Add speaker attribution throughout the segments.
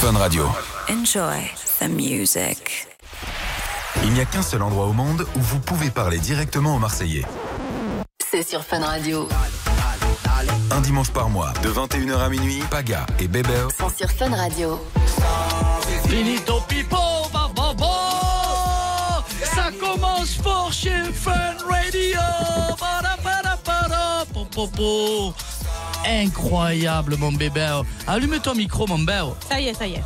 Speaker 1: Fun Radio.
Speaker 2: Enjoy the music.
Speaker 1: Il n'y a qu'un seul endroit au monde où vous pouvez parler directement aux Marseillais.
Speaker 3: C'est sur Fun Radio.
Speaker 1: Un dimanche par mois, de 21h à minuit, Paga et Bébert
Speaker 3: C'est sur Fun Radio.
Speaker 4: Fini ton pipo, bah, bah, bah. Ça commence fort chez Fun Radio Bada, bada, bada, po, po, po. Incroyable mon bébé Allume ton micro mon bébé
Speaker 5: Ça y est, ça y est.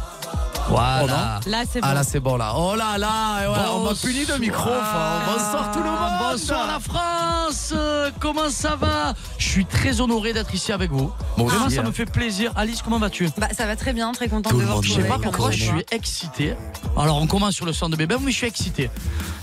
Speaker 4: Voilà
Speaker 5: Là, c'est bon.
Speaker 4: Ah là c'est bon là Oh là là et ouais, On m'a
Speaker 6: Bonsoir.
Speaker 4: puni de micro enfin. Bonsoir tout le monde
Speaker 6: Bonsoir.
Speaker 4: la France Euh, Comment ça va Je suis très honoré d'être ici avec vous
Speaker 6: Moi aussi,
Speaker 4: Vraiment ça
Speaker 6: hein.
Speaker 4: me fait plaisir Alice comment vas-tu
Speaker 5: Bah, ça va très bien, très contente
Speaker 6: Tout
Speaker 5: de
Speaker 6: le
Speaker 5: vous
Speaker 6: monde,
Speaker 4: Je
Speaker 5: retrouver.
Speaker 4: sais pas
Speaker 6: Ouais,
Speaker 4: pourquoi
Speaker 5: comme
Speaker 4: je
Speaker 5: ça.
Speaker 4: suis excité. Alors on commence sur le son de bébé, mais je suis excité.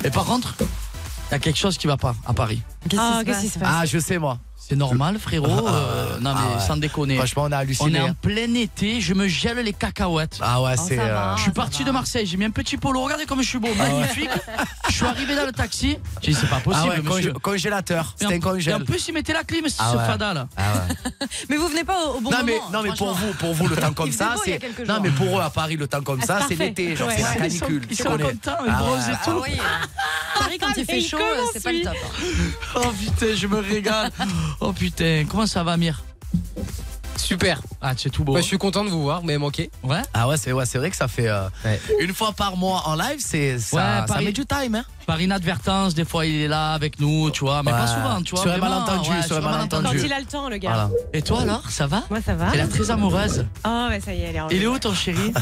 Speaker 4: Et par contre, il y a quelque chose qui va pas à Paris.
Speaker 5: Ah,
Speaker 7: Qu'est-ce qui se passe
Speaker 6: Ah, je sais, moi.
Speaker 4: C'est normal, frérot. euh, non mais
Speaker 6: Ah ouais.
Speaker 4: sans déconner.
Speaker 6: Franchement, on a
Speaker 4: on
Speaker 6: halluciné.
Speaker 4: est en
Speaker 6: hein.
Speaker 4: plein été. Je me gèle les cacahuètes.
Speaker 6: Ah ouais, c'est.
Speaker 7: ça va.
Speaker 6: euh,
Speaker 4: Je suis parti de Marseille, j'ai mis un petit polo, regardez comme je suis beau, magnifique. Je suis arrivé dans le taxi, j'ai dit c'est pas
Speaker 6: Ah
Speaker 4: possible,
Speaker 6: ouais,
Speaker 4: monsieur.
Speaker 6: congé- congélateur.
Speaker 4: Et en-
Speaker 6: C'était un
Speaker 4: et en
Speaker 6: congèle.
Speaker 4: plus, il mettait la clim, ce
Speaker 6: Ah ouais.
Speaker 4: fada là.
Speaker 6: Ah ouais.
Speaker 5: Mais vous venez pas au, au bon
Speaker 6: non,
Speaker 5: moment.
Speaker 6: mais, non mais pour vous, pour vous le temps comme
Speaker 7: Il faisait
Speaker 6: ça,
Speaker 7: beau il y
Speaker 6: c'est
Speaker 7: a quelques
Speaker 6: non
Speaker 7: jours.
Speaker 6: mais pour eux à Paris le temps comme
Speaker 5: Ah,
Speaker 6: ça,
Speaker 5: c'est
Speaker 6: c'est l'été, genre
Speaker 5: parfait.
Speaker 6: c'est
Speaker 7: Ah,
Speaker 5: Ouais.
Speaker 6: la
Speaker 4: Ils sont-
Speaker 6: canicule.
Speaker 4: ils
Speaker 6: tu
Speaker 4: sont
Speaker 6: connais.
Speaker 4: contents, ils
Speaker 6: Ah
Speaker 4: brosent
Speaker 6: ouais.
Speaker 4: et tout.
Speaker 7: oui. Paris, quand il fait
Speaker 5: Il
Speaker 7: chaud,
Speaker 5: commence,
Speaker 7: c'est pas le
Speaker 5: lui.
Speaker 7: top.
Speaker 4: Oh putain, je me régale. Oh putain, comment ça va, Mire
Speaker 8: Super.
Speaker 4: Ah, c'est tout beau.
Speaker 8: Bah, je suis content de vous voir, mais manqué.
Speaker 4: Ouais.
Speaker 6: Ah ouais, c'est ouais, c'est vrai que ça fait euh,
Speaker 8: Ouais.
Speaker 6: une fois par mois en live, c'est ça,
Speaker 4: Ouais,
Speaker 6: ça
Speaker 4: Paris-
Speaker 6: met du time hein.
Speaker 4: Par inadvertance, des fois il est là avec nous, tu vois, mais
Speaker 6: Ouais.
Speaker 4: pas souvent, tu vois.
Speaker 6: Sur un
Speaker 4: vraiment,
Speaker 5: Ah,
Speaker 6: malentendu, sur un malentendu.
Speaker 5: Quand
Speaker 6: Dieu.
Speaker 5: il a le temps, le gars.
Speaker 6: Voilà.
Speaker 4: Et toi alors, ça va
Speaker 5: Moi, ça va.
Speaker 4: Elle est très amoureuse.
Speaker 5: Oh, ouais, ça y est, elle est en
Speaker 4: Il est où ton chéri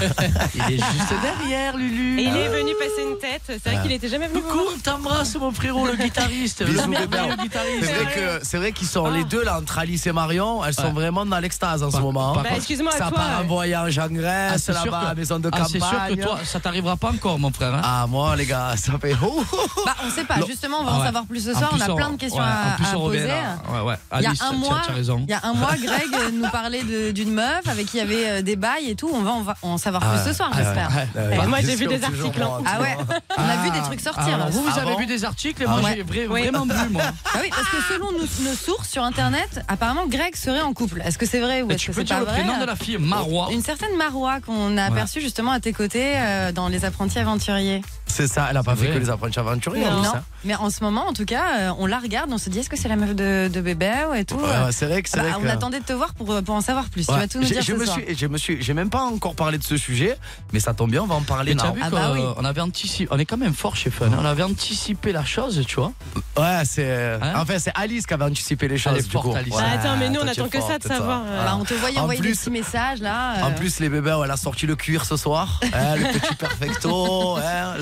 Speaker 4: Il est juste derrière,
Speaker 5: Et
Speaker 4: Lulu.
Speaker 5: il est venu passer une tête. C'est vrai qu'il était jamais venu. vous
Speaker 4: Coucou, on t'embrasse mon frérot, le guitariste.
Speaker 6: Bisous,
Speaker 4: le merveilleux
Speaker 6: bébé.
Speaker 4: guitariste.
Speaker 6: C'est vrai que c'est vrai qu'ils sont les deux là entre Alice et Marion, elles sont
Speaker 4: Ouais.
Speaker 6: vraiment dans l'extase en ce
Speaker 4: Par-
Speaker 6: moment.
Speaker 4: par
Speaker 6: hein.
Speaker 5: Bah, excuse-moi,
Speaker 6: ça
Speaker 5: toi.
Speaker 6: part en voyage en
Speaker 4: Ah,
Speaker 6: Grèce,
Speaker 4: c'est sûr
Speaker 6: là-bas, à
Speaker 4: que-
Speaker 6: la maison de
Speaker 4: Ah,
Speaker 6: campagne.
Speaker 4: c'est sûr que toi, ça t'arrivera pas encore, mon frère. hein.
Speaker 6: Ah moi les gars, ça fait oh, oh, oh.
Speaker 7: Bah, on sait pas, justement, on va
Speaker 4: Ah
Speaker 7: en
Speaker 4: ouais.
Speaker 7: savoir plus ce
Speaker 4: En
Speaker 7: soir.
Speaker 4: plus,
Speaker 7: on a plein de questions
Speaker 4: ouais,
Speaker 7: à,
Speaker 4: en plus,
Speaker 7: à
Speaker 4: on revient
Speaker 7: poser.
Speaker 6: hein.
Speaker 4: là. Ouais, ouais.
Speaker 7: Il y, a
Speaker 4: Alice,
Speaker 7: un
Speaker 4: tu as-
Speaker 7: mois,
Speaker 4: tu as raison.
Speaker 7: il y a un mois, Greg euh, nous parlait de- d'une meuf avec qui il y avait euh, des bails et tout. On va en, va- en savoir
Speaker 6: Ah,
Speaker 7: plus ce soir,
Speaker 6: ah,
Speaker 7: j'espère.
Speaker 6: ouais, ouais,
Speaker 5: moi,
Speaker 6: ouais.
Speaker 5: j'ai vu des
Speaker 6: Toujours
Speaker 5: articles,
Speaker 6: moi,
Speaker 5: hein.
Speaker 7: Ah ouais, on a vu
Speaker 6: Ah,
Speaker 7: des trucs sortir.
Speaker 4: Alors, vous, vous
Speaker 6: Ah
Speaker 4: avez
Speaker 6: bon
Speaker 4: vu des articles et moi,
Speaker 6: Ah
Speaker 4: j'ai vra-
Speaker 5: Oui.
Speaker 4: vraiment vu, moi.
Speaker 7: Ah oui, parce que selon nos, nos sources sur internet, apparemment Greg serait en couple. Est-ce que c'est vrai ou
Speaker 4: Et
Speaker 7: est-ce
Speaker 4: tu
Speaker 7: que
Speaker 4: peux
Speaker 7: c'est
Speaker 4: dire
Speaker 7: pas
Speaker 4: le
Speaker 7: vrai euh,
Speaker 4: prénom de la fille, Marois.
Speaker 7: Une certaine Marois qu'on a aperçue justement à tes côtés euh, dans Les Apprentis Aventuriers.
Speaker 6: C'est ça, elle a pas
Speaker 4: C'est
Speaker 6: fait
Speaker 4: vrai.
Speaker 6: que les apprentis aventuriers.
Speaker 5: Non.
Speaker 6: en plus,
Speaker 7: Non,
Speaker 6: hein.
Speaker 7: mais en ce moment, en tout cas, euh, on la regarde, on se dit est-ce que c'est la meuf de, de bébé ouais, et tout.
Speaker 6: Ouais, ouais, c'est vrai que c'est
Speaker 7: Ah bah,
Speaker 6: vrai
Speaker 7: on
Speaker 6: que-
Speaker 7: attendait de te voir pour, pour en savoir plus.
Speaker 6: Ouais.
Speaker 7: Tu vas tout nous
Speaker 6: J'ai-
Speaker 7: dire
Speaker 6: je
Speaker 7: ce
Speaker 6: me
Speaker 7: soir.
Speaker 6: suis, je me suis, j'ai même pas encore parlé de ce sujet, mais ça tombe bien, on va en parler
Speaker 4: Mais t'as
Speaker 6: là.
Speaker 4: vu
Speaker 7: Ah
Speaker 4: qu'on
Speaker 7: bah oui.
Speaker 4: on avait anticipé, on est quand même fort chez Fun. hein. On avait anticipé la chose, tu vois.
Speaker 6: Ouais, c'est,
Speaker 4: Hein
Speaker 6: enfin c'est Alice qui avait anticipé les choses.
Speaker 4: Elle est
Speaker 6: du
Speaker 4: forte,
Speaker 6: coup.
Speaker 4: Alice.
Speaker 6: Ouais,
Speaker 5: Ah, attends, mais nous, on
Speaker 6: toi,
Speaker 5: attend
Speaker 6: t'es
Speaker 5: que ça de
Speaker 6: forte, toi.
Speaker 5: savoir, euh.
Speaker 6: Voilà.
Speaker 7: Bah, on te voyait
Speaker 6: En
Speaker 7: envoyer
Speaker 6: plus-
Speaker 7: des petits messages là.
Speaker 6: En
Speaker 7: euh,
Speaker 6: plus, les bébés, ouais, elle a sorti le cuir ce soir. Hein, le petit perfecto. hein.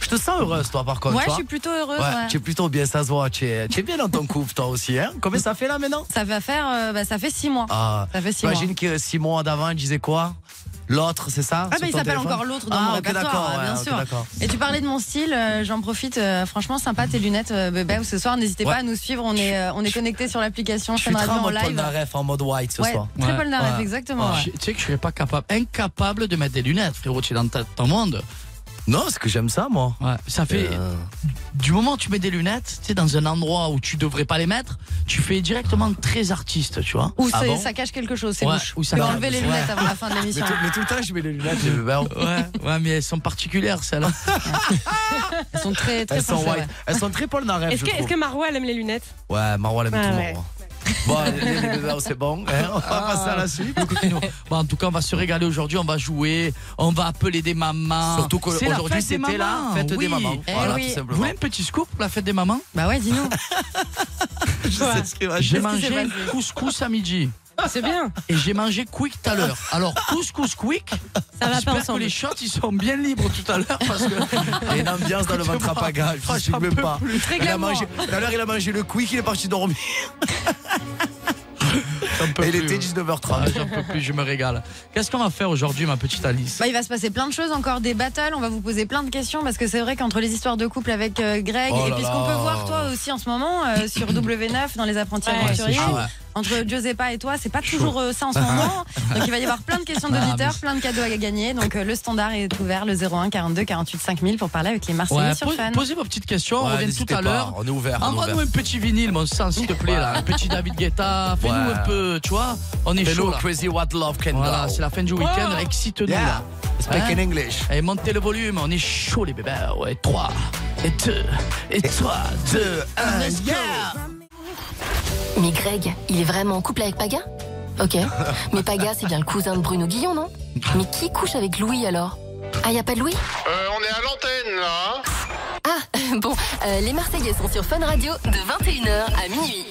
Speaker 6: Je te sens heureuse, toi, par contre.
Speaker 7: ouais, je
Speaker 6: toi.
Speaker 7: suis plutôt heureuse.
Speaker 6: Ouais,
Speaker 7: ouais.
Speaker 6: Tu es plutôt bien, ça se voit. Tu es, tu es bien dans ton couple, toi aussi. Hein. Combien ça fait là maintenant
Speaker 7: Ça va faire, euh, bah, ça fait six mois.
Speaker 6: Ah,
Speaker 7: Ça fait six mois.
Speaker 6: J'imagine que six mois d'avant, elle disait quoi L'autre, c'est ça
Speaker 7: Ah
Speaker 6: Sur
Speaker 7: bah il
Speaker 6: ton
Speaker 7: s'appelle
Speaker 6: téléphone
Speaker 7: encore l'autre dans
Speaker 6: Ah,
Speaker 7: mon
Speaker 6: ok,
Speaker 7: répertoire,
Speaker 6: d'accord,
Speaker 7: euh,
Speaker 6: ouais,
Speaker 7: bien
Speaker 6: ok,
Speaker 7: sûr.
Speaker 6: d'accord.
Speaker 7: Et tu parlais de mon style, euh, j'en profite. euh, franchement, sympa tes lunettes, euh, bébé. Ou ce soir, n'hésitez
Speaker 6: Ouais.
Speaker 7: pas à nous suivre. On est, euh, on est connecté sur l'application
Speaker 6: Je suis
Speaker 7: Fun
Speaker 6: très
Speaker 7: Radio
Speaker 6: en
Speaker 7: en
Speaker 6: mode Paul
Speaker 7: live.
Speaker 6: Naref, en mode white ce
Speaker 7: Ouais,
Speaker 6: soir.
Speaker 7: très
Speaker 4: Ouais.
Speaker 7: Paul Naref,
Speaker 6: Ouais.
Speaker 7: exactement. ouais.
Speaker 4: Je- Tu sais que je serais pas capable, incapable de mettre des lunettes, frérot. Tu es dans ta- ton monde.
Speaker 6: Non, parce que j'aime ça, moi.
Speaker 4: Ouais, ça fait
Speaker 6: Euh,
Speaker 4: du moment où tu mets des lunettes, tu es dans un endroit où tu devrais pas les mettre, tu fais directement très artiste, tu vois.
Speaker 7: Ou
Speaker 6: Ah
Speaker 7: c'est-
Speaker 6: bon
Speaker 7: ça cache quelque chose, c'est
Speaker 4: Ouais,
Speaker 7: louche.
Speaker 4: ou ça
Speaker 7: Tu peux
Speaker 4: cache-
Speaker 7: enlever les
Speaker 4: ouais.
Speaker 7: lunettes avant la fin de
Speaker 6: mais,
Speaker 7: l'émission.
Speaker 6: tout, mais tout le temps, je mets les lunettes, les bébés.
Speaker 4: Ouais, ouais, mais elles sont particulières celles-là.
Speaker 7: Elles sont très, très
Speaker 6: Elles sont,
Speaker 7: foncées, ouais.
Speaker 6: white. Elles sont très Paul Naref,
Speaker 5: Ah Est-ce
Speaker 6: je
Speaker 5: que,
Speaker 6: trouve.
Speaker 5: est-ce que Marois, elle aime les lunettes
Speaker 6: Ouais, Marois, elle aime
Speaker 5: Ouais,
Speaker 6: tout le
Speaker 5: ouais.
Speaker 6: monde. Bon, les, les bébés, c'est bon. hein, on va passer à la suite.
Speaker 4: Ah. Bon, en tout cas, on va se régaler aujourd'hui, on va jouer, on va appeler des mamans.
Speaker 6: Surtout
Speaker 4: C'est la
Speaker 6: qu'aujourd'hui,
Speaker 4: fête des
Speaker 6: c'était la
Speaker 4: mamans,
Speaker 6: fête
Speaker 4: oui.
Speaker 6: des mamans.
Speaker 7: Eh
Speaker 6: Voilà,
Speaker 7: oui.
Speaker 6: tout
Speaker 4: Vous
Speaker 6: simplement.
Speaker 4: voulez un petit scoop pour la fête des mamans
Speaker 7: Bah ouais, dis-nous.
Speaker 6: Je sais ce qui va-
Speaker 4: J'ai
Speaker 7: Qu'est-ce qui s'est
Speaker 4: mangé
Speaker 7: passé
Speaker 4: couscous à midi
Speaker 5: C'est bien.
Speaker 4: et j'ai mangé quick tout à l'heure. Alors couscous quick,
Speaker 5: Ça va pas
Speaker 4: j'espère que
Speaker 5: ensemble.
Speaker 4: les shots ils sont bien libres tout à l'heure parce que
Speaker 6: Il y a une ambiance dans le ventre à paga, je ne sais même pas.
Speaker 5: Très
Speaker 6: Il a
Speaker 5: glamour.
Speaker 6: mangé, tout à l'heure, il a mangé le quick, il est parti dormir. Et il
Speaker 4: plus,
Speaker 6: était
Speaker 4: ouais.
Speaker 6: 19h30.
Speaker 4: Ah, j'en peux plus, je me régale. Qu'est-ce qu'on va faire aujourd'hui, ma petite Alice
Speaker 7: Bah, il va se passer plein de choses encore, des battles, on va vous poser plein de questions parce que c'est vrai qu'entre les histoires de couple avec euh, Greg
Speaker 6: Oh
Speaker 7: et
Speaker 6: là
Speaker 7: puis ce qu'on
Speaker 6: là.
Speaker 7: peut voir toi aussi en ce moment euh, sur W9 dans les apprentis
Speaker 5: Ouais,
Speaker 7: aventuriers,
Speaker 6: c'est chaud.
Speaker 7: entre Giuseppa et toi, c'est pas toujours euh, ça en ce moment. Donc il va y avoir plein de
Speaker 4: Ah,
Speaker 7: questions d'auditeurs, plein de cadeaux à gagner. Donc euh, le standard est ouvert, le 01 42 48 5000 pour parler avec les Marseillais
Speaker 4: Ouais,
Speaker 7: sur
Speaker 4: pose-
Speaker 7: Fun.
Speaker 4: posez vos petites questions, on
Speaker 6: Ouais,
Speaker 4: revient
Speaker 6: n'hésitez
Speaker 4: tout à
Speaker 6: pas,
Speaker 4: l'heure.
Speaker 6: On est ouvert. on est
Speaker 4: Envoie-nous
Speaker 6: ouvert.
Speaker 4: un petit vinyle, mon sang, s'il te plaît, là. Un petit David Guetta. Fais-nous
Speaker 6: Ouais.
Speaker 4: un peu, tu vois. On est chaud,
Speaker 6: Hello,
Speaker 4: là.
Speaker 6: crazy what love can
Speaker 4: Voilà,
Speaker 6: do.
Speaker 4: c'est la fin du week-end.
Speaker 5: Wow.
Speaker 4: Excite-nous, là.
Speaker 6: Yeah, speak
Speaker 4: Hein
Speaker 6: in English.
Speaker 4: Allez, montez le volume, on est chaud, les bébés. Ouais, 3 et 2 et 3, 2, 1, yeah!
Speaker 3: Euh, Mais Greg, il est vraiment en couple avec Paga Ok. Mais Paga, c'est bien le cousin de Bruno Guillon, non Mais qui couche avec Louis alors Ah, y a pas de Louis
Speaker 9: Euh, on est à l'antenne là. hein
Speaker 3: Ah, bon, euh, les Marseillais sont sur Fun Radio de 21h à minuit.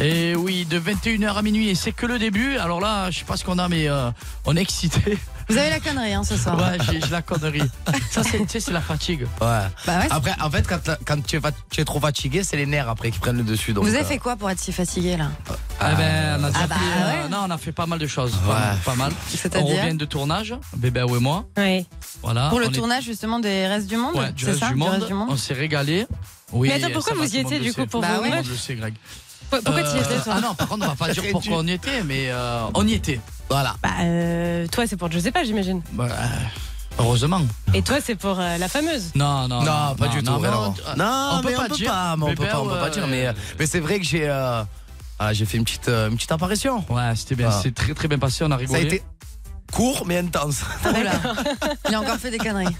Speaker 4: Et Eh oui, de 21h à minuit, et c'est que le début. Alors là, je sais pas ce qu'on a, mais euh, on est excité.
Speaker 7: Vous avez la connerie hein, ce soir.
Speaker 4: Ouais, j'ai j'ai la connerie. Ça, c'est tu sais, c'est la fatigue.
Speaker 6: Ouais.
Speaker 7: Bah ouais, c'est-
Speaker 6: Après, en fait, quand, quand tu, es, fa- tu es trop fatigué, c'est les nerfs après qui prennent le dessus. Donc,
Speaker 7: vous
Speaker 6: euh,
Speaker 7: avez fait quoi pour être si fatigué là
Speaker 4: Ah ben, on a déjà
Speaker 7: Ah bah
Speaker 4: fait, euh,
Speaker 7: ouais.
Speaker 4: non, on a fait pas mal de choses.
Speaker 6: Ouais.
Speaker 4: Pas, pas mal. On
Speaker 7: C'est-à-dire
Speaker 4: revient de tournage, bébé et moi.
Speaker 5: Ouais.
Speaker 4: Voilà.
Speaker 7: Pour le
Speaker 4: Ah, on est-
Speaker 7: tournage justement des Restes du Monde
Speaker 4: ouais, du,
Speaker 7: C'est
Speaker 4: reste
Speaker 7: ça
Speaker 4: du,
Speaker 7: Du
Speaker 4: monde,
Speaker 7: Reste du
Speaker 4: On
Speaker 7: Monde
Speaker 4: s'est régalé. Oui,
Speaker 5: Mais attends, pourquoi
Speaker 4: ça va,
Speaker 5: vous
Speaker 4: tout
Speaker 5: y
Speaker 4: le monde
Speaker 5: étiez,
Speaker 4: le
Speaker 5: du coup,
Speaker 4: sait.
Speaker 5: pour
Speaker 7: Bah ouais.
Speaker 5: vos
Speaker 4: Tout le
Speaker 5: matchs
Speaker 4: monde le sait, Greg.
Speaker 5: Pour- Pourquoi tu y étais,
Speaker 4: Euh,
Speaker 5: toi
Speaker 4: Ah non, par contre, on va pas dire
Speaker 6: Très
Speaker 4: pourquoi
Speaker 6: dur.
Speaker 4: on y était, mais euh, on y était.
Speaker 6: Voilà.
Speaker 5: Bah, euh, toi, c'est pour Giuseppa, j'imagine.
Speaker 4: Bah, euh, heureusement.
Speaker 5: Et toi, c'est pour euh, la fameuse.
Speaker 4: Non, non,
Speaker 6: Non, pas du tout. mais
Speaker 4: mais
Speaker 6: Non,
Speaker 4: on-
Speaker 6: Non,
Speaker 4: on peut
Speaker 6: mais
Speaker 4: pas
Speaker 6: on peut
Speaker 4: dire.
Speaker 6: pas. mais On peut
Speaker 4: Bébé,
Speaker 6: pas, on peut pas
Speaker 4: ouais.
Speaker 6: dire. Mais, euh, mais c'est vrai que j'ai euh, ah, j'ai fait une petite, euh, une petite apparition.
Speaker 4: Ouais, c'était bien,
Speaker 6: Ah.
Speaker 4: c'est très très bien passé, on a rigolé.
Speaker 6: Ça a été court mais intense.
Speaker 7: Oula. Il a encore fait des conneries.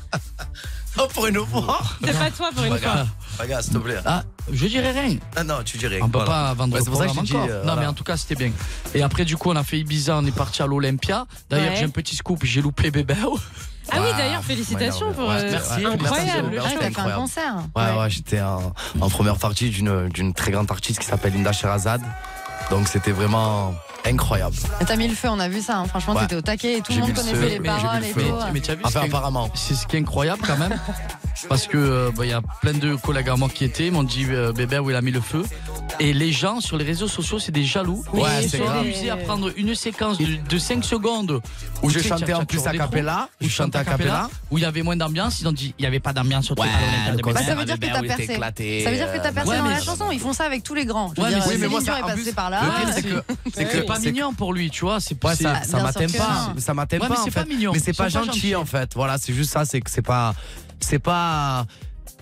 Speaker 6: Oh, pour une fois.
Speaker 5: C'est pas toi pour une fois.
Speaker 6: Regarde, regarde, s'il te plaît.
Speaker 4: Ah, je dirais rien.
Speaker 6: Ah non, tu dirais.
Speaker 4: On peut
Speaker 6: Voilà.
Speaker 4: pas vendre
Speaker 6: Ouais,
Speaker 4: le
Speaker 6: c'est pour ça que
Speaker 4: programme
Speaker 6: j'ai dit,
Speaker 4: encore.
Speaker 6: euh,
Speaker 4: non,
Speaker 6: voilà.
Speaker 4: mais en tout cas, c'était bien. Et après, du coup, on a fait Ibiza, on est parti à l'Olympia. D'ailleurs,
Speaker 5: Ouais.
Speaker 4: j'ai un petit scoop, j'ai loupé Bébé.
Speaker 5: Ah oui,
Speaker 6: Ouais,
Speaker 5: d'ailleurs,
Speaker 6: ouais,
Speaker 5: félicitations
Speaker 6: ouais,
Speaker 5: pour.
Speaker 6: ouais,
Speaker 5: euh,
Speaker 6: merci, merci,
Speaker 5: incroyable.
Speaker 6: merci,
Speaker 7: Ah,
Speaker 6: c'était
Speaker 7: t'as fait un
Speaker 6: incroyable.
Speaker 7: concert.
Speaker 6: Ouais, ouais, j'étais en, en première partie d'une d'une très grande artiste qui s'appelle Linda Sherazade. Donc c'était vraiment incroyable.
Speaker 7: Et T'as mis le feu, on a vu ça. hein. Franchement,
Speaker 6: Ouais.
Speaker 7: t'étais au taquet et tout
Speaker 6: J'ai
Speaker 7: le monde
Speaker 6: mis le
Speaker 7: connaissait
Speaker 6: feu,
Speaker 7: les
Speaker 6: j'ai mis le
Speaker 7: paroles et tout. hein.
Speaker 6: feu.
Speaker 7: ouais.
Speaker 4: Mais tu as vu,
Speaker 6: Enfin,
Speaker 4: ce qui
Speaker 6: Ah,
Speaker 4: est-
Speaker 6: ben, apparemment.
Speaker 4: c'est ce qui est incroyable quand même. Parce que euh, bah, il y a plein de collègues à moi qui étaient, ils m'ont dit euh, Bébé, où il a mis le feu. Et les gens sur les réseaux sociaux, c'est des jaloux.
Speaker 5: Oui,
Speaker 4: ils
Speaker 6: Ouais,
Speaker 4: se
Speaker 6: c'est
Speaker 4: sont
Speaker 6: grave.
Speaker 4: amusés à prendre une séquence de, 5 secondes
Speaker 6: Où j'ai
Speaker 4: tu sais,
Speaker 6: chanté
Speaker 4: tchac,
Speaker 6: en
Speaker 4: tchac,
Speaker 6: plus
Speaker 4: sur
Speaker 6: a
Speaker 4: des trous.
Speaker 6: cappella.
Speaker 4: Où
Speaker 6: Je chante a cappella.
Speaker 4: Où il y avait moins d'ambiance, ils ont dit il n'y avait pas d'ambiance au truc.
Speaker 6: le
Speaker 7: Bah,
Speaker 6: concert
Speaker 7: ça veut dire que
Speaker 6: avec
Speaker 7: t'as
Speaker 6: Béa où
Speaker 7: percé.
Speaker 6: t'es éclaté,
Speaker 7: Ça veut dire que t'as
Speaker 6: euh,
Speaker 7: percé
Speaker 4: ouais,
Speaker 7: dans
Speaker 4: mais-
Speaker 7: la chanson. Ah. Ils font ça avec tous les grands. Je veux
Speaker 4: Ouais,
Speaker 7: dire,
Speaker 4: mais- oui, mais
Speaker 7: Céline
Speaker 6: moi, ça-
Speaker 7: Dion est
Speaker 6: en
Speaker 7: passé
Speaker 6: plus-
Speaker 7: par
Speaker 4: Ouais,
Speaker 7: là.
Speaker 4: mais c'est que-
Speaker 6: c'est
Speaker 4: c'est pas
Speaker 6: c'est-
Speaker 4: mignon pour lui, tu vois. C'est
Speaker 6: Ouais,
Speaker 4: c'est-
Speaker 6: ça, ça
Speaker 7: bien
Speaker 6: m'atteint
Speaker 7: sûr que
Speaker 6: pas.
Speaker 7: non.
Speaker 6: Ça m'atteint
Speaker 4: Ouais, mais
Speaker 6: pas. en
Speaker 4: c'est pas
Speaker 6: fait.
Speaker 4: mignon.
Speaker 6: Mais c'est
Speaker 4: Ils
Speaker 6: pas
Speaker 4: sont pas
Speaker 6: gentil,
Speaker 4: gentils.
Speaker 6: en fait. Voilà, c'est juste ça. C'est que c'est pas, c'est pas,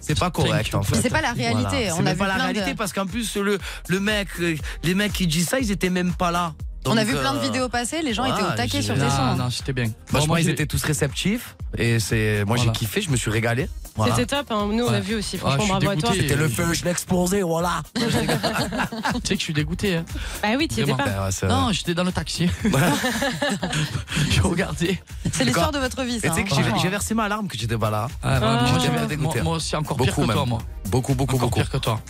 Speaker 6: c'est pas
Speaker 4: Thank
Speaker 6: correct
Speaker 4: you.
Speaker 6: en fait.
Speaker 7: C'est pas la réalité.
Speaker 6: Voilà.
Speaker 7: On
Speaker 6: C'est
Speaker 7: a
Speaker 6: même
Speaker 7: vu
Speaker 6: pas la
Speaker 7: plein de-
Speaker 6: réalité parce qu'en plus le, le mec, euh, les mecs qui disent ça, ils étaient même pas là.
Speaker 7: On a
Speaker 6: Donc,
Speaker 7: vu plein de
Speaker 6: euh,
Speaker 7: vidéos passer. Les gens
Speaker 6: voilà,
Speaker 7: étaient au taquet
Speaker 6: j'ai-
Speaker 7: sur tes
Speaker 6: Non,
Speaker 7: sons.
Speaker 4: Non, non, c'était bien. Bon,
Speaker 6: Franchement,
Speaker 4: moi,
Speaker 6: ils
Speaker 4: j'ai-
Speaker 6: étaient tous réceptifs et c'est, moi
Speaker 4: Voilà.
Speaker 6: j'ai kiffé, je me suis régalé. Voilà.
Speaker 5: C'était top, hein. nous on
Speaker 4: Ouais.
Speaker 5: a vu aussi,
Speaker 4: Ah, je
Speaker 5: franchement
Speaker 4: suis
Speaker 5: bravo à toi.
Speaker 4: dégoûté.
Speaker 6: C'était le feu, je l'ai explosé, voilà.
Speaker 4: Tu sais que je suis dégoûté. hein.
Speaker 5: Bah oui, tu étais
Speaker 4: Vraiment.
Speaker 5: pas.
Speaker 6: Ben, ouais, c'est-
Speaker 4: Non, j'étais dans le taxi. je regardais.
Speaker 7: C'est l'histoire de votre vie,
Speaker 6: Et
Speaker 7: ça.
Speaker 6: tu sais
Speaker 7: hein,
Speaker 6: que j'ai-
Speaker 7: franchement.
Speaker 6: j'ai versé ma larme que j'étais pas là.
Speaker 4: Ah, vraiment,
Speaker 5: Ah.
Speaker 4: j'étais
Speaker 6: J'étais dégoûté.
Speaker 4: Moi, moi aussi, encore
Speaker 6: Beaucoup
Speaker 4: pire que toi,
Speaker 6: même.
Speaker 4: moi.
Speaker 6: Beaucoup, beaucoup,
Speaker 4: Encore
Speaker 6: beaucoup.
Speaker 4: pire que toi.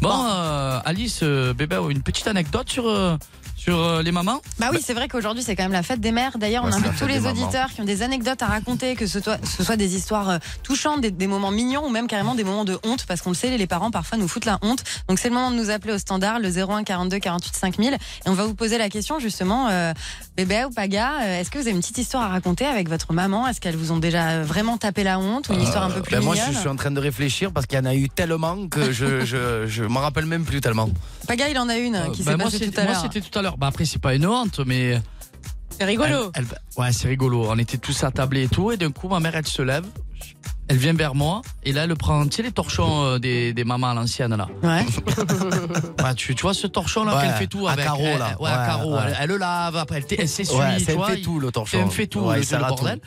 Speaker 4: Bon, euh, Alice, euh, bébé, une petite anecdote sur, euh, sur euh, les mamans
Speaker 7: Bah oui, c'est vrai qu'aujourd'hui c'est quand même la fête des mères. D'ailleurs, on
Speaker 6: Ouais, c'est la
Speaker 7: invite
Speaker 6: fête
Speaker 7: tous les
Speaker 6: des mamans.
Speaker 7: auditeurs qui ont des anecdotes à raconter, que ce, toi- ce soit des histoires euh, touchantes, des, des moments mignons ou même carrément des moments de honte, parce qu'on le sait, les parents parfois nous foutent la honte. Donc c'est le moment de nous appeler au standard le 01 42 48 5000 et on va vous poser la question justement, euh, bébé ou paga, euh, est-ce que vous avez une petite histoire à raconter avec votre maman Est-ce qu'elles vous ont déjà euh, vraiment tapé la honte ou une histoire un peu plus
Speaker 6: Ben moi, je,
Speaker 7: mignonne
Speaker 6: je suis en train de réfléchir parce qu'il y en a eu tellement que je, je, je m'en rappelle même plus tellement.
Speaker 7: Paga, il en a une euh, qui
Speaker 4: Bah,
Speaker 7: s'est
Speaker 6: ben
Speaker 4: moi,
Speaker 7: passée
Speaker 4: c'est-
Speaker 7: tout à
Speaker 4: moi,
Speaker 7: l'heure.
Speaker 4: c'était tout à l'heure. Bah, après, c'est pas une honte, mais.
Speaker 5: C'est rigolo.
Speaker 4: Elle- elle- ouais, c'est rigolo. On était tous attablés et tout. Et d'un coup, ma mère, elle se lève. Elle vient vers moi. Et là, elle prend, tu sais, les torchons euh, des, des mamans à l'ancienne, là.
Speaker 7: Ouais.
Speaker 4: Ouais, tu, tu vois ce torchon-là
Speaker 6: Ouais,
Speaker 4: qu'elle fait tout
Speaker 6: à
Speaker 4: avec.
Speaker 6: carreau,
Speaker 4: elle,
Speaker 6: là.
Speaker 4: elle- ouais, à
Speaker 6: Ouais,
Speaker 4: carreau.
Speaker 6: ouais.
Speaker 4: Elle, elle le lave, après, elle, t- elle s'essuie.
Speaker 6: Ouais,
Speaker 4: tu
Speaker 6: c'est un
Speaker 4: vois,
Speaker 6: fait
Speaker 4: il-
Speaker 6: tout, le
Speaker 4: c'est
Speaker 6: torchon.
Speaker 4: un fait tout,
Speaker 6: Ouais,
Speaker 4: le,
Speaker 6: ça
Speaker 4: le
Speaker 6: la
Speaker 4: bordel.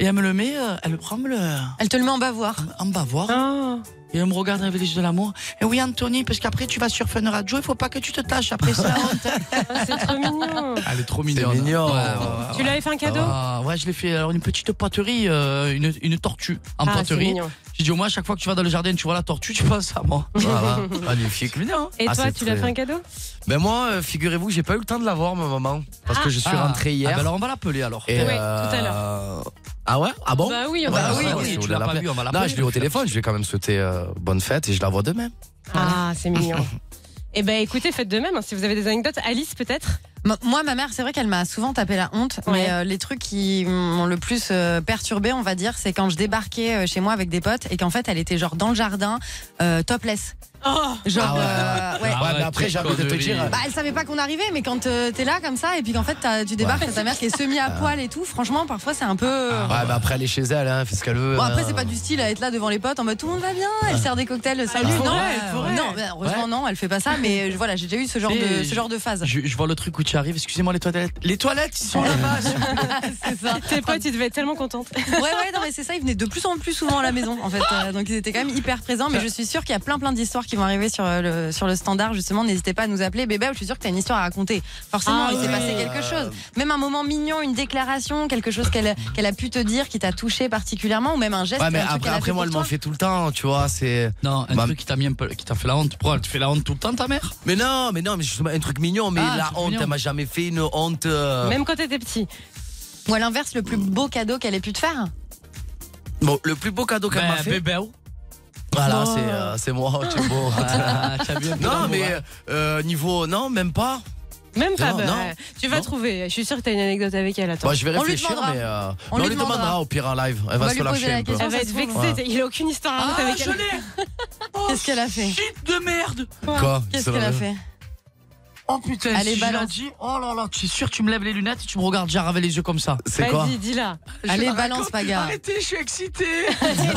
Speaker 4: Et elle me le met, euh, elle le prend, me le,
Speaker 7: Elle te le met en bavoir. Ah.
Speaker 4: en bavoir.
Speaker 5: Oh.
Speaker 4: Et elle me regarde avec les yeux de l'amour. Et oui, Anthony, parce qu'après, tu vas sur Fun Radio, il faut pas que tu te tâches. Après, c'est la honte.
Speaker 5: Ah, c'est trop mignon.
Speaker 4: Elle est trop
Speaker 6: mignonne. Ouais, ouais,
Speaker 5: Tu lui avais fait un cadeau
Speaker 4: Ah, ouais, je l'ai fait alors une petite poterie, euh, une, une tortue en
Speaker 5: Ah, c'est
Speaker 4: poterie.
Speaker 5: mignon.
Speaker 4: J'ai dit au moins, à chaque fois que tu vas dans le jardin, tu vois la tortue, tu penses à moi.
Speaker 6: Voilà, magnifique.
Speaker 4: hein.
Speaker 5: Et
Speaker 6: Ah,
Speaker 5: toi,
Speaker 6: c'est
Speaker 5: tu lui as
Speaker 6: très-
Speaker 5: fait un cadeau
Speaker 6: Ben moi, euh, figurez-vous, que j'ai pas eu le temps de la voir, ma maman, parce que je suis
Speaker 4: Ah.
Speaker 6: rentré hier.
Speaker 4: Ah, bah alors, on va l'appeler alors.
Speaker 6: et,
Speaker 5: Ouais, tout à
Speaker 6: l'heure. Ah ouais Ah bon
Speaker 5: Bah oui, on
Speaker 6: Bah
Speaker 5: va.
Speaker 6: oui,
Speaker 5: oui.
Speaker 6: oui,
Speaker 4: tu
Speaker 6: je
Speaker 4: l'as
Speaker 6: l'ai
Speaker 4: pas
Speaker 6: appelé.
Speaker 4: vu, on va
Speaker 6: Là,
Speaker 4: l'appeler.
Speaker 6: je l'ai au téléphone, je lui ai quand même souhaité euh, bonne fête et je la vois demain.
Speaker 5: Ah, c'est mignon. Eh ben écoutez, faites de même. hein. Si vous avez des anecdotes, Alice peut-être.
Speaker 7: Ma- Moi, ma mère, c'est vrai qu'elle m'a souvent tapé la honte,
Speaker 5: Ouais.
Speaker 7: mais euh, les trucs qui m'ont le plus euh, perturbé, on va dire, c'est quand je débarquais euh, chez moi avec des potes et qu'en fait, elle était genre dans le jardin, euh, topless. Genre,
Speaker 6: Ah ouais.
Speaker 7: euh, ouais.
Speaker 6: Ouais, mais après, j'ai envie de te dire. euh,
Speaker 7: Bah, elle savait pas qu'on arrivait, mais quand euh, t'es là comme ça, et puis qu'en fait t'as- tu débarques, t'as ta mère qui est
Speaker 6: Ah.
Speaker 7: semi à poil et tout, franchement, parfois c'est Ah, un euh, peu. euh,
Speaker 4: Ah.
Speaker 6: Ouais, bah après, elle est chez elle, hein, fais ce qu'elle veut.
Speaker 7: Bon, après,
Speaker 6: hein.
Speaker 7: c'est pas du style à être là devant les potes en mode tout le monde va bien, elle sert des cocktails, salut.
Speaker 5: pourrait,
Speaker 7: non,
Speaker 5: elle pourrait.
Speaker 7: non, bah, heureusement, non, elle fait pas ça, mais euh, voilà, j'ai déjà eu ce genre, de,
Speaker 6: Mais-
Speaker 7: ce genre de phase.
Speaker 6: Je, je vois le truc où tu arrives, excusez-moi, les toilettes. Les toilettes, ils sont là-bas.
Speaker 7: c'est ça.
Speaker 5: Tes potes, ils devaient être tellement contentes.
Speaker 7: Ouais, ouais, non, mais c'est ça, ils venaient de plus en plus souvent à la maison, en fait. euh, donc ils étaient quand même hyper présents,
Speaker 5: Euh,
Speaker 7: mais je suis sûre qu'il y a plein, plein d'histoires qui vont arriver sur euh, le, sur le standard, justement. N'hésitez pas à nous appeler. Bébé, je suis sûre que t'as une histoire à raconter. Forcément,
Speaker 5: Ah
Speaker 7: il s'est
Speaker 5: ouais.
Speaker 7: passé quelque chose. Même un moment mignon, une déclaration, quelque chose qu'elle qu'elle a pu te dire, qui t'a touché particulièrement, ou même un geste.
Speaker 6: Ouais, mais
Speaker 7: un truc
Speaker 6: après,
Speaker 7: qu'elle a
Speaker 6: après
Speaker 7: fait
Speaker 6: moi, elle
Speaker 7: pour
Speaker 6: m'en
Speaker 7: toi.
Speaker 6: fait tout le temps, tu vois. C'est.
Speaker 4: Non, un
Speaker 6: Bah-
Speaker 4: truc qui t'a mis un peu, qui t'a fait la honte. Pourquoi elle te fait la honte tout le temps, ta mère
Speaker 6: Mais non, mais non, mais justement, un truc mignon, mais
Speaker 4: Ah, un
Speaker 6: la
Speaker 4: truc
Speaker 6: honte,
Speaker 4: mignon.
Speaker 6: elle m'a jamais fait une honte. euh,
Speaker 5: Même quand t'étais petit.
Speaker 7: Ou à l'inverse, le plus beau cadeau qu'elle ait pu te faire.
Speaker 6: Bon, le plus beau cadeau qu'elle
Speaker 4: Ben,
Speaker 6: m'a fait.
Speaker 4: bébé.
Speaker 6: Voilà, c'est euh, c'est moi, tu es beau.
Speaker 4: Ah, t'as vu un peu
Speaker 6: Non,
Speaker 4: d'amour,
Speaker 6: mais
Speaker 4: hein.
Speaker 6: euh, niveau. Non, même pas.
Speaker 5: Même pas
Speaker 6: Non,
Speaker 5: bah,
Speaker 6: non.
Speaker 5: Tu vas
Speaker 6: Non.
Speaker 5: trouver. Je suis sûre que t'as une anecdote avec elle. Attends.
Speaker 6: Bah, je vais
Speaker 7: On lui
Speaker 6: réfléchir,
Speaker 7: demandera.
Speaker 6: mais. euh,
Speaker 7: On
Speaker 6: mais
Speaker 7: lui
Speaker 6: on lui
Speaker 7: demandera.
Speaker 6: demandra au pire en live. Elle
Speaker 7: va
Speaker 6: va
Speaker 7: lui
Speaker 6: se
Speaker 7: poser
Speaker 6: lâcher
Speaker 7: la
Speaker 6: un peu.
Speaker 7: question.
Speaker 5: elle va
Speaker 7: ça
Speaker 5: être
Speaker 7: se
Speaker 5: vexée.
Speaker 7: trouve.
Speaker 5: t'es- Il a aucune histoire à raconter avec elle.
Speaker 7: Qu'est-ce qu'elle a fait
Speaker 4: Shit de merde
Speaker 6: Quoi
Speaker 7: Qu'est-ce
Speaker 6: C'est
Speaker 7: qu'elle
Speaker 6: vrai.
Speaker 7: a fait
Speaker 4: Oh putain,
Speaker 7: Allez,
Speaker 4: si je
Speaker 7: balance.
Speaker 4: l'ai dit, oh là là, tu es sûr que tu me lèves les lunettes et tu me regardes déjà avec les yeux comme ça
Speaker 6: C'est quoi
Speaker 5: Vas-y, dis-la.
Speaker 7: Allez, balance, Paga.
Speaker 4: Arrêtez, je suis excité
Speaker 5: Dis-la.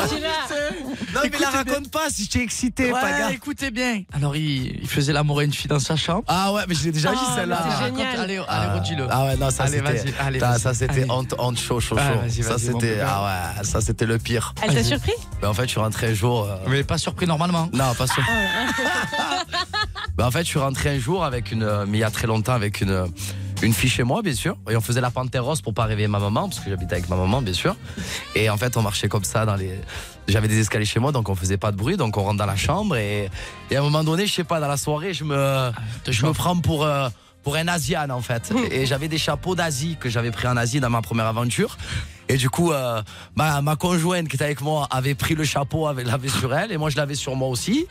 Speaker 6: Non, mais la raconte pas si je t'ai excité, Paga.
Speaker 4: Ouais, écoutez bien Alors, il, il faisait l'amour à une fille dans sa chambre.
Speaker 6: Ah ouais, mais je l'ai déjà dit
Speaker 5: Ah,
Speaker 6: celle-là.
Speaker 5: mais c'est
Speaker 4: Ah,
Speaker 5: génial.
Speaker 4: raconte- Allez,
Speaker 6: Ah,
Speaker 4: allez, redis-le.
Speaker 6: Ah ouais, non, ça
Speaker 4: Allez,
Speaker 6: c'était.
Speaker 4: vas-y, allez,
Speaker 6: ça,
Speaker 4: vas-y,
Speaker 6: ça, c'était
Speaker 4: allez.
Speaker 6: honte, honte, chaud, chaud, chaud.
Speaker 4: Ah, vas-y,
Speaker 6: ça
Speaker 4: vas-y, mon
Speaker 6: c'était.
Speaker 4: bébé.
Speaker 6: Ah ouais, ça c'était le pire.
Speaker 5: Elle t'a surpris
Speaker 6: Mais en fait, je suis rentré un jour. euh,
Speaker 4: Mais pas surpris normalement.
Speaker 6: Non, pas
Speaker 5: Ah
Speaker 6: sûr.
Speaker 5: hein.
Speaker 6: Bah, en fait, je suis rentré un jour avec une, euh, mais il y a très longtemps avec une, euh, une fille chez moi, bien sûr. Et on faisait la panthère rose pour pas réveiller ma maman, parce que j'habitais avec ma maman, bien sûr. Et en fait, on marchait comme ça dans les. J'avais des escaliers chez moi, donc on faisait pas de bruit, donc on rentre dans la chambre. Et, et à un moment donné, je sais pas, dans la soirée, je me, je me prends pour. euh, pour un Asian en fait.
Speaker 7: Hmm.
Speaker 6: Et j'avais des chapeaux d'Asie que j'avais pris en Asie dans ma première aventure. Et du coup, euh, ma, ma conjointe qui était avec moi avait pris le chapeau, avait l'avait sur elle, et moi je l'avais sur moi aussi.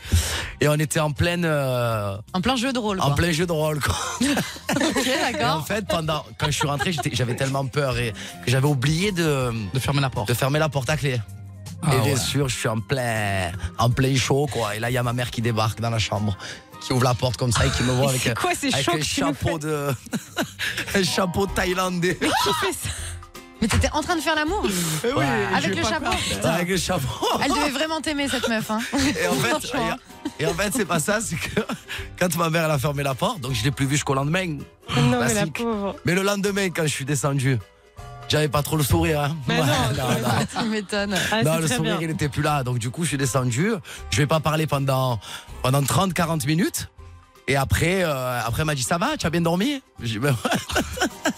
Speaker 6: Et on était en pleine, euh,
Speaker 7: En plein jeu de rôle.
Speaker 6: en
Speaker 7: quoi.
Speaker 6: plein jeu de rôle. Quoi.
Speaker 7: Ok,
Speaker 6: Et en
Speaker 7: d'accord.
Speaker 6: fait, pendant quand je suis rentré, j'étais- j'avais tellement peur et que j'avais oublié de,
Speaker 4: De fermer la porte.
Speaker 6: de fermer la porte à clé.
Speaker 4: Ah
Speaker 6: et bien
Speaker 4: ouais.
Speaker 6: sûr, je suis en plein, en plein chaud quoi. Et là, il y a ma mère qui débarque dans la chambre, qui ouvre la porte comme ça et qui me voit avec,
Speaker 5: C'est
Speaker 6: un-
Speaker 5: quoi ces
Speaker 6: avec
Speaker 5: chocs
Speaker 6: un chapeau de, un chapeau thaïlandais.
Speaker 5: Qui fait Oh, ça
Speaker 7: Mais t'étais en train de faire l'amour
Speaker 6: Ouais.
Speaker 7: avec le chapeau.
Speaker 6: Avec le chapeau.
Speaker 7: Elle devait vraiment t'aimer cette meuf. Hein.
Speaker 6: Et en fait,
Speaker 7: Franchement.
Speaker 6: et, et en fait c'est pas ça, c'est que quand ma mère elle a fermé la porte, donc je l'ai plus vue jusqu'au lendemain.
Speaker 5: Non, mais la
Speaker 6: Classique.
Speaker 5: pauvre.
Speaker 6: Mais le lendemain, quand je suis descendu, j'avais pas trop le sourire. Hein.
Speaker 7: Ah
Speaker 5: Mais
Speaker 6: Ouais,
Speaker 5: non,
Speaker 6: non, non.
Speaker 7: tu m'étonnes.
Speaker 5: Ah,
Speaker 6: Non,
Speaker 5: c'est
Speaker 6: le
Speaker 5: très
Speaker 6: sourire,
Speaker 5: bien.
Speaker 6: il était plus là. Donc, du coup, je suis descendu. Je vais pas parler pendant, pendant 30, 40 minutes. Et après, euh, après, elle m'a dit, ça va, tu as bien dormi? J'ai dit, Ben ouais.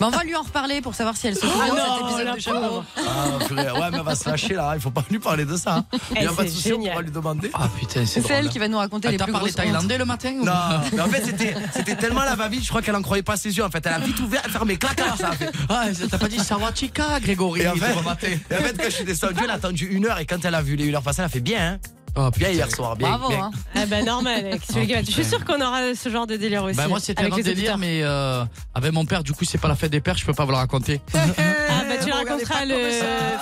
Speaker 7: Bah, on va lui en reparler pour savoir si elle se souvient de cet épisode de chapeau.
Speaker 6: Ah, purée. ouais, mais elle va se lâcher, là. Il faut pas lui parler de ça. hein. Il
Speaker 5: Eh,
Speaker 6: n'y a pas de
Speaker 5: c'est
Speaker 6: souci, on
Speaker 5: génial.
Speaker 6: pourra lui demander.
Speaker 4: Ah putain, c'est
Speaker 7: C'est elle qui va nous raconter
Speaker 4: Elle
Speaker 7: les
Speaker 4: t'a
Speaker 7: plus
Speaker 4: parlé
Speaker 7: grosses
Speaker 4: thaïlandais le matin ou-
Speaker 6: Non, mais en fait, c'était, c'était tellement la va-vite, je crois qu'elle en croyait pas ses yeux. En fait, elle a vite ouvert, fermé, clac, clac, ça a fait.
Speaker 4: Ah, t'as pas dit Sarwachika, Grégory
Speaker 6: Et en,
Speaker 4: demain matin.
Speaker 6: fait, et en fait, quand je suis descendu, elle a attendu une heure et quand elle a vu les une heure passer, elle a fait bien, hein.
Speaker 4: Oh,
Speaker 6: Bien
Speaker 4: putain.
Speaker 6: hier soir, bien.
Speaker 7: Bravo.
Speaker 6: bien.
Speaker 7: Hein.
Speaker 5: Ah, bah, normal, Alex. Tu es gars. Je suis sûre qu'on aura ce genre de délire aussi.
Speaker 4: Bah, moi, c'était un
Speaker 5: avec
Speaker 4: autre
Speaker 5: les
Speaker 4: délire,
Speaker 5: auditeurs.
Speaker 4: mais euh, avec mon père, du coup, c'est pas la fête des pères, je peux pas vous le raconter.
Speaker 5: Ah, bah, tu
Speaker 6: Eh,
Speaker 5: le
Speaker 6: bon, regardez
Speaker 5: raconteras
Speaker 6: pas
Speaker 5: le.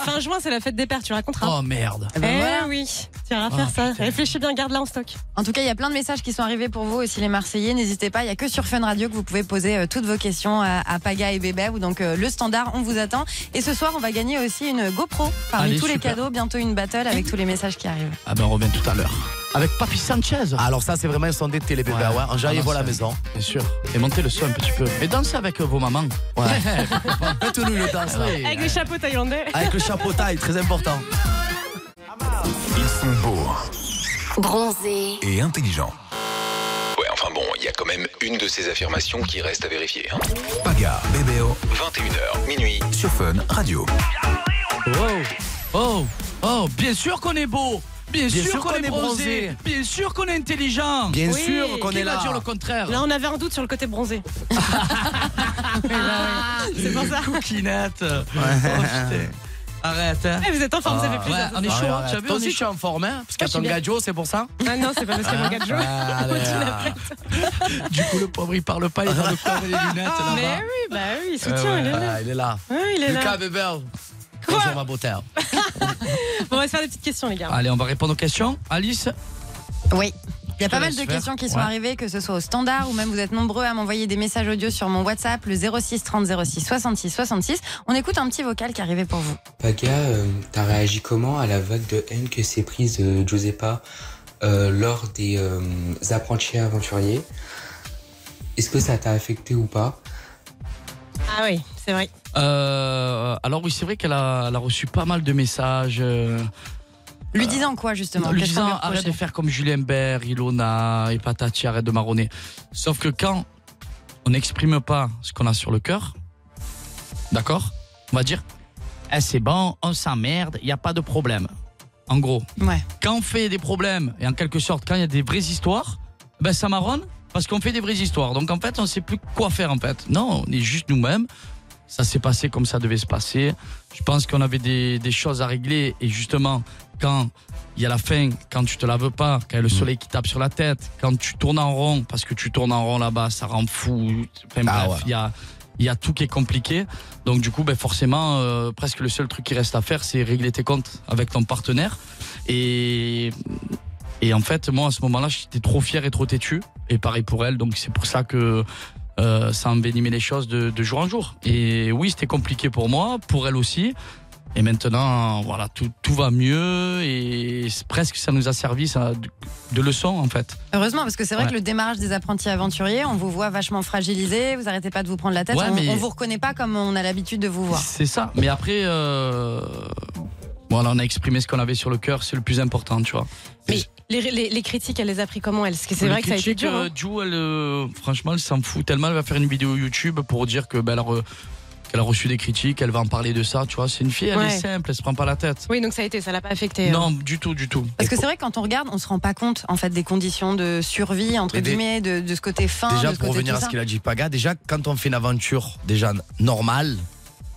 Speaker 5: Fin juin, c'est la fête des pères. Tu le raconteras.
Speaker 4: Oh merde.
Speaker 7: Eh ben
Speaker 5: eh
Speaker 7: voilà. Oh,
Speaker 5: oui. Tu iras faire
Speaker 4: Ah,
Speaker 5: ça.
Speaker 4: putain.
Speaker 5: Réfléchis bien, garde-la en stock.
Speaker 7: En tout cas, il y a plein de messages qui sont arrivés pour vous aussi les Marseillais. N'hésitez pas, il y a que sur Fun Radio que vous pouvez poser euh, toutes vos questions à, à Paga et Bébé ou donc euh, le standard, on vous attend. Et ce soir, on va gagner aussi une GoPro parmi
Speaker 4: Allez,
Speaker 7: tous les
Speaker 4: super.
Speaker 7: cadeaux, bientôt une battle avec tous les messages qui arrivent.
Speaker 4: Ah ben, on revient tout à l'heure. Ah, Avec Papy Sanchez.
Speaker 6: Alors, ça, c'est vraiment un son d'été, les bébés.
Speaker 4: Ouais.
Speaker 6: Ah Ouais, en janvier,
Speaker 4: Ah,
Speaker 6: voilà la
Speaker 4: c'est-
Speaker 6: maison.
Speaker 4: Bien sûr. Et montez le son un petit peu. Et dansez avec euh, vos mamans.
Speaker 6: Ouais. Faites-nous le danse, là.
Speaker 5: Avec les chapeaux thaïlandais.
Speaker 6: Avec le chapeau taille, très important.
Speaker 1: Ils sont beaux
Speaker 3: Bronzé,
Speaker 1: et intelligents.
Speaker 10: Ouais, enfin bon, il y a quand même une de ces affirmations qui reste à vérifier. hein.
Speaker 1: Paga, Bébéo,
Speaker 10: 21h, minuit.
Speaker 1: sur Fun Radio.
Speaker 4: Oh, oh, oh, bien sûr qu'on est beau. Bien, sûr, qu'on est bronzé. Bien sûr qu'on est intelligent.
Speaker 6: Bien
Speaker 5: Oui.
Speaker 6: sûr qu'on
Speaker 4: Qui
Speaker 6: est
Speaker 4: va
Speaker 6: là.
Speaker 4: dire le contraire
Speaker 5: Là, on avait un doute sur le côté bronzé. Ah,
Speaker 4: C'est pour ça. Coquinette. Oh, putain. Arrête. hein.
Speaker 5: Eh, vous êtes en forme, vous avez
Speaker 4: Ouais,
Speaker 5: plaisir.
Speaker 4: on est
Speaker 6: Ah,
Speaker 4: chaud,
Speaker 6: ouais,
Speaker 4: hein,
Speaker 6: ouais.
Speaker 4: tu as vu,
Speaker 6: Toi
Speaker 4: on
Speaker 6: aussi,
Speaker 4: est
Speaker 6: tu es en forme, hein Parce qu'il y a
Speaker 5: je suis
Speaker 6: ton
Speaker 5: bien.
Speaker 6: gadjo, c'est pour ça
Speaker 5: Ah non, c'est pas parce que mon gars de joue.
Speaker 6: Ah, allez, ah.
Speaker 4: Du coup, le pauvre, il parle pas, il parle de quoi avec les lunettes
Speaker 5: Mais
Speaker 4: là-bas.
Speaker 5: oui, bah oui, il
Speaker 6: Ouais,
Speaker 5: soutient,
Speaker 6: Ah,
Speaker 4: Euh,
Speaker 6: ouais,
Speaker 5: il est là.
Speaker 6: ouais,
Speaker 5: Ah, Ouais, il
Speaker 6: Il est là.
Speaker 5: est là.
Speaker 6: Lucas Bébé. Bonjour, ma beauté.
Speaker 5: Bon, on va se faire des petites questions, les gars.
Speaker 4: Allez, on va répondre aux questions. Alice
Speaker 7: Oui. Il y a
Speaker 6: Je te
Speaker 7: pas mal
Speaker 6: laisse
Speaker 7: de
Speaker 6: faire.
Speaker 7: questions qui sont
Speaker 6: Ouais.
Speaker 7: arrivées, que ce soit au standard ou même vous êtes nombreux à m'envoyer des messages audio sur mon WhatsApp, le 06 30 06 66 66. On écoute un petit vocal qui est arrivé pour vous.
Speaker 11: Paga, euh, t'as réagi comment à la vague de haine que s'est prise euh, Giuseppa euh, lors des euh, apprentis aventuriers Est-ce que ça t'a affecté ou pas
Speaker 5: Ah oui, c'est vrai.
Speaker 4: Euh, alors oui, c'est vrai qu'elle a, elle a reçu pas mal de messages. euh,
Speaker 7: Lui disant quoi justement
Speaker 4: lui
Speaker 7: Qu'est-ce qu'on lui
Speaker 4: disant arrête
Speaker 7: reprochait
Speaker 4: de faire comme Julien Bert, Ilona et Patati, arrête de marronner. Sauf que quand on n'exprime pas ce qu'on a sur le cœur, d'accord On va dire, eh, c'est bon, on s'emmerde, il n'y a pas de problème. En gros.
Speaker 7: Ouais.
Speaker 4: Quand on fait des problèmes, et en quelque sorte, quand il y a des vraies histoires, ben ça marronne parce qu'on fait des vraies histoires. Donc en fait, on ne sait plus quoi faire en fait. Non, on est juste nous-mêmes. Ça s'est passé comme ça devait se passer. Je pense qu'on avait des, des choses à régler. Et justement, quand il y a la faim, quand tu te laves pas, quand il y a
Speaker 6: Mm.
Speaker 4: le soleil qui tape sur la tête, quand tu tournes en rond, parce que tu tournes en rond là-bas, ça rend fou. Enfin,
Speaker 6: Ah
Speaker 4: bref,
Speaker 6: ouais.
Speaker 4: il y, a, il y a tout qui est compliqué. Donc du coup, ben, forcément, euh, presque le seul truc qui reste à faire, c'est régler tes comptes avec ton partenaire. Et, et en fait, moi, à ce moment-là, j'étais trop fier et trop têtu. Et pareil pour elle. Donc c'est pour ça que euh, ça envenimait les choses de, de jour en jour. Et oui, c'était compliqué pour moi, pour elle aussi. Et maintenant, voilà, tout, tout va mieux et c'est presque ça nous a servi ça, de, de leçon en fait.
Speaker 7: Heureusement, parce que c'est vrai
Speaker 4: Ouais.
Speaker 7: que le démarrage des apprentis aventuriers, on vous voit vachement fragilisé, vous arrêtez pas de vous prendre la tête,
Speaker 4: Ouais,
Speaker 7: on,
Speaker 4: mais-
Speaker 7: on vous reconnaît pas comme on a l'habitude de vous voir.
Speaker 4: C'est ça. Mais après, euh, voilà, on a exprimé ce qu'on avait sur le cœur, c'est le plus important, tu vois.
Speaker 5: Mais les, les- les critiques, elle les a pris comment elle Parce que c'est
Speaker 4: Les
Speaker 5: vrai que ça a été
Speaker 4: critiques,
Speaker 5: dur.
Speaker 4: euh,
Speaker 5: hein.
Speaker 4: Ju, elle, euh, franchement, elle s'en fout tellement. Elle va faire une vidéo YouTube pour dire que ben, elle, a re- qu'elle a reçu des critiques, elle va en parler de ça, tu vois. C'est une fille, elle
Speaker 5: Ouais.
Speaker 4: est simple, elle se prend pas la tête.
Speaker 5: Oui, donc ça a été, ça l'a pas affecté. hein.
Speaker 4: Non, du tout, du tout.
Speaker 7: euh, Parce que c'est vrai que quand on regarde, on se rend pas compte en fait des conditions de survie entre
Speaker 6: Mais des-
Speaker 7: guillemets, de, de ce côté fin,
Speaker 6: Déjà,
Speaker 7: de ce
Speaker 6: pour
Speaker 7: côté
Speaker 6: revenir
Speaker 7: tout
Speaker 6: à ce
Speaker 7: ça.
Speaker 6: qu'il a dit, Paga, déjà, quand on fait une aventure déjà normale,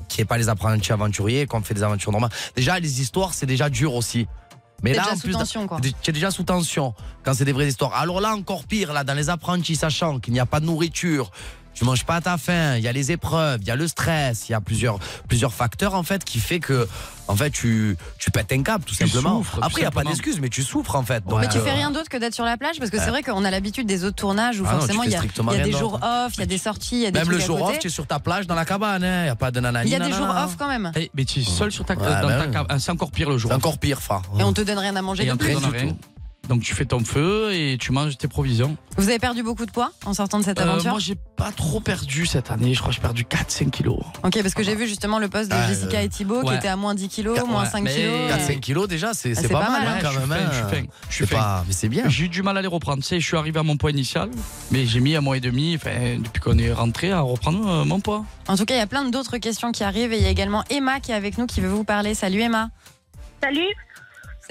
Speaker 6: qui n'est pas les apprentis aventuriers, quand on fait des aventures normales, déjà, les histoires, c'est déjà dur aussi. Mais
Speaker 7: T'es
Speaker 6: là,
Speaker 7: déjà
Speaker 6: en
Speaker 7: sous
Speaker 6: plus,
Speaker 7: tension, quoi.
Speaker 6: t'es- t'es déjà sous tension quand c'est des vraies histoires. Alors là, encore pire, là, dans les apprentis, sachant qu'il n'y a pas de nourriture, tu manges pas à ta faim, il y a les épreuves, il y a le stress, il y a plusieurs, plusieurs facteurs, en fait, qui fait que, en fait, tu, tu pètes un câble, tout
Speaker 4: Tu
Speaker 6: simplement.
Speaker 4: souffres, tout
Speaker 6: Après, il n'y a pas
Speaker 4: simplement.
Speaker 6: d'excuse, mais tu souffres, en fait. Donc,
Speaker 7: Mais tu
Speaker 6: euh,
Speaker 7: fais rien d'autre que d'être sur la plage parce que c'est vrai qu'on a l'habitude des autres tournages où
Speaker 6: Ah non, tu
Speaker 7: forcément
Speaker 6: fais
Speaker 7: il y a,
Speaker 6: strictement
Speaker 7: il y a
Speaker 6: rien
Speaker 7: des jours
Speaker 6: d'autre.
Speaker 7: off, il y a des sorties, il y a des
Speaker 6: Même
Speaker 7: trucs
Speaker 6: le jour
Speaker 7: à
Speaker 6: off,
Speaker 7: côté.
Speaker 6: tu es sur ta plage dans la cabane, il n'y a pas de nanani.
Speaker 7: il y a des jours
Speaker 6: nanana.
Speaker 7: off quand même.
Speaker 4: Eh, Mais tu es seul sur ta,
Speaker 6: Ouais,
Speaker 4: dans
Speaker 6: bah
Speaker 4: ta
Speaker 6: oui.
Speaker 4: cave. Ah, C'est encore pire le jour.
Speaker 6: C'est encore pire, Fra.
Speaker 7: Et on te donne rien à manger.
Speaker 4: Et
Speaker 7: de
Speaker 4: on te
Speaker 7: plus.
Speaker 4: donne
Speaker 6: Rien du
Speaker 4: rien.
Speaker 6: tout.
Speaker 4: Donc tu fais ton feu et tu manges tes provisions.
Speaker 7: Vous avez perdu beaucoup de poids en sortant de cette
Speaker 4: Euh,
Speaker 7: aventure.
Speaker 4: moi j'ai pas trop perdu cette année, je crois que j'ai perdu 4-5 kilos.
Speaker 7: ok, parce que j'ai vu justement le poste de
Speaker 6: Ah,
Speaker 7: Jessica
Speaker 6: euh,
Speaker 7: et Thibaut qui
Speaker 4: ouais.
Speaker 7: était à moins 10 kilos,
Speaker 6: Quatre-
Speaker 7: moins
Speaker 4: ouais,
Speaker 7: 5
Speaker 4: mais
Speaker 7: kilos. euh,
Speaker 6: 4-5 kilos déjà, c'est c'est
Speaker 7: c'est
Speaker 6: pas,
Speaker 7: pas
Speaker 6: mal
Speaker 7: mal,
Speaker 6: hein,
Speaker 7: ouais,
Speaker 6: quand
Speaker 4: je suis
Speaker 6: même.
Speaker 4: fin,
Speaker 6: hein.
Speaker 4: je suis fin, je suis
Speaker 6: C'est pas- Mais c'est bien.
Speaker 4: J'ai eu du mal à les reprendre, tu sais, je suis arrivé à mon poids initial, mais j'ai mis un mois et demi, enfin, depuis qu'on est rentré, à reprendre euh, mon poids.
Speaker 7: En tout cas, il y a plein d'autres questions qui arrivent et il y a également Emma qui est avec nous qui veut vous parler. Salut Emma.
Speaker 12: Salut.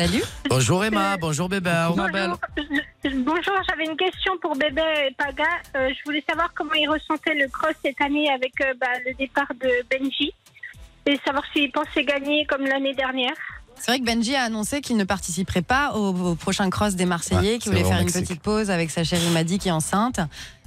Speaker 7: Salut.
Speaker 6: Bonjour Emma, bonjour bébé.
Speaker 4: Ma belle.
Speaker 12: Bonjour, j'avais une question pour Bébé et Paga. Euh, je voulais savoir comment ils ressentaient le cross cette année avec euh, bah, le départ de Benji et savoir s'ils pensaient gagner comme l'année dernière.
Speaker 7: C'est vrai que Benji a annoncé qu'il ne participerait pas au, au prochain cross des Marseillais,
Speaker 6: Ouais,
Speaker 7: qu'il voulait
Speaker 6: c'est
Speaker 7: faire
Speaker 6: au
Speaker 7: une
Speaker 6: Mexique.
Speaker 7: petite pause avec sa chérie Maddy qui est enceinte.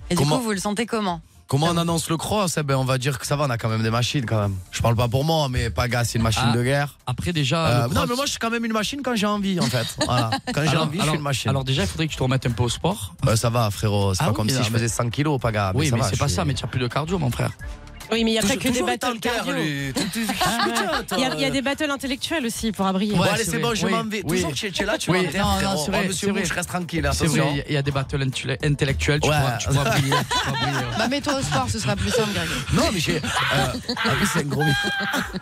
Speaker 7: Et
Speaker 6: Comment-
Speaker 7: du coup, vous le sentez comment
Speaker 6: Comment on annonce le cross eh ben, On va dire que ça va, on a quand même des machines quand même. Je parle pas pour moi, mais Paga, c'est une machine
Speaker 4: Ah.
Speaker 6: de guerre.
Speaker 4: Après déjà...
Speaker 6: Euh,
Speaker 4: le cross-
Speaker 6: non, mais moi, je suis quand même une machine quand j'ai envie, en fait. Voilà. Quand j'ai
Speaker 4: Alors-
Speaker 6: envie, je
Speaker 4: alors-
Speaker 6: suis une machine.
Speaker 4: Alors déjà, il faudrait que tu te remettes un peu au sport.
Speaker 6: Euh, ça va, frérot. C'est
Speaker 4: Ah
Speaker 6: pas
Speaker 4: oui,
Speaker 6: comme si
Speaker 4: non,
Speaker 6: je faisais 100 kilos, Paga.
Speaker 4: oui,
Speaker 6: ça
Speaker 4: mais
Speaker 6: va,
Speaker 4: c'est pas
Speaker 6: je
Speaker 4: ça,
Speaker 6: suis-
Speaker 4: mais tu as plus de cardio, mon frère.
Speaker 5: hein. Oui, mais il y a pas que des
Speaker 6: Toujours étant
Speaker 5: battles
Speaker 6: le cœur,
Speaker 5: cardio. Ah,
Speaker 6: lui. Tout- tout-
Speaker 5: Il y, a, il y a des battles intellectuels aussi pour abrier.
Speaker 6: Bon,
Speaker 4: Ouais,
Speaker 6: allez,
Speaker 4: c'est
Speaker 6: c'est bon,
Speaker 4: vrai.
Speaker 6: je
Speaker 4: Oui,
Speaker 6: m'en vais.
Speaker 4: oui.
Speaker 6: Toujours, tu es tu es là, tu
Speaker 4: Oui.
Speaker 6: m'en
Speaker 4: Non, non,
Speaker 6: frérot.
Speaker 4: c'est
Speaker 6: Oh,
Speaker 4: vrai, c'est
Speaker 6: Monsieur
Speaker 4: vrai.
Speaker 6: Mouche, reste tranquille,
Speaker 4: C'est
Speaker 6: attention.
Speaker 4: vrai, il y a- il y, a des battles intellectuels, tu
Speaker 6: Ouais.
Speaker 4: pourras- tu pourras briller, tu pourras briller.
Speaker 7: Bah mets-toi au sport, ce sera plus simple, Greg.
Speaker 6: Non, mais j'ai. euh, ah oui, c'est un gros mytho.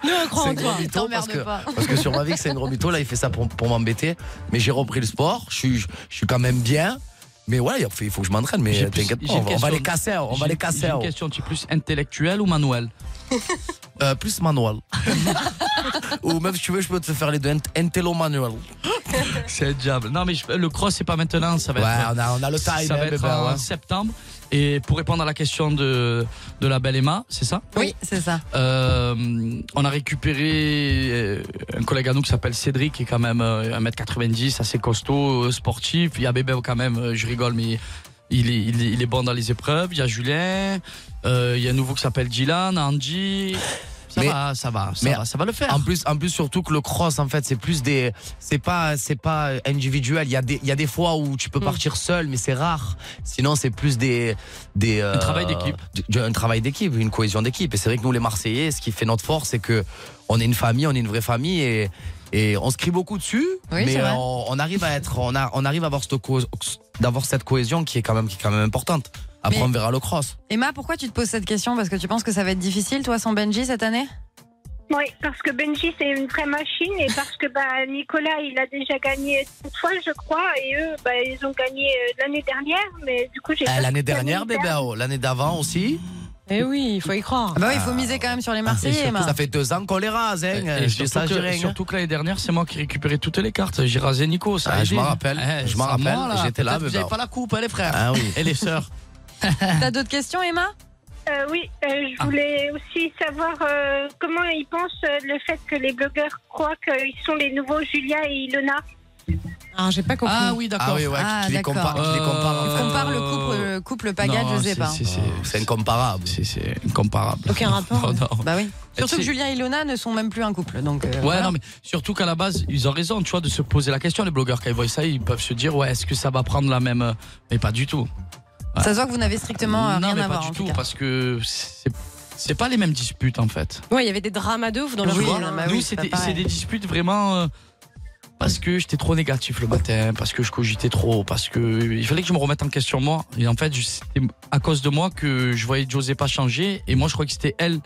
Speaker 5: Nous, on croit
Speaker 6: C'est un
Speaker 5: en
Speaker 6: gros
Speaker 5: toi.
Speaker 6: mytho parce
Speaker 7: T'emmerdes
Speaker 6: que,
Speaker 7: pas.
Speaker 6: parce que sur ma vie, que c'est un gros mytho. Là, il fait ça pour, pour m'embêter. Mais j'ai repris le sport. Je suis, je suis quand même bien. Mais ouais, il faut, il faut que je m'entraîne. Mais
Speaker 4: J'ai plus-
Speaker 6: t'inquiète pas,
Speaker 4: j'ai
Speaker 6: on
Speaker 4: une
Speaker 6: va- on va
Speaker 4: question.
Speaker 6: les casser. On va
Speaker 4: J'ai-
Speaker 6: les casser. oh.
Speaker 4: j'ai une question, tu es plus intellectuel ou manuel
Speaker 6: Euh, plus manuel. Ou même si tu veux, je peux te faire les deux. Int- Intello manuel.
Speaker 4: C'est le diable. Non, mais je- le cross, c'est pas maintenant, ça va
Speaker 6: Ouais,
Speaker 4: être.
Speaker 6: on a, on a le time.
Speaker 4: ça va
Speaker 6: hein,
Speaker 4: être
Speaker 6: bébé,
Speaker 4: en
Speaker 6: ouais.
Speaker 4: septembre. Et pour répondre à la question de, de la belle Emma, c'est ça
Speaker 7: Oui, c'est ça.
Speaker 4: Euh, On a récupéré euh, un collègue à nous qui s'appelle Cédric, qui est quand même euh, 1m90, assez costaud, euh, sportif. Il y a Bébé quand même, euh, je rigole, mais il est, il est, il est bon dans les épreuves. Il y a Julien, euh, il y a un nouveau qui s'appelle Dylan, Andy. Ça va, ça va, ça va, ça va le faire.
Speaker 6: En plus, en plus surtout que le cross, en fait, c'est plus des, c'est pas, c'est pas individuel. Il y a des, il y a des fois où tu
Speaker 7: Mm.
Speaker 6: peux partir seul, mais c'est rare. Sinon, c'est plus des, des, euh,
Speaker 4: travail d'équipe.
Speaker 6: du- du- Un travail d'équipe, une cohésion d'équipe. Et c'est vrai que nous, les Marseillais, ce qui fait notre force, c'est que on est une famille, on est une vraie famille et. Et on se crie beaucoup dessus,
Speaker 7: Oui, c'est
Speaker 6: mais
Speaker 7: vrai.
Speaker 6: on, on arrive à être, on, a, on arrive à avoir cette, cause- d'avoir cette cohésion qui est quand même, qui est quand même importante. Après,
Speaker 7: Mais-
Speaker 6: on verra le cross.
Speaker 7: Emma, pourquoi tu te poses cette question Parce que tu penses que ça va être difficile, toi, sans Benji cette année
Speaker 12: Oui, parce que Benji, c'est une vraie machine et parce que bah, Nicolas, il a déjà gagné cette fois, je crois, et eux, bah, ils ont gagné euh, l'année dernière, mais du coup, j'ai.
Speaker 6: Eh,
Speaker 12: pas
Speaker 6: l'année
Speaker 12: de famille
Speaker 6: dernière, bébé, oh, l'année d'avant aussi.
Speaker 5: Eh oui, il faut y croire.
Speaker 7: Bah oui, il faut miser quand même sur les Marseillais, Emma.
Speaker 6: Ah, Ça fait deux ans qu'on les rase, hein.
Speaker 4: Et
Speaker 6: Je dis ça,
Speaker 4: surtout,
Speaker 6: je dis
Speaker 4: que,
Speaker 6: rien.
Speaker 4: surtout que l'année dernière, c'est moi qui récupérais toutes les cartes. J'ai rasé Nico. Ça a
Speaker 6: Ah, je
Speaker 4: aidé.
Speaker 6: m'en rappelle,
Speaker 4: Eh,
Speaker 6: je m'en
Speaker 4: c'est à moi,
Speaker 6: rappelle, j'étais là,
Speaker 4: Peut-être Vous
Speaker 6: Bébert.
Speaker 4: n'avez pas la coupe, hein, les frères.
Speaker 6: Ah oui.
Speaker 4: Et les sœurs.
Speaker 7: T'as d'autres questions, Emma Ah.
Speaker 12: Euh, oui, euh, je voulais aussi savoir euh, comment ils pensent euh, le fait que les blogueurs croient qu'ils sont les nouveaux Julia et Ilona.
Speaker 5: Ah, j'ai pas compris.
Speaker 4: Ah oui, d'accord. Oh.
Speaker 6: Ah oui, ouais,
Speaker 7: Ah,
Speaker 6: qui les
Speaker 7: d'accord.
Speaker 6: compare, qui les compare.
Speaker 7: Ils
Speaker 6: en fait.
Speaker 7: comparent le couple, le couple Paga,
Speaker 4: Non,
Speaker 7: je sais
Speaker 4: c'est-
Speaker 7: pas.
Speaker 4: c'est- c'est-
Speaker 6: Oh. C'est incomparable.
Speaker 4: C'est c'est incomparable.
Speaker 5: Aucun rapport.
Speaker 4: Non, non.
Speaker 7: Bah oui. Surtout que
Speaker 4: C'est-
Speaker 7: Julien et Ilona ne sont même plus un couple. Donc, euh,
Speaker 4: Ouais,
Speaker 7: voilà.
Speaker 4: non, mais surtout qu'à la base, ils ont raison, tu vois, de se poser la question, les blogueurs. Quand ils voient ça, ils peuvent se dire, ouais, est-ce que ça va prendre la même. euh, Mais pas du tout.
Speaker 7: Ça se voit que vous n'avez strictement euh,
Speaker 4: non,
Speaker 7: rien
Speaker 4: mais
Speaker 7: à
Speaker 4: pas
Speaker 7: voir.
Speaker 4: du
Speaker 7: en
Speaker 4: tout,
Speaker 7: tout cas.
Speaker 4: parce que c'est c'est pas les mêmes disputes, en fait.
Speaker 5: Ouais, il y avait des dramas de ouf dans leur
Speaker 7: Oui,
Speaker 5: vie.
Speaker 7: non, bah
Speaker 4: Nous,
Speaker 7: oui, c'est
Speaker 4: c'était-
Speaker 7: pas
Speaker 4: c'est
Speaker 7: pareil.
Speaker 4: des disputes vraiment. euh, parce que j'étais trop négatif le matin, parce que je cogitais trop, parce que il fallait que je me remette en question moi. Et en fait, je- c'était à cause de moi que je voyais José pas changer. Et moi, je crois que c'était elle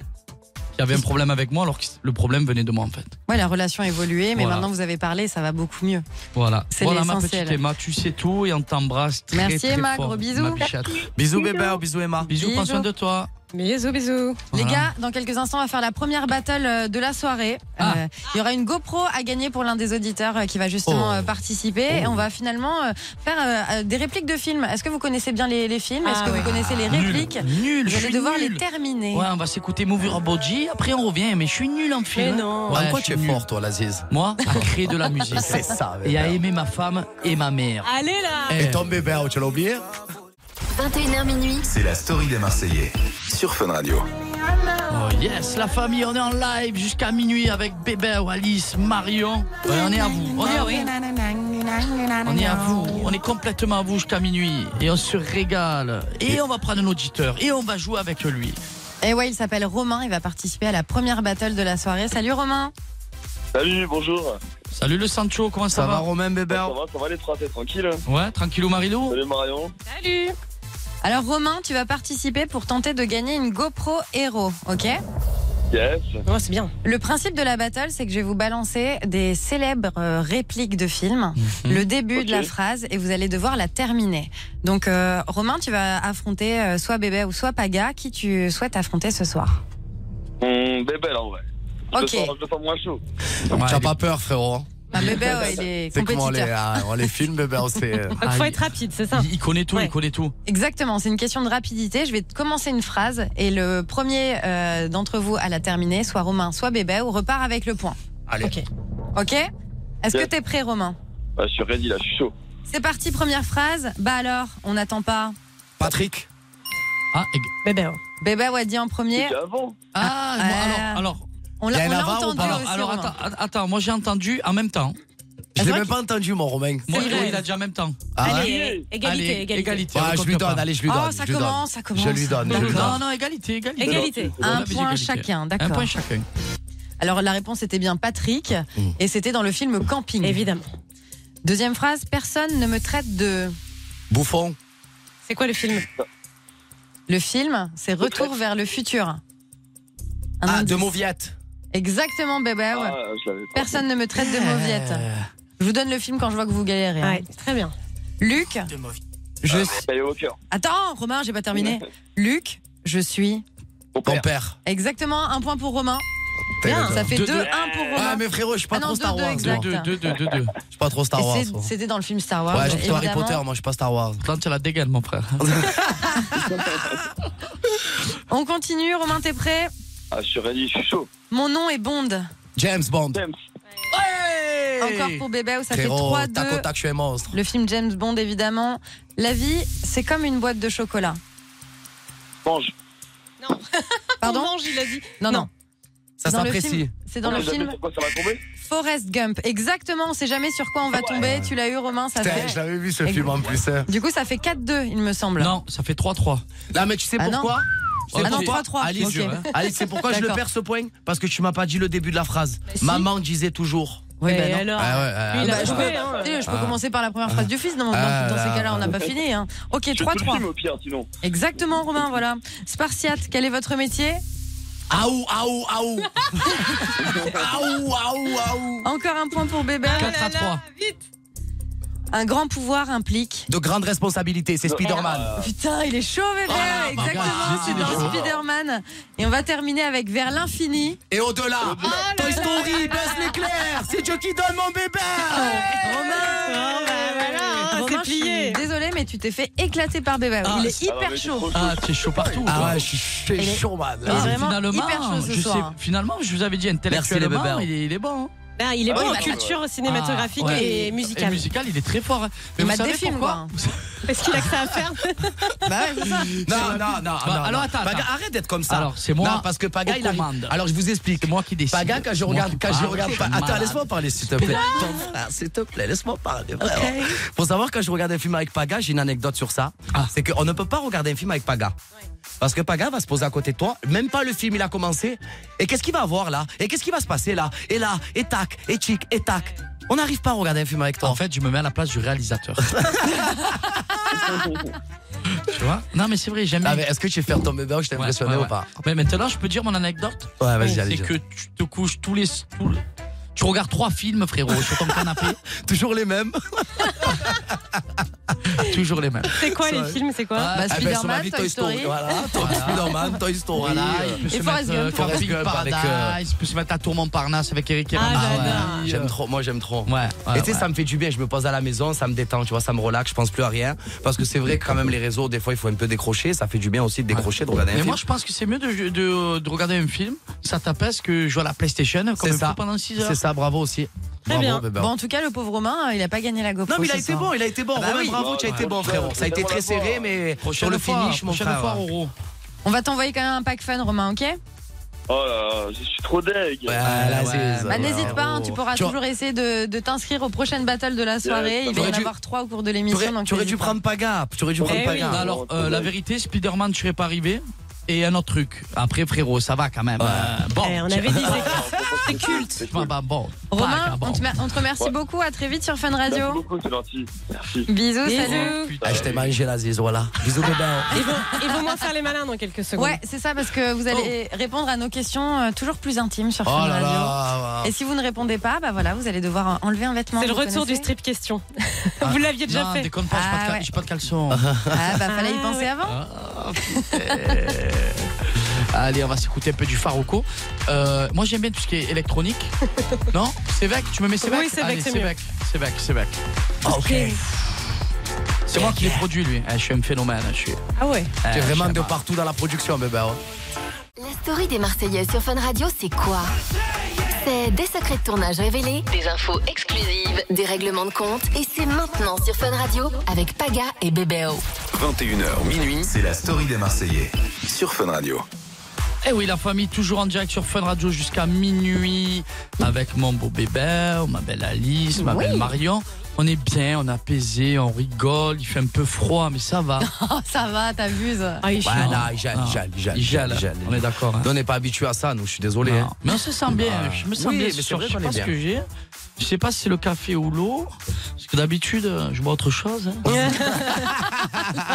Speaker 4: qui avait un problème avec moi, alors que le problème venait de moi en fait.
Speaker 7: Ouais, la relation a évolué, mais
Speaker 4: Voilà.
Speaker 7: maintenant vous avez parlé, ça va beaucoup mieux.
Speaker 4: Voilà.
Speaker 7: C'est
Speaker 4: Voilà ma
Speaker 7: l'essentiel.
Speaker 4: petite Emma, tu sais tout et on t'embrasse très
Speaker 7: Merci,
Speaker 4: très
Speaker 7: Emma,
Speaker 4: fort,
Speaker 7: gros bisous.
Speaker 4: ma bichette.
Speaker 6: Bisous, bébé, bisous, Emma.
Speaker 4: Bisous, prends
Speaker 7: Bisous.
Speaker 4: soin de toi.
Speaker 5: Bisous, bisous.
Speaker 7: Les
Speaker 4: Voilà.
Speaker 7: gars, dans quelques instants, on va faire la première battle euh, de la soirée.
Speaker 4: Ah.
Speaker 7: Euh, il y aura une GoPro à gagner pour l'un des auditeurs euh, qui va justement
Speaker 6: Oh.
Speaker 7: euh, participer. Et on va finalement euh, faire euh, euh, des répliques de films. Est-ce que vous connaissez bien les, les films Est-ce
Speaker 5: Ah
Speaker 7: que
Speaker 5: oui.
Speaker 7: vous connaissez les
Speaker 4: Nul.
Speaker 7: répliques
Speaker 4: Nul,
Speaker 7: Vous
Speaker 4: je
Speaker 7: allez
Speaker 4: suis
Speaker 7: devoir les
Speaker 4: nul.
Speaker 7: terminer.
Speaker 4: Ouais, on va s'écouter Movie Robot G, après on revient, mais je suis nul en film.
Speaker 5: Mais non.
Speaker 4: Ouais,
Speaker 6: En quoi
Speaker 4: je
Speaker 6: tu
Speaker 4: suis
Speaker 6: es
Speaker 4: nul.
Speaker 6: fort, toi, Laziz
Speaker 4: Moi, à créer de la musique.
Speaker 6: C'est ça,
Speaker 4: Et à
Speaker 6: bébé.
Speaker 4: aimer ma femme et ma mère. Eh.
Speaker 5: Allez là
Speaker 6: Et ton bébé, tu l'as oublié
Speaker 3: 21h minuit.
Speaker 1: C'est la story des Marseillais sur Fun Radio.
Speaker 4: Oh yes, la famille, on est en live jusqu'à minuit avec Bébé, Alice, Marion. Ouais, on est à vous, on est
Speaker 7: Bah
Speaker 4: à vous. On est à vous, on est complètement à vous jusqu'à minuit. Et on se régale. Et on va prendre un auditeur et on va jouer avec lui.
Speaker 7: Et Eh ouais, il s'appelle Romain. Il va participer à la première battle de la soirée. Salut Romain.
Speaker 13: Salut, bonjour.
Speaker 4: Salut le Sancho, comment ça,
Speaker 6: Ça va,
Speaker 4: va,
Speaker 6: Romain, bébé
Speaker 13: Ça va, ça va les trois, t'es tranquille
Speaker 4: Ouais, tranquillou Marilou
Speaker 13: Salut Marion.
Speaker 5: Salut
Speaker 7: Alors Romain, tu vas participer pour tenter de gagner une GoPro Hero, ok
Speaker 13: Yes.
Speaker 5: Oh, c'est bien.
Speaker 7: Le principe de la battle, c'est que je vais vous balancer des célèbres euh, répliques de films,
Speaker 4: Mhm.
Speaker 7: le début
Speaker 13: Ok.
Speaker 7: de la phrase, et vous allez devoir la terminer. Donc euh, Romain, tu vas affronter euh, soit Bébé ou soit Paga, qui tu souhaites affronter ce soir.
Speaker 13: On bébelle Hum, en vrai. Je
Speaker 7: Ok.
Speaker 13: le sens- je le sens moins chaud.
Speaker 6: T'as pas peur, frérot hein
Speaker 7: Bah, Bébé, ouais, il est
Speaker 6: C'est comment on les,
Speaker 7: compétiteur.
Speaker 6: ah, on les filme, bébé on sait. euh,
Speaker 5: Donc,
Speaker 4: Ah,
Speaker 5: faut être rapide, c'est ça
Speaker 4: il, il connaît tout,
Speaker 5: Ouais.
Speaker 4: il connaît tout.
Speaker 7: Exactement, c'est une question de rapidité. Je vais te commencer une phrase, et le premier euh, d'entre vous à la terminer, soit Romain, soit Bébé, ou repart avec le point.
Speaker 6: Allez.
Speaker 5: Ok.
Speaker 7: Ok Est-ce que
Speaker 13: Yes.
Speaker 7: t'es prêt, Romain
Speaker 13: Bah, je suis ready là, je suis chaud.
Speaker 7: C'est parti, première phrase. Bah alors, on n'attend pas.
Speaker 6: Patrick,
Speaker 4: Ah, et-
Speaker 5: Bébé. oh.
Speaker 7: Bébé a dit en premier.
Speaker 13: C'était avant.
Speaker 7: Ah,
Speaker 4: ah, bon,
Speaker 7: euh,
Speaker 4: alors, alors,
Speaker 7: On
Speaker 6: Il y
Speaker 7: l'a
Speaker 6: en
Speaker 7: on
Speaker 6: a
Speaker 7: l'a
Speaker 6: avant ou
Speaker 7: entendu
Speaker 6: pas
Speaker 7: aussi.
Speaker 4: alors, alors,
Speaker 7: Romain.
Speaker 4: attends, att- attends, moi j'ai entendu en même temps.
Speaker 6: je
Speaker 7: c'est
Speaker 6: l'ai
Speaker 7: vrai
Speaker 6: même pas entendu, mon Romain.
Speaker 4: Moi,
Speaker 5: C'est
Speaker 4: Théo,
Speaker 5: vrai.
Speaker 4: il a dit en même temps.
Speaker 6: Ah, ouais
Speaker 5: Allez, égalité,
Speaker 4: Allez,
Speaker 5: égalité.
Speaker 6: Ah,
Speaker 4: on
Speaker 6: je
Speaker 4: compte
Speaker 6: lui
Speaker 4: pas.
Speaker 6: donne, allez, je lui donne.
Speaker 7: Oh, ça
Speaker 6: je lui
Speaker 7: commence, ça
Speaker 6: donne.
Speaker 7: commence.
Speaker 6: Je lui donne, je
Speaker 4: Non,
Speaker 6: lui donne.
Speaker 4: non, non, égalité, égalité.
Speaker 5: Égalité.
Speaker 7: Un
Speaker 4: On avait
Speaker 7: point
Speaker 4: dit égalité.
Speaker 7: chacun,
Speaker 4: Un
Speaker 7: d'accord.
Speaker 4: point chacun. Mm.
Speaker 7: Alors la réponse était bien Patrick et c'était dans le film Camping.
Speaker 5: Évidemment.
Speaker 7: Deuxième phrase, personne ne me traite de.
Speaker 6: Bouffon,
Speaker 5: C'est quoi le film
Speaker 7: Le film, c'est Retour vers le futur. Un
Speaker 6: ah,
Speaker 7: indice.
Speaker 6: de Mauviette.
Speaker 7: Exactement, bébé. ouais.
Speaker 13: Ah, je l'avais. Euh,
Speaker 7: Personne ne me traite de mauviette. Je vous donne le film quand je vois que vous galérez. hein.
Speaker 5: Ouais, très bien.
Speaker 7: Luc, je.
Speaker 4: Ah, bah,
Speaker 13: Ça y est, au cœur.
Speaker 7: Attends, Romain, j'ai pas terminé. Luc, je suis.
Speaker 6: Ton père.
Speaker 7: Exactement, un point pour Romain.
Speaker 5: Bien.
Speaker 7: Ça fait
Speaker 4: Deux, deux.
Speaker 7: 2-1 pour Romain.
Speaker 6: Ouais, mais frérot, je suis pas
Speaker 7: Ah non,
Speaker 6: trop
Speaker 7: deux,
Speaker 6: Star
Speaker 7: deux,
Speaker 6: Wars.
Speaker 7: exact.
Speaker 6: moi.
Speaker 4: 2, 2, 2, 2, 2.
Speaker 6: Je suis pas trop Star
Speaker 7: Et
Speaker 6: Wars.
Speaker 7: c'est-
Speaker 6: moi.
Speaker 7: C'était dans le film Star Wars.
Speaker 6: Ouais, j'ai plutôt Harry
Speaker 7: évidemment.
Speaker 6: Potter, moi, je suis pas Star Wars.
Speaker 4: Quand tu la dégaines, mon frère.
Speaker 7: On continue, Romain, t'es prêt
Speaker 13: Ah, je suis ready, je suis chaud.
Speaker 7: Mon nom est Bond.
Speaker 6: James Bond.
Speaker 13: James.
Speaker 7: Encore pour bébé Ben, où ça
Speaker 6: Frérot,
Speaker 7: fait
Speaker 6: tac au
Speaker 7: 3-2.
Speaker 6: tac, je suis un monstre.
Speaker 7: Le film James Bond, évidemment. La vie, c'est comme une boîte de chocolat.
Speaker 13: Mange.
Speaker 7: Pardon
Speaker 5: On mange, il a dit.
Speaker 7: Non, non.
Speaker 6: Ça
Speaker 7: C'est dans le
Speaker 6: s'apprécie.
Speaker 7: film- C'est dans
Speaker 13: On
Speaker 7: le
Speaker 13: sait jamais
Speaker 7: film
Speaker 13: sur quoi ça va tomber
Speaker 7: Forrest Gump. Exactement, on sait jamais sur quoi on va tomber. Tu l'as eu, Romain, ça
Speaker 6: Putain,
Speaker 7: fait.
Speaker 6: je l'avais vu ce film en plus. hein.
Speaker 7: Du coup, ça fait 4-2, il me semble.
Speaker 4: Non, ça fait 3-3.
Speaker 6: Là, mais tu sais
Speaker 7: Ah non.
Speaker 6: pourquoi Tu sais
Speaker 7: Ah non,
Speaker 6: pourquoi
Speaker 7: 3-3.
Speaker 6: Alice,
Speaker 7: Ok.
Speaker 6: Alice, c'est pourquoi je le
Speaker 7: D'accord.
Speaker 6: perds ce point Parce que tu m'as pas dit le début de la phrase.
Speaker 7: si.
Speaker 6: Maman disait toujours.
Speaker 7: Oui, bah non.
Speaker 6: Ah ouais,
Speaker 7: Bah,
Speaker 6: ah
Speaker 7: je
Speaker 6: ouais.
Speaker 7: peux,
Speaker 5: hein.
Speaker 7: tu sais, je peux
Speaker 6: Ah.
Speaker 7: commencer par la première phrase du fils. Non, dans,
Speaker 6: Ah
Speaker 7: dans
Speaker 6: là
Speaker 7: ces cas-là, on n'a
Speaker 6: là.
Speaker 7: pas fini. hein. Ok,
Speaker 13: Sur tout le film,
Speaker 7: 3-3.
Speaker 13: au pire, sinon.
Speaker 7: Exactement, Romain, voilà. Spartiate, quel est votre métier
Speaker 6: Aou, aou, aou Aou, aou, aou
Speaker 7: Encore un point pour bébé.
Speaker 6: 4 à 3.
Speaker 7: Un grand pouvoir implique. Euh,
Speaker 6: De grandes responsabilités,
Speaker 7: Ah.
Speaker 6: c'est Spider-Man. bah,
Speaker 7: Putain, il est chaud, bébé. Exactement, c'est dans Spider-Man. Et on va terminer avec Vers l'infini. Ah
Speaker 6: Et au-delà, Toy Story, Buzz l'éclair, c'est Dieu qui donne mon bébé Ah,
Speaker 7: Romain
Speaker 6: bah,
Speaker 7: Romain, je suis Désolé, mais tu t'es fait éclater par bébé.
Speaker 4: Ah,
Speaker 7: il est
Speaker 4: c'est-
Speaker 7: hyper chaud.
Speaker 4: Ah, t'es chaud partout.
Speaker 6: Ah
Speaker 4: toi. Ah,
Speaker 6: ouais, je suis- je
Speaker 7: Il
Speaker 6: suis
Speaker 7: est-
Speaker 6: chaud, man.
Speaker 7: il est vraiment
Speaker 4: finalement,
Speaker 7: hyper chaud ce
Speaker 4: je
Speaker 7: soir, Ben, hein.
Speaker 4: finalement, je vous avais dit intellectuellement,
Speaker 6: Merci, les
Speaker 4: il, est, il est bon. hein.
Speaker 5: Là, il est
Speaker 4: Ah
Speaker 5: bon
Speaker 4: oui,
Speaker 5: en
Speaker 4: bah,
Speaker 5: culture cinématographique
Speaker 4: Ah, ouais.
Speaker 5: et musicale.
Speaker 4: Et musical, il est très fort. hein.
Speaker 7: Il
Speaker 4: vous
Speaker 7: mate
Speaker 4: savez
Speaker 7: des films,
Speaker 4: pourquoi
Speaker 5: Parce qu'il a que ça à faire.
Speaker 7: Bah ouais, c'est ça.
Speaker 6: Non, non, non, non,
Speaker 4: Bah,
Speaker 6: non.
Speaker 4: alors, attends,
Speaker 6: Paga,
Speaker 4: attends.
Speaker 6: arrête d'être comme ça.
Speaker 4: Alors, c'est moi
Speaker 6: Non, parce que Paga,
Speaker 4: aux
Speaker 6: il arrive-
Speaker 4: commandes.
Speaker 6: Alors, je vous explique.
Speaker 4: C'est moi qui décide.
Speaker 6: Paga, quand je
Speaker 4: C'est moi
Speaker 6: regarde,
Speaker 4: qui
Speaker 6: quand je
Speaker 4: parle,
Speaker 6: regarde
Speaker 4: c'est
Speaker 6: pas. Attends,
Speaker 4: malade.
Speaker 6: laisse-moi parler, s'il te plaît. Ton frère, s'il te plaît, laisse-moi parler. vraiment. Faut savoir, quand je regarde un film avec Paga, j'ai une anecdote sur ça.
Speaker 4: Ah.
Speaker 6: C'est qu'on ne peut pas regarder un film avec Paga. Parce que Paga va se poser à côté de toi, même pas le film, il a commencé. Et qu'est-ce qu'il va avoir là Et qu'est-ce qui va se passer là Et là, et tac, et chic, et tac. On n'arrive pas à regarder un film avec toi.
Speaker 4: En fait, je me mets à la place du réalisateur. tu vois Non, mais c'est vrai, j'aime
Speaker 6: Ah,
Speaker 4: bien.
Speaker 6: mais Est-ce que tu es faire ton bébé ou je t'ai
Speaker 4: Ouais,
Speaker 6: impressionné
Speaker 4: ouais, ouais.
Speaker 6: ou pas
Speaker 4: Mais maintenant, je peux dire mon anecdote
Speaker 6: Ouais, vas-y, allez.
Speaker 4: C'est
Speaker 6: dis.
Speaker 4: que tu te couches tous les. tous les- Tu regardes trois films, frérot, sur ton canapé,
Speaker 6: Toujours les mêmes.
Speaker 4: toujours les mêmes.
Speaker 5: C'est quoi les
Speaker 6: vrai.
Speaker 5: films C'est quoi
Speaker 7: Bah,
Speaker 6: Ah, ben, sur ma
Speaker 7: Spider-Man,
Speaker 6: vie,
Speaker 7: Toy Story.
Speaker 6: Voilà, Toy- Spider-Man, Toy Story.
Speaker 4: Voilà,
Speaker 6: euh,
Speaker 4: il peut
Speaker 7: Et
Speaker 4: se
Speaker 7: Forrest
Speaker 4: mettre euh,
Speaker 7: Gump,
Speaker 4: Camping
Speaker 6: Forrest Gump avec, euh,
Speaker 4: Paradise, il peut se mettre à Tour Montparnasse avec Eric et
Speaker 5: Ah,
Speaker 4: Ramsey.
Speaker 5: j'adore.
Speaker 4: Ouais.
Speaker 6: J'aime trop, moi j'aime trop.
Speaker 4: Ouais, ouais,
Speaker 6: et tu sais,
Speaker 4: ouais.
Speaker 6: ça me fait du bien, je me pose à la maison, ça me détend, tu vois, ça me relaxe, je pense plus à rien. Parce que c'est vrai que quand même les réseaux, des fois il faut un peu décrocher, ça fait du bien aussi de décrocher, de regarder un
Speaker 4: Mais
Speaker 6: film.
Speaker 4: moi, je pense que c'est mieux de, de, de regarder un film, ça t'apaise que jouer à la PlayStation comme
Speaker 6: C'est
Speaker 4: un
Speaker 6: ça.
Speaker 4: fou pendant 6 heures.
Speaker 6: C'est ça, bravo aussi.
Speaker 5: Très bien.
Speaker 6: bébé.
Speaker 7: Bon, en tout cas, le pauvre Romain, euh, il a pas gagné la GoPro.
Speaker 6: Non, mais il a
Speaker 7: ce
Speaker 6: été
Speaker 7: soir.
Speaker 6: bon, il a été bon.
Speaker 7: Ah bah
Speaker 6: Romain,
Speaker 7: oui.
Speaker 6: bravo, tu as été
Speaker 13: Ouais,
Speaker 6: bon, frérot. Ça a été très serré, mais sur
Speaker 4: Prochaine
Speaker 6: le
Speaker 4: fois,
Speaker 6: finish, mon
Speaker 4: prochaine
Speaker 6: frère.
Speaker 4: fois, Roro.
Speaker 7: On va t'envoyer quand même un pack fan, Romain, ok
Speaker 13: Oh là là, je suis trop deg.
Speaker 6: Ouais,
Speaker 4: Ouais,
Speaker 6: là,
Speaker 4: ouais.
Speaker 6: c'est-
Speaker 7: Bah, N'hésite pas, hein,
Speaker 6: frérot.
Speaker 7: tu pourras
Speaker 6: Tu-
Speaker 7: toujours essayer de, de t'inscrire aux prochaines battles
Speaker 5: Euh,
Speaker 7: de la soirée. Il va y
Speaker 6: T'aurais
Speaker 7: en
Speaker 6: dû-
Speaker 7: avoir trois au cours de
Speaker 6: Tu
Speaker 7: l'émission.
Speaker 6: aurais,
Speaker 7: donc
Speaker 6: tu aurais
Speaker 7: n'hésite
Speaker 6: dû
Speaker 7: pas.
Speaker 6: prendre Paga, tu aurais dû prendre
Speaker 5: oui.
Speaker 6: Paga.
Speaker 4: Non, Eh Alors, euh, la vérité, Spider-Man, je serais pas arrivé. Et un autre truc. Après, frérot, ça va quand même. Euh, bon.
Speaker 5: Eh, On avait dit c'est-
Speaker 13: C'est culte.
Speaker 4: Bah, bah, bon.
Speaker 6: hein,
Speaker 7: Romain,
Speaker 4: Vagabond.
Speaker 7: on te, mer- on te remercie
Speaker 13: Ouais.
Speaker 7: beaucoup. À très vite sur Fun
Speaker 13: Merci
Speaker 7: Radio.
Speaker 13: beaucoup, c'est gentil. Merci.
Speaker 7: Bisous,
Speaker 5: Bisous.
Speaker 7: salut.
Speaker 4: Oh, Putain. Ah.
Speaker 6: Ah, je t'ai mangé la zizou, voilà. Bisous, bébé.
Speaker 5: il vaut- il vaut moins faire les malins dans quelques secondes. Oh.
Speaker 7: Ouais, c'est ça, parce que vous allez répondre à nos questions euh, toujours plus intimes sur Fun
Speaker 6: Oh là
Speaker 7: Radio.
Speaker 6: là.
Speaker 7: Et si vous ne répondez pas, bah voilà, vous allez devoir enlever un vêtement.
Speaker 5: C'est le
Speaker 7: vous
Speaker 5: retour du
Speaker 7: connaissez
Speaker 5: strip question. Vous l'aviez déjà
Speaker 4: Non,
Speaker 5: fait.
Speaker 4: déconne pas, j'ai pas de
Speaker 7: Ah,
Speaker 4: cal-
Speaker 7: ouais.
Speaker 4: j'ai pas de caleçon.
Speaker 7: Ah bah fallait y
Speaker 5: Ah,
Speaker 7: penser
Speaker 5: ouais.
Speaker 7: avant.
Speaker 6: ah,
Speaker 4: Allez, on va s'écouter un peu du Faroco. Euh, moi, j'aime bien tout ce qui est électronique. non Sévec, tu me mets Sévec
Speaker 5: Oui, Sévec,
Speaker 4: Allez,
Speaker 5: c'est Ah,
Speaker 4: Sévec, Sévec, Sévec.
Speaker 6: Ok.
Speaker 4: C'est moi qui l'ai produit, lui. Eh, je suis un phénomène. Je suis...
Speaker 5: Ah ouais.
Speaker 4: eh,
Speaker 6: Tu es vraiment
Speaker 4: je sais
Speaker 6: de
Speaker 4: pas.
Speaker 6: partout dans la production, bébé. hein.
Speaker 3: La story des Marseillais sur Fun Radio, c'est quoi C'est des secrets de tournage révélés, des infos exclusives, des règlements de compte, et c'est maintenant sur Fun Radio avec Paga et Bébéo.
Speaker 1: 21h minuit, c'est la story des Marseillais sur Fun Radio.
Speaker 4: Eh oui, la famille, toujours en direct sur Fun Radio jusqu'à minuit avec mon beau bébé, ma belle Alice, ma belle Marion. On est bien, on est apaisé, on rigole, il fait un peu froid, mais ça va.
Speaker 7: Oh, ça va, t'abuses.
Speaker 4: Ah, il
Speaker 6: Ouais, non, il gèle, il gèle, il gèle,
Speaker 4: Il
Speaker 6: il gèle,
Speaker 4: gèle,
Speaker 6: il gèle.
Speaker 4: on est d'accord. hein.
Speaker 6: Nous, on n'est pas habitué à ça, nous, je suis désolé.
Speaker 4: Non.
Speaker 6: hein.
Speaker 4: Mais on se sent bien, je me sens
Speaker 6: Oui,
Speaker 4: bien.
Speaker 6: mais
Speaker 4: ce
Speaker 6: c'est
Speaker 4: soir.
Speaker 6: vrai
Speaker 4: je sais
Speaker 6: qu'on
Speaker 4: pas
Speaker 6: est bien.
Speaker 4: ce que j'ai. Je sais pas si c'est le café ou l'eau, parce que d'habitude, euh, je bois autre chose. hein.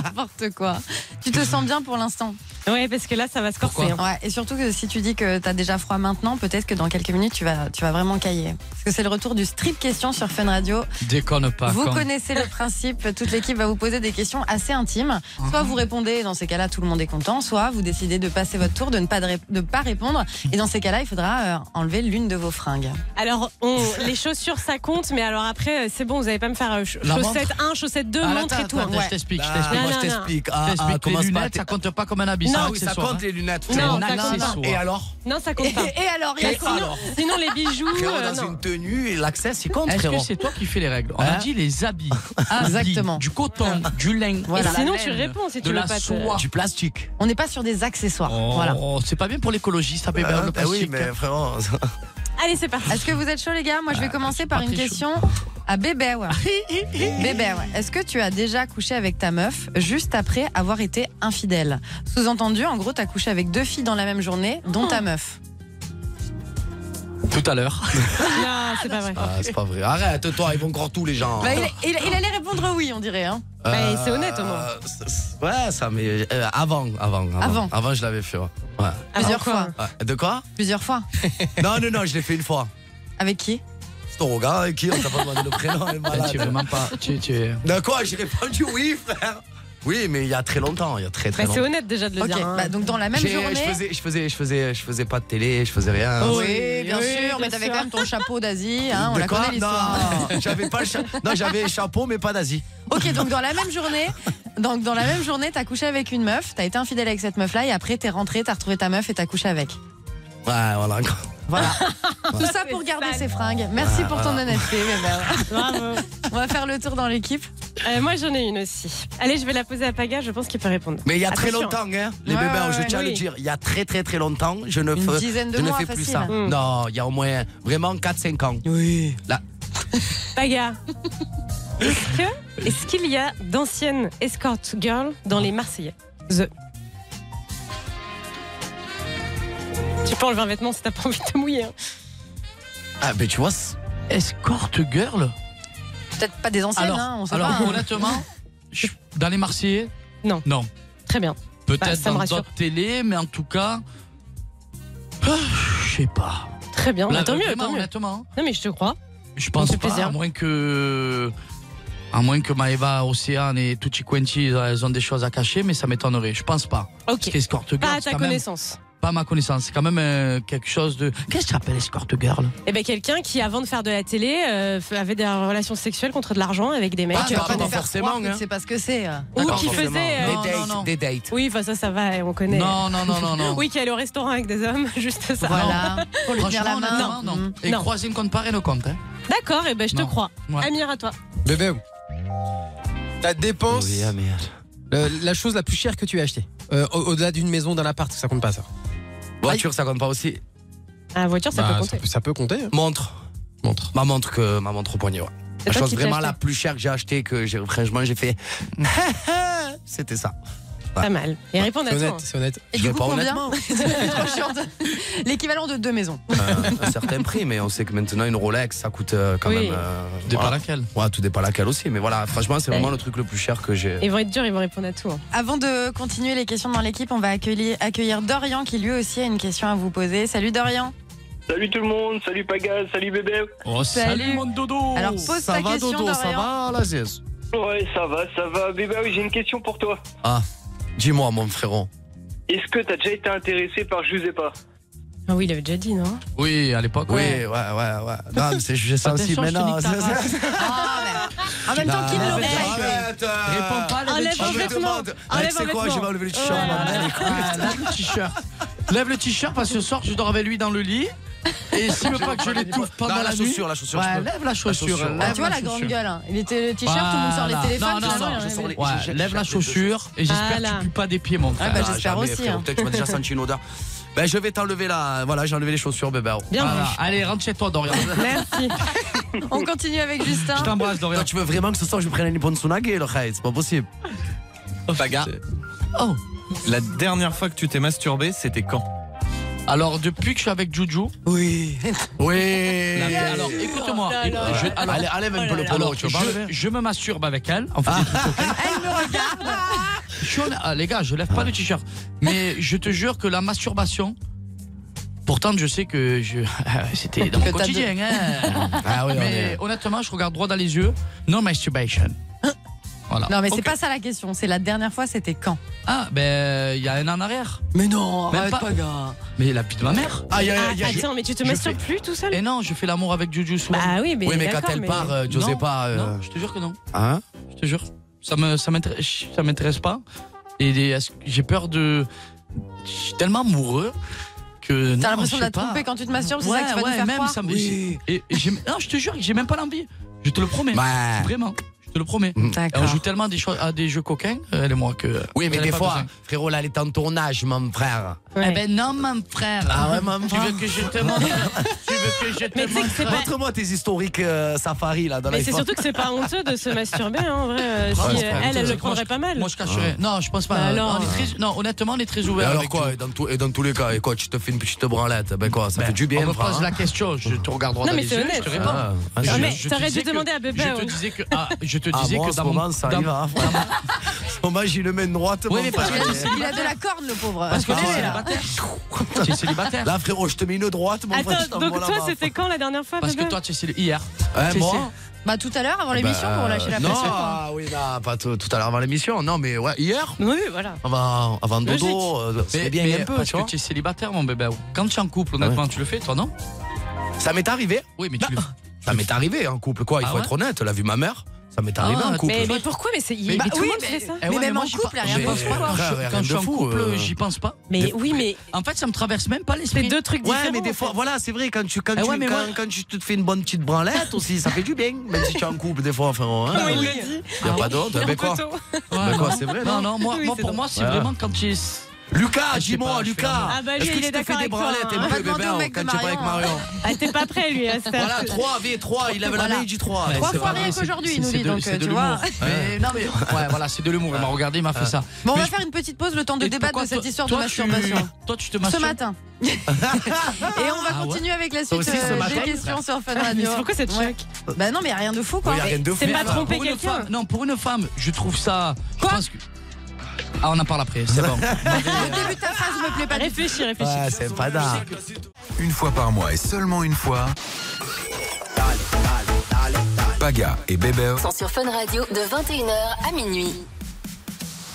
Speaker 7: N'importe quoi. Tu te sens bien pour l'instant.
Speaker 5: Ouais, parce que là, ça va se corser.
Speaker 4: Pourquoi
Speaker 5: hein.
Speaker 7: Ouais, et surtout que si tu dis que t'as déjà froid maintenant, peut-être que dans quelques minutes, tu vas, tu vas vraiment cailler. Parce que c'est le retour du strip question sur Fun Radio.
Speaker 4: Déconne pas.
Speaker 7: vous
Speaker 4: quand.
Speaker 7: connaissez le principe, toute l'équipe va vous poser des questions assez intimes. Soit vous répondez, dans ces cas-là, tout le monde est content, soit vous décidez de passer votre tour, de ne pas, de ré- de pas répondre. Et dans ces cas-là, il faudra euh, enlever l'une de vos fringues.
Speaker 5: Alors, on, les chaussures, ça compte, mais alors après, euh, c'est bon, vous allez pas me faire euh, ch-
Speaker 4: La
Speaker 5: chaussette 1, chaussette 2,
Speaker 4: Ah, là,
Speaker 5: montre et
Speaker 4: attends,
Speaker 5: tout. hein.
Speaker 4: attends, Je
Speaker 5: Ouais.
Speaker 4: t'explique, je
Speaker 6: Ah,
Speaker 4: t'explique.
Speaker 6: moi,
Speaker 5: Non,
Speaker 6: je
Speaker 5: non,
Speaker 6: t'explique. Ah,
Speaker 4: Je
Speaker 6: ah,
Speaker 4: t'explique.
Speaker 6: commence
Speaker 4: les
Speaker 6: pas à
Speaker 4: lunettes,
Speaker 6: t'é-
Speaker 4: ça compte pas comme un habit.
Speaker 6: Ah
Speaker 4: c'est un
Speaker 6: oui, ça
Speaker 4: accessoire,
Speaker 6: compte
Speaker 4: hein.
Speaker 6: les lunettes.
Speaker 5: Non,
Speaker 6: frère.
Speaker 5: ça compte
Speaker 4: pas.
Speaker 6: Et alors
Speaker 5: Non, ça compte pas.
Speaker 7: alors,
Speaker 5: Mais sinon,
Speaker 6: alors
Speaker 5: sinon, les bijoux.
Speaker 6: Frérot,
Speaker 5: euh,
Speaker 6: dans
Speaker 5: non.
Speaker 6: une tenue, et l'accès, il compte,
Speaker 4: Est-ce que
Speaker 6: frérot.
Speaker 4: c'est toi qui fais les règles On
Speaker 6: Hein
Speaker 4: a dit les habits.
Speaker 7: Ah, exactement.
Speaker 4: Du coton, du lin.
Speaker 7: Voilà.
Speaker 4: de la
Speaker 7: Sinon,
Speaker 4: laine,
Speaker 7: tu réponds si tu
Speaker 4: de
Speaker 7: veux
Speaker 4: la
Speaker 7: pas te-
Speaker 4: soie.
Speaker 7: Du
Speaker 6: plastique.
Speaker 7: On n'est pas sur des accessoires.
Speaker 4: Oh,
Speaker 7: Voilà.
Speaker 4: C'est pas bien pour l'écologie, ça, bébé.
Speaker 6: Ah,
Speaker 4: le
Speaker 6: bah oui,
Speaker 4: plastique.
Speaker 6: mais vraiment.
Speaker 7: Allez, c'est parti. Est-ce que vous êtes chaud, les gars Moi, je vais commencer par une question à Bébé. Ouais. Bébé, ouais. Est-ce que tu as déjà couché avec ta meuf juste après avoir été infidèle Sous-entendu, en gros, t'as couché avec deux filles dans la même journée, dont ta meuf.
Speaker 4: Tout à l'heure.
Speaker 7: Non, c'est pas vrai.
Speaker 6: Ah, c'est pas vrai. Arrête, toi, ils vont croire tous les gens.
Speaker 7: Bah, il, il- il allait répondre oui, on dirait. hein.
Speaker 6: Euh, c'est- c'est- Ouais, ça, mais euh, avant, avant, avant.
Speaker 7: Avant.
Speaker 6: je l'avais fait, ouais. Ouais.
Speaker 7: Plusieurs fois.
Speaker 6: Ouais. De quoi
Speaker 7: Plusieurs fois.
Speaker 6: Non, non, non, je l'ai fait une fois.
Speaker 7: Avec qui
Speaker 6: C'est ton regard avec qui On t'a pas demandé le prénom, elle est
Speaker 4: Eh,
Speaker 6: malade.
Speaker 4: tu veux même pas. Tu, tu...
Speaker 6: De quoi J'ai répondu oui, frère. Oui, mais il y a très longtemps, il y a très très
Speaker 5: Bah,
Speaker 6: longtemps.
Speaker 5: déjà de
Speaker 7: le dire. bah, donc dans la même
Speaker 6: J'ai-
Speaker 7: journée.
Speaker 6: Je faisais, je, faisais, je, faisais, je faisais pas de télé, je faisais rien.
Speaker 7: Oui, bien sûr, mais t'avais quand même ton chapeau d'Asie, hein, on
Speaker 6: De
Speaker 7: la
Speaker 6: quoi
Speaker 7: connaît l'histoire.
Speaker 6: Non, j'avais pas le cha- non, j'avais chapeau, mais pas d'Asie.
Speaker 7: Ok, donc dans la même journée, donc dans la même journée, t'as couché avec une meuf, t'as été infidèle avec cette meuf-là, et après t'es rentré, t'as retrouvé ta meuf et t'as couché avec.
Speaker 6: Ouais, voilà.
Speaker 7: Voilà. Tout ça pour garder ses fringues. Merci
Speaker 5: Ouais,
Speaker 7: pour ton
Speaker 6: Ah.
Speaker 5: voilà.
Speaker 7: honnêteté, bah, Weber.
Speaker 5: Bravo. Euh,
Speaker 7: On va faire le tour dans l'équipe.
Speaker 5: moi, j'en ai une aussi. Allez, je vais la poser à Paga, je pense qu'il peut répondre.
Speaker 6: Mais il y a très
Speaker 5: Attention.
Speaker 6: longtemps, hein, les
Speaker 5: Ouais,
Speaker 6: bébés,
Speaker 5: ouais,
Speaker 6: je tiens à
Speaker 5: oui.
Speaker 6: le dire, il y a très très très longtemps, je ne,
Speaker 5: Une
Speaker 6: fais-
Speaker 5: dizaine de
Speaker 6: je ne
Speaker 5: mois,
Speaker 6: fais plus
Speaker 5: facile.
Speaker 6: ça.
Speaker 5: Mm.
Speaker 6: Non, il y a au moins vraiment 4-5 ans. Oui. Là,
Speaker 5: Paga, est-ce que- est-ce qu'il y a d'anciennes escort girls dans les Marseillais The. Tu peux enlever un vêtement si t'as pas envie de te mouiller. hein.
Speaker 6: ah, mais tu vois, c'est-
Speaker 4: Escort girl
Speaker 7: Peut-être pas des anciennes,
Speaker 4: Alors,
Speaker 7: hein, on sait
Speaker 4: alors,
Speaker 7: pas. hein.
Speaker 4: honnêtement, je- dans les Marseillais
Speaker 5: Non.
Speaker 4: Non.
Speaker 5: Très bien. Bah,
Speaker 4: Peut-être
Speaker 5: ça me
Speaker 4: dans
Speaker 5: rassure.
Speaker 4: d'autres télé, mais en tout cas. ah, je sais pas.
Speaker 5: Très bien,
Speaker 4: Là,
Speaker 5: bah, tant mieux.
Speaker 4: vraiment,
Speaker 5: tant mieux.
Speaker 4: honnêtement.
Speaker 5: Non, mais je te crois.
Speaker 4: Je pense
Speaker 5: Ça
Speaker 4: pas,
Speaker 5: fait plaisir.
Speaker 4: à moins que. À moins que Maeva, Océane et Tucci Quenti, elles ont des choses à cacher, mais ça m'étonnerait. Je pense pas.
Speaker 5: Ok.
Speaker 4: Parce qu'escort girl.
Speaker 5: Pas à
Speaker 4: c'est
Speaker 5: ta
Speaker 4: quand même-
Speaker 5: connaissance.
Speaker 4: pas à ma connaissance. C'est quand même euh, quelque chose de. Qu'est-ce que tu appelles escort girl
Speaker 5: Eh ben quelqu'un qui, avant de faire de la télé, euh, f- avait des relations sexuelles contre de l'argent avec des mecs.
Speaker 7: Tu vas pas nous faire
Speaker 6: forcément,
Speaker 7: croire que
Speaker 6: hein.
Speaker 7: tu sais pas ce que c'est. euh.
Speaker 5: Ou
Speaker 6: D'accord,
Speaker 5: qui
Speaker 6: forcément.
Speaker 5: faisait. euh,
Speaker 6: Des dates, des dates.
Speaker 5: Oui, enfin ça, ça va, on connaît.
Speaker 4: Non, non, non, non, non.
Speaker 5: oui, qui allait au restaurant avec des hommes, juste ça.
Speaker 7: Voilà. Pour lui tenir la
Speaker 4: Franchement,
Speaker 7: main.
Speaker 4: honnêtement, non. Et
Speaker 5: Non.
Speaker 4: croisine compte par et ne compte. Hein.
Speaker 5: D'accord, et ben je te
Speaker 4: Non.
Speaker 5: crois.
Speaker 4: Ouais.
Speaker 5: Amir, à toi.
Speaker 14: Bébé, ta dépense,
Speaker 6: ah,
Speaker 14: euh, la chose la plus chère que tu as achetée, Euh, au- au-delà d'une maison, d'un appart, ça compte pas ça.
Speaker 6: Voiture, ça compte pas aussi.
Speaker 5: Ah, voiture, ça
Speaker 14: Bah,
Speaker 5: peut compter.
Speaker 14: Ça peut compter. hein.
Speaker 6: Montre.
Speaker 14: Montre.
Speaker 6: Ma montre, que, ma montre au poignet, ouais.
Speaker 5: C'est
Speaker 6: La
Speaker 5: toi
Speaker 6: chose
Speaker 5: qui t'as
Speaker 6: vraiment
Speaker 5: acheté.
Speaker 6: la plus chère que j'ai achetée, que j'ai, franchement, j'ai fait. C'était ça.
Speaker 5: Pas mal. Et réponds à
Speaker 14: C'est honnête,
Speaker 5: toi.
Speaker 14: c'est honnête.
Speaker 7: Et
Speaker 6: Je
Speaker 7: du
Speaker 6: vais
Speaker 7: coup,
Speaker 6: pas
Speaker 7: combien
Speaker 6: honnêtement.
Speaker 7: C'est trop chiant. L'équivalent de deux maisons.
Speaker 6: Euh, un certain prix, mais on sait que maintenant une Rolex ça coûte euh, quand
Speaker 5: Oui.
Speaker 6: même. euh,
Speaker 4: Dépend
Speaker 6: voilà.
Speaker 4: laquelle.
Speaker 6: Ouais, tout dépend laquelle aussi, mais voilà, franchement, c'est vraiment le truc le plus cher que j'ai.
Speaker 5: Ils vont être durs, ils vont répondre à tout. hein.
Speaker 7: Avant de continuer les questions dans l'équipe, on va accueillir, accueillir Dorian qui lui aussi a une question à vous poser. Salut Dorian.
Speaker 13: Salut tout le monde, salut Paga, salut bébé.
Speaker 4: Oh,
Speaker 7: salut, Salut. mon
Speaker 4: dodo
Speaker 7: Alors, pose
Speaker 6: ça
Speaker 7: ta
Speaker 6: va,
Speaker 7: question,
Speaker 6: Dodo, ça
Speaker 7: Dorian.
Speaker 6: va, la ZS
Speaker 13: Ouais, ça va, ça va. Bébé, oui, j'ai une question pour toi.
Speaker 6: Ah, dis-moi, mon frérot.
Speaker 13: Est-ce que t'as déjà été intéressé par Giuseppa
Speaker 5: Ah oui, il avait déjà dit, non
Speaker 4: Oui, à l'époque.
Speaker 6: Oui, ouais,
Speaker 4: ouais.
Speaker 6: ouais, ouais. Non, mais c'est jugé sensible
Speaker 4: Attention, je te
Speaker 6: maintenant.
Speaker 4: nique ta race.
Speaker 7: En même temps qu'il
Speaker 6: Ah,
Speaker 7: l'aurait.
Speaker 6: arrête,
Speaker 4: Réponds pas, le
Speaker 5: Enlève un
Speaker 6: Je te
Speaker 5: vêtement.
Speaker 6: demande, mec,
Speaker 5: Enlève un
Speaker 6: c'est quoi Je vais
Speaker 5: vêtement.
Speaker 6: enlever le t-shirt.
Speaker 5: Ouais.
Speaker 6: ma mère, écoute.
Speaker 4: Ah, lève le t-shirt. Lève le t-shirt parce que ce soir je dors avec lui dans le lit. Et s'il veut pas que je l'étouffe pendant
Speaker 6: Non, la
Speaker 4: la, nuit-
Speaker 6: chaussure, la chaussure, je
Speaker 4: Ouais,
Speaker 6: peux.
Speaker 4: lève la chaussure.
Speaker 6: chaussure,
Speaker 4: lève
Speaker 6: ouais.
Speaker 7: Ah, tu vois la grande
Speaker 4: chaussure.
Speaker 7: gueule. hein. Il était le t-shirt, tout le monde sort les
Speaker 4: Voilà.
Speaker 7: téléphones.
Speaker 4: Non, non,
Speaker 7: finalement,
Speaker 4: non,
Speaker 7: il y en
Speaker 6: je
Speaker 7: avait.
Speaker 6: sors les-
Speaker 4: Ouais,
Speaker 6: j'ai-
Speaker 4: lève
Speaker 6: j'ai-
Speaker 4: la
Speaker 6: j'ai-
Speaker 4: chaussure et j'espère
Speaker 5: Voilà.
Speaker 4: que tu pues pas des pieds, mon frère.
Speaker 7: Ah, bah, j'espère
Speaker 6: jamais,
Speaker 7: aussi,
Speaker 6: frérot.
Speaker 7: hein.
Speaker 6: Peut-être que tu m'as déjà senti une odeur. Ben, je vais t'enlever là. Voilà, j'ai enlevé les chaussures, bébé.
Speaker 5: Bien
Speaker 4: Voilà. Allez, rentre chez toi, Dorian.
Speaker 5: Merci.
Speaker 7: On continue avec Justin.
Speaker 4: Je t'embrasse, Dorian.
Speaker 6: Toi, tu veux vraiment que ce soir je prenne un Nippon Tsunage, le reste C'est pas possible.
Speaker 15: Paga,
Speaker 4: Oh.
Speaker 15: la dernière fois que tu t'es masturbé, c'était quand
Speaker 4: Alors, depuis que je suis avec Juju.
Speaker 6: Oui. Oui.
Speaker 4: la- Alors, écoute-moi.
Speaker 5: là là.
Speaker 4: Je- alors-
Speaker 6: Allez, allez, même
Speaker 5: Oh là
Speaker 6: pas le
Speaker 5: là.
Speaker 6: polo,
Speaker 4: Alors,
Speaker 6: tu Ah. vois.
Speaker 4: je, je me masturbe avec elle. En fait, je suis honnête- ah, les gars, je lève pas le t-shirt. Mais je te jure que la masturbation. Pourtant, je sais que je... c'était dans
Speaker 7: Que
Speaker 4: mon
Speaker 7: t'as
Speaker 4: quotidien. hein.
Speaker 6: Ah oui, on
Speaker 4: mais
Speaker 6: est.
Speaker 4: honnêtement, je regarde droit dans les yeux. No masturbation.
Speaker 6: Hein
Speaker 4: Voilà.
Speaker 7: Non, mais
Speaker 4: Ok.
Speaker 7: c'est pas ça la question. C'est la dernière fois, c'était quand
Speaker 4: Ah, ben, il y a un an en arrière.
Speaker 6: Mais non,
Speaker 4: Même pas-
Speaker 6: gars.
Speaker 4: Mais la pute de ma mère.
Speaker 6: Aïe, aïe,
Speaker 5: Ah,
Speaker 6: aïe, aïe.
Speaker 5: attends, mais tu te
Speaker 6: je
Speaker 5: masturbes
Speaker 6: fais-
Speaker 5: plus tout seul
Speaker 4: Et Eh non, je fais l'amour avec Juju souvent.
Speaker 5: Bah oui, mais.
Speaker 6: Oui, mais quand
Speaker 5: d'accord,
Speaker 6: elle part, euh, José
Speaker 4: Non,
Speaker 6: pas. euh,
Speaker 4: Non, je te jure que non.
Speaker 6: Hein
Speaker 4: Je te jure. Ça me, ça m'intéresse, ça m'intéresse pas. Et les- est-ce que j'ai peur de. Je suis tellement amoureux
Speaker 7: T'as
Speaker 4: que. non,
Speaker 7: l'impression
Speaker 4: je sais
Speaker 7: d'être trompé
Speaker 4: pas.
Speaker 7: quand tu te masturbes, c'est
Speaker 4: ouais,
Speaker 7: ça que tu vas
Speaker 4: ouais,
Speaker 7: nous faire
Speaker 4: même
Speaker 7: croire
Speaker 4: ça me- j'ai- et- et j'ai- Non, je te jure que j'ai même pas l'envie. Je te le promets.
Speaker 6: Bah.
Speaker 4: Vraiment. Je te le promets.
Speaker 6: D'accord.
Speaker 4: On joue tellement à des, choses- à des jeux coquins, euh, elle et moi, que.
Speaker 6: Oui, mais
Speaker 4: elle a
Speaker 6: des
Speaker 4: pas
Speaker 6: fois,
Speaker 4: besoin.
Speaker 6: frérot, là, elle est en tournage, mon frère.
Speaker 4: Eh ben non, mon frère.
Speaker 6: Ah ouais, mon
Speaker 4: Tu
Speaker 6: frère.
Speaker 4: veux que je te montre Tu veux que je te montre
Speaker 6: Montre-moi tes historiques euh, safari là dans
Speaker 5: Mais c'est
Speaker 6: l'iPhone.
Speaker 5: surtout que c'est pas honteux de se masturber, hein, en vrai. euh, si,
Speaker 6: Ouais,
Speaker 5: euh,
Speaker 6: c'est pas
Speaker 5: elle, elle
Speaker 6: honteux.
Speaker 5: le prendrait pas mal.
Speaker 4: Moi, je cacherais. Non, je pense pas.
Speaker 5: Bah
Speaker 4: non.
Speaker 5: non.
Speaker 4: On est très- non, honnêtement, on est très
Speaker 6: Et
Speaker 4: ouvert.
Speaker 6: Ah. alors quoi et dans, tout- et dans tous les cas, et quoi, tu te fais une petite branlette, ben quoi, ça fait du bien.
Speaker 4: On me
Speaker 6: frère,
Speaker 4: pose
Speaker 6: hein.
Speaker 4: la question, je te regarde droit
Speaker 5: Non,
Speaker 4: dans
Speaker 5: mais
Speaker 4: les
Speaker 5: c'est
Speaker 4: yeux, je
Speaker 5: honnête.
Speaker 4: te réponds.
Speaker 6: Ah, ah,
Speaker 4: Je-
Speaker 6: je-
Speaker 5: mais
Speaker 4: je
Speaker 5: t'aurais dû
Speaker 4: disais que-
Speaker 5: demander à Bébé,
Speaker 4: Je
Speaker 5: ouais.
Speaker 4: te disais que, ah, je te
Speaker 6: Ah,
Speaker 4: disais
Speaker 6: moi,
Speaker 4: que
Speaker 6: en ce
Speaker 4: dans
Speaker 6: moment, ça
Speaker 4: dans-
Speaker 6: y va. frère. Au moins, j'ai le main droite.
Speaker 4: Oui,
Speaker 6: mon
Speaker 4: mais
Speaker 6: frère.
Speaker 4: parce que-
Speaker 7: Il a de la corde, le pauvre.
Speaker 4: Parce que
Speaker 6: Ah
Speaker 4: tu es
Speaker 6: ouais.
Speaker 4: célibataire. Tu es célibataire.
Speaker 6: Là, frérot, je te mets une droite, mon frère. je
Speaker 5: Attends,
Speaker 6: t'envoie
Speaker 5: donc toi,
Speaker 6: là-bas.
Speaker 5: c'était quand la dernière fois,
Speaker 4: Parce que
Speaker 5: Bébé
Speaker 4: toi, tu es célibataire. Hier.
Speaker 6: Hein,
Speaker 4: Tu es
Speaker 6: moi
Speaker 4: célibataire.
Speaker 7: Bah, tout à l'heure, avant l'émission,
Speaker 6: Bah,
Speaker 7: pour lâcher la
Speaker 6: non,
Speaker 7: pression. quoi.
Speaker 6: ah oui, là, pas tout, tout à l'heure avant l'émission. Non, mais ouais, hier,
Speaker 5: Oui, voilà.
Speaker 6: avant, avant dodo, euh, c'est
Speaker 4: Mais-
Speaker 6: bien
Speaker 4: mais
Speaker 6: un peu,
Speaker 4: parce
Speaker 6: tu vois.
Speaker 4: que tu es célibataire, mon bébé. Quand tu es en couple, honnêtement, tu le fais, toi, non
Speaker 6: Ça m'est arrivé.
Speaker 4: Oui, mais tu le fais.
Speaker 6: Ça m'est arrivé en couple, quoi. Il
Speaker 4: Ah
Speaker 6: faut
Speaker 4: ouais
Speaker 6: être honnête. Là, vu ma mère, ça m'est arrivé
Speaker 4: Ah,
Speaker 6: en couple.
Speaker 5: Mais, mais pourquoi Mais, c'est
Speaker 4: Mais-
Speaker 5: mais tout
Speaker 7: oui,
Speaker 5: le monde fait ça.
Speaker 4: Eh ouais,
Speaker 7: Mais même
Speaker 4: moi,
Speaker 7: en
Speaker 4: j'y
Speaker 7: couple,
Speaker 4: pas-
Speaker 7: rien
Speaker 4: j'y
Speaker 7: de
Speaker 4: pense
Speaker 6: fou,
Speaker 4: pas.
Speaker 6: euh,
Speaker 4: Quand
Speaker 6: frère,
Speaker 4: je-
Speaker 6: rien
Speaker 4: Quand je suis
Speaker 6: de
Speaker 4: en
Speaker 6: fou,
Speaker 4: couple,
Speaker 6: euh.
Speaker 4: j'y pense pas.
Speaker 5: Mais oui, mais
Speaker 4: En fait, ça me traverse même pas
Speaker 5: c'est
Speaker 4: l'esprit.
Speaker 5: deux trucs
Speaker 6: Ouais,
Speaker 5: différents.
Speaker 6: mais des fois, voilà, c'est vrai, quand tu, quand
Speaker 4: Eh
Speaker 6: tu,
Speaker 4: ouais, mais
Speaker 6: quand,
Speaker 4: moi-
Speaker 6: quand tu te fais une bonne petite branlette aussi, ça fait du bien, même si tu es en couple, des fois, frérot. Hein,
Speaker 5: Comment il
Speaker 6: oui.
Speaker 5: le dit
Speaker 4: Ah
Speaker 6: Y a pas d'autre,
Speaker 5: Il est
Speaker 6: ben
Speaker 5: en
Speaker 6: quoi
Speaker 5: poteau.
Speaker 4: Ouais,
Speaker 6: Ben quoi,
Speaker 4: non.
Speaker 6: c'est vrai, non
Speaker 4: Non, non, moi,
Speaker 5: Oui,
Speaker 4: moi,
Speaker 5: c'est
Speaker 4: pour
Speaker 5: drôle.
Speaker 4: moi, c'est
Speaker 6: Ouais.
Speaker 4: vraiment quand tu es. Ah,
Speaker 6: Lucas,
Speaker 4: je sais
Speaker 6: dis-moi,
Speaker 4: pas, je fais
Speaker 6: Lucas
Speaker 4: un-
Speaker 5: Ah bah lui,
Speaker 6: Est-ce que
Speaker 5: il
Speaker 6: tu
Speaker 5: est
Speaker 6: te fais
Speaker 5: d'accord
Speaker 6: des
Speaker 5: avec toi,
Speaker 4: Ah,
Speaker 6: branlettes
Speaker 5: hein.
Speaker 6: un peu,
Speaker 7: Va demander
Speaker 6: bébé,
Speaker 7: au
Speaker 6: hein,
Speaker 7: mec
Speaker 6: quand
Speaker 7: de
Speaker 6: tu es pas avec
Speaker 7: Marion,
Speaker 6: Marion
Speaker 5: Ah, t'es pas prêt, lui, à ça.
Speaker 6: Voilà, 3, V3, oh, il lève la main, il dit 3.
Speaker 7: Trois fois rien qu'aujourd'hui, il nous dit, donc, euh, tu vois.
Speaker 4: Mais non, mais. Ouais, voilà, c'est de l'humour. Il m'a regardé, il m'a fait ça.
Speaker 7: Bon, on
Speaker 4: Mais
Speaker 7: va
Speaker 4: je-
Speaker 7: faire une petite pause, le temps de
Speaker 4: Et
Speaker 7: débattre
Speaker 4: pourquoi
Speaker 7: de cette
Speaker 4: toi-
Speaker 7: histoire de
Speaker 4: toi, tu-
Speaker 7: masturbation.
Speaker 4: Toi, tu te
Speaker 7: Ce
Speaker 4: masturbes.
Speaker 7: matin. Et on va
Speaker 4: Ah ouais
Speaker 7: continuer avec la
Speaker 6: Toi
Speaker 7: suite
Speaker 6: aussi, ce
Speaker 7: euh,
Speaker 6: matin
Speaker 7: des questions sur Fun
Speaker 5: Mais
Speaker 7: Radio.
Speaker 5: c'est pourquoi cette choc
Speaker 7: Bah non, mais rien de fou, quoi.
Speaker 6: Il y a rien de fou.
Speaker 5: C'est pas
Speaker 6: frère.
Speaker 5: trompé
Speaker 4: Pour une
Speaker 5: quelqu'un.
Speaker 4: femme- Non, pour une femme, je trouve ça. je pense que- Ah, on en parle après, c'est bon.
Speaker 7: Le début de ta phrase me plaît pas.
Speaker 5: Réfléchis, réfléchis.
Speaker 6: Ouais, c'est pas dingue.
Speaker 1: Une fois par mois et seulement une fois. Paga et Bébé
Speaker 3: Sont sur Fun Radio de 21h à minuit.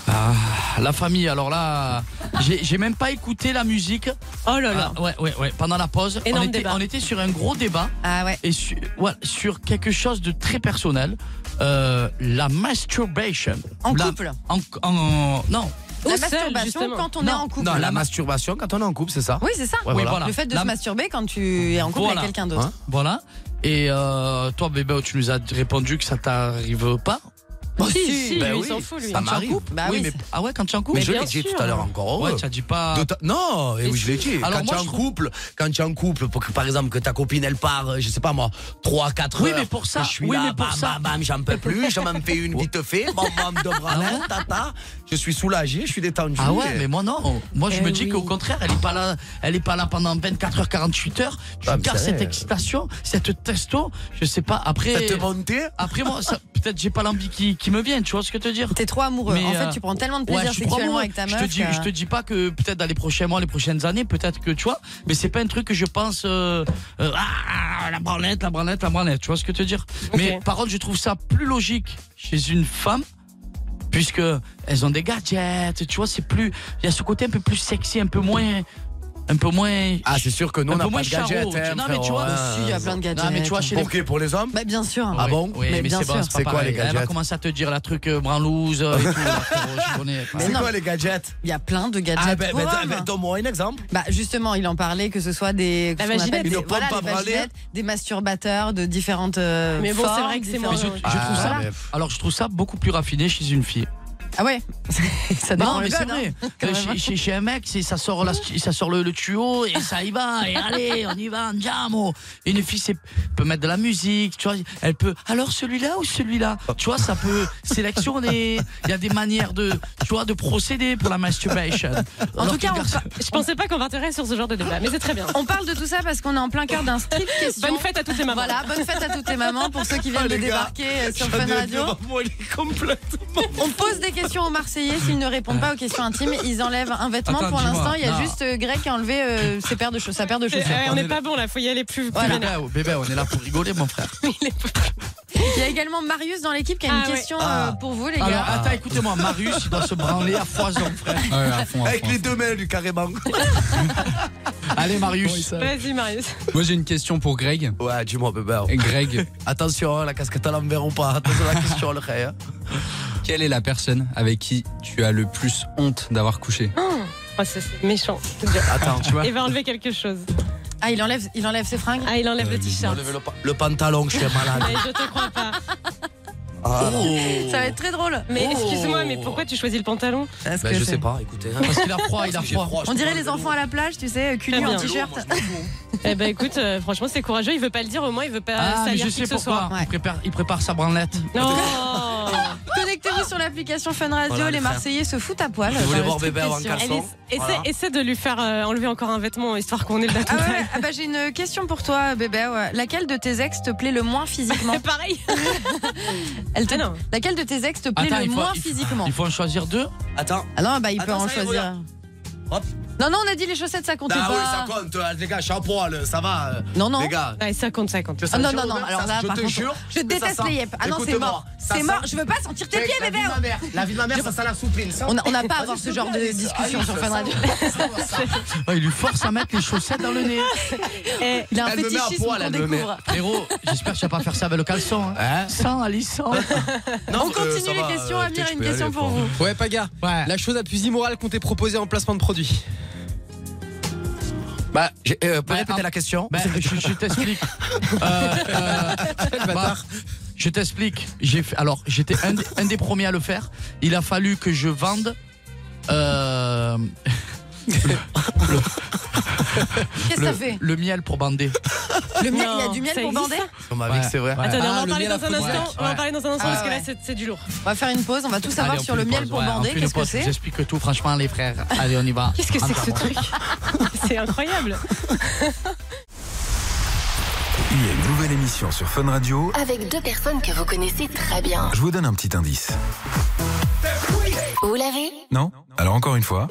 Speaker 4: Ah, la famille, alors là, j'ai j'ai même pas écouté la musique.
Speaker 5: Oh là là.
Speaker 4: Ah, ouais, ouais, ouais. Pendant la pause, on
Speaker 5: Énorme
Speaker 4: était,
Speaker 5: débat.
Speaker 4: on était sur un gros débat
Speaker 7: Ah ouais.
Speaker 4: et su- ouais, sur quelque chose de très personnel. euh, la masturbation.
Speaker 7: En
Speaker 4: La-
Speaker 7: couple.
Speaker 4: en- en- non.
Speaker 7: La
Speaker 5: Ou seul,
Speaker 7: masturbation
Speaker 5: justement.
Speaker 7: quand on
Speaker 4: Non,
Speaker 7: est en couple.
Speaker 6: Non, la masturbation quand on est en couple, c'est ça
Speaker 7: Oui, c'est ça.
Speaker 6: Ouais,
Speaker 4: Oui,
Speaker 6: voilà.
Speaker 4: voilà.
Speaker 7: Le fait de
Speaker 4: La-
Speaker 7: se masturber quand tu es en couple
Speaker 4: Voilà.
Speaker 7: avec quelqu'un d'autre.
Speaker 6: Hein
Speaker 4: Voilà. Et euh, toi, bébé, tu nous as répondu que ça t'arrive pas.
Speaker 7: Bah,
Speaker 5: Si, si,
Speaker 6: bah
Speaker 5: lui, il
Speaker 6: oui.
Speaker 5: s'en fout, lui.
Speaker 6: Ça
Speaker 4: Quand tu es en
Speaker 6: m'arrive.
Speaker 4: couple
Speaker 7: Bah
Speaker 4: oui,
Speaker 7: oui,
Speaker 4: mais
Speaker 7: c'est-
Speaker 4: ah ouais, quand tu es en couple.
Speaker 6: Mais je
Speaker 5: bien
Speaker 6: l'ai dit
Speaker 5: sûr.
Speaker 6: tout à l'heure encore.
Speaker 4: ouais,
Speaker 6: heureux.
Speaker 4: tu as dit pas.
Speaker 6: De ta- Non, et
Speaker 4: Mais
Speaker 6: oui, je
Speaker 4: si.
Speaker 6: l'ai dit.
Speaker 4: Alors
Speaker 6: quand
Speaker 4: moi,
Speaker 6: tu es en
Speaker 4: je trouve-
Speaker 6: couple, quand tu es en couple, pour que, par exemple que ta copine elle part, euh, je sais pas moi, 3 4
Speaker 4: Oui,
Speaker 6: heures.
Speaker 4: mais pour ça,
Speaker 6: je suis
Speaker 4: oui,
Speaker 6: là,
Speaker 4: mais pour
Speaker 6: bam,
Speaker 4: ça.
Speaker 6: bam, bam, j'en peux plus, je m'en fais une vite fait, bam bam de branlette, tata. Je suis soulagé, je suis détendu.
Speaker 4: Ah ouais, mais moi non. Moi je
Speaker 5: Eh
Speaker 4: me dis
Speaker 5: oui.
Speaker 4: qu'au contraire, elle est pas là, elle est pas là pendant 24 h 48 heures. Tu
Speaker 6: Ah, mais
Speaker 4: gardes
Speaker 6: c'est
Speaker 4: cette
Speaker 6: vrai.
Speaker 4: excitation, cette testo, je sais pas.
Speaker 6: Ça
Speaker 4: Après,
Speaker 6: te montait
Speaker 4: après moi, ça- peut-être j'ai pas l'envie qui, qui me vient. Tu vois ce que je veux te dire
Speaker 7: T'es trop amoureux.
Speaker 4: Mais,
Speaker 7: en
Speaker 4: euh,
Speaker 7: fait, tu prends tellement de
Speaker 4: Ouais,
Speaker 7: plaisir
Speaker 4: je suis trop
Speaker 7: sexuellement
Speaker 4: amoureux.
Speaker 7: avec ta meuf.
Speaker 4: Je te dis,
Speaker 7: que-
Speaker 4: je te dis pas que peut-être dans les prochains mois, les prochaines années, peut-être que tu vois, mais c'est pas un truc que je pense. euh, euh, ah, la branlette, la branlette, la branlette. Tu vois ce que je veux te dire Mais par contre, je trouve ça plus logique chez une femme. Puisque elles ont des gadgets, tu vois, c'est plus, il y a ce côté un peu plus sexy, un peu moins, un peu moins.
Speaker 6: Ah, c'est sûr que nous
Speaker 4: Un
Speaker 6: on
Speaker 4: peu
Speaker 6: n'a
Speaker 4: moins
Speaker 6: pas de
Speaker 4: charrot,
Speaker 6: gadget.
Speaker 4: tu-
Speaker 6: hein,
Speaker 4: non, mais tu
Speaker 6: frérot,
Speaker 4: vois,
Speaker 6: hein.
Speaker 7: Si, il y a plein de gadgets.
Speaker 4: Non, mais tu vois, chez les-
Speaker 6: Ok, pour les hommes
Speaker 7: Bah, bien sûr.
Speaker 6: Ah bon
Speaker 4: Oui,
Speaker 7: Mais
Speaker 4: mais,
Speaker 7: bien
Speaker 4: c'est bon,
Speaker 7: sûr.
Speaker 4: c'est pas
Speaker 6: C'est quoi,
Speaker 4: pareil.
Speaker 6: les
Speaker 4: Elle va
Speaker 6: gadgets
Speaker 4: commencer à te dire la truc euh, branlouse euh, et tout, là, frérot, je connais.
Speaker 7: Mais
Speaker 6: C'est
Speaker 7: non.
Speaker 6: quoi les gadgets
Speaker 7: Il y a plein de gadgets.
Speaker 6: Ah ben,
Speaker 7: pour
Speaker 6: ben,
Speaker 7: hommes.
Speaker 6: ben, donne-moi un exemple.
Speaker 7: Bah justement, il en parlait que ce soit des
Speaker 5: La
Speaker 7: ce qu'on appelle
Speaker 5: vaginette.
Speaker 7: des,
Speaker 6: Une
Speaker 7: voilà,
Speaker 6: pompe à
Speaker 7: des
Speaker 6: branler.
Speaker 7: vaginettes, des masturbateurs de différentes euh,
Speaker 5: Mais bon, c'est
Speaker 7: formes,
Speaker 5: vrai que c'est
Speaker 7: différentes-
Speaker 5: moins-
Speaker 4: Je, je trouve ça. Alors je trouve ça beaucoup plus raffiné chez une fille.
Speaker 7: Ah ouais, ça dépend
Speaker 4: Non mais
Speaker 7: le
Speaker 4: c'est
Speaker 7: code,
Speaker 4: vrai.
Speaker 7: hein, quand
Speaker 4: Euh,
Speaker 7: même.
Speaker 4: Chez, chez- chez un mec, c'est ça sort la- ça sort le, le tuyau et ça y va et allez on y va andiamo. Une fille c'est- peut mettre de la musique, tu vois. Elle peut alors celui-là ou celui-là. Tu vois ça peut sélectionner. Il y a des manières de tu vois de procéder pour la masturbation.
Speaker 7: En tout cas, on, par-
Speaker 5: Je pensais pas qu'on partirait sur ce genre de débat, mais c'est très bien.
Speaker 7: on parle de tout ça parce qu'on est en plein cœur d'un strip question.
Speaker 5: Bonne fête à toutes les mamans.
Speaker 7: Voilà, bonne fête à toutes les mamans pour ceux qui viennent
Speaker 5: Ah,
Speaker 6: Oh,
Speaker 7: de
Speaker 6: les gars,
Speaker 7: débarquer euh, sur
Speaker 6: J'en
Speaker 7: Fun
Speaker 6: ai
Speaker 7: Radio.
Speaker 6: marre, moi, il est complètement.
Speaker 7: On pose des questions aux Marseillais s'ils ne répondent pas aux questions intimes, ils enlèvent un vêtement.
Speaker 4: Attends,
Speaker 7: pour
Speaker 4: dis-moi.
Speaker 7: l'instant, il y a
Speaker 4: Non.
Speaker 7: juste euh, Greg qui a enlevé euh, ses paires de chaussures, sa paire de
Speaker 5: Eh,
Speaker 7: chaussures.
Speaker 5: eh, on
Speaker 4: on
Speaker 5: n'est
Speaker 4: est
Speaker 5: pas bon là, faut y aller plus. plus
Speaker 4: Bébé,
Speaker 5: vénère.
Speaker 4: bébé, ben on est là pour rigoler mon frère.
Speaker 7: Il y a également Marius dans l'équipe qui a une
Speaker 5: Ah ouais.
Speaker 7: question
Speaker 6: Ah.
Speaker 7: euh, pour vous les
Speaker 4: Alors,
Speaker 7: gars.
Speaker 4: attends, écoutez-moi, Marius, il doit se branler à foison, frère.
Speaker 6: Avec les deux mains, lui, carrément.
Speaker 4: Allez, Marius.
Speaker 5: Vas-y, Marius.
Speaker 16: Moi j'ai une question pour Greg.
Speaker 6: Ouais, dis-moi, bébé.
Speaker 16: Et Greg,
Speaker 6: Attention, hein, la casquette à l'envers ou pas. Attention à la question, le rey. hein.
Speaker 16: quelle est la personne avec qui tu as le plus honte d'avoir couché
Speaker 5: Oh, c'est c'est méchant.
Speaker 6: Attends, tu vois.
Speaker 5: Et va enlever quelque chose.
Speaker 7: Ah, il enlève, il enlève ses fringues
Speaker 5: Ah, il enlève le t-shirt.
Speaker 6: Enlevez le, pa- le pantalon, je suis malade.
Speaker 5: Mais je te crois pas.
Speaker 6: Ah.
Speaker 5: Ça va être très drôle. Mais
Speaker 6: Oh.
Speaker 5: excuse-moi, mais pourquoi tu choisis le pantalon
Speaker 6: Bah, je sais pas, écoutez. hein.
Speaker 5: Parce qu'il a froid, il a
Speaker 6: Parce que j'ai
Speaker 5: froid.
Speaker 6: je
Speaker 7: On
Speaker 6: peux
Speaker 7: dirait
Speaker 6: pas
Speaker 7: les
Speaker 6: le-
Speaker 7: enfants à la plage, tu sais, cul
Speaker 5: Très
Speaker 7: nu en
Speaker 5: bien.
Speaker 7: t-shirt.
Speaker 5: Eh ben écoute, euh, franchement, c'est courageux. Il veut pas le dire, au moins, il veut pas
Speaker 4: Ah, mais
Speaker 5: salir
Speaker 4: je
Speaker 5: qui
Speaker 4: sais
Speaker 5: que ce
Speaker 4: pourquoi.
Speaker 5: soit.
Speaker 4: Il, prépare, il prépare sa branlette.
Speaker 5: Non
Speaker 7: Connectez-vous sur l'application Fun Radio,
Speaker 4: Voilà,
Speaker 7: les
Speaker 4: le frère.
Speaker 7: Marseillais se foutent à poil.
Speaker 4: Je voulais
Speaker 7: Enfin,
Speaker 4: voir
Speaker 7: strip
Speaker 4: bébé avoir un
Speaker 7: question.
Speaker 4: caleçon.
Speaker 7: Alice,
Speaker 5: Essaie,
Speaker 7: essaie- essaie-
Speaker 5: essaie de lui faire euh, enlever encore un vêtement, histoire qu'on ait le
Speaker 7: Ah
Speaker 5: datum.
Speaker 7: ouais, ah bah j'ai une question pour toi, bébé. ouais. Laquelle de tes ex te plaît le moins physiquement
Speaker 5: Pareil. Ah,
Speaker 7: Elle te- Laquelle de tes ex te plaît
Speaker 4: Attends,
Speaker 7: le
Speaker 4: il faut-
Speaker 7: moins
Speaker 4: il faut-
Speaker 7: physiquement
Speaker 4: Il faut en choisir deux
Speaker 6: Attends.
Speaker 7: Ah non, bah il peut
Speaker 6: Attends,
Speaker 7: en
Speaker 6: ça y est,
Speaker 7: choisir.
Speaker 6: regarde. Hop.
Speaker 7: Non, non, on a dit les chaussettes, ça comptait
Speaker 6: Ah oui, ça
Speaker 7: pas.
Speaker 6: compte, euh, les gars, je suis en poil, ça va. euh,
Speaker 7: Non, non.
Speaker 6: Les gars.
Speaker 5: ça compte, ça compte.
Speaker 7: Ah non, non, non, alors là,
Speaker 6: je
Speaker 7: par
Speaker 6: te
Speaker 7: contre,
Speaker 6: jure.
Speaker 7: je
Speaker 6: que ça
Speaker 7: déteste
Speaker 6: sent.
Speaker 7: les yeux. Ah non, c'est
Speaker 6: Écoute-moi,
Speaker 7: mort.
Speaker 6: ça
Speaker 7: C'est
Speaker 6: sent-
Speaker 7: mort, je veux pas sentir tes
Speaker 6: Mec,
Speaker 7: pieds,
Speaker 6: la
Speaker 7: bébé. hein.
Speaker 6: vie de ma mère, La vie de ma mère, ça sent la soupline. ça.
Speaker 7: On a- on n'a pas à avoir
Speaker 6: Vas-y,
Speaker 7: ce
Speaker 6: s'il
Speaker 7: genre
Speaker 6: te
Speaker 7: de
Speaker 6: plaît, Alice,
Speaker 7: discussion
Speaker 6: Alice,
Speaker 7: sur
Speaker 6: ça
Speaker 7: Fun
Speaker 6: va,
Speaker 7: Radio.
Speaker 6: ça va, ça va.
Speaker 4: Ah, il lui force à mettre les chaussettes dans le nez.
Speaker 5: Eh, Il
Speaker 7: Eh, a un
Speaker 6: Elle me met à
Speaker 7: fétichisme
Speaker 6: poil,
Speaker 7: qu'on
Speaker 6: elle me met.
Speaker 7: découvre.
Speaker 4: Frérot, j'espère que tu vas pas faire ça avec le caleçon. Hein. Sans, Alice, sans.
Speaker 6: Non,
Speaker 7: On
Speaker 6: euh,
Speaker 7: continue
Speaker 6: ça
Speaker 7: les
Speaker 6: va,
Speaker 7: questions,
Speaker 6: euh,
Speaker 7: Amir,
Speaker 6: peut-être
Speaker 7: une
Speaker 6: je peux y
Speaker 7: question
Speaker 6: aller,
Speaker 7: pour
Speaker 6: quoi.
Speaker 7: vous.
Speaker 14: Ouais, Paga, la chose la plus immorale qu'on t'ait proposée en placement de produit.
Speaker 6: Bah, j'ai- euh, peut
Speaker 4: Bah,
Speaker 6: répéter
Speaker 14: ah.
Speaker 4: en-
Speaker 6: la question.
Speaker 4: Ben, je, je t'explique. Euh, euh, bah, je t'explique. J'ai fait- alors j'étais un, des- un des premiers à le faire. Il a fallu que je vende. euh,
Speaker 7: Qu'est-ce que
Speaker 4: le,
Speaker 7: ça fait
Speaker 4: le miel pour bander.
Speaker 7: Le miel,
Speaker 5: Non,
Speaker 7: il y a du miel
Speaker 5: ça
Speaker 7: pour
Speaker 5: existe,
Speaker 7: bander
Speaker 5: ça
Speaker 4: Ouais.
Speaker 6: c'est vrai.
Speaker 5: Attendez,
Speaker 14: Ah,
Speaker 5: on va en
Speaker 14: le
Speaker 5: parler
Speaker 14: miel à
Speaker 5: dans un
Speaker 14: fond de
Speaker 5: instant.
Speaker 14: lac,
Speaker 5: On va en
Speaker 4: ouais.
Speaker 5: parler dans un instant
Speaker 7: Ah,
Speaker 5: parce que là,
Speaker 7: ouais.
Speaker 5: c'est c'est du lourd.
Speaker 7: On va faire une pause, on va tout savoir
Speaker 4: Allez, on
Speaker 7: sur
Speaker 4: fait
Speaker 7: le
Speaker 4: une
Speaker 7: miel
Speaker 4: pause,
Speaker 7: pour
Speaker 4: ouais, on
Speaker 7: bander.
Speaker 4: fait une
Speaker 7: Qu'est-ce que
Speaker 4: pause.
Speaker 7: c'est
Speaker 4: J'explique tout, franchement, les frères. Allez, on y va.
Speaker 5: Qu'est-ce que c'est que ce truc C'est incroyable.
Speaker 1: Il y a une nouvelle émission sur Fun Radio.
Speaker 3: Avec deux personnes que vous connaissez très bien.
Speaker 1: Je vous donne un petit indice.
Speaker 3: Vous l'avez
Speaker 1: Non Alors encore une fois.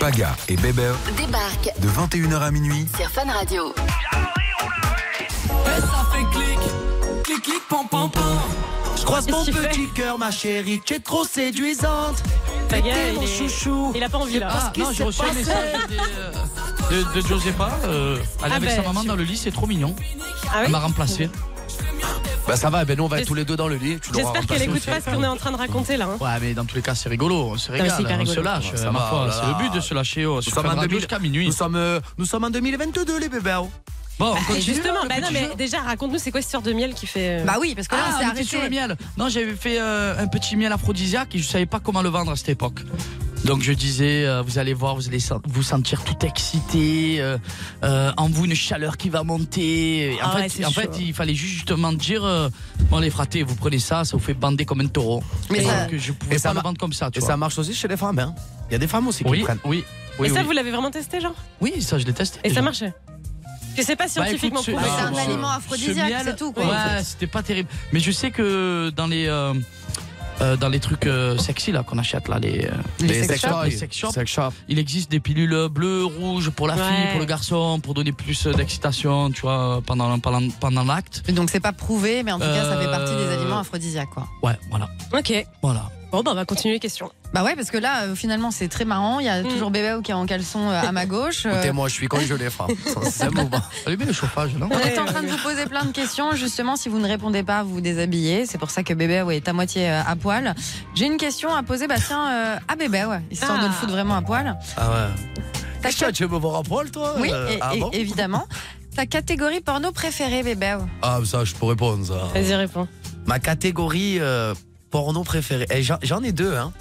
Speaker 1: Paga et Bébert
Speaker 3: Débarque
Speaker 1: de 21h à minuit.
Speaker 3: sur Fun Radio.
Speaker 17: Ça fait clic, clic, clic, pam, pam, pam. Je croise mon
Speaker 5: Qu'est-ce que tu
Speaker 17: petit cœur, ma chérie, tu es trop séduisante.
Speaker 5: Ta gueule,
Speaker 17: T'es
Speaker 5: il
Speaker 17: mon
Speaker 5: est-
Speaker 17: chouchou.
Speaker 5: il a pas envie, là.
Speaker 17: Parce
Speaker 5: Ah,
Speaker 17: qu'il
Speaker 5: non, j'ai
Speaker 17: s'est
Speaker 5: reçu un
Speaker 17: passé.
Speaker 5: message
Speaker 4: De, de Josepa, euh, elle est
Speaker 5: Ah
Speaker 4: avec
Speaker 5: ben,
Speaker 4: sa maman dans le lit, c'est trop mignon.
Speaker 5: Ah
Speaker 4: elle
Speaker 5: oui
Speaker 4: m'a remplacé.
Speaker 6: Bah, ça va, eh ben nous, on va être
Speaker 5: J'es-
Speaker 6: tous les deux dans le lit. tu l'auras
Speaker 5: J'espère qu'elle
Speaker 6: remplacé.
Speaker 5: écoute pas ce qu'on est en train de raconter là. hein.
Speaker 4: Ouais, mais dans tous les cas, c'est rigolo, on se
Speaker 5: mais c'est
Speaker 4: régale,
Speaker 5: hyper
Speaker 4: on se
Speaker 5: rigolo.
Speaker 4: lâche.
Speaker 6: Ouais, ça
Speaker 4: ma
Speaker 6: va,
Speaker 4: foi,
Speaker 6: oh là
Speaker 4: c'est
Speaker 6: là.
Speaker 4: le but de se lâcher oh, sur
Speaker 6: sommes
Speaker 4: Fun
Speaker 6: en
Speaker 4: Radio
Speaker 6: 2000.
Speaker 4: jusqu'à minuit.
Speaker 6: Nous sommes, euh, nous sommes en 2022, les bébés. oh.
Speaker 4: Bon, Ah, on
Speaker 5: Et
Speaker 4: continue.
Speaker 5: justement,
Speaker 4: le
Speaker 5: bah non,
Speaker 4: petit
Speaker 5: mais
Speaker 4: jeu.
Speaker 5: déjà, raconte-nous, c'est quoi cette histoire de miel qui fait. euh,
Speaker 7: Bah oui, parce que là,
Speaker 4: Ah,
Speaker 7: on
Speaker 4: on
Speaker 7: s'est
Speaker 4: était
Speaker 7: arrêté.
Speaker 4: sur le miel. Non, j'avais fait euh, un petit miel aphrodisiaque et je savais pas comment le vendre à cette époque. Donc je disais, euh, vous allez voir, vous allez sen- vous sentir tout excité, euh, euh, en vous une chaleur qui va monter. Et en
Speaker 5: Ah
Speaker 4: fait,
Speaker 5: ouais, c'est
Speaker 4: en
Speaker 5: chaud.
Speaker 4: fait, il fallait juste justement dire, euh, bon les fratés, vous prenez ça, ça vous fait bander comme un taureau.
Speaker 7: Mais
Speaker 4: Et
Speaker 7: ça-
Speaker 4: donc, euh, je pouvais
Speaker 6: et
Speaker 4: pas
Speaker 6: ça
Speaker 4: le
Speaker 6: va-
Speaker 4: vendre comme ça, tu
Speaker 6: Et
Speaker 4: vois.
Speaker 6: ça marche aussi chez les femmes. hein. Il y a des femmes aussi qui
Speaker 4: oui,
Speaker 6: le prennent.
Speaker 4: oui, oui,
Speaker 5: Et ça,
Speaker 4: oui.
Speaker 5: vous l'avez vraiment testé, genre
Speaker 4: Oui, ça je l'ai testé.
Speaker 5: Et
Speaker 4: déjà.
Speaker 5: ça marchait Je sais pas
Speaker 4: Bah, écoute,
Speaker 5: scientifiquement
Speaker 4: ce-
Speaker 5: prouvé.
Speaker 7: c'est un
Speaker 4: ce-
Speaker 7: aliment
Speaker 4: ce
Speaker 7: aphrodisiaque,
Speaker 4: miel-
Speaker 7: c'est tout, quoi,
Speaker 4: Ouais,
Speaker 7: en fait.
Speaker 4: c'était pas terrible. Mais je sais que dans les euh, euh, dans les trucs euh, sexy là qu'on achète là les euh,
Speaker 6: Les
Speaker 4: sex
Speaker 6: sex
Speaker 4: shops,
Speaker 6: toys.
Speaker 4: les sex shops,
Speaker 6: Sex shop.
Speaker 4: il existe des pilules bleues, rouges pour la
Speaker 5: Ouais.
Speaker 4: fille, pour le garçon, pour donner plus euh, d'excitation, tu vois, pendant pendant, pendant l'acte.
Speaker 7: Donc c'est pas prouvé, mais Eh en tout cas, ça fait partie des
Speaker 4: Euh,
Speaker 7: aliments aphrodisiaques, quoi.
Speaker 4: Ouais, voilà,
Speaker 5: Ok.
Speaker 4: voilà.
Speaker 5: Bon, bah, on va continuer Mm. les questions.
Speaker 7: Bah ouais, parce que là, euh, finalement, c'est très marrant. Il y a toujours bébé qui est en caleçon euh, à ma gauche. Euh,
Speaker 6: Écoutez, moi, je suis congelé, frère. Ça, C'est bon.
Speaker 4: Allumez Ah, le chauffage, non
Speaker 7: on est en train de vous poser plein de questions. Justement, si vous ne répondez pas, vous vous déshabillez. C'est pour ça que bébé ouais, est à moitié euh, à poil. J'ai une question à poser, bah tiens, euh, à bébé, ouais, histoire
Speaker 5: Ah.
Speaker 7: de le foutre vraiment à poil.
Speaker 6: Ah
Speaker 7: Ta
Speaker 6: ouais. Tiens, tu veux me voir en poil, toi
Speaker 7: Oui,
Speaker 6: Euh,
Speaker 7: et-
Speaker 6: ah,
Speaker 7: et-
Speaker 6: bon
Speaker 7: évidemment. Ta catégorie porno préférée, bébé ouais.
Speaker 6: Ah, ça, je peux répondre, ça.
Speaker 5: Vas-y, réponds.
Speaker 6: Ma catégorie euh, porno préférée. Eh, J'en j'en ai deux, hein.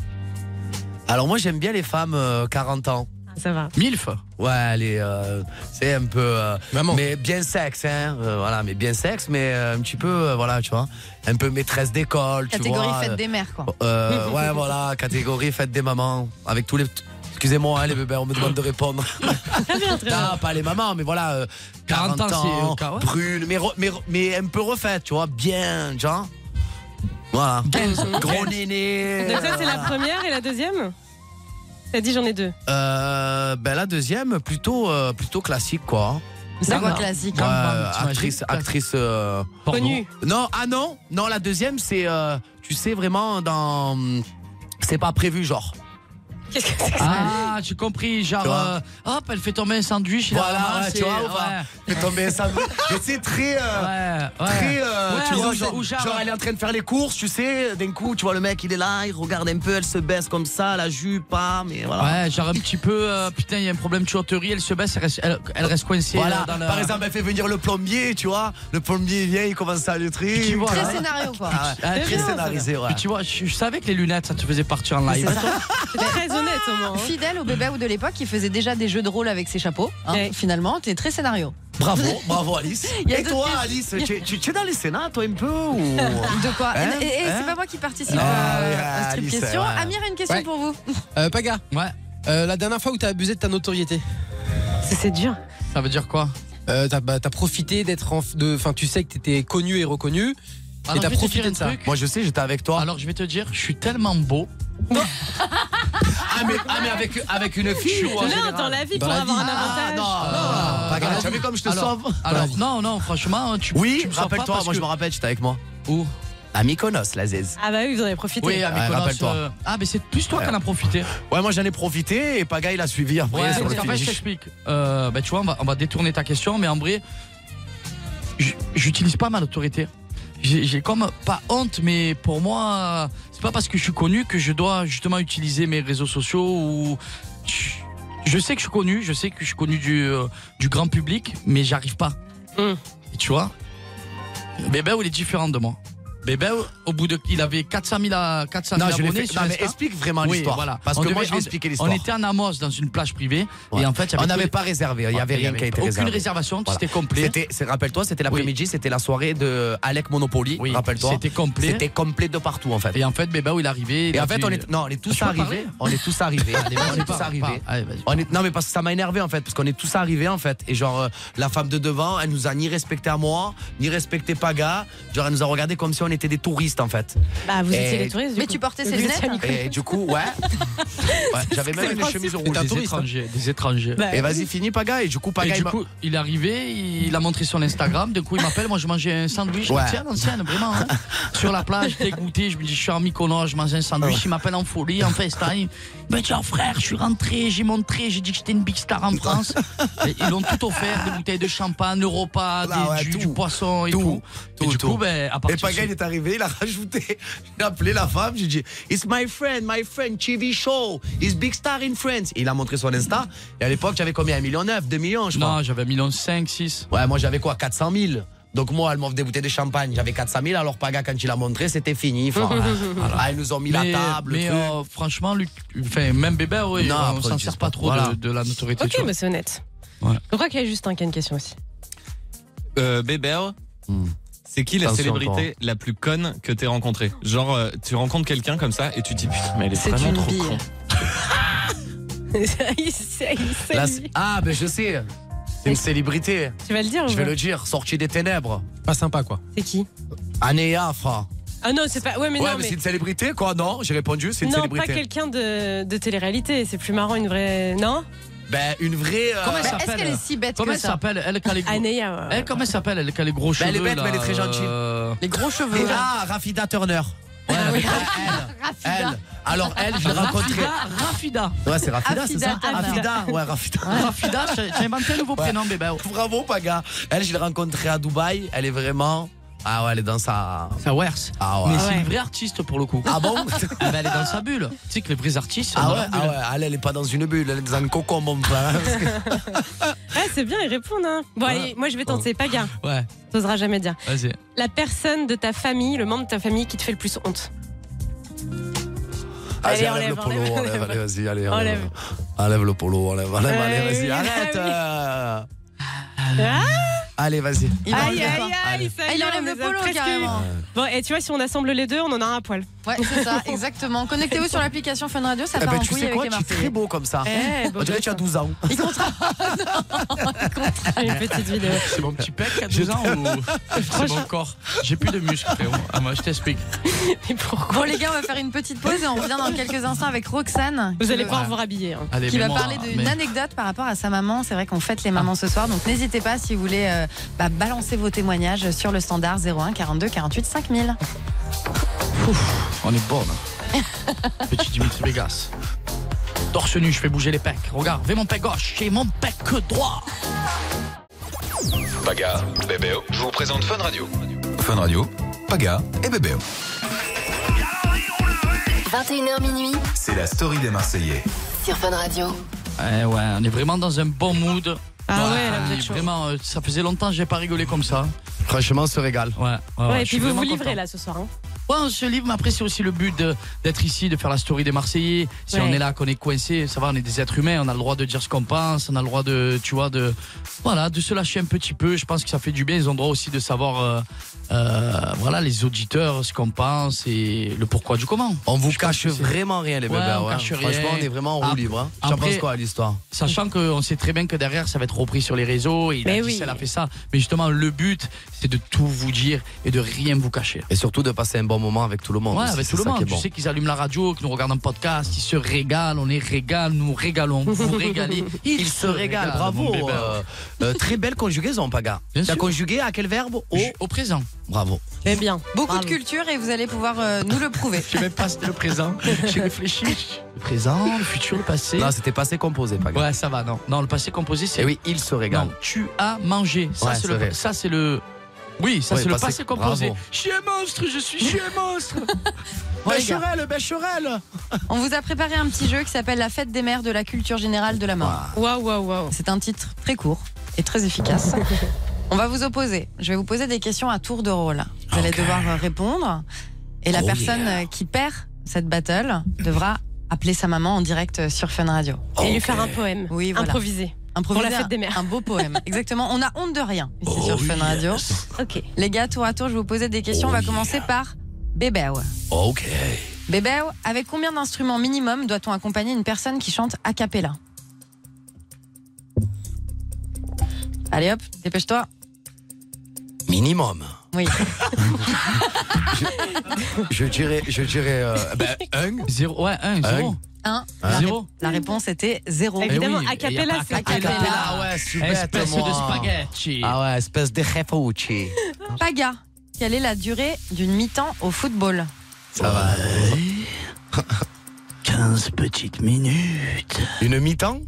Speaker 6: Alors, moi, j'aime bien les femmes euh, 40 ans.
Speaker 5: Ça va.
Speaker 4: Milf.
Speaker 6: Ouais, les, euh, c'est un peu. euh,
Speaker 14: Maman.
Speaker 6: Mais bien sexe, hein. euh, voilà, mais bien sexe, mais euh, un petit peu, euh, voilà, tu vois. Un peu maîtresse d'école, tu vois.
Speaker 7: Catégorie fête
Speaker 6: euh,
Speaker 7: des mères, quoi.
Speaker 6: euh, ouais, voilà, catégorie fête des mamans. Avec tous les. Excusez-moi, hein, les bébés, on me demande de répondre.
Speaker 5: Très bien, très bien.
Speaker 6: Ah, pas les mamans, mais voilà. euh, 40,
Speaker 4: 40 ans,
Speaker 6: ans,
Speaker 4: c'est- euh, ouais.
Speaker 6: brune, mais, re- mais, re- mais un peu refaite, tu vois, bien, genre. Voilà. Gros néné.
Speaker 5: Donc, ça, c'est la première et la deuxième T'as dit, j'en ai deux.
Speaker 6: Euh, ben, la deuxième, plutôt, euh, plutôt classique, quoi.
Speaker 7: C'est quoi
Speaker 4: Gamba.
Speaker 7: classique
Speaker 6: Ouais,
Speaker 4: Gamba, t'imagines
Speaker 6: actrice, actrice. euh,
Speaker 4: Porno.
Speaker 5: Connu.
Speaker 6: Non, ah non, non, la deuxième, c'est, euh, tu sais, vraiment dans. C'est pas prévu, genre.
Speaker 5: Qu'est-ce que c'est que ça
Speaker 4: Ah, j'ai compris, genre,
Speaker 5: Tu vois
Speaker 4: euh, hop, elle fait tomber un sandwich.
Speaker 5: Voilà, ouais, tu vois, ou pas
Speaker 6: Fait tomber un sandwich. Mais c'est très.
Speaker 4: ouais.
Speaker 6: Très. euh,
Speaker 4: Ouais,
Speaker 6: tu
Speaker 4: ou
Speaker 6: vois,
Speaker 4: genre-
Speaker 6: genre,
Speaker 4: ou genre-
Speaker 6: genre, elle est en train de faire les courses, tu sais. D'un coup, tu vois, le mec, il est là, il regarde un peu, elle se baisse comme ça, la jupe, pas, mais voilà.
Speaker 4: Ouais, genre un petit peu, euh, putain, il y a un problème de tuyauterie, elle se baisse, elle reste, elle, elle reste coincée.
Speaker 6: Voilà,
Speaker 4: là, dans la-
Speaker 6: par exemple, elle fait venir le plombier, tu vois. Le plombier vient, il commence à le trier.
Speaker 4: Puis tu vois,
Speaker 14: hein.
Speaker 6: Très
Speaker 4: là.
Speaker 6: scénario, quoi.
Speaker 4: Ah ouais,
Speaker 6: C'est
Speaker 4: très
Speaker 6: bien,
Speaker 4: scénarisé,
Speaker 6: ça.
Speaker 4: ouais. Puis tu vois, je, je savais que les lunettes, ça te faisait partir en live.
Speaker 5: Très honnête au moins. hein.
Speaker 7: Fidèle au bébé ou de l'époque, il faisait déjà des jeux de rôle avec ses chapeaux. hein. Finalement, t'es très scénario.
Speaker 6: Bravo, bravo Alice.
Speaker 7: Il y a
Speaker 6: Et
Speaker 7: d'autres
Speaker 6: toi,
Speaker 7: questions.
Speaker 6: Alice, tu, tu- tu es dans les Sénats, toi, un peu ou...
Speaker 7: De quoi
Speaker 6: Hein
Speaker 7: Et, et- et
Speaker 6: Hein
Speaker 7: c'est pas moi qui participe
Speaker 6: Ah,
Speaker 7: euh,
Speaker 6: ouais,
Speaker 7: à cette
Speaker 6: Alice,
Speaker 7: question.
Speaker 6: ouais.
Speaker 7: Amir a une question
Speaker 14: Ouais.
Speaker 7: pour vous.
Speaker 14: Euh, Paga. euh,
Speaker 4: Ouais.
Speaker 14: la dernière fois où t'as abusé de ta notoriété.
Speaker 5: C'est dur.
Speaker 4: Ça veut dire quoi
Speaker 14: T'as bah, t'as profité d'être en. de- Enfin, tu sais que t'étais connu et reconnu. et
Speaker 6: Ah,
Speaker 4: Alors,
Speaker 14: t'as
Speaker 4: je vais te dire
Speaker 14: profité
Speaker 4: un
Speaker 14: de ça.
Speaker 4: truc.
Speaker 6: Moi, je sais, j'étais avec toi.
Speaker 4: Alors, je vais te dire, je suis tellement beau.
Speaker 6: Ah, mais, ah, mais avec, avec une fille ou en
Speaker 5: Non,
Speaker 6: général
Speaker 5: dans la vie, pour avoir un avantage.
Speaker 4: euh,
Speaker 6: Ah, Paga, tu as vu comme je te
Speaker 4: alors,
Speaker 6: sauve
Speaker 4: alors, non, non, franchement, tu
Speaker 6: Ah. Oui,
Speaker 4: tu me sauves pas
Speaker 6: rappelle-toi,
Speaker 4: parce
Speaker 6: moi je
Speaker 4: que-
Speaker 6: me rappelle, j'étais avec moi.
Speaker 4: Où
Speaker 6: À Mykonos, la Zez.
Speaker 5: Ah bah oui, vous en avez profité.
Speaker 6: Oui, à Mykonos, Ouais, rappelle-toi. euh,
Speaker 4: Ah, mais c'est plus toi qui en as profité.
Speaker 6: Ouais, moi j'en ai profité et Paga il a suivi hein. après
Speaker 4: Ouais,
Speaker 6: sur le
Speaker 4: en fait, je
Speaker 6: Fidji.
Speaker 4: t'explique. Euh, bah, tu vois, on va, on va détourner ta question, mais en vrai, j- j'utilise pas ma autorité. J'ai j'ai comme pas honte, mais pour moi, euh, c'est pas parce que je suis connu que je dois justement utiliser mes réseaux sociaux ou. Je- Je sais que je suis connu, je sais que je suis connu du, euh, du grand public, mais j'arrive pas. Et tu vois, Bébéo, il est différent de moi. Bébéo, au bout de. Il avait 400 000, à- 400
Speaker 6: Non,
Speaker 4: 000
Speaker 6: je l'ai
Speaker 4: abonnés.
Speaker 6: fait-
Speaker 4: sur
Speaker 6: non, mais
Speaker 4: Insta.
Speaker 6: explique vraiment
Speaker 4: Oui,
Speaker 6: l'histoire,
Speaker 4: voilà.
Speaker 6: parce
Speaker 4: On
Speaker 6: que moi,
Speaker 4: devait-
Speaker 6: je vais
Speaker 4: on-
Speaker 6: expliquer l'histoire.
Speaker 4: On était en Amos dans une plage privée.
Speaker 6: Ouais.
Speaker 4: Et en fait, il y avait
Speaker 6: on
Speaker 4: que
Speaker 6: n'avait
Speaker 4: des-
Speaker 6: pas réservé, il n'y
Speaker 4: Ouais,
Speaker 6: avait
Speaker 4: il y
Speaker 6: rien qui a été
Speaker 4: aucune
Speaker 6: réservé.
Speaker 4: réservation,
Speaker 6: Voilà.
Speaker 4: c'était complet.
Speaker 6: C'était- c'est- Rappelle-toi, c'était l'après-midi, c'était la soirée de Alec Monopoly. Rappelle-toi.
Speaker 4: c'était complet.
Speaker 6: C'était complet de partout en fait.
Speaker 4: Et en fait, Bébao, il est arrivé. il
Speaker 6: Et
Speaker 4: a
Speaker 6: en fait,
Speaker 4: dit-
Speaker 6: on est, non, on est
Speaker 4: Je
Speaker 6: tous
Speaker 4: peux
Speaker 6: arrivés.
Speaker 4: parler
Speaker 6: On est tous arrivés.
Speaker 4: Allez, vas-y,
Speaker 6: on est tous
Speaker 4: parle,
Speaker 6: arrivés.
Speaker 4: parle. Allez, vas-y.
Speaker 6: On est- non, mais parce que ça m'a énervé en fait, parce qu'on est tous arrivés en fait. Et genre, euh, la femme de devant, elle nous a ni respecté à moi, ni respecté Paga. Genre, elle nous a regardé comme si on était des touristes en fait.
Speaker 5: Bah, vous
Speaker 6: Et-
Speaker 5: étiez les touristes.
Speaker 7: Mais tu portais
Speaker 5: ces
Speaker 7: ses lunettes
Speaker 6: Et du coup, ouais. Ouais, J'avais même une chemise rouge.
Speaker 4: Des étrangers, des étrangers.
Speaker 6: Et Eh, vas-y, finis Paga. Et du coup, Paga,
Speaker 4: Bah, Et
Speaker 6: il
Speaker 4: du
Speaker 6: m'a-
Speaker 4: coup, il est arrivé, il a montré son Instagram. Du coup, il m'appelle. Moi, je mangeais un sandwich.
Speaker 6: Ouais.
Speaker 4: Tiens, l'ancienne, vraiment. hein. Sur la plage, dégoûté. Je me dis, je suis à Mykonos, je mange un sandwich. Il m'appelle en folie, en FaceTime. Il me dit, oh, frère, je suis rentré, j'ai montré, j'ai dit que j'étais une big star en France. Et ils l'ont tout offert des bouteilles de champagne, Europa,
Speaker 6: Ah ouais,
Speaker 4: du,
Speaker 6: tout.
Speaker 4: du poisson et tout.
Speaker 6: Tout,
Speaker 4: Et
Speaker 6: tout,
Speaker 4: du
Speaker 6: tout.
Speaker 4: coup, ben, à
Speaker 6: Et
Speaker 4: partir de
Speaker 6: Paga,
Speaker 4: ce-
Speaker 6: il est arrivé, il a rajouté. J'ai appelé la femme, j'ai dit It's my friend, my friend, TV show, is big star in France. Et il a montré son Insta. Et à l'époque, j'avais combien 1,9 million, 2 millions, je crois.
Speaker 4: Non, j'avais 1,5 million, 6.
Speaker 6: Ouais, moi, j'avais quoi 400 000. Donc, moi, elle m'offre des bouteilles de champagne. J'avais 400 000, alors Paga, quand il l'a montré, c'était fini. Enfin, voilà. Ah, ils nous ont mis
Speaker 4: Mais-
Speaker 6: la table.
Speaker 4: Mais
Speaker 6: le truc.
Speaker 4: euh, franchement, Luc, enfin, même bébé, oui,
Speaker 6: Non,
Speaker 4: on
Speaker 6: après,
Speaker 4: s'en
Speaker 6: tu
Speaker 4: sert
Speaker 6: sais
Speaker 4: pas
Speaker 6: pas.
Speaker 4: trop
Speaker 6: Voilà.
Speaker 4: de, de la notoriété.
Speaker 5: Ok,
Speaker 4: tu vois.
Speaker 5: mais c'est honnête.
Speaker 4: Ouais.
Speaker 5: Je crois qu'il y a Justin qui a une question aussi.
Speaker 15: Euh, Bébert, c'est qui la
Speaker 6: Attention,
Speaker 15: célébrité la plus conne que t'aies rencontrée Genre, euh, tu rencontres quelqu'un comme ça et tu te dis putain, mais elle est,
Speaker 5: C'est
Speaker 15: vraiment
Speaker 5: une
Speaker 15: trop
Speaker 5: bille.
Speaker 15: con.
Speaker 5: Il sait, il sait,
Speaker 6: La-
Speaker 5: lui.
Speaker 6: Ah, ben je sais. C'est une célébrité.
Speaker 5: Tu vas le dire ou
Speaker 6: Je vais
Speaker 5: pas
Speaker 6: le dire, sortie des ténèbres.
Speaker 14: Pas sympa, quoi.
Speaker 5: C'est qui
Speaker 6: Anéa, frère.
Speaker 5: Ah non, c'est pas. Ouais, mais non,
Speaker 6: ouais, mais,
Speaker 5: mais.
Speaker 6: c'est une célébrité, quoi. Non, j'ai répondu, c'est une
Speaker 5: non,
Speaker 6: célébrité.
Speaker 5: pas quelqu'un de, de télé-réalité. C'est plus marrant, une vraie. Non
Speaker 6: Ben, une vraie. euh,
Speaker 4: Comment elle
Speaker 6: ben,
Speaker 4: s'appelle
Speaker 7: qu'elle est si bête
Speaker 4: Comment
Speaker 7: que
Speaker 4: elle
Speaker 7: ça
Speaker 4: s'appelle Elle, qu'elle est gros-
Speaker 5: Anéa, ouais.
Speaker 4: Elle, comment elle s'appelle Elle, qu'elle est gros
Speaker 6: Ben,
Speaker 4: cheveux.
Speaker 6: elle est bête, mais elle est très gentille.
Speaker 4: euh,
Speaker 7: Les gros cheveux. hein.
Speaker 6: Et là, Rafida Turner. Elle. Alors, elle, je l'ai rencontrée.
Speaker 4: Rafida, Rafida.
Speaker 6: Ouais, c'est Rafida, c'est ça
Speaker 4: Afida,
Speaker 6: Rafida. Ouais, Rafida.
Speaker 4: Ah, Rafida, j'ai j'ai inventé un nouveau
Speaker 6: Ouais.
Speaker 4: prénom, bébé.
Speaker 6: Bravo, Paga. Elle, je l'ai rencontrée à Dubaï. Elle est vraiment. Ah ouais, elle est dans sa.
Speaker 4: Ça worse.
Speaker 6: Ah ouais.
Speaker 4: Mais c'est
Speaker 5: Ouais.
Speaker 4: une vraie artiste pour le coup.
Speaker 6: Ah bon
Speaker 4: Ah ben, elle est dans sa bulle. Tu sais que les vrais artistes. sont
Speaker 6: Ah
Speaker 4: dans
Speaker 6: ouais,
Speaker 4: leur bulle.
Speaker 6: ah ouais, elle, elle est pas dans une bulle, elle est dans un cocon, mon frère.
Speaker 5: Ouais, Ah, c'est bien, ils répondent. Hein. Bon, allez, moi je vais tenter. Paga,
Speaker 4: Ouais,
Speaker 5: t'oseras jamais dire.
Speaker 4: vas-y.
Speaker 5: La personne de ta famille, le membre de ta famille qui te fait le plus honte.
Speaker 6: Vas-y,
Speaker 5: Allez,
Speaker 6: enlève, le
Speaker 5: enlève,
Speaker 6: polo,
Speaker 5: enlève, enlève.
Speaker 6: enlève, allez, vas-y, allez,
Speaker 5: Enlève.
Speaker 6: enlève. Enlève le polo, enlève, enlève,
Speaker 5: Euh,
Speaker 6: allez, vas-y,
Speaker 5: oui,
Speaker 6: arrête.
Speaker 5: oui.
Speaker 6: euh.
Speaker 5: Ah,
Speaker 6: Allez, vas-y.
Speaker 7: Il enlève
Speaker 5: aïe, aïe,
Speaker 7: pas.
Speaker 5: aïe, ça
Speaker 7: Ah,
Speaker 5: y
Speaker 7: il
Speaker 5: est,
Speaker 7: enlève
Speaker 5: on
Speaker 7: le
Speaker 5: les a
Speaker 7: polo
Speaker 5: presque
Speaker 7: carrément.
Speaker 5: eu. Bon, et tu vois, si on assemble les deux, on en a un à poil.
Speaker 7: Ouais, c'est ça, exactement. Connectez-vous sur l'application Fun Radio, ça
Speaker 6: Eh
Speaker 7: part
Speaker 6: ben,
Speaker 7: en
Speaker 6: tu
Speaker 7: couille
Speaker 6: sais
Speaker 7: avec
Speaker 6: quoi,
Speaker 7: les
Speaker 6: tu es très
Speaker 7: Marseillais.
Speaker 6: beau comme ça. Hein
Speaker 5: Eh,
Speaker 6: On
Speaker 5: beau
Speaker 6: dirait que tu as 12 ans.
Speaker 7: Il comptera. Il comptera.
Speaker 5: Une petite vidéo.
Speaker 4: C'est mon petit pec à 12 ans ou c'est mon corps J'ai plus de muscles, Théo. Ah, moi, je t'explique.
Speaker 5: Mais pourquoi
Speaker 7: Bon, les gars, on va faire une petite pause et on revient dans quelques instants avec Roxane.
Speaker 5: Vous
Speaker 7: qui
Speaker 5: allez
Speaker 7: veut-
Speaker 5: pouvoir vous rhabiller. hein.
Speaker 4: Allez,
Speaker 7: qui
Speaker 4: mais
Speaker 7: va
Speaker 4: moi,
Speaker 7: parler d'une
Speaker 4: mais-
Speaker 7: anecdote par rapport à sa maman. C'est vrai qu'on fête les mamans ce soir, donc n'hésitez pas si vous voulez euh, bah, balancer vos témoignages sur le standard 01 42 48 5000.
Speaker 4: On est bon. hein. Petit Dimitri Vegas. Torse nu, je fais bouger les pecs. Regarde, fais mon pec gauche et mon pec droit.
Speaker 10: Paga, Bébéo, je vous présente Fun Radio.
Speaker 1: Fun Radio, Paga et Bébéo.
Speaker 3: 21h minuit
Speaker 1: C'est la story des Marseillais.
Speaker 3: sur Fun Radio.
Speaker 4: Eh ouais, on est vraiment dans un bon mood.
Speaker 5: Ah ouais, là, vous êtes chaud.
Speaker 4: Vraiment, euh, ça faisait longtemps que j'ai pas rigolé comme ça.
Speaker 6: Franchement, on se régale.
Speaker 4: Ouais, ouais,
Speaker 5: Ouais, et
Speaker 4: ouais, Ah, je
Speaker 5: puis
Speaker 4: suis
Speaker 5: vous
Speaker 4: vraiment
Speaker 5: vous livrez
Speaker 4: content.
Speaker 5: là ce soir. hein.
Speaker 4: Ouais, on se livre, mais après, c'est aussi le but de- d'être ici, de faire la story des Marseillais. Si
Speaker 5: Ouais.
Speaker 4: on est là, qu'on est coincé, ça va, on est des êtres humains, on a le droit de dire ce qu'on pense, on a le droit de, tu vois, de, voilà, de se lâcher un petit peu. Je pense que ça fait du bien. Ils ont le droit aussi de savoir, euh, euh, voilà, les auditeurs, ce qu'on pense et le pourquoi du comment.
Speaker 6: On vous
Speaker 4: Je pense
Speaker 6: cache
Speaker 4: que c'est-
Speaker 6: vraiment rien, les
Speaker 4: Ouais,
Speaker 6: bébés.
Speaker 4: on
Speaker 6: ouais.
Speaker 4: cache rien.
Speaker 6: Franchement, on est vraiment en roue
Speaker 4: Ap-
Speaker 6: libre. hein. J'en
Speaker 4: après-
Speaker 6: pense quoi à l'histoire
Speaker 4: Sachant qu'on sait très bien que derrière, ça va être repris sur les réseaux, et il
Speaker 5: Mais
Speaker 4: a dit
Speaker 5: oui.
Speaker 4: ça, elle a fait ça. Mais justement, le but, c'est de tout vous dire et de rien vous cacher.
Speaker 6: Et surtout de passer un bon moment avec tout le monde.
Speaker 4: Ouais,
Speaker 6: aussi,
Speaker 4: avec
Speaker 6: c'est
Speaker 4: tout le
Speaker 6: ça qui
Speaker 4: monde.
Speaker 6: est
Speaker 4: Tu
Speaker 6: bon.
Speaker 4: sais qu'ils allument la radio, qu'ils nous regardent en podcast, ils se régalent, on les régale, nous régalons, vous vous régalez.
Speaker 6: Il se régale, bravo.
Speaker 4: mon bébé.
Speaker 6: euh, euh, très belle conjugaison, Paga.
Speaker 4: Bien
Speaker 6: T'as
Speaker 4: sûr.
Speaker 6: conjugué à quel verbe au...
Speaker 4: Ju- Au présent.
Speaker 6: Bravo.
Speaker 5: Mais Eh bien.
Speaker 7: Beaucoup
Speaker 5: Bravo.
Speaker 7: de culture et vous allez pouvoir euh, nous le prouver.
Speaker 4: Je sais même pas c'était le présent. J'ai réfléchi. Le présent, le futur, le passé.
Speaker 6: Non, Ah, c'était passé composé, Paga.
Speaker 4: Ouais, ça va, non. Non, le passé composé, c'est.
Speaker 6: Et oui, il se régale.
Speaker 4: Non, tu as mangé. Ça,
Speaker 6: Ouais,
Speaker 4: c'est
Speaker 6: c'est
Speaker 4: le.
Speaker 6: vrai.
Speaker 4: Ça, c'est le. Oui, ça,
Speaker 6: Ouais,
Speaker 4: c'est le
Speaker 6: passé-
Speaker 4: passé composé.
Speaker 6: bravo.
Speaker 4: Je suis un monstre, je suis, je suis un monstre.
Speaker 7: Bon, les gars,
Speaker 6: Becherel, Becherel
Speaker 7: on vous a préparé un petit jeu qui s'appelle La fête des mères de la culture générale de la mort.
Speaker 5: Waouh, waouh, waouh.
Speaker 7: C'est un titre très court et très efficace. On va vous opposer. Je vais vous poser des questions à tour de rôle. Vous allez devoir euh, répondre. Et la
Speaker 6: Oh
Speaker 7: personne
Speaker 6: yeah.
Speaker 7: euh, qui perd cette battle devra appeler sa maman en direct euh, sur Fun Radio.
Speaker 5: Et lui faire un poème.
Speaker 7: Oui, voilà.
Speaker 5: Improvisé.
Speaker 7: Improviser
Speaker 5: Pour la fête
Speaker 7: un-
Speaker 5: des mères.
Speaker 7: Un beau poème. Exactement. On a honte de rien ici
Speaker 6: Oh
Speaker 7: sur Fun
Speaker 6: yes.
Speaker 7: Radio.
Speaker 5: Ok.
Speaker 7: Les gars, tour à tour, je vais vous poser des questions.
Speaker 6: Oh
Speaker 7: On va
Speaker 6: yeah.
Speaker 7: commencer par Bébéo.
Speaker 6: Ok.
Speaker 7: Bébéo, avec combien d'instruments minimum doit-on accompagner une personne qui chante a cappella Allez hop, dépêche-toi.
Speaker 6: Minimum.
Speaker 7: Oui.
Speaker 6: Je dirais, je dirais, euh, ben, un.
Speaker 4: Zéro, ouais, un,
Speaker 6: Un.
Speaker 4: zéro.
Speaker 7: Un.
Speaker 6: Un.
Speaker 7: La, ré-
Speaker 4: Zéro.
Speaker 7: la réponse était zéro.
Speaker 4: Eh
Speaker 5: Évidemment,
Speaker 4: oui,
Speaker 5: a Ah cappella,
Speaker 4: y a pas
Speaker 5: c'est-
Speaker 4: a cappella.
Speaker 7: A cappella,
Speaker 6: Ah ouais, je suis
Speaker 4: Eh, Espèce
Speaker 6: bête,
Speaker 4: de
Speaker 6: moi.
Speaker 4: spaghetti.
Speaker 6: Ah ouais, espèce de refuge.
Speaker 7: Ah. Paga, quelle est la durée d'une mi-temps au football
Speaker 6: Ça va.
Speaker 4: 15 petites minutes.
Speaker 6: Une mi-temps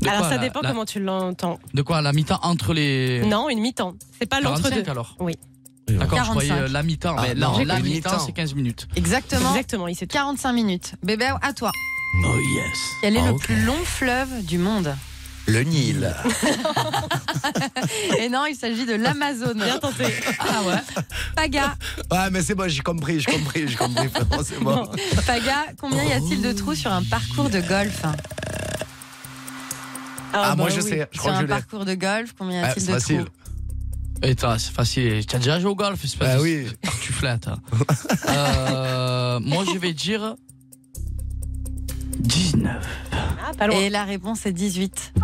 Speaker 4: De
Speaker 5: Alors
Speaker 4: quoi,
Speaker 5: ça
Speaker 4: la-
Speaker 5: dépend
Speaker 4: la-
Speaker 5: comment tu l'entends.
Speaker 4: De quoi La mi-temps entre les.
Speaker 5: Non, une mi-temps. C'est pas l'entre-deux.
Speaker 4: 45 alors
Speaker 5: Oui.
Speaker 4: D'accord, je
Speaker 7: 45.
Speaker 4: croyais euh, la mi-temps.
Speaker 6: Ah,
Speaker 4: mais
Speaker 6: non,
Speaker 4: non,
Speaker 6: j'ai
Speaker 4: la
Speaker 6: compris.
Speaker 4: mi-temps, c'est 15 minutes.
Speaker 7: Exactement.
Speaker 5: Exactement, il sait tout.
Speaker 7: 45 minutes. Bébéo, à toi.
Speaker 4: Oh yes.
Speaker 7: Quel est
Speaker 6: Ah,
Speaker 7: le
Speaker 6: ok.
Speaker 7: plus long fleuve du monde
Speaker 6: Le Nil.
Speaker 4: Ah
Speaker 7: Et non, il s'agit de l'Amazone.
Speaker 5: Bien tenté.
Speaker 7: Ah ouais. Paga,
Speaker 6: Ouais, mais c'est bon, j'ai compris, j'ai compris, j'ai compris. Florent, c'est bon.
Speaker 7: Paga, combien y a-t-il de trous sur un parcours de golf
Speaker 6: Ah,
Speaker 5: bah
Speaker 6: moi je
Speaker 5: oui.
Speaker 6: sais, je
Speaker 7: Sur
Speaker 6: crois que je
Speaker 7: un
Speaker 6: l'ai.
Speaker 7: parcours de golf, combien y
Speaker 6: Ah,
Speaker 7: a-t-il
Speaker 6: c'est
Speaker 7: de
Speaker 6: facile.
Speaker 7: trous
Speaker 4: Et toi, c'est facile. Tu as déjà joué au golf c'est pas
Speaker 6: Bah oui.
Speaker 4: Tu flattes. hein. Euh, moi, je vais dire 19.
Speaker 5: Ah, pas loin.
Speaker 7: Et la réponse est 18.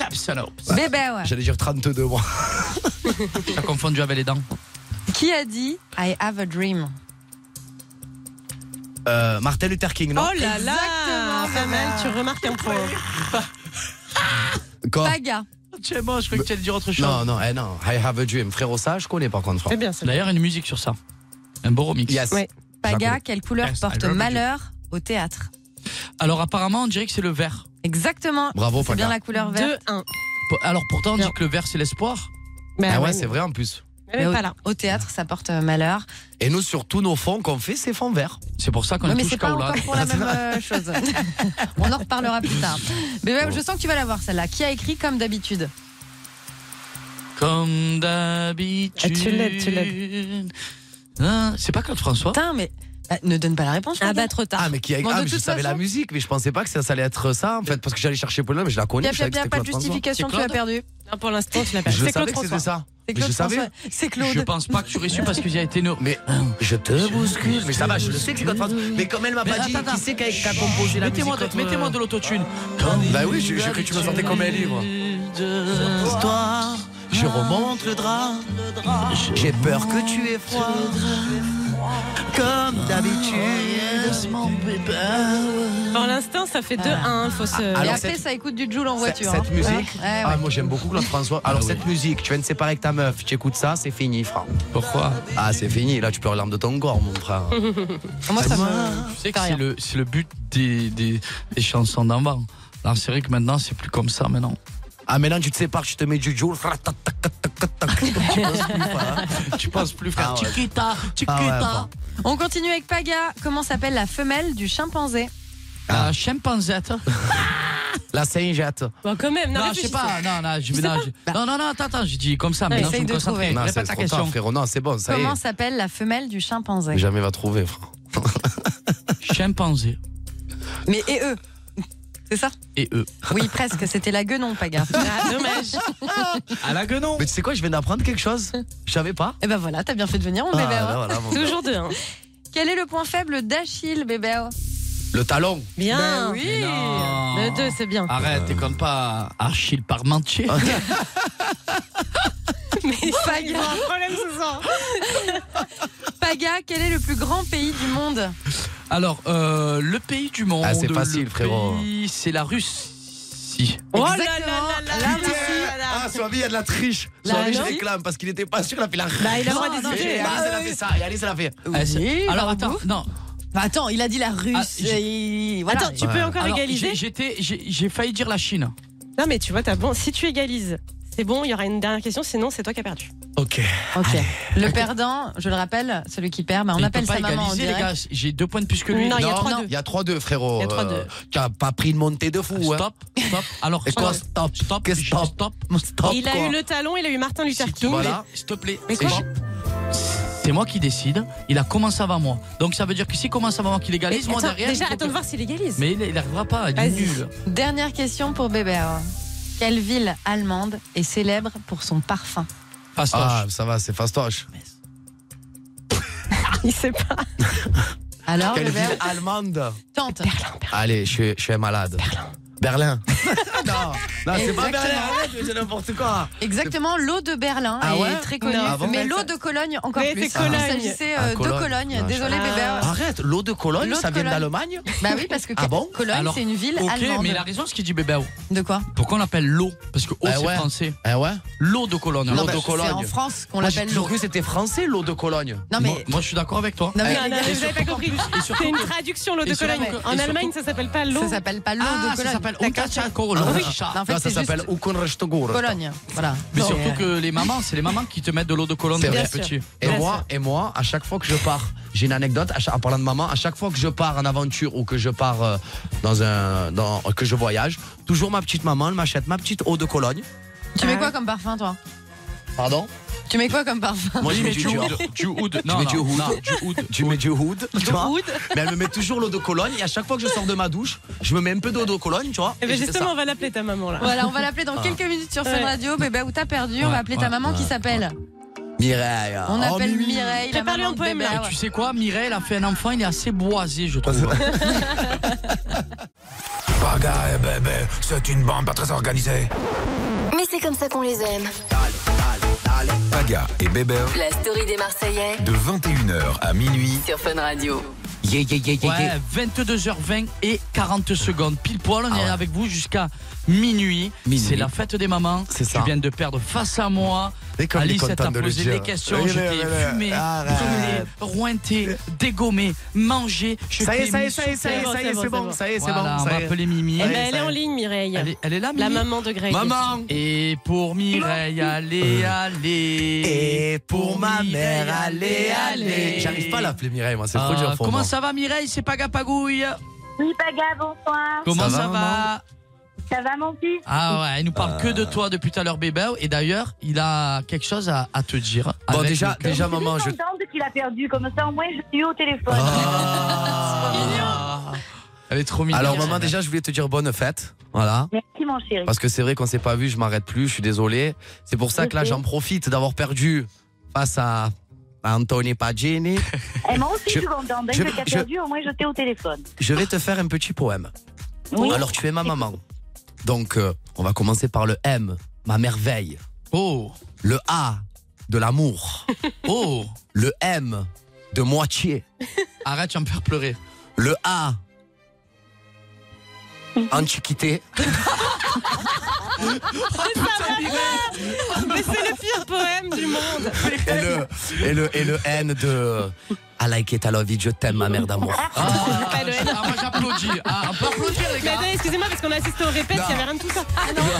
Speaker 4: Absolument.
Speaker 7: Bébé, ouais.
Speaker 6: J'allais dire 32 mois.
Speaker 4: T'as confondu avec les dents.
Speaker 7: Qui a dit I have a dream
Speaker 6: Euh, Martin Luther King, non
Speaker 5: Oh là là
Speaker 7: Exactement,
Speaker 5: Pas mal,
Speaker 7: maman.
Speaker 5: tu remarques un point.
Speaker 6: Quoi
Speaker 7: Paga.
Speaker 4: Tu es mort, je croyais que tu allais dire autre chose.
Speaker 6: Non, non, eh non. I have a dream. Frérot, ça, je connais par contre.
Speaker 5: C'est
Speaker 6: Frérot.
Speaker 5: bien ça.
Speaker 4: D'ailleurs, il y a une musique sur ça. Un beau remix.
Speaker 6: Yes.
Speaker 5: Ouais.
Speaker 7: Paga,
Speaker 6: J'appelle.
Speaker 7: quelle couleur
Speaker 4: Yes, I
Speaker 7: porte
Speaker 4: have a
Speaker 7: malheur au théâtre
Speaker 4: Alors, apparemment, on dirait que c'est le vert.
Speaker 7: Exactement.
Speaker 6: Bravo,
Speaker 7: C'est bien
Speaker 6: Paga.
Speaker 7: la couleur verte.
Speaker 5: 2-1.
Speaker 4: Po- Alors, pourtant, on
Speaker 5: Non.
Speaker 4: dit que le vert, c'est l'espoir.
Speaker 5: Mais
Speaker 6: Ah ouais, c'est vrai en plus.
Speaker 5: Mais
Speaker 7: au,
Speaker 5: pas là.
Speaker 7: au théâtre, ça porte euh, malheur.
Speaker 6: Et nous, sur tous nos fonds qu'on fait, c'est fonds verts.
Speaker 4: C'est pour ça qu'on
Speaker 7: Ouais,
Speaker 4: est
Speaker 7: mais
Speaker 4: tous
Speaker 7: c'est pas
Speaker 4: kaolas.
Speaker 7: encore pour la même euh, chose. On en reparlera plus tard. Bébé, je sens que tu vas la voir celle-là. Qui a écrit comme d'habitude
Speaker 4: Comme
Speaker 5: Ah,
Speaker 4: d'habitude.
Speaker 7: Eh,
Speaker 5: tu l'aides, tu
Speaker 6: Hein?
Speaker 4: Ah, C'est pas Claude François
Speaker 7: Putain, mais bah, ne donne pas la réponse.
Speaker 5: Ah
Speaker 7: Paga.
Speaker 5: bah trop tard.
Speaker 6: Ah, mais qui a...
Speaker 7: Bon, de
Speaker 6: ah, mais je
Speaker 7: toute
Speaker 6: savais
Speaker 7: façon-
Speaker 6: la musique, mais je pensais pas que ça, ça allait être ça en fait, parce que j'allais chercher Paul, mais je la connais.
Speaker 7: Bien,
Speaker 6: je
Speaker 7: bien,
Speaker 6: savais que
Speaker 7: bien,
Speaker 6: c'était
Speaker 7: pas de
Speaker 6: Claude François.
Speaker 7: justification,
Speaker 4: C'est
Speaker 7: tu as
Speaker 4: Claude
Speaker 7: perdu.
Speaker 5: hein Non, pour l'instant, tu l'appelles.
Speaker 6: Je
Speaker 5: C'est Claude
Speaker 6: savais que c'était
Speaker 5: François.
Speaker 6: ça.
Speaker 7: C'est
Speaker 6: Mais
Speaker 7: Claude
Speaker 6: je savais.
Speaker 7: François. C'est Claude.
Speaker 4: Je pense pas que tu aurais su parce qu'il y a été no-
Speaker 6: Mais je te bouscule. Mais ça va, je le sais que c'est Claude François. Mais comme elle m'a pas dit, qui c'est qui a- qui a composé la musique
Speaker 4: Mettez-moi de,
Speaker 6: contre-
Speaker 4: mettez-moi de l'autotune.
Speaker 6: Bah oui, je, je, que tu me sentais comme un livre. Histoire, je remonte le drap. J'ai peur que tu aies froid.
Speaker 17: Comme d'habitude.
Speaker 5: Pour l'instant, ça fait 2-1. Faut se...
Speaker 6: Ah, alors Et après, cette-
Speaker 7: ça écoute du Joule en voiture.
Speaker 6: Cette
Speaker 7: hein.
Speaker 6: musique,
Speaker 7: Ouais, ouais.
Speaker 6: Ah, moi j'aime beaucoup Claude François. Alors cette musique, tu viens de séparer avec ta meuf, tu écoutes ça, c'est fini, frère. Pourquoi Ah, c'est fini, là tu pleures les larmes de ton gore, mon frère.
Speaker 5: Ah,
Speaker 7: Moi, ça me.
Speaker 4: Tu Ah, sais que c'est le, c'est le but des, des, des chansons d'avant. Là, c'est vrai que maintenant, c'est plus comme ça maintenant.
Speaker 6: Ah, maintenant, tu te sépares, tu te mets du Joule. tu penses plus, frère.
Speaker 4: Tu penses plus, frère.
Speaker 6: Ah ouais.
Speaker 4: Chiquita, chiquita.
Speaker 6: Ah ouais, frère.
Speaker 7: On continue avec Paga. Comment s'appelle la femelle du chimpanzé
Speaker 4: Ah, chimpanzette.
Speaker 6: La singette.
Speaker 5: Bon, Bah, quand même, non,
Speaker 4: Non, Bah, je
Speaker 5: réfléchis.
Speaker 4: sais pas. Non, non, je, non, je- non, non, non, attends, attends, je dis comme ça,
Speaker 7: Non,
Speaker 4: mais non,
Speaker 7: essaye
Speaker 4: je me
Speaker 7: de
Speaker 4: concentre.
Speaker 7: trouver.
Speaker 6: Non,
Speaker 4: Répète
Speaker 6: c'est
Speaker 4: ta
Speaker 6: trop tard,
Speaker 4: question.
Speaker 6: frérot. Non, c'est bon, ça
Speaker 7: Comment
Speaker 6: y
Speaker 7: s'appelle la femelle du chimpanzé
Speaker 6: est. Jamais va trouver, frère.
Speaker 4: Chimpanzé.
Speaker 7: Mais et eux C'est ça
Speaker 4: Et eux.
Speaker 7: Oui, presque. C'était la guenon, Paga.
Speaker 5: Ah, dommage.
Speaker 6: À la guenon. Mais tu sais quoi, je viens d'apprendre quelque chose. Je savais pas.
Speaker 7: Eh ben voilà, t'as bien fait de venir, mon
Speaker 5: bah,
Speaker 6: Ah,
Speaker 7: bébé. hein.
Speaker 6: ben voilà, mon Toujours
Speaker 5: deux. hein.
Speaker 7: Quel est le point faible d'Achille, bébé Oh.
Speaker 6: Le talon.
Speaker 5: Bien.
Speaker 7: Ben oui.
Speaker 4: Mais non.
Speaker 5: Le 2, c'est bien.
Speaker 4: Arrête, t'es comme pas Achille Parmentier.
Speaker 5: Mais
Speaker 7: Paga.
Speaker 5: problème ce soir.
Speaker 7: Paga, quel est le plus grand pays du monde
Speaker 4: Alors, euh, le pays du monde.
Speaker 6: Ah, c'est
Speaker 4: le
Speaker 6: facile, frérot.
Speaker 4: pays, C'est la Russie.
Speaker 5: Oh là là
Speaker 7: Exactement.
Speaker 5: là là
Speaker 7: La
Speaker 5: là
Speaker 7: Russie.
Speaker 5: là là.
Speaker 6: Ah, Swabi, il y a de la triche.
Speaker 5: Là,
Speaker 6: Swabi, je
Speaker 5: non.
Speaker 6: réclame parce qu'il était pas sûr, il a fait la
Speaker 5: Bah, il a le droit des
Speaker 6: Et
Speaker 7: hein.
Speaker 5: idées.
Speaker 6: Alice,
Speaker 7: Ah,
Speaker 6: elle a fait Eh, ça. Et Alice, elle a fait.
Speaker 4: Ah, c'est-
Speaker 7: Oui,
Speaker 4: Alors,
Speaker 7: bravo.
Speaker 4: attends, non.
Speaker 7: Bah, Attends, il a dit la Russe.
Speaker 4: Ah,
Speaker 7: et voilà.
Speaker 5: Attends, tu peux encore
Speaker 4: Alors,
Speaker 5: égaliser
Speaker 4: j'ai- J'étais, j'ai j'ai failli dire la Chine.
Speaker 5: Non, mais tu vois, t'as bon. Si tu égalises, c'est bon, il y aura une dernière question, sinon c'est toi qui as perdu.
Speaker 6: Ok.
Speaker 7: Ok. Le perdant, je le rappelle, celui qui perd, bah, on
Speaker 4: Il
Speaker 7: appelle
Speaker 4: peut
Speaker 7: sa
Speaker 4: pas
Speaker 7: maman en
Speaker 4: égaliser, les
Speaker 7: direct.
Speaker 4: gars. J'ai deux points de plus que lui.
Speaker 5: Non, il y a trois
Speaker 6: non,
Speaker 5: deux.
Speaker 6: il y a 3-2, frérot.
Speaker 5: Il y a trois
Speaker 6: Euh,
Speaker 5: deux.
Speaker 6: Tu n'as pas pris de montée de fou. Hein.
Speaker 4: Stop, stop. Alors,
Speaker 6: Et quoi,
Speaker 4: stop,
Speaker 6: stop,
Speaker 4: stop,
Speaker 6: Qu'est-ce que stop,
Speaker 4: stop.
Speaker 6: stop,
Speaker 5: il a
Speaker 6: quoi.
Speaker 5: eu le talon, il a eu Martin Luther
Speaker 4: S'il te
Speaker 5: King.
Speaker 4: plaît,
Speaker 6: Voilà.
Speaker 4: s'il te plaît.
Speaker 5: Mais
Speaker 4: c'est
Speaker 5: quoi
Speaker 4: moi. C'est moi qui décide. Il a commencé avant moi. Donc ça veut dire que s'il commence avant moi qu'il
Speaker 5: Mais
Speaker 4: égalise, moi
Speaker 5: attends,
Speaker 4: derrière. il
Speaker 5: déjà,
Speaker 4: faut
Speaker 5: attends de
Speaker 4: que-
Speaker 5: voir s'il égalise.
Speaker 4: Mais il il arrivera pas. Il est
Speaker 5: Vas-y.
Speaker 4: nul.
Speaker 7: Dernière question pour Bébert. Quelle ville allemande est célèbre pour son parfum
Speaker 4: Fastoche.
Speaker 6: Ah, ça va, c'est fastoche.
Speaker 5: Il sait pas.
Speaker 7: Alors,
Speaker 6: Quelle
Speaker 7: Bébert,
Speaker 6: ville allemande
Speaker 7: tente.
Speaker 6: Allez, je suis, je suis un malade. Berlin. non, non c'est pas
Speaker 7: Exactement.
Speaker 6: Berlin, arrête, c'est n'importe quoi.
Speaker 7: Exactement, l'eau de Berlin
Speaker 6: Ah ouais
Speaker 7: est très connue.
Speaker 5: Non.
Speaker 6: Ah bon
Speaker 7: mais l'eau
Speaker 5: ça-
Speaker 7: de Cologne, encore
Speaker 5: Mais
Speaker 7: plus.
Speaker 5: c'est Cologne.
Speaker 7: Il s'agissait euh,
Speaker 6: Ah,
Speaker 7: de
Speaker 6: Cologne.
Speaker 7: Cologne.
Speaker 6: Ah,
Speaker 7: Désolé,
Speaker 5: je-
Speaker 7: Bébert.
Speaker 6: Arrête, l'eau de Cologne,
Speaker 7: L'eau de
Speaker 6: ça vient
Speaker 7: Cologne.
Speaker 6: d'Allemagne
Speaker 7: Bah oui, parce que
Speaker 6: Ah bon
Speaker 7: Cologne,
Speaker 4: Alors,
Speaker 7: c'est une ville
Speaker 4: Ok,
Speaker 7: allemande.
Speaker 4: mais il a raison ce qu'il dit, bébé.
Speaker 7: De quoi
Speaker 4: Pourquoi on l'appelle l'eau Parce que eau,
Speaker 6: Ah
Speaker 4: c'est
Speaker 6: ouais.
Speaker 4: français.
Speaker 6: Eh ouais
Speaker 4: L'eau de Cologne.
Speaker 6: Non,
Speaker 4: L'eau
Speaker 6: bah,
Speaker 4: de
Speaker 6: c'est
Speaker 4: Cologne.
Speaker 7: C'est en France qu'on
Speaker 6: Moi, j'ai
Speaker 7: l'appelle l'eau.
Speaker 6: toujours cru que c'était français, l'eau de Cologne.
Speaker 7: Non,
Speaker 4: Moi,
Speaker 7: mais.
Speaker 4: moi, je suis d'accord avec toi.
Speaker 7: Non, mais
Speaker 6: Eh,
Speaker 7: les
Speaker 5: Non,
Speaker 7: gars,
Speaker 5: vous avez pas compris. C'est une traduction, l'eau
Speaker 4: et
Speaker 5: de
Speaker 4: surtout
Speaker 5: Cologne.
Speaker 4: que-
Speaker 5: En
Speaker 4: et surtout
Speaker 5: Allemagne,
Speaker 4: que-
Speaker 5: ça s'appelle pas l'eau.
Speaker 7: Ça s'appelle pas l'eau
Speaker 4: Ah,
Speaker 7: de
Speaker 4: ça
Speaker 7: Cologne.
Speaker 4: s'appelle
Speaker 7: D'accord.
Speaker 4: Ukachakoro.
Speaker 7: Ah oui.
Speaker 4: Chat.
Speaker 7: Non, en fait,
Speaker 6: Là, ça
Speaker 7: c'est juste
Speaker 6: s'appelle Ukunrashtogur.
Speaker 7: Cologne. Voilà.
Speaker 4: Mais
Speaker 7: Non,
Speaker 4: surtout que les mamans, c'est les mamans qui te mettent de l'eau de Cologne
Speaker 6: C'est
Speaker 4: dans
Speaker 6: vrai.
Speaker 4: les petits.
Speaker 6: Et moi, et moi, à chaque fois que je pars, j'ai une anecdote à cha- en parlant de maman. À chaque fois que je pars en aventure ou que je pars euh, dans un, dans, que je voyage, toujours ma petite maman elle m'achète ma petite eau de Cologne.
Speaker 7: Tu mets quoi comme parfum, toi
Speaker 6: Pardon.
Speaker 7: Tu mets quoi comme parfum
Speaker 6: Moi,
Speaker 4: Oui,
Speaker 6: je
Speaker 4: mais
Speaker 6: mets du
Speaker 4: tu
Speaker 6: Dior.
Speaker 4: hood. Tu hood.
Speaker 6: mets
Speaker 4: Non,
Speaker 6: du
Speaker 4: non,
Speaker 6: hood.
Speaker 4: non, du hood.
Speaker 6: Tu mets du hood, tu vois.
Speaker 5: hood.
Speaker 6: Mais elle me met toujours l'eau de Cologne. Et à chaque fois que je sors de ma douche, je me mets un peu d'eau de Cologne, tu vois.
Speaker 5: Eh
Speaker 6: et
Speaker 5: ben
Speaker 6: je fais
Speaker 5: justement,
Speaker 6: ça.
Speaker 5: on va l'appeler ta maman là.
Speaker 7: Voilà, on va l'appeler
Speaker 6: Ah.
Speaker 7: dans quelques minutes sur Fun
Speaker 5: Ouais.
Speaker 7: Radio, bébé, où t'as perdu. On
Speaker 4: Ouais,
Speaker 7: va appeler ta
Speaker 4: ouais,
Speaker 7: maman qui s'appelle.
Speaker 6: Mireille.
Speaker 7: On
Speaker 6: Oh,
Speaker 7: appelle
Speaker 6: Mimi.
Speaker 7: Mireille. la
Speaker 5: Prépare-lui
Speaker 7: maman
Speaker 5: un
Speaker 7: de
Speaker 5: poème,
Speaker 7: bébé,
Speaker 5: là.
Speaker 7: ouais.
Speaker 4: Tu sais quoi, Mireille, elle a fait un enfant, il est assez boisé, je trouve.
Speaker 17: Paga et bébé, c'est une bande pas très organisée.
Speaker 3: Mais c'est comme ça qu'on les aime.
Speaker 1: Paga et Bébert,
Speaker 3: La story des Marseillais
Speaker 1: de 21h à minuit
Speaker 3: sur Fun Radio.
Speaker 6: Yeah, yeah, yeah, yeah, yeah.
Speaker 4: Ouais, 22h20 et 40 secondes. Pile poil, on
Speaker 6: Ah
Speaker 4: est
Speaker 6: ouais.
Speaker 4: avec vous jusqu'à minuit.
Speaker 6: Minuit.
Speaker 4: C'est la fête des mamans.
Speaker 6: C'est ça.
Speaker 4: Tu viens de perdre face à moi.
Speaker 6: Et comme il est
Speaker 4: Alice elle
Speaker 6: content
Speaker 4: t'a
Speaker 6: de le
Speaker 4: posé
Speaker 6: dire.
Speaker 4: des questions.
Speaker 6: Oui,
Speaker 4: je
Speaker 6: oui,
Speaker 4: t'ai
Speaker 6: oui, oui.
Speaker 4: fumé,
Speaker 6: Arrête.
Speaker 4: brûlé, rointé, dégommé, mangé. Je
Speaker 6: Ça y est,
Speaker 4: t'ai
Speaker 6: ça y est,
Speaker 4: mis
Speaker 6: ça y est,
Speaker 4: sur
Speaker 6: ça y est,
Speaker 4: terre.
Speaker 6: ça y est, c'est bon, ça y est, c'est
Speaker 4: Voilà,
Speaker 6: bon. ça
Speaker 4: on va
Speaker 6: y est.
Speaker 4: appeler Mimi.
Speaker 5: Eh ben,
Speaker 6: Ouais,
Speaker 5: elle est
Speaker 6: ça
Speaker 5: en
Speaker 6: y est.
Speaker 5: ligne, Mireille.
Speaker 4: Elle est, elle est là,
Speaker 5: La
Speaker 4: Mimi
Speaker 5: maman de Greg.
Speaker 6: Maman.
Speaker 4: Et pour Mireille, allez, allez.
Speaker 6: Euh. Et pour ma mère, allez, allez. Ah. J'arrive pas à l'appeler Mireille, moi, c'est trop
Speaker 4: Ah,
Speaker 6: dur pour
Speaker 4: Comment
Speaker 6: moi.
Speaker 4: ça va, Mireille C'est Pagapagouille.
Speaker 12: Oui, Paga, bonsoir.
Speaker 6: va,
Speaker 4: Comment
Speaker 6: Euh,
Speaker 4: ça
Speaker 6: maman
Speaker 4: va
Speaker 12: Ça va, mon fils
Speaker 4: Ah ouais, il nous parle que de toi depuis tout à l'heure, bébé. Et d'ailleurs, il a quelque chose à, à te dire.
Speaker 6: Bon,
Speaker 4: Avec
Speaker 6: déjà,
Speaker 4: le cœur.
Speaker 6: déjà, maman, je.
Speaker 12: contente qu'il a perdu, comme ça au moins je suis au téléphone.
Speaker 4: Ah. Elle est trop mignonne.
Speaker 6: Alors, maman, déjà, je voulais te dire bonne fête. Voilà.
Speaker 12: Merci mon chéri.
Speaker 6: Parce que c'est vrai qu'on s'est pas vu, je m'arrête plus, je suis désolé. C'est pour ça que là, j'en profite d'avoir perdu face à Anthony Pagini.
Speaker 12: Et Eh, moi aussi
Speaker 6: Je-
Speaker 12: je suis contente,
Speaker 6: je-
Speaker 12: hein, que t'as
Speaker 6: je-
Speaker 12: perdu, au moins je t'ai au téléphone.
Speaker 6: Je vais te faire un petit poème.
Speaker 12: Oui.
Speaker 6: Alors, tu es ma maman. Donc, euh, on va commencer par le M, ma merveille.
Speaker 4: Oh,
Speaker 6: Le A, de l'amour.
Speaker 4: oh,
Speaker 6: Le M, de moitié.
Speaker 4: Arrête, tu vas me faire pleurer.
Speaker 6: Le A. Antiquité.
Speaker 5: Oh, Mais c'est le pire poème du monde.
Speaker 6: Et le, et le, et le N de. I like it, I love it, je t'aime, ma mère d'amour.
Speaker 5: Ah, le N.
Speaker 4: moi j'applaudis. Ah, on peut applaudir les
Speaker 5: Mais
Speaker 4: gars.
Speaker 5: attendez, excusez-moi, parce qu'on a assisté au répète, il n'y avait rien de tout ça. Ah non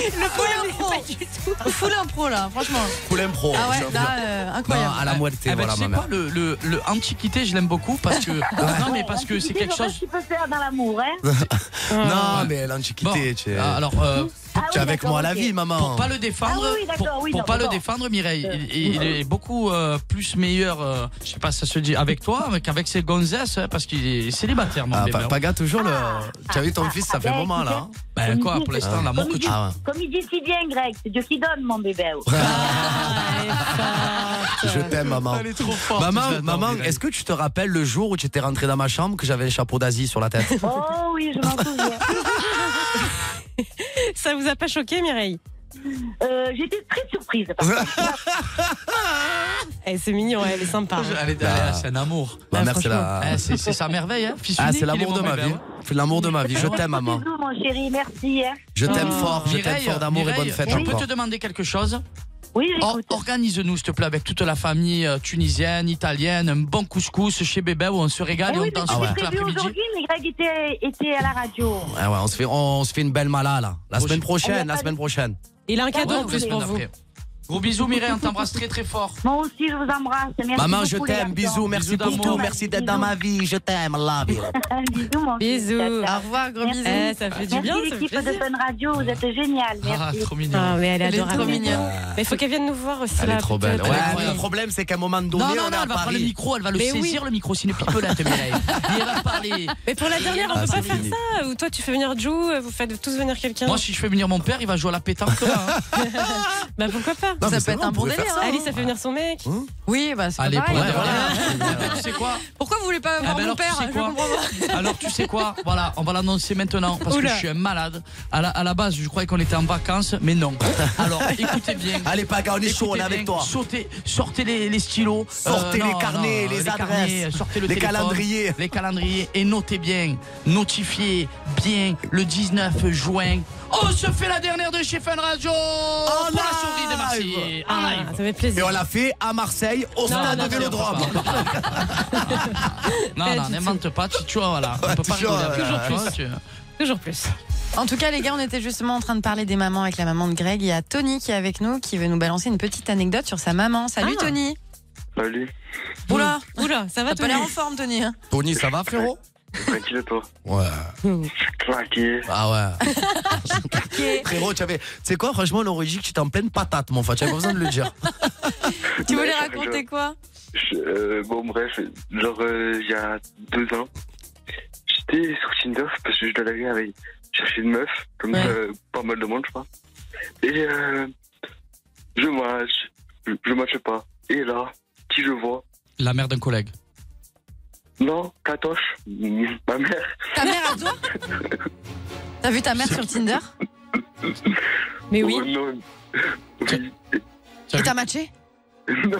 Speaker 5: Le poème n'est pas du tout.
Speaker 7: Full impro là, franchement.
Speaker 6: Full impro.
Speaker 7: Ah ouais,
Speaker 6: j'avoue.
Speaker 7: là, euh, incroyable.
Speaker 6: Non, à la moitié,
Speaker 4: Eh ben,
Speaker 6: voilà,
Speaker 4: tu
Speaker 6: ma
Speaker 4: sais
Speaker 6: mère.
Speaker 4: quoi, le, le, le antiquité, je l'aime beaucoup parce que. Non, mais parce que c'est quelque chose.
Speaker 12: Tu peux faire dans l'amour, hein
Speaker 6: Non, Ah, mais l'antiquité, tu es.
Speaker 4: Ah, Alors, euh,
Speaker 6: tu es avec moi à la vie, maman.
Speaker 4: pour pas le défendre,
Speaker 12: Ah oui, oui, d'accord,
Speaker 4: pour,
Speaker 12: oui,
Speaker 4: pour
Speaker 12: non,
Speaker 4: pas le
Speaker 12: d'accord.
Speaker 4: défendre, Mireille, il, il- il est beaucoup euh, plus meilleur. euh, je sais pas, ça se dit avec toi, mais qu'avec ses gonzesses, hein, parce qu'il est célibataire, mon
Speaker 6: Ah,
Speaker 4: bébé. hein.
Speaker 6: Pa- Paga, toujours
Speaker 5: Ah.
Speaker 6: le. Tu as vu ton fils, ça fait un moment là. hein.
Speaker 4: Ben quoi, pour l'instant, l'amour que tu.
Speaker 6: Ah ouais.
Speaker 12: Comme il dit si bien, Greg, c'est Dieu qui donne, mon bébé.
Speaker 6: Je t'aime, maman.
Speaker 4: euh, Elle est trop forte.
Speaker 6: Maman,
Speaker 4: j'adore,
Speaker 6: maman
Speaker 4: Mireille.
Speaker 6: est-ce que tu te rappelles le jour où tu étais rentrée dans ma chambre que j'avais le chapeau d'Asie sur la tête
Speaker 12: Oh oui, je m'en souviens.
Speaker 5: Ça vous a pas choqué, Mireille
Speaker 12: Euh, J'étais très surprise. par contre.
Speaker 5: Eh, C'est mignon, elle est sympa. hein.
Speaker 4: Ah. Elle est- elle est-
Speaker 6: Bah,
Speaker 4: c'est un amour.
Speaker 6: Ma
Speaker 5: Ah,
Speaker 6: mère, c'est la.
Speaker 4: Eh, c'est c'est sa merveille, hein. Fils
Speaker 6: Ah,
Speaker 4: unique,
Speaker 6: c'est
Speaker 4: il est
Speaker 6: l'amour
Speaker 4: mon
Speaker 6: de ma
Speaker 4: bébé,
Speaker 6: vie.
Speaker 4: hein.
Speaker 6: C'est l'amour de ma vie. Je t'aime, maman.
Speaker 12: Bisous, Ah, mon chéri, merci. hein.
Speaker 6: Je t'aime
Speaker 5: Oh.
Speaker 6: fort. Je t'aime
Speaker 4: Ah. Mireille,
Speaker 6: fort d'amour et bonne
Speaker 4: Mireille,
Speaker 6: fête
Speaker 4: Je peux
Speaker 6: encore.
Speaker 4: te demander quelque chose
Speaker 12: Oui,
Speaker 4: Or-
Speaker 12: j'écoute.
Speaker 4: Organise-nous, s'il te plaît, avec toute la famille euh, tunisienne, italienne, un bon couscous chez Bébé où on se régale
Speaker 12: Eh
Speaker 4: et
Speaker 12: oui,
Speaker 4: on
Speaker 12: mais
Speaker 4: danse
Speaker 12: c'était
Speaker 4: toute
Speaker 12: prévu
Speaker 4: l'après-midi.
Speaker 12: aujourd'hui, mais Greg était, était à la radio.
Speaker 6: Ah ouais, on se fait, on se fait une belle mala là.
Speaker 4: Oh,
Speaker 6: La semaine
Speaker 5: Oh,
Speaker 6: prochaine, la semaine prochaine.
Speaker 5: Il a un cadeau
Speaker 4: Ah Ouais,
Speaker 5: en plus
Speaker 4: la
Speaker 5: pour
Speaker 4: semaine
Speaker 5: vous.
Speaker 4: d'après. Gros bisous, Mireille, on t'embrasse très très fort.
Speaker 12: Moi aussi, je vous embrasse. Merci
Speaker 6: Maman, je
Speaker 12: beaucoup, les
Speaker 6: t'aime.
Speaker 12: garçons.
Speaker 6: Bisous, merci pour
Speaker 4: d'amour.
Speaker 6: tout. Merci d'être dans ma vie. Je t'aime, la vie.
Speaker 12: Bisous, mon fils.
Speaker 5: Bisous.
Speaker 12: Ciao, ciao.
Speaker 7: Au revoir, gros
Speaker 12: Merci.
Speaker 7: bisous.
Speaker 5: Eh, ça fait du bien,
Speaker 12: Merci
Speaker 5: ça fait
Speaker 12: l'équipe de
Speaker 5: plaisir.
Speaker 12: Fun Radio, vous êtes génial.
Speaker 4: Ah,
Speaker 12: Merci.
Speaker 4: trop mignon.
Speaker 5: Ah, mais elle est
Speaker 7: Elle est
Speaker 5: adorable.
Speaker 7: trop mignonne.
Speaker 5: Mais il faut qu'elle vienne nous voir aussi.
Speaker 6: Elle
Speaker 5: là,
Speaker 6: est trop belle.
Speaker 5: peut-être.
Speaker 6: Ouais,
Speaker 4: Elle est
Speaker 6: mais le
Speaker 4: incroyable.
Speaker 6: problème, c'est qu'à un moment donné,
Speaker 4: Non, non, non,
Speaker 6: on est
Speaker 4: elle va
Speaker 6: à
Speaker 4: prendre le
Speaker 6: Paris.
Speaker 4: micro, elle va le
Speaker 5: Mais oui.
Speaker 4: saisir, le micro, c'est une pipelette, Mireille. Et elle va parler.
Speaker 5: Mais pour la dernière, on
Speaker 6: Ah,
Speaker 5: peut
Speaker 6: c'est
Speaker 5: pas faire
Speaker 6: fini.
Speaker 5: ça. Ou toi, tu fais venir Jou, vous faites tous venir quelqu'un.
Speaker 4: Moi, si je fais venir mon père, il va jouer à la pétanque là. hein.
Speaker 5: Bah pourquoi pas
Speaker 6: Non, mais
Speaker 7: ça
Speaker 6: c'est
Speaker 7: peut être
Speaker 6: vrai,
Speaker 7: un
Speaker 6: on
Speaker 7: bon
Speaker 6: pouvait faire
Speaker 7: délire.
Speaker 6: ça.
Speaker 7: hein.
Speaker 5: Alice, ça fait venir son mec.
Speaker 6: Hein
Speaker 7: Oui, bah c'est pas
Speaker 4: Allez, pour
Speaker 7: pareil.
Speaker 4: la dernière. Tu sais quoi
Speaker 7: Pourquoi vous voulez pas
Speaker 4: Eh ben
Speaker 7: voir mon
Speaker 4: alors, tu
Speaker 7: père
Speaker 4: sais
Speaker 7: Je
Speaker 4: quoi
Speaker 7: comprends pas.
Speaker 4: Alors tu sais quoi Voilà, on va l'annoncer maintenant parce
Speaker 5: Oula.
Speaker 4: que je suis un malade. À la, à la base, je croyais qu'on était en vacances, mais non. Alors écoutez bien.
Speaker 6: Allez, Paga, on est chaud, on est
Speaker 4: Écoutez
Speaker 6: avec
Speaker 4: bien,
Speaker 6: toi.
Speaker 4: Sautez, sortez les, les stylos, Euh,
Speaker 6: Sortez les carnets, les adresses,
Speaker 4: sortez le
Speaker 6: les
Speaker 4: téléphone,
Speaker 6: calendriers.
Speaker 4: les calendriers et notez bien, notifiez bien le 19 juin. On se fait la dernière de chez Fun Radio pour la souris de Marseille en live.
Speaker 5: Ah, ça fait
Speaker 6: Et
Speaker 5: plaisir.
Speaker 6: on l'a fait à Marseille, au stade
Speaker 4: non,
Speaker 6: de Vélodrome.
Speaker 4: Non,
Speaker 5: Eh,
Speaker 4: non,
Speaker 5: tu-
Speaker 4: n'invente pas, tu tu vois, voilà. On peut pas
Speaker 6: toujours,
Speaker 4: rigoler avec
Speaker 6: euh,
Speaker 4: les choses, tu-
Speaker 5: Toujours plus.
Speaker 7: En tout cas, les gars, on était justement en train de parler des mamans avec la maman de Greg. Il y a Tony qui est avec nous, qui veut nous balancer une petite anecdote sur sa maman. Salut
Speaker 5: Ah.
Speaker 7: Tony.
Speaker 13: Salut,
Speaker 7: Oula,
Speaker 5: Oula, ça va
Speaker 7: t'as
Speaker 5: toi
Speaker 7: pas l'air en forme, Tony. hein.
Speaker 6: Tony, ça va, frérot
Speaker 13: tranquille et toi
Speaker 6: Ouais.
Speaker 13: Tranquille.
Speaker 6: Ah ouais. Frérot, tu avais. Tu sais quoi, franchement, l'orologique, tu t'es en pleine patate, mon frère. Tu avais pas besoin de le dire.
Speaker 7: Tu voulais
Speaker 13: Ouais, je
Speaker 7: raconter
Speaker 13: rigole.
Speaker 7: quoi
Speaker 13: Je- euh, bon, bref, genre, euh, il y a deux ans, j'étais sur Tinder parce que je dois l'avais avec chercher une meuf, comme
Speaker 5: Ouais.
Speaker 13: euh, pas mal de monde, je crois. Et euh, je match, je, je match pas. Et là, qui je vois
Speaker 4: La mère d'un collègue.
Speaker 13: Non, Katoche, ma mère.
Speaker 7: Ta mère à toi T'as vu ta mère sur Tinder
Speaker 5: Mais
Speaker 13: Oh
Speaker 5: oui.
Speaker 13: non. Oui.
Speaker 7: Et t'as matché
Speaker 13: non,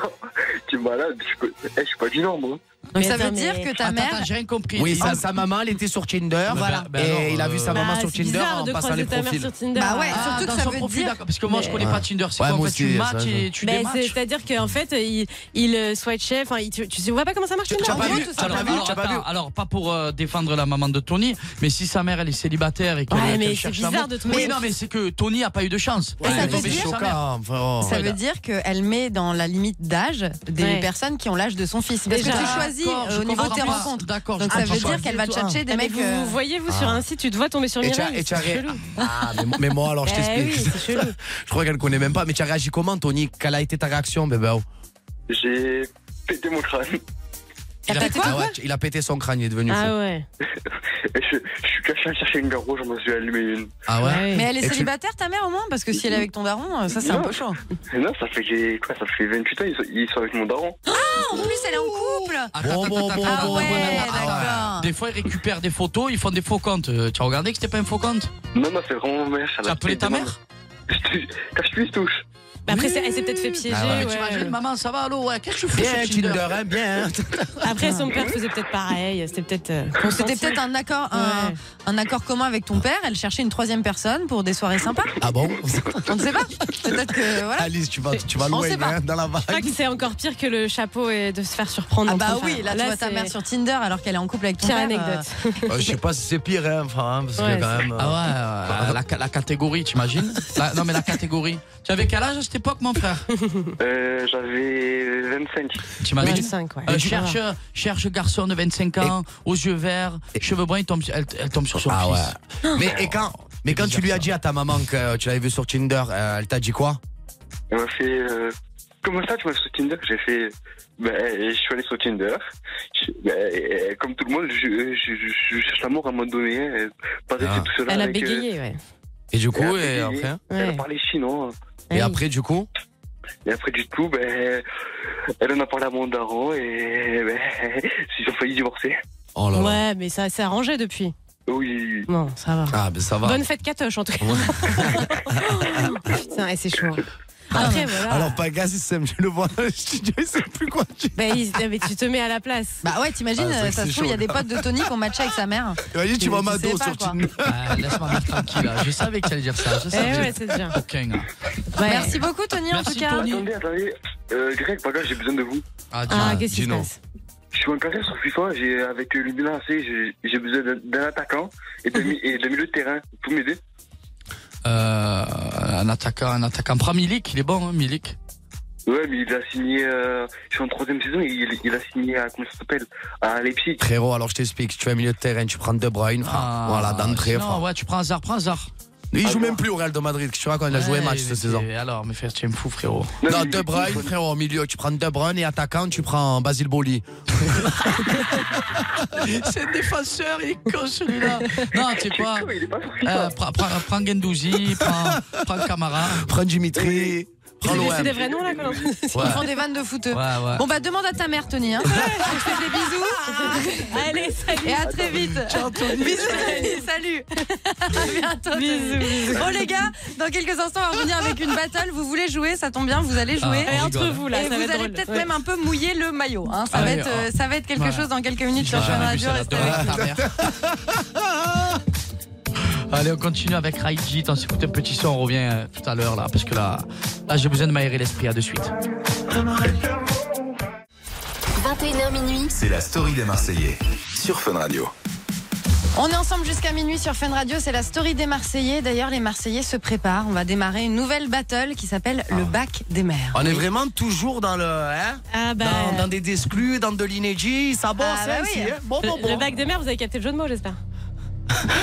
Speaker 13: tu es malade, je, co- eh, je suis pas du nombre. hein.
Speaker 7: Donc
Speaker 5: Mais
Speaker 7: ça veut
Speaker 5: attends,
Speaker 7: dire
Speaker 5: mais-
Speaker 7: que ta
Speaker 4: Attends,
Speaker 7: mère.
Speaker 4: attends, j'ai rien compris.
Speaker 6: Oui,
Speaker 4: Il-
Speaker 6: sa, sa maman, elle était sur Tinder.
Speaker 4: Ben,
Speaker 6: Voilà.
Speaker 4: ben, ben
Speaker 6: et
Speaker 4: alors,
Speaker 6: il a vu sa
Speaker 4: euh,
Speaker 6: maman
Speaker 5: Ah,
Speaker 6: sur
Speaker 5: c'est
Speaker 6: Tinder
Speaker 5: bizarre
Speaker 6: en
Speaker 5: de
Speaker 6: passant les
Speaker 5: croiser ta mère
Speaker 6: profils.
Speaker 5: sur Tinder.
Speaker 7: Bah ouais,
Speaker 5: Ah.
Speaker 7: surtout que
Speaker 4: dans
Speaker 7: ça
Speaker 4: son
Speaker 7: veut
Speaker 4: profil,
Speaker 7: dire-
Speaker 4: d'accord, parce que moi je connais
Speaker 5: Mais-
Speaker 4: pas Tinder, c'est
Speaker 6: Ouais,
Speaker 4: quoi en
Speaker 6: moi
Speaker 4: fait, tu
Speaker 6: aussi,
Speaker 4: matches
Speaker 6: ça, je-
Speaker 4: et tu
Speaker 5: Ben, c'est-
Speaker 4: dématches.
Speaker 5: C'est-à-dire qu'en fait, il, il euh, swipe chef, enfin, il- tu, tu sais- on voit pas comment ça marche
Speaker 6: Tu as
Speaker 5: Tinder.
Speaker 6: pas
Speaker 7: gros,
Speaker 6: vu,
Speaker 7: tout
Speaker 6: tu as
Speaker 7: simplement.
Speaker 6: pas vu, tu as pas vu.
Speaker 4: attends, alors pas pour euh, défendre la maman de Tony, mais si sa mère elle est célibataire et qu'elle
Speaker 5: Ouais,
Speaker 4: qu'elle
Speaker 5: mais
Speaker 4: cherche
Speaker 5: c'est bizarre
Speaker 4: l'amour-
Speaker 5: de te
Speaker 4: Oui,
Speaker 5: mettre-
Speaker 4: non, mais c'est que Tony a pas eu de chance.
Speaker 7: Ouais,
Speaker 4: Elle est
Speaker 7: veut
Speaker 4: tombée
Speaker 7: dire-
Speaker 4: sur sa mère.
Speaker 6: choquant,
Speaker 4: Oh,
Speaker 6: frérot.
Speaker 7: Ça veut dire qu'elle met dans la limite d'âge des
Speaker 5: Ouais.
Speaker 7: personnes qui ont l'âge de son fils. Parce que
Speaker 5: Déjà.
Speaker 7: tu choisis
Speaker 4: D'accord,
Speaker 7: euh,
Speaker 4: je
Speaker 7: au niveau de
Speaker 4: comprends
Speaker 7: tes
Speaker 4: plus.
Speaker 7: rencontres.
Speaker 4: D'accord, je
Speaker 7: Donc ça
Speaker 4: comprends,
Speaker 7: veut
Speaker 4: je
Speaker 7: dire qu'elle va
Speaker 4: comprends.
Speaker 7: tchatcher des
Speaker 5: Ah, mais
Speaker 7: mecs.
Speaker 5: vous,
Speaker 7: euh,
Speaker 5: vous voyez, vous, sur un site, tu te vois tomber sur
Speaker 6: Et tu as-
Speaker 5: Mireille.
Speaker 6: et tu as
Speaker 5: c'est
Speaker 6: ré-
Speaker 5: chelou.
Speaker 6: Ah, mais, mais moi, alors, je
Speaker 5: Eh
Speaker 6: t'explique.
Speaker 5: oui, c'est chelou.
Speaker 6: je crois qu'elle connaît même pas. Mais tu as réagi comment, Tony Quelle a été ta réaction, Ben, oh. bébé
Speaker 13: J'ai pété mon crâne.
Speaker 7: T'as
Speaker 4: Il a-
Speaker 7: pété
Speaker 6: Ah
Speaker 7: quoi
Speaker 6: ouais, Il a pété son crâne, il est devenu fou.
Speaker 5: Ah ouais.
Speaker 13: Et je, je suis caché à chercher une garou, j'en me suis allumé une.
Speaker 6: Ah ouais
Speaker 7: Mais elle est
Speaker 6: Et tu-
Speaker 7: célibataire, ta mère, au moins Parce que si elle est avec ton daron, euh, ça, c'est un peu chaud.
Speaker 13: Et non, ça fait quoi Ça fait 28 ans, ils sont, ils sont avec mon daron.
Speaker 7: En plus, elle est en couple
Speaker 4: Attends,
Speaker 6: Bon, bon,
Speaker 4: attends,
Speaker 7: Ah
Speaker 6: bon, bon,
Speaker 4: attends, attends,
Speaker 6: bon, bon,
Speaker 7: ouais,
Speaker 6: bon,
Speaker 7: d'accord.
Speaker 4: Des fois, ils récupèrent des photos, ils font des faux comptes. Euh, Tu as regardé que c'était pas un faux compte
Speaker 13: Non, non, c'est vraiment ma mère. elle
Speaker 4: Tu as
Speaker 13: a
Speaker 4: appelé
Speaker 13: pété
Speaker 4: ta
Speaker 13: mon-
Speaker 4: mère
Speaker 13: Je te- Quand je puisse touche.
Speaker 5: Bah après, c'est- elle s'est peut-être fait piéger.
Speaker 6: Ah ouais.
Speaker 5: ouais.
Speaker 6: T'imagines,
Speaker 4: maman, ça va, allô Ouais, qu'est-ce que
Speaker 6: Bien, Tinder, hein, bien.
Speaker 5: Après, son père faisait peut-être pareil. C'était peut-être. euh,
Speaker 7: C'était
Speaker 5: consenti.
Speaker 7: peut-être un accord, un, un accord commun avec ton père. Elle cherchait une troisième personne pour des soirées sympas.
Speaker 6: Ah bon
Speaker 7: On ne sait pas. Peut-être que voilà.
Speaker 6: Alice, tu vas, tu vas
Speaker 7: On
Speaker 6: loin
Speaker 7: sait pas.
Speaker 6: hein, dans la
Speaker 5: Je crois
Speaker 6: vague.
Speaker 5: que c'est encore pire que le chapeau et de se faire surprendre.
Speaker 7: Ah
Speaker 5: en train
Speaker 7: bah
Speaker 5: de
Speaker 7: oui,
Speaker 5: faire-
Speaker 7: là, tu vois ta
Speaker 5: c'est-
Speaker 7: mère sur Tinder alors qu'elle est en couple avec ton
Speaker 5: Pire
Speaker 7: père.
Speaker 5: anecdote.
Speaker 6: Euh, je sais pas si c'est pire, hein, enfin, hein, parce
Speaker 7: Ouais,
Speaker 6: que quand même.
Speaker 4: Ah ouais, euh, la, ca- la catégorie, t'imagines La- Non, mais la catégorie. Tu avais quel âge à cette époque, mon frère
Speaker 13: Euh, J'avais 25.
Speaker 4: T'imagines Euh,
Speaker 13: Euh,
Speaker 4: cherche, cherche garçon de 25 ans, aux yeux verts, cheveux bruns, il tombe, elle, elle tombe sur son
Speaker 6: Ah
Speaker 4: fils.
Speaker 6: ouais. Mais, et quand, mais quand tu lui as dit à ta maman que euh, tu l'avais vu sur Tinder, euh, elle t'a dit quoi
Speaker 13: Elle m'a fait. euh, Comment ça, tu m'as fait sur Tinder J'ai fait. Ben, je suis allé sur Tinder. Je- ben, euh, comme tout le monde, je, je- je- je cherche l'amour à un moment donné. hein. Pas
Speaker 6: Ah.
Speaker 13: rester tout seul
Speaker 5: Elle a
Speaker 13: avec, euh,
Speaker 5: bégayé, ouais.
Speaker 6: Et du coup,
Speaker 13: elle a
Speaker 6: et
Speaker 13: bégayé.
Speaker 6: après
Speaker 13: Elle
Speaker 5: Ouais.
Speaker 13: parlait chinois.
Speaker 5: Eh
Speaker 6: Et après, du coup
Speaker 13: Et après, du coup, ben, elle en a parlé à mon daron et ben, ils ont failli divorcer.
Speaker 6: Oh
Speaker 5: Ouais, mais ça s'est arrangé depuis.
Speaker 13: Oui.
Speaker 5: Non, ça va.
Speaker 6: Ah, ben ça va. Oh.
Speaker 5: Bonne fête Catoche, en tout cas. Putain, eh, c'est chaud. Après, voilà.
Speaker 6: Ah, Alors, Pagas, il s'aime, je le vois dans le studio, il sait plus quoi tu
Speaker 5: Bah, il- non, mais tu te mets à la place.
Speaker 7: Bah ouais, t'imagines,
Speaker 6: Ah, c'est vrai
Speaker 7: euh,
Speaker 6: que
Speaker 7: ça se
Speaker 6: c'est
Speaker 7: trouve, il y a
Speaker 6: chaud,
Speaker 7: des
Speaker 6: là.
Speaker 7: potes de Tony qui ont matché avec sa mère.
Speaker 6: Imagine, tu
Speaker 7: Et
Speaker 6: vois Mado
Speaker 7: sais pas,
Speaker 6: sur
Speaker 7: quoi.
Speaker 6: Tinder.
Speaker 4: Ah, Laisse-moi ma mère tranquille, hein. je savais que t'allais dire ça. Je
Speaker 7: Eh
Speaker 4: savais.
Speaker 7: ouais, c'est bien.
Speaker 4: Aucun, hein.
Speaker 7: Merci beaucoup, Tony, en tout cas.
Speaker 13: Attendez, attendez. Euh, Greg, Paga, j'ai besoin de vous.
Speaker 4: Ah,
Speaker 5: qu'est-ce qui se
Speaker 4: dis-nous.
Speaker 5: passe
Speaker 13: Je suis en carrière sur FIFA, j'ai, avec le Milan AC, j'ai, j'ai besoin d'un- d'un attaquant et d'un, mi- et d'un milieu de terrain. Vous pouvez m'aider
Speaker 4: Euh, un attaquant, un attaquant. Prends Milik, il est bon, hein, Milik.
Speaker 13: Ouais, mais il a signé, euh, je suis en troisième saison, et il, il a signé à, comment ça s'appelle À Leipzig.
Speaker 6: Frérot, alors je t'explique, tu fais un milieu de terrain, tu prends De Bruyne, frère.
Speaker 5: Ah,
Speaker 6: voilà, d'entrée,
Speaker 4: Non,
Speaker 6: frère.
Speaker 4: Ah, ouais, tu prends Hazard, prends Hazard. Ah,
Speaker 6: Il joue même plus au Real de Madrid, tu vois, quand il a joué
Speaker 4: Ouais,
Speaker 6: match cette
Speaker 4: mais
Speaker 6: saison.
Speaker 4: c'est- Alors, mais frère, tu me fous, frérot.
Speaker 6: Non, De Bruyne, frérot, au milieu, tu prends De Bruyne et attaquant, tu prends Basile Boli.
Speaker 4: C'est un défenseur, il est con celui-là. Non, tu sais quoi euh, prends, prends, prends Guendouzi, prends, prends Camara.
Speaker 6: Prends Dimitri, prends
Speaker 5: C'est des-
Speaker 6: l'OM.
Speaker 5: C'est des vrais noms, là, quand même
Speaker 7: Ils font des vannes de footeux.
Speaker 6: ouais.
Speaker 7: Bon bah demande à ta mère Tony. Hein. Je te fais des bisous.
Speaker 5: Allez, salut.
Speaker 7: Et à très vite.
Speaker 5: Ciao, Tony.
Speaker 7: Bisous Tony, salut. À bientôt. Tony. Bon les gars, dans quelques instants on va revenir avec une battle. Vous voulez jouer, ça tombe bien, vous allez jouer.
Speaker 5: Ah, on Et entre rigole. vous, là,
Speaker 7: Et
Speaker 5: ça va
Speaker 7: vous
Speaker 5: être
Speaker 7: allez
Speaker 5: drôle.
Speaker 7: peut-être
Speaker 5: Ouais.
Speaker 7: même un peu mouiller le maillot. hein. Ça,
Speaker 5: Ah
Speaker 7: va
Speaker 5: oui,
Speaker 7: être, euh, ça va être quelque
Speaker 4: voilà.
Speaker 7: chose dans quelques minutes sur
Speaker 4: J'aurais
Speaker 7: Fun
Speaker 4: jamais
Speaker 7: Radio.
Speaker 4: vu ça,
Speaker 7: Restez
Speaker 4: la
Speaker 7: avec nous.
Speaker 4: deuxième, Allez, on continue avec Raijit. On s'écoute un petit son, on revient euh, tout à l'heure là, parce que là, là j'ai besoin de m'aérer l'esprit. À de suite.
Speaker 3: 21h minuit.
Speaker 1: C'est la story des Marseillais sur Fun Radio.
Speaker 7: On est ensemble jusqu'à minuit sur Fun Radio, c'est la story des Marseillais. D'ailleurs, les Marseillais se préparent. On va démarrer une nouvelle battle qui s'appelle le
Speaker 6: Ah.
Speaker 7: bac des mers.
Speaker 6: On est vraiment toujours dans le. Hein
Speaker 5: Ah bah.
Speaker 6: dans, dans des exclus, dans de l'inédit, ça bosse,
Speaker 5: Ah, bah
Speaker 6: hein,
Speaker 5: oui.
Speaker 6: si, hein. Bon, bon,
Speaker 5: Le-
Speaker 6: bon.
Speaker 5: Le bac de mer, vous avez capté le jeu de mots, j'espère.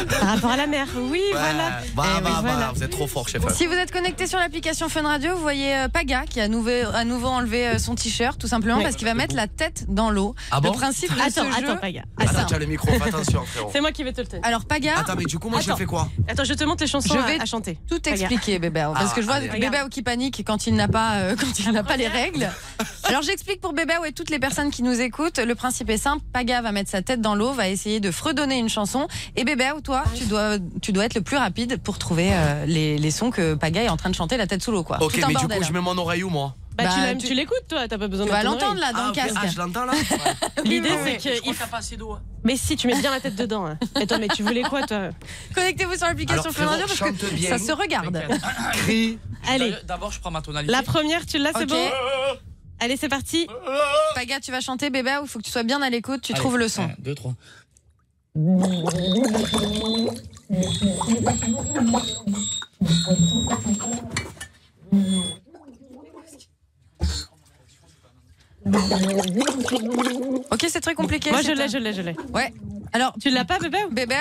Speaker 5: Par rapport à la mer, oui,
Speaker 6: Ouais,
Speaker 5: voilà.
Speaker 6: bah,
Speaker 5: Eh oui,
Speaker 6: bah, bah,
Speaker 5: voilà.
Speaker 6: vous êtes trop fort, chef.
Speaker 7: Si vous êtes connecté sur l'application Fun Radio, vous voyez euh, Paga qui a nouveau- à nouveau enlevé euh, son t-shirt, tout simplement
Speaker 5: Oui.
Speaker 7: parce qu'il va mettre la tête dans l'eau.
Speaker 6: Ah bon
Speaker 7: le principe de
Speaker 5: Attends,
Speaker 7: ce jeu.
Speaker 5: attends, Paga.
Speaker 6: Attends, tiens le micro, fais attention, frérot.
Speaker 5: C'est moi qui vais te le tenir.
Speaker 7: Alors Paga,
Speaker 6: Attends, mais du coup, moi, je
Speaker 5: Attends.
Speaker 6: fais quoi
Speaker 5: Attends, je te montre les chansons
Speaker 7: Je
Speaker 5: à-
Speaker 7: vais
Speaker 5: à chanter.
Speaker 7: tout expliquer, bébé, hein, parce
Speaker 6: Ah,
Speaker 7: que je vois
Speaker 6: allez.
Speaker 7: bébé qui panique quand il n'a pas, euh, quand il n'a pas les règles. Alors j'explique pour Bébé et toutes les personnes qui nous écoutent. Le principe est simple. Paga va mettre sa tête dans l'eau, va essayer de fredonner une chanson. Et Bébé toi, tu dois, tu dois être le plus rapide pour trouver euh, les, les sons que Paga est en train de chanter la tête sous l'eau, quoi.
Speaker 6: Ok,
Speaker 7: tout un
Speaker 6: mais du
Speaker 7: bordel. hein.
Speaker 6: coup, je mets mon oreille où, moi
Speaker 5: Bah, tu
Speaker 7: Bah,
Speaker 5: l'aimes-
Speaker 7: tu-
Speaker 5: tu l'écoutes, toi, t'as pas besoin
Speaker 7: Tu
Speaker 5: de
Speaker 7: vas
Speaker 5: ton
Speaker 7: l'entendre là
Speaker 5: oreille.
Speaker 7: dans le
Speaker 6: ok,
Speaker 7: casque.
Speaker 6: ah, je l'entends là
Speaker 5: L'idée,
Speaker 7: Ouais, ouais.
Speaker 5: c'est que. il-
Speaker 4: pas assez d'eau. hein.
Speaker 5: Mais si, tu mets bien la tête dedans. hein. Attends, mais tu voulais quoi, toi
Speaker 7: Connectez-vous sur l'application
Speaker 6: Alors,
Speaker 7: Fun Radio parce
Speaker 6: frérot, chante
Speaker 7: que
Speaker 6: bien.
Speaker 7: ça se regarde.
Speaker 6: Crie.
Speaker 5: Allez,
Speaker 4: D'abord, je prends ma tonalité.
Speaker 5: la première, tu l'as, c'est
Speaker 7: Ok.
Speaker 5: bon Allez, c'est parti.
Speaker 7: Paga, tu vas chanter Bébé il faut que tu sois bien à l'écoute, tu trouves le son.
Speaker 4: 2, 3.
Speaker 7: Ok, c'est très compliqué.
Speaker 5: Moi, je
Speaker 7: c'est
Speaker 5: l'ai,
Speaker 7: un-
Speaker 5: je l'ai, je l'ai.
Speaker 7: Ouais. Alors,
Speaker 5: Tu l'as pas, bébé ou-
Speaker 7: Bébé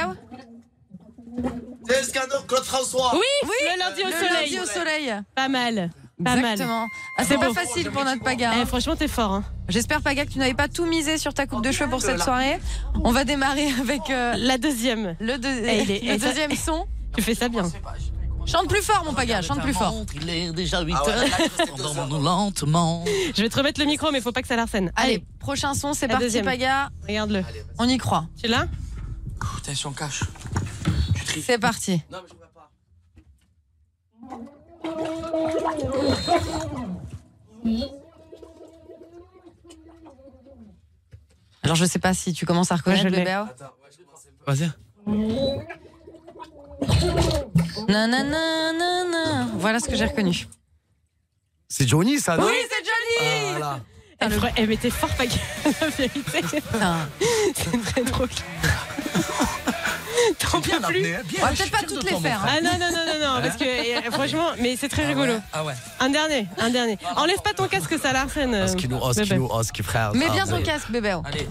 Speaker 6: C'est Escanor, Claude François.
Speaker 5: Oui, le lundi au
Speaker 7: Le
Speaker 5: soleil.
Speaker 7: lundi au soleil.
Speaker 5: Pas mal. Pas mal.
Speaker 7: Exactement. Ah, c'est
Speaker 5: Bon.
Speaker 7: pas facile pour notre Paga. hein.
Speaker 5: Eh, franchement, t'es fort. hein.
Speaker 7: J'espère, Paga, que tu n'avais pas tout misé sur ta coupe de cheveux pour cette soirée. On va démarrer avec euh,
Speaker 5: La deuxième.
Speaker 7: le, deux-
Speaker 5: Eh, il est-
Speaker 7: le
Speaker 5: eh, ça-
Speaker 7: deuxième son.
Speaker 5: Tu fais ça bien.
Speaker 7: Chante plus fort, mon Paga, chante plus fort. Ah
Speaker 4: Il est déjà 8 heures. Endormons-nous lentement.
Speaker 5: Je vais te remettre le micro, mais faut pas que ça l'arsène.
Speaker 7: Allez, prochain son, c'est
Speaker 5: La
Speaker 7: parti,
Speaker 5: deuxième.
Speaker 7: Paga.
Speaker 5: regarde-le.
Speaker 7: On y croit.
Speaker 5: Tu l'as
Speaker 4: Putain, ils sont cash.
Speaker 7: C'est parti.
Speaker 4: Non, mais je vois pas.
Speaker 7: Alors, je sais pas si tu commences à reconnaître
Speaker 5: Ouais, je
Speaker 7: le
Speaker 5: l'ai.
Speaker 7: BAO.
Speaker 6: Vas-y.
Speaker 7: Nanana, nanana. Voilà ce que j'ai reconnu.
Speaker 6: C'est Johnny, ça, non
Speaker 7: c'est
Speaker 6: Ah,
Speaker 7: Johnny
Speaker 5: Elle, fera- elle mettait fort pas la vérité. C'est très drôle. Tant bien plus.
Speaker 7: bien, On va je peut-être suis pas fier de toutes les toi, mon faire, frère. hein.
Speaker 5: Ah non, non, non, non, non,
Speaker 7: Hein
Speaker 5: parce que eh, franchement, mais c'est très
Speaker 6: Ah
Speaker 5: rigolo.
Speaker 6: ouais, ah ouais.
Speaker 5: Un dernier, un dernier. Enlève pas ton casque, ça euh, l'arsène.
Speaker 6: Oh, ce qui
Speaker 5: Bah,
Speaker 6: nous, oh, ce qui nous, oh, ce qui frère.
Speaker 7: Mets
Speaker 6: Ah,
Speaker 7: bien ton
Speaker 6: oui.
Speaker 7: casque, bébé.
Speaker 6: Allez.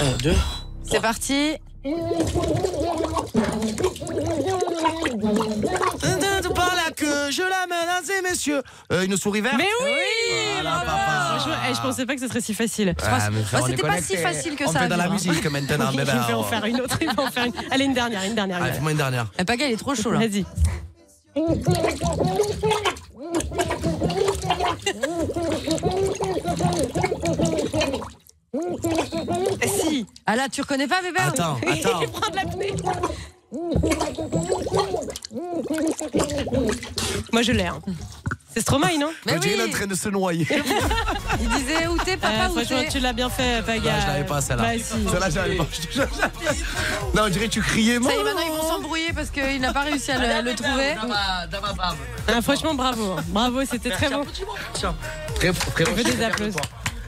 Speaker 6: Un, deux.
Speaker 7: C'est parti.
Speaker 6: Par là que Euh, je la menace, messieurs. Euh, une souris verte.
Speaker 5: Mais oui
Speaker 6: Voilà, papa.
Speaker 5: Franchement, eh, je pensais pas que ce serait si facile. Oh,
Speaker 6: Ouais, mais frère, on est
Speaker 5: c'était pas si
Speaker 6: connectés.
Speaker 5: facile que
Speaker 6: On
Speaker 5: ça. hein.
Speaker 6: fait dans la musique maintenant,
Speaker 5: Il
Speaker 6: bébé.
Speaker 5: va en faire une autre, il va en faire une. Allez, une dernière, une dernière.
Speaker 6: Allez, Ah, fais-moi une dernière.
Speaker 7: La pagaille, Eh, il est trop chaud là.
Speaker 5: Vas-y. Eh,
Speaker 7: Si. Ah là, tu reconnais pas, bébé
Speaker 6: Attends, attends.
Speaker 7: Il prend de l'apnée.
Speaker 5: Moi, je l'ai. hein. C'est Stromae, non
Speaker 6: Mais il est en train de se noyer.
Speaker 7: Il disait où t'es,
Speaker 5: papa Euh, Franchement, tu l'as bien fait, Paga.
Speaker 6: Non, je l'avais pas celle-là.
Speaker 5: Bah, si.
Speaker 6: Celle-là, je l'avais pas. Je te jure, je l'avais pas. Non, on dirait que tu criais
Speaker 7: Ça
Speaker 6: moi.
Speaker 7: y est, maintenant ils vont s'embrouiller parce qu'il n'a pas réussi à le- le, trouver.
Speaker 5: Ah, franchement, bravo. hein. Bravo, c'était très bon.
Speaker 6: Très, très
Speaker 5: Je veux des applaudissements.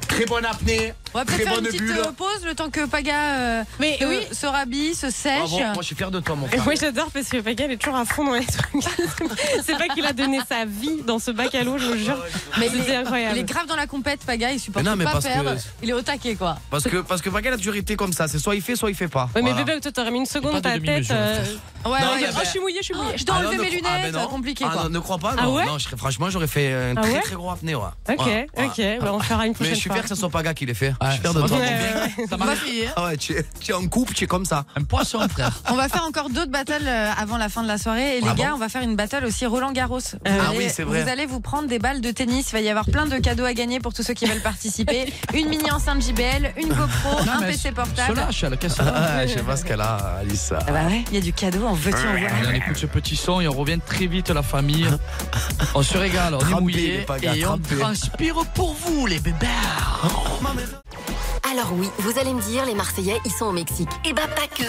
Speaker 6: Très bonne apnée.
Speaker 7: On va peut-être
Speaker 6: très
Speaker 7: faire une
Speaker 6: bonne
Speaker 7: petite
Speaker 6: bulle.
Speaker 7: euh, pause le temps que Paga euh,
Speaker 5: Mais
Speaker 7: se,
Speaker 5: oui.
Speaker 7: se rhabille, se sèche.
Speaker 6: Bravo, moi je suis fier de toi, mon
Speaker 5: Et
Speaker 6: frère.
Speaker 5: moi j'adore parce que Paga elle est toujours à fond dans les trucs. C'est pas qu'il a donné sa vie dans ce bac à l'eau, je vous jure.
Speaker 7: Mais il
Speaker 5: c'était
Speaker 7: est,
Speaker 5: incroyable.
Speaker 7: il est grave dans la compète, Paga, il supporte
Speaker 6: Mais non, mais
Speaker 7: pas
Speaker 6: parce que-
Speaker 7: perdre. Il est au taquet, quoi.
Speaker 6: Parce que, parce que Paga, la durité comme ça, c'est soit il fait, soit il fait pas.
Speaker 5: Ouais, mais
Speaker 6: Voilà.
Speaker 5: bébé, toi t'aurais mis une seconde
Speaker 6: Pas
Speaker 5: dans ta
Speaker 6: de
Speaker 5: tête.
Speaker 6: demi-mesure,
Speaker 5: euh,
Speaker 7: Ouais,
Speaker 5: non,
Speaker 7: ouais,
Speaker 5: il y
Speaker 7: ouais.
Speaker 5: avait- oh, je suis mouillée, je suis mouillée.
Speaker 7: Je dois
Speaker 6: Ah non,
Speaker 7: enlever
Speaker 6: ne
Speaker 7: mes
Speaker 6: cro- ah,
Speaker 7: lunettes,
Speaker 6: ben non.
Speaker 7: compliqué,
Speaker 6: Ah
Speaker 7: quoi.
Speaker 6: non, ne crois pas, non.
Speaker 5: Ah ouais
Speaker 6: non je serais- franchement, j'aurais fait un
Speaker 5: Ah
Speaker 6: très
Speaker 5: ouais
Speaker 6: très gros apnée. Ouais.
Speaker 5: Ok,
Speaker 6: Ouais, ouais.
Speaker 5: ok, bah, on fera une
Speaker 6: Mais
Speaker 5: prochaine
Speaker 6: je suis
Speaker 5: fois.
Speaker 6: fier que ce soit Paga qui l'ait fait. Je suis fier de
Speaker 5: Ouais,
Speaker 6: toi. mon
Speaker 5: ouais,
Speaker 6: frère.
Speaker 5: ouais.
Speaker 7: On va prier.
Speaker 6: Ah ouais, tu es, tu es en couple, tu es comme ça.
Speaker 4: Un poisson, frère.
Speaker 7: On va faire encore d'autres battles euh, avant la fin de la soirée. Et les
Speaker 6: Ah bon
Speaker 7: gars, on va faire une battle aussi Roland Garros. Vous
Speaker 6: Ah
Speaker 7: allez-
Speaker 6: oui, c'est vrai.
Speaker 7: Vous allez vous prendre des balles de tennis. Il va y avoir plein de cadeaux à gagner pour tous ceux qui veulent participer. Une mini enceinte JBL, une GoPro, un
Speaker 4: mais
Speaker 7: PC portable.
Speaker 4: Cela, je suis à la caisse.
Speaker 6: Ah, je sais pas ce qu'elle a, Alice.
Speaker 7: Ah bah ouais, il y a du cadeau, on veut tu
Speaker 6: Ah
Speaker 7: en voir.
Speaker 4: On écoute ce petit son et on revient très vite, la famille. On se régale, on est
Speaker 6: Trempé,
Speaker 4: mouillé
Speaker 6: les pagas,
Speaker 4: et on
Speaker 6: trempé.
Speaker 4: transpire pour vous, les bébés.
Speaker 3: Alors oui, vous allez me dire, les Marseillais, ils sont au Mexique. Eh bah pas que.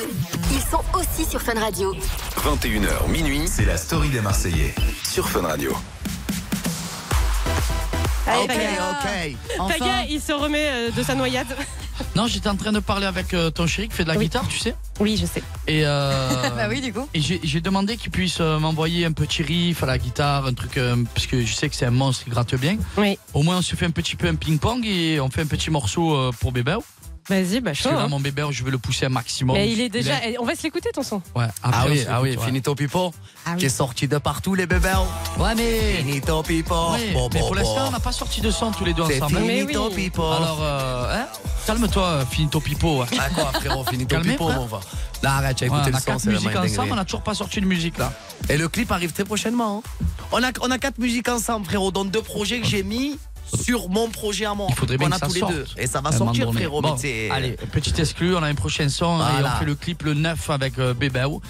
Speaker 3: Ils sont aussi sur Fun Radio.
Speaker 1: 21h minuit, c'est la story des Marseillais sur Fun Radio.
Speaker 5: Allez,
Speaker 4: Ok,
Speaker 5: Paga.
Speaker 4: ok. Enfin.
Speaker 5: Paga, il se remet euh, de sa noyade.
Speaker 4: Non, j'étais en train de parler avec euh, ton chéri qui fait de la guitare, tu sais.
Speaker 5: Oui, je sais.
Speaker 4: Et euh,
Speaker 7: Bah oui, du coup.
Speaker 4: Et j'ai j'ai demandé qu'il puisse euh, m'envoyer un petit riff à la guitare, un truc, euh, parce que je sais que c'est un monstre, il gratte bien.
Speaker 5: Oui.
Speaker 4: Au moins, on se fait un petit peu un ping-pong et on fait un petit morceau euh, pour bébé.
Speaker 5: Vas-y, bah
Speaker 4: Parce
Speaker 5: chaud.
Speaker 4: que là,
Speaker 5: hein.
Speaker 4: mon bébé, je vais le pousser un maximum.
Speaker 5: Mais il est déjà.
Speaker 4: a-
Speaker 5: eh, On va se l'écouter ton son.
Speaker 4: Ouais,
Speaker 6: Ah
Speaker 4: après, on
Speaker 6: oui,
Speaker 4: se
Speaker 6: ah oui,
Speaker 4: l'écoute, ouais.
Speaker 6: Finito Pipo,
Speaker 5: oui.
Speaker 6: qui est sorti de partout, les bébés.
Speaker 4: Ouais, mais.
Speaker 6: Finito Pipo.
Speaker 4: Ouais,
Speaker 6: Oh, Bon, bon,
Speaker 4: mais pour
Speaker 6: bon.
Speaker 4: l'instant, on n'a pas sorti de son tous les deux
Speaker 6: C'est
Speaker 4: ensemble.
Speaker 6: finito, Mais oui. pipo.
Speaker 4: Alors, euh, hein, calme-toi, finito pipo.
Speaker 6: Ah quoi, frérot, Finito
Speaker 4: hein. Calmez,
Speaker 6: Pipo,
Speaker 4: frère.
Speaker 6: mon frère. Là, arrête, tu as
Speaker 4: Ouais,
Speaker 6: écouté
Speaker 4: on
Speaker 6: le
Speaker 4: a
Speaker 6: son,
Speaker 4: quatre
Speaker 6: c'est
Speaker 4: musiques
Speaker 6: vraiment une
Speaker 4: ensemble, on
Speaker 6: dinguerie.
Speaker 4: n'a toujours pas sorti de musique là.
Speaker 6: Et le clip arrive très prochainement. hein. On, a, on a quatre musiques ensemble, frérot, dont deux projets que j'ai mis sur mon projet à moi.
Speaker 4: Il faudrait
Speaker 6: qu'on
Speaker 4: bien
Speaker 6: a
Speaker 4: que ça
Speaker 6: tous les
Speaker 4: sorte.
Speaker 6: deux. Et ça
Speaker 4: À
Speaker 6: va
Speaker 4: un moment
Speaker 6: sortir,
Speaker 4: donné.
Speaker 6: frérot.
Speaker 4: Bon,
Speaker 6: mais c'est- euh,
Speaker 4: allez, petite exclue, on a un prochain son hein, et
Speaker 6: Voilà.
Speaker 4: on fait le clip le 9 avec euh, Bébao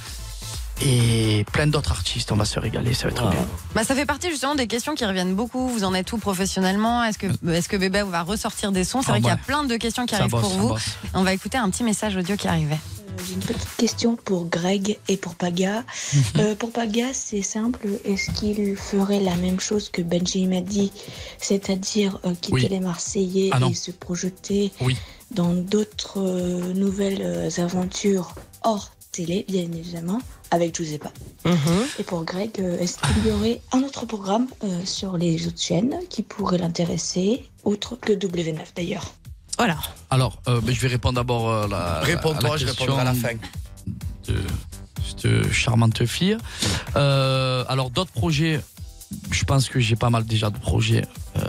Speaker 4: et plein d'autres artistes. On va se régaler, ça va être bien.
Speaker 7: Bah, ça fait partie justement des questions qui reviennent beaucoup. Vous en êtes où professionnellement Est-ce que, est que bébé va ressortir des sons C'est
Speaker 4: Euh.
Speaker 7: vrai
Speaker 4: Ah,
Speaker 7: qu'il y a
Speaker 4: ouais.
Speaker 7: plein de questions qui
Speaker 4: Ça
Speaker 7: arrivent
Speaker 4: bosse,
Speaker 7: pour
Speaker 4: ça
Speaker 7: vous.
Speaker 4: bosse.
Speaker 7: On va écouter un petit message audio qui arrivait.
Speaker 18: Euh, J'ai une petite question pour Greg et pour Paga.
Speaker 19: Mhm.
Speaker 18: Euh, pour Paga, c'est simple. Est-ce qu'il ferait la même chose que Benji m'a dit, c'est-à-dire euh, quitter
Speaker 19: Oui.
Speaker 18: les Marseillais
Speaker 19: Ah non.
Speaker 18: et se projeter
Speaker 19: Oui.
Speaker 18: dans d'autres euh, nouvelles euh, aventures hors télé, bien évidemment, avec Giuseppa Et pour Greg, euh, est-ce qu'il y aurait un autre programme euh, sur les autres chaînes qui pourrait l'intéresser, autre que W9 d'ailleurs
Speaker 5: Voilà.
Speaker 4: Alors, euh, ben, je vais répondre d'abord euh, la.
Speaker 6: Réponds-toi,
Speaker 4: à la
Speaker 6: je
Speaker 4: question
Speaker 6: répondrai à la fin.
Speaker 4: De cette charmante fille. Euh, alors, d'autres projets, je pense que j'ai pas mal déjà de projets, euh,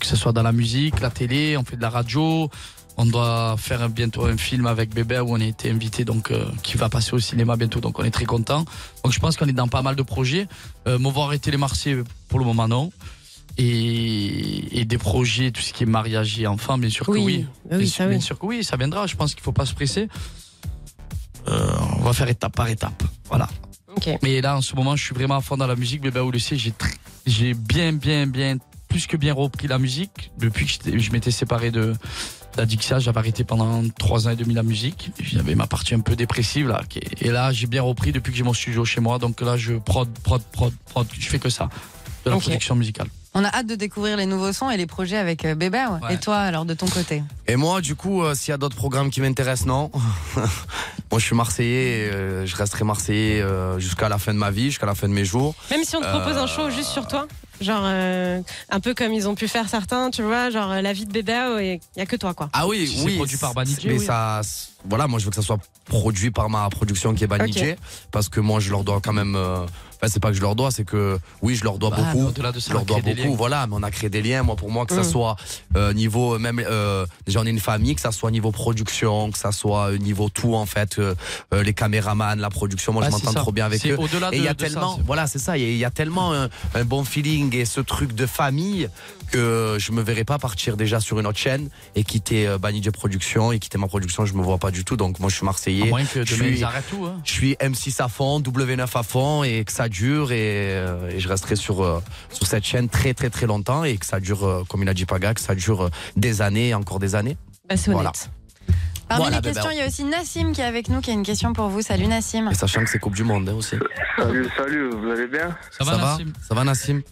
Speaker 4: que ce soit dans la musique, la télé, on fait de la radio. On doit faire bientôt un film avec Bébé où on a été invité, donc euh, qui va passer au cinéma bientôt, donc on est très content. Donc je pense qu'on est dans pas mal de projets. Euh, M'avoir arrêté les Marseillais pour le moment non, et, et des projets, tout ce qui est mariage et enfants, bien sûr que
Speaker 5: Oui, Ah oui,
Speaker 4: oui. bien,
Speaker 5: ça
Speaker 4: sûr- bien
Speaker 5: oui.
Speaker 4: sûr que oui, ça viendra. Je pense qu'il faut pas se presser. Euh, on va faire étape par étape. Voilà.
Speaker 5: Ok.
Speaker 4: Mais là, en ce moment, je suis vraiment à fond dans la musique. Bébé ou le sait, j'ai tr- j'ai bien, bien, bien, plus que bien repris la musique. Depuis que j'étais- je m'étais séparé de d'Adixa, j'avais arrêté pendant trois ans et demi la musique. J'avais ma partie un peu dépressive là. qui est- Et là, j'ai bien repris depuis que j'ai mon studio chez moi. Donc là, je prod, prod, prod, prod. Je fais que ça. De la
Speaker 7: Ok.
Speaker 4: production musicale.
Speaker 7: On a hâte de découvrir les nouveaux sons et les projets avec euh, Bébé. ouais.
Speaker 6: Ouais.
Speaker 7: Et toi, alors, de ton côté
Speaker 6: Et moi, du coup, euh, s'il y a d'autres programmes qui m'intéressent, non. moi, je suis Marseillais, euh, je resterai Marseillais euh, jusqu'à la fin de ma vie, jusqu'à la fin de mes jours.
Speaker 5: Même si on te propose
Speaker 6: Euh,
Speaker 5: un show juste sur toi, genre euh, un peu comme ils ont pu faire certains, tu vois, genre euh, la vie de bébé, et il y a que toi quoi.
Speaker 6: Ah oui,
Speaker 4: Si c'est
Speaker 6: oui.
Speaker 4: produit par Banijé,
Speaker 6: Mais
Speaker 4: oui.
Speaker 6: ça, c'est- voilà, moi je veux que ça soit produit par ma production qui est Banijé,
Speaker 5: Ok.
Speaker 6: parce que moi je leur dois quand même. euh, Enfin, c'est pas que je leur dois, c'est que oui, je leur dois
Speaker 4: Bah,
Speaker 6: beaucoup.
Speaker 4: au-delà de ça,
Speaker 6: je leur
Speaker 4: on
Speaker 6: dois
Speaker 4: crée des
Speaker 6: beaucoup.
Speaker 4: liens.
Speaker 6: Voilà, mais on a créé des liens. Moi, pour moi, que ça
Speaker 4: Mm.
Speaker 6: soit euh, niveau euh, même euh, déjà on est une famille, que ça soit niveau production, que ça soit euh, niveau tout en fait, euh, euh, les caméramans, la production. Moi,
Speaker 4: Ah,
Speaker 6: je
Speaker 4: c'est
Speaker 6: m'entends
Speaker 4: ça.
Speaker 6: trop bien avec
Speaker 4: C'est
Speaker 6: eux.
Speaker 4: au-delà
Speaker 6: Et il y
Speaker 4: de-
Speaker 6: a
Speaker 4: de ça,
Speaker 6: tellement,
Speaker 4: c'est-
Speaker 6: voilà, c'est ça. Il y a- il y, a tellement un, un bon feeling et ce truc de famille que je me verrais pas partir déjà sur une autre chaîne et quitter euh, Banijé Production et quitter ma production. Je me vois pas du tout. Donc moi, je suis
Speaker 4: À
Speaker 6: Marseillais.
Speaker 4: moins que
Speaker 6: je
Speaker 4: demain,
Speaker 6: suis,
Speaker 4: ils arrêtent tout. hein.
Speaker 6: je suis M6 à fond, W9 à fond et que ça dure et, euh, et je resterai sur euh, sur cette chaîne très très très longtemps et que ça dure, euh, comme il a dit Paga, que ça dure euh, des années et encore des années.
Speaker 5: Bah, c'est honnête.
Speaker 7: Parmi
Speaker 6: Voilà,
Speaker 7: les
Speaker 6: ben, ben,
Speaker 7: questions, il y a aussi Nassim qui est avec nous, qui a une question pour vous. Salut Nassim.
Speaker 6: Et sachant que c'est Coupe du Monde hein, aussi.
Speaker 13: Salut, salut, vous allez bien
Speaker 6: Ça va, Nassim Ça va Nassim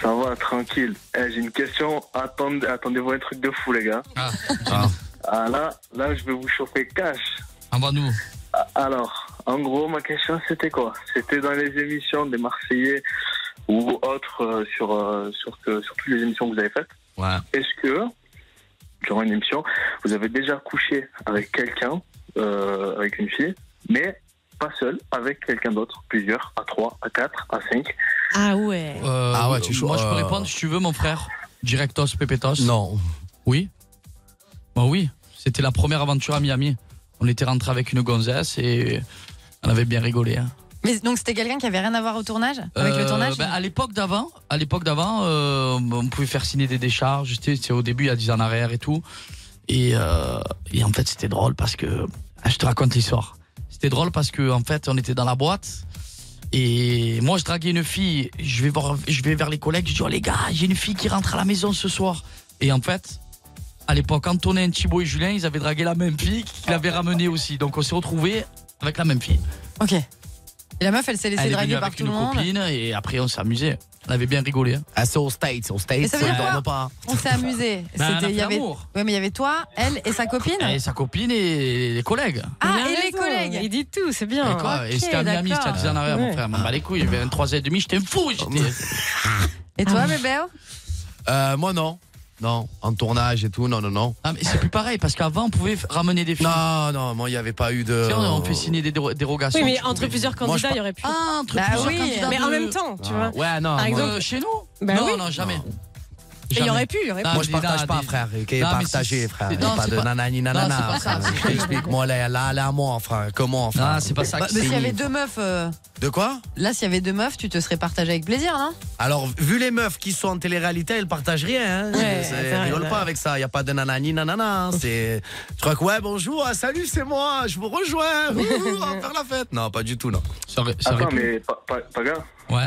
Speaker 13: Ça va, tranquille. Eh, J'ai une question. Attendez, attendez-vous un truc de fou, les gars. Ah, là, là, je vais vous chauffer cash.
Speaker 4: Envoie-nous.
Speaker 13: Ah, Alors, en gros, ma question, c'était quoi C'était dans les émissions des Marseillais ou autres euh, sur, euh, sur, que- sur toutes les émissions que vous avez faites.
Speaker 6: Ouais.
Speaker 13: Est-ce que, durant une émission, vous avez déjà couché avec quelqu'un, euh, avec une fille, mais pas seul, avec quelqu'un d'autre, plusieurs, à trois, à quatre, à cinq
Speaker 5: Ah ouais.
Speaker 4: Euh,
Speaker 6: Ah ouais, tu
Speaker 4: Moi, je
Speaker 6: euh,
Speaker 4: peux répondre si tu veux, mon frère. Directos, Pepetos.
Speaker 6: Non.
Speaker 4: Oui. Bah oui. C'était la première aventure à Miami. On était rentré avec une gonzesse et on avait bien rigolé. hein.
Speaker 7: Mais donc, c'était quelqu'un qui avait rien à voir au tournage Avec le
Speaker 4: Euh,
Speaker 7: tournage
Speaker 4: ben, À l'époque d'avant, à l'époque d'avant, euh, on pouvait faire signer des décharges. C'était c'était au début, il y a 10 ans en arrière et tout. Et, euh, et en fait, c'était drôle parce que ah, je te raconte l'histoire. C'était drôle parce que en fait, on était dans la boîte. Et moi, je draguais une fille. Je vais voir, je vais vers les collègues. Je dis oh les gars, j'ai une fille qui rentre à la maison ce soir. Et en fait, à l'époque, Antonin, Thibaut et Julien, ils avaient dragué la même fille qu'ils avaient ramenée aussi. Donc, on s'est retrouvés avec la même fille.
Speaker 7: Ok. Et la meuf, elle s'est laissée
Speaker 4: Elle est
Speaker 7: draguer
Speaker 4: venue
Speaker 7: par
Speaker 4: avec
Speaker 7: tout
Speaker 4: une
Speaker 7: le monde.
Speaker 4: copine et après on s'est amusé. On avait bien rigolé. hein.
Speaker 6: Ah, c'est aux States, aux States.
Speaker 7: Et ça veut dire quoi On s'est amusé.
Speaker 4: Ben, on a
Speaker 7: C'était- il y
Speaker 4: fait
Speaker 7: avait...
Speaker 4: l'amour.
Speaker 7: Ouais, mais il y avait toi, elle et sa copine.
Speaker 4: Et Eh, sa copine et les collègues.
Speaker 7: Ah,
Speaker 5: Il a
Speaker 7: et les
Speaker 5: raison,
Speaker 7: collègues.
Speaker 5: Il dit tout, c'est bien.
Speaker 4: Et quoi
Speaker 5: Ok,
Speaker 4: Et c'était à Miami,
Speaker 5: d'accord.
Speaker 4: c'était à 10 en arrière, mon
Speaker 5: Ouais.
Speaker 4: frère. Bah les couilles, j'avais 23 et demi, j'étais un fou.
Speaker 6: Oh,
Speaker 4: j'étais-
Speaker 7: Et toi, bébé
Speaker 6: Euh, moi non. Non, en tournage et tout, non, non, non.
Speaker 4: Ah, mais c'est plus pareil parce qu'avant on pouvait ramener des filles.
Speaker 6: Non, non, moi il n'y avait pas eu de.
Speaker 4: Tu sais, on, on fait signer des déro- dérogations.
Speaker 5: Oui, mais
Speaker 4: tu
Speaker 5: entre
Speaker 4: pouvais-
Speaker 5: plusieurs
Speaker 4: Moi, je
Speaker 5: candidats, il y aurait pu.
Speaker 4: Ah, entre
Speaker 5: bah
Speaker 4: plusieurs
Speaker 5: oui,
Speaker 4: candidats
Speaker 5: mais en
Speaker 4: de-
Speaker 5: même temps, tu vois.
Speaker 6: Ouais,
Speaker 5: Par
Speaker 6: non. moi-
Speaker 5: exemple,
Speaker 4: Euh, chez nous
Speaker 5: Bah
Speaker 4: Non,
Speaker 5: oui.
Speaker 4: non, jamais.
Speaker 5: Et il y
Speaker 4: Jamais.
Speaker 5: aurait pu, il y aurait
Speaker 4: Non,
Speaker 5: pu.
Speaker 6: Moi, je
Speaker 4: mais
Speaker 6: partage
Speaker 4: non,
Speaker 6: pas,
Speaker 4: des-
Speaker 6: frère. Qui est
Speaker 4: Non, mais
Speaker 6: partagé,
Speaker 4: c'est-
Speaker 6: frère.
Speaker 4: c'est-
Speaker 6: Non,
Speaker 4: non,
Speaker 6: pas
Speaker 4: c'est
Speaker 6: de
Speaker 4: pas-
Speaker 6: nanani,
Speaker 4: Non, c'est
Speaker 6: nanana.
Speaker 4: pas ça,
Speaker 6: frère. Explique-moi, là, là, là, à moi, frère. Comment, frère
Speaker 4: Non, c'est pas ça
Speaker 7: Bah,
Speaker 6: qui
Speaker 7: Mais s'il y
Speaker 6: s'est
Speaker 7: avait
Speaker 6: mis.
Speaker 7: deux meufs. euh,
Speaker 6: De quoi
Speaker 7: Là, s'il y avait deux meufs, tu te serais partagé avec plaisir, non
Speaker 6: Alors, vu les meufs qui sont en télé-réalité, elles partagent rien.
Speaker 7: Ouais,
Speaker 6: Hein. C'est-
Speaker 7: c'est
Speaker 6: elles
Speaker 7: vrai,
Speaker 6: rigolent
Speaker 7: ouais.
Speaker 6: pas avec ça. Il n'y a pas de nanani, nanana. hein. C'est. Je crois que, ouais, bonjour, ah, salut, c'est moi, je vous rejoins. Ouh, on va faire la fête. Non, pas du tout, non.
Speaker 13: Attends, mais pas, pas, pas gars
Speaker 4: Ouais.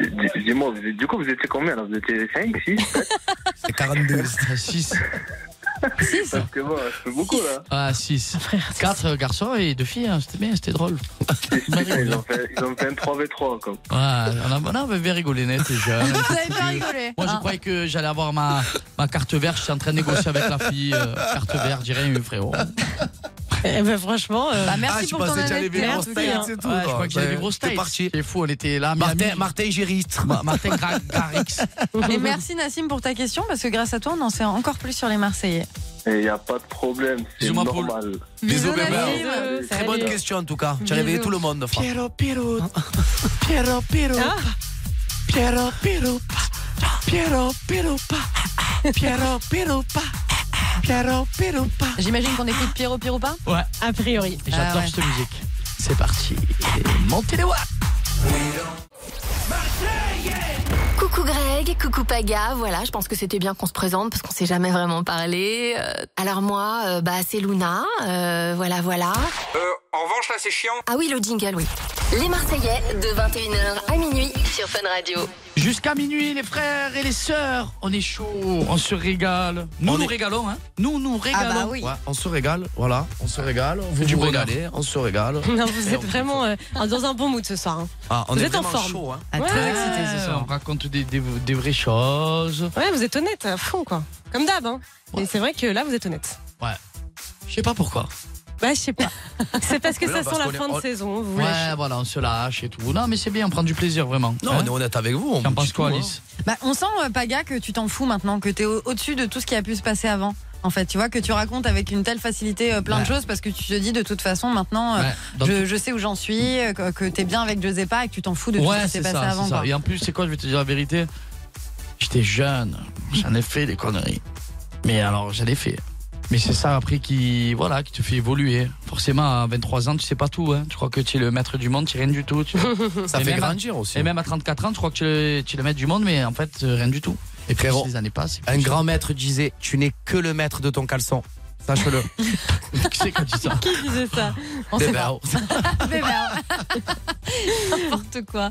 Speaker 13: Dis- Dis-moi, vous- du coup, vous étiez combien là Vous étiez 5, 6
Speaker 6: C'est 42.
Speaker 4: 6.
Speaker 13: Parce que moi, je fais beaucoup là.
Speaker 4: Ah, 6. 4 garçons et 2 filles, hein, c'était bien, c'était drôle.
Speaker 13: Ils ont fait, ils ont fait un 3v3 comme.
Speaker 4: Ouais, on a, on a bien rigolé net
Speaker 6: Euh,
Speaker 4: déjà.
Speaker 7: Vous avez pas rigolé.
Speaker 4: Moi, je
Speaker 7: Ah.
Speaker 4: croyais que j'allais avoir ma, ma carte verte. Je suis en train de négocier avec la fille. euh, carte verte, j'ai rien eu, frérot.
Speaker 5: Eh ben, franchement. euh,
Speaker 6: Ah,
Speaker 7: Bah, merci pour ton honnêteté, en tout cas.
Speaker 6: c'est tout,
Speaker 4: Ouais,
Speaker 6: toi.
Speaker 4: je crois que
Speaker 6: C'est-
Speaker 4: j'allais vivre aux States.
Speaker 6: c'est parti.
Speaker 4: C'est fou, on était là.
Speaker 6: Martin, Martin Gériste.
Speaker 4: Martin Gra- Garrix.
Speaker 7: Mais merci Nassim pour ta question parce que grâce à toi, on en sait encore plus sur les Marseillais.
Speaker 13: Et y a pas de problème, c'est normal.
Speaker 6: Bisous,
Speaker 7: Bisous,
Speaker 6: bébé.
Speaker 7: Nassim.
Speaker 6: Très
Speaker 7: Salut.
Speaker 6: bonne question, en tout cas. Tu as réveillé
Speaker 7: Bisous.
Speaker 6: tout le monde, frère.
Speaker 17: Piero, Piero, Piero, Piero, Piero, Piero, Piero, Piero, Piero, Piero, Piero, Piero,
Speaker 7: J'imagine qu'on écoute Pierrot Piroupa
Speaker 4: Ouais.
Speaker 5: A priori.
Speaker 4: J'adore
Speaker 7: Ah ouais.
Speaker 4: cette musique. C'est parti. Montez les watts.
Speaker 3: Coucou Greg, coucou Paga, voilà, je pense que c'était bien qu'on se présente parce qu'on s'est jamais vraiment parlé. Euh, alors moi, euh, bah c'est Luna, euh, voilà, voilà.
Speaker 17: en revanche, là, c'est chiant.
Speaker 3: Ah oui, le jingle, oui. Les Marseillais de 21h à minuit sur Fun Radio.
Speaker 4: Jusqu'à minuit, les frères et les sœurs, on est chaud, on se régale. Nous
Speaker 6: On
Speaker 4: nous
Speaker 6: est-
Speaker 4: régalons, hein. Nous nous
Speaker 7: Ah,
Speaker 4: régalons.
Speaker 7: bah
Speaker 6: Ouais, on se régale, voilà, on se régale, vous
Speaker 4: Du
Speaker 6: vous
Speaker 4: bonheur.
Speaker 6: régalez, on se régale.
Speaker 5: Non, vous
Speaker 6: Et
Speaker 5: êtes vraiment euh, dans un bon mood ce soir. hein.
Speaker 6: Ah, on
Speaker 5: vous
Speaker 6: est
Speaker 5: êtes en
Speaker 6: vraiment
Speaker 5: forme.
Speaker 6: chaud, hein.
Speaker 5: Ah, très
Speaker 4: Ouais,
Speaker 5: excité ce soir.
Speaker 4: On raconte des, des- des vraies choses.
Speaker 5: Ouais, vous êtes honnête à fond, quoi. Comme d'hab, hein. Mais c'est vrai que là, vous êtes honnête.
Speaker 4: Ouais. Je sais pas pourquoi.
Speaker 5: Bah, je sais pas. c'est parce que
Speaker 4: Mais
Speaker 5: ça
Speaker 4: non, parce
Speaker 5: sent la
Speaker 4: qu'on est-
Speaker 5: fin
Speaker 4: on-
Speaker 5: de saison. Vous
Speaker 4: ouais,
Speaker 5: lâchez.
Speaker 4: voilà, on se lâche et tout. Non, mais c'est bien, on prend du plaisir vraiment. hein.
Speaker 6: Non, on est honnête avec vous. hein.
Speaker 4: T'en penses quoi, Alice
Speaker 7: Bah, on sent, euh, Paga, que tu t'en fous maintenant, que tu es au-dessus de tout ce qui a pu se passer avant. En fait, tu vois, que tu racontes avec une telle facilité euh, plein de
Speaker 4: Ouais.
Speaker 7: choses parce que tu te dis de toute façon, maintenant, euh,
Speaker 4: Ouais, dans
Speaker 7: je,
Speaker 4: tout-
Speaker 7: je sais où j'en suis, euh, que, tu es bien avec Giuseppa et que tu t'en fous de tout ce
Speaker 4: Ouais,
Speaker 7: qui s'est
Speaker 4: c'est
Speaker 7: passé
Speaker 4: ça,
Speaker 7: avant.
Speaker 4: c'est ça.
Speaker 7: quoi.
Speaker 4: Et en plus, c'est quoi, je vais te dire la vérité J'étais jeune, j'en ai fait des conneries. Mais alors, j'en ai fait. Mais c'est ça après qui, voilà, qui te fait évoluer. Forcément, à 23 ans, tu sais pas tout. hein. Tu crois que tu es le maître du monde, tu es rien du tout. tu vois.
Speaker 6: Ça
Speaker 4: Et
Speaker 6: fait
Speaker 4: même à-
Speaker 6: grandir aussi.
Speaker 4: Et même à 34 ans, tu crois que tu es, tu es le maître du monde, mais en fait, euh, rien du tout. Et puis,
Speaker 6: Frérot,
Speaker 4: les années passent.
Speaker 6: Un grand maître disait Tu n'es que le maître de ton caleçon. Sache-le.
Speaker 4: Qui c'est qui dit ça
Speaker 5: Qui disait ça
Speaker 7: On
Speaker 6: Des
Speaker 7: sait
Speaker 6: barreaux.
Speaker 7: Mais merde. N'importe quoi.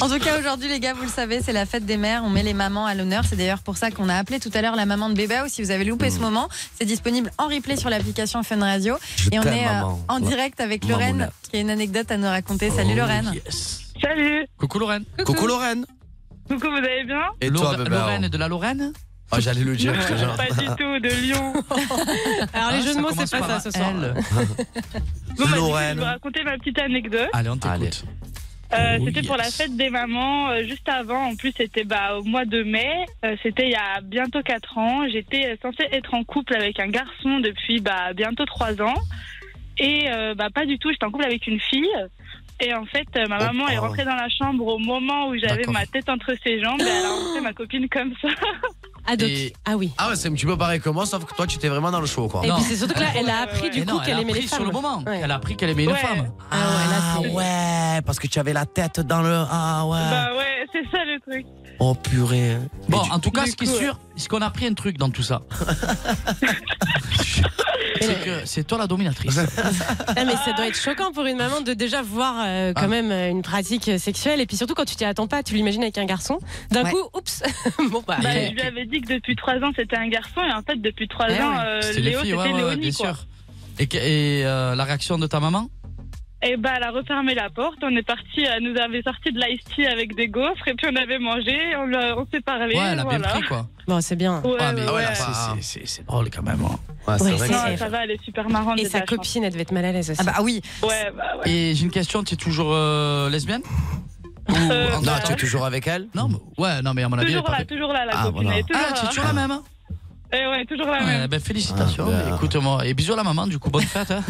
Speaker 7: En tout cas, aujourd'hui, les gars, vous le savez, c'est la fête des mères. On met les mamans à l'honneur. C'est d'ailleurs pour ça qu'on a appelé tout à l'heure la maman de Bébé. Ou si vous avez loupé
Speaker 4: Mm.
Speaker 7: ce moment, c'est disponible en replay sur l'application Fun Radio. Et on
Speaker 6: t'aime,
Speaker 7: est euh,
Speaker 6: maman.
Speaker 7: en
Speaker 6: Ouais.
Speaker 7: direct avec Lorraine,
Speaker 6: Mamouna.
Speaker 7: qui a une anecdote à nous raconter. Salut
Speaker 6: Oh,
Speaker 7: Lorraine.
Speaker 19: Salut.
Speaker 4: Coucou Lorraine.
Speaker 6: Coucou, Lorraine.
Speaker 19: Coucou, vous allez bien
Speaker 6: Et toi,
Speaker 4: Lor-
Speaker 6: bébé
Speaker 4: Lorraine de la Lorraine
Speaker 6: Ah, J'allais le dire,
Speaker 19: Non,
Speaker 6: je te jure.
Speaker 19: Pas du tout, de Lyon.
Speaker 5: Alors, les jeux de mots, c'est pas ça ce soir.
Speaker 19: Bon, bah, du bah. coup,
Speaker 6: Lorraine.
Speaker 19: je vais vous raconter ma petite anecdote.
Speaker 4: Allez, on t'écoute.
Speaker 19: Euh,
Speaker 4: Oh,
Speaker 19: c'était pour la
Speaker 4: yes.
Speaker 19: fête des mamans, euh, juste avant. En plus, c'était bah, au mois de mai. Euh, c'était il y a bientôt 4 ans. J'étais euh, censée être en couple avec un garçon depuis bah, bientôt 3 ans. Et euh, bah, pas du tout, j'étais en couple avec une fille. Et en fait, euh, ma
Speaker 20: Oh,
Speaker 19: maman est
Speaker 20: oh.
Speaker 19: rentrée dans la chambre au moment où j'avais
Speaker 6: D'accord.
Speaker 19: ma tête entre ses jambes. Et elle a rentré ma copine comme ça.
Speaker 6: Et-
Speaker 5: Ah oui.
Speaker 6: Ah ouais, c'est un petit peu pareil que moi, sauf que toi, tu étais vraiment dans le show, quoi.
Speaker 5: Et puis c'est surtout que là, elle
Speaker 19: Euh,
Speaker 5: a appris du
Speaker 4: Mais
Speaker 5: coup
Speaker 4: non,
Speaker 5: qu'elle
Speaker 4: elle a
Speaker 5: aimait les
Speaker 4: appris sur
Speaker 5: femmes.
Speaker 4: le moment. Elle a appris qu'elle aimait une
Speaker 5: Ouais.
Speaker 4: femme.
Speaker 6: Ah ouais, parce que tu avais la tête dans le. Ah ouais.
Speaker 19: Bah ouais, c'est ça le truc.
Speaker 6: Oh purée.
Speaker 4: Bon, en tout cas, ce qui est sûr, c'est qu'on a appris un truc dans tout ça. c'est que c'est toi la dominatrice.
Speaker 5: Ah, mais ça doit être choquant pour une maman de déjà voir euh, quand
Speaker 4: Ah.
Speaker 5: même euh, une pratique euh, sexuelle. Et puis surtout quand tu t'y attends pas, tu l'imagines avec un garçon. D'un
Speaker 19: Ouais.
Speaker 5: coup, oups. bon bah.
Speaker 19: Bah,
Speaker 5: après.
Speaker 19: je lui avais dit que depuis 3 ans c'était un garçon et en fait depuis 3
Speaker 4: Eh
Speaker 19: ans
Speaker 4: ouais.
Speaker 19: euh,
Speaker 4: C'était les
Speaker 19: Léo
Speaker 4: filles,
Speaker 19: c'était
Speaker 4: ouais, ouais,
Speaker 19: Léonie
Speaker 4: bien
Speaker 19: quoi.
Speaker 4: sûr. Et, que- et, euh, la réaction de ta maman
Speaker 19: Et bah elle a refermé la porte, on est parti, elle nous avait sorti de l'ice tea avec des gaufres et puis on avait mangé, on, l'a- on s'est parlé.
Speaker 4: Ouais, elle a bien
Speaker 19: voilà.
Speaker 4: pris quoi.
Speaker 5: Bon, c'est bien.
Speaker 19: Ouais,
Speaker 4: Ah,
Speaker 19: ouais, ouais.
Speaker 4: c'est- c'est- c'est drôle quand même. hein.
Speaker 19: Ouais, non, ça va, elle est super marrante.
Speaker 5: Et sa
Speaker 19: déjà, je pense.
Speaker 5: copine, elle devait être mal à l'aise aussi. Ah
Speaker 7: bah oui.
Speaker 19: Ouais, bah ouais.
Speaker 4: Et j'ai une question, tu es toujours euh, lesbienne Ou
Speaker 19: Euh,
Speaker 4: en-
Speaker 6: Non, tu es toujours avec elle
Speaker 4: Non, mais- ouais, non, mais à mon avis, elle est
Speaker 19: Toujours
Speaker 4: pas
Speaker 19: là, toujours là, la
Speaker 4: Ah,
Speaker 19: copine.
Speaker 4: voilà.
Speaker 19: elle est toujours
Speaker 4: Ah, tu es
Speaker 19: là.
Speaker 4: toujours la même, hein
Speaker 19: Eh ouais, toujours la
Speaker 4: Ouais,
Speaker 19: même.
Speaker 4: ben, félicitations,
Speaker 6: Ah,
Speaker 4: écoute-moi. Et bisous à la maman, du coup, bonne fête. hein.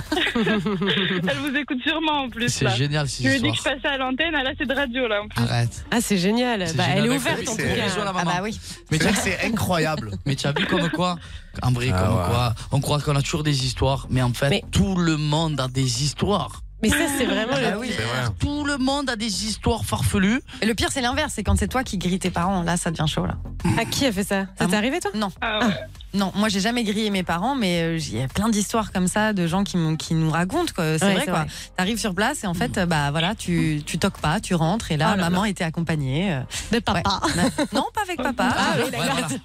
Speaker 19: elle vous écoute sûrement en plus.
Speaker 4: C'est
Speaker 19: là.
Speaker 4: génial, ces
Speaker 19: Je lui ai dit
Speaker 4: histoires.
Speaker 19: que je passais à l'antenne, elle a cette radio là en plus.
Speaker 4: Arrête.
Speaker 5: Ah, c'est génial.
Speaker 4: C'est
Speaker 5: Bah,
Speaker 4: génial.
Speaker 5: elle est
Speaker 4: Bah,
Speaker 5: ouverte
Speaker 4: écoute,
Speaker 5: en tout
Speaker 4: c'est-
Speaker 5: cas.
Speaker 4: bisous à la maman.
Speaker 5: Ah bah oui.
Speaker 4: Mais tu c'est incroyable. Mais tu as vu comme quoi, en vrai,
Speaker 6: Ah
Speaker 4: comme quoi, on croit qu'on a toujours des histoires, mais en fait, tout le monde a des histoires. Ah
Speaker 5: Mais
Speaker 4: bah
Speaker 5: ça, c'est vraiment le.
Speaker 4: Tout le monde a des histoires farfelues.
Speaker 7: Et le pire, c'est l'inverse. C'est quand c'est toi qui grille tes parents. Là, ça devient chaud, là. Ah
Speaker 5: À qui a fait ça Ça t'est arrivé, toi
Speaker 7: Non.
Speaker 4: Ah
Speaker 7: Ah. Non, moi j'ai jamais grillé mes parents, mais euh, il y a plein d'histoires comme ça de gens qui, m'ont- qui nous racontent. quoi. C'est
Speaker 5: Ouais,
Speaker 7: vrai
Speaker 5: c'est
Speaker 7: quoi.
Speaker 5: vrai.
Speaker 7: T'arrives sur place et en fait, euh, bah voilà, tu, tu toques pas, tu rentres et là,
Speaker 5: Oh là
Speaker 7: maman
Speaker 5: là.
Speaker 7: était accompagnée. euh,
Speaker 5: De papa.
Speaker 7: ouais. Non, pas avec papa.
Speaker 5: Ah oui, d'accord.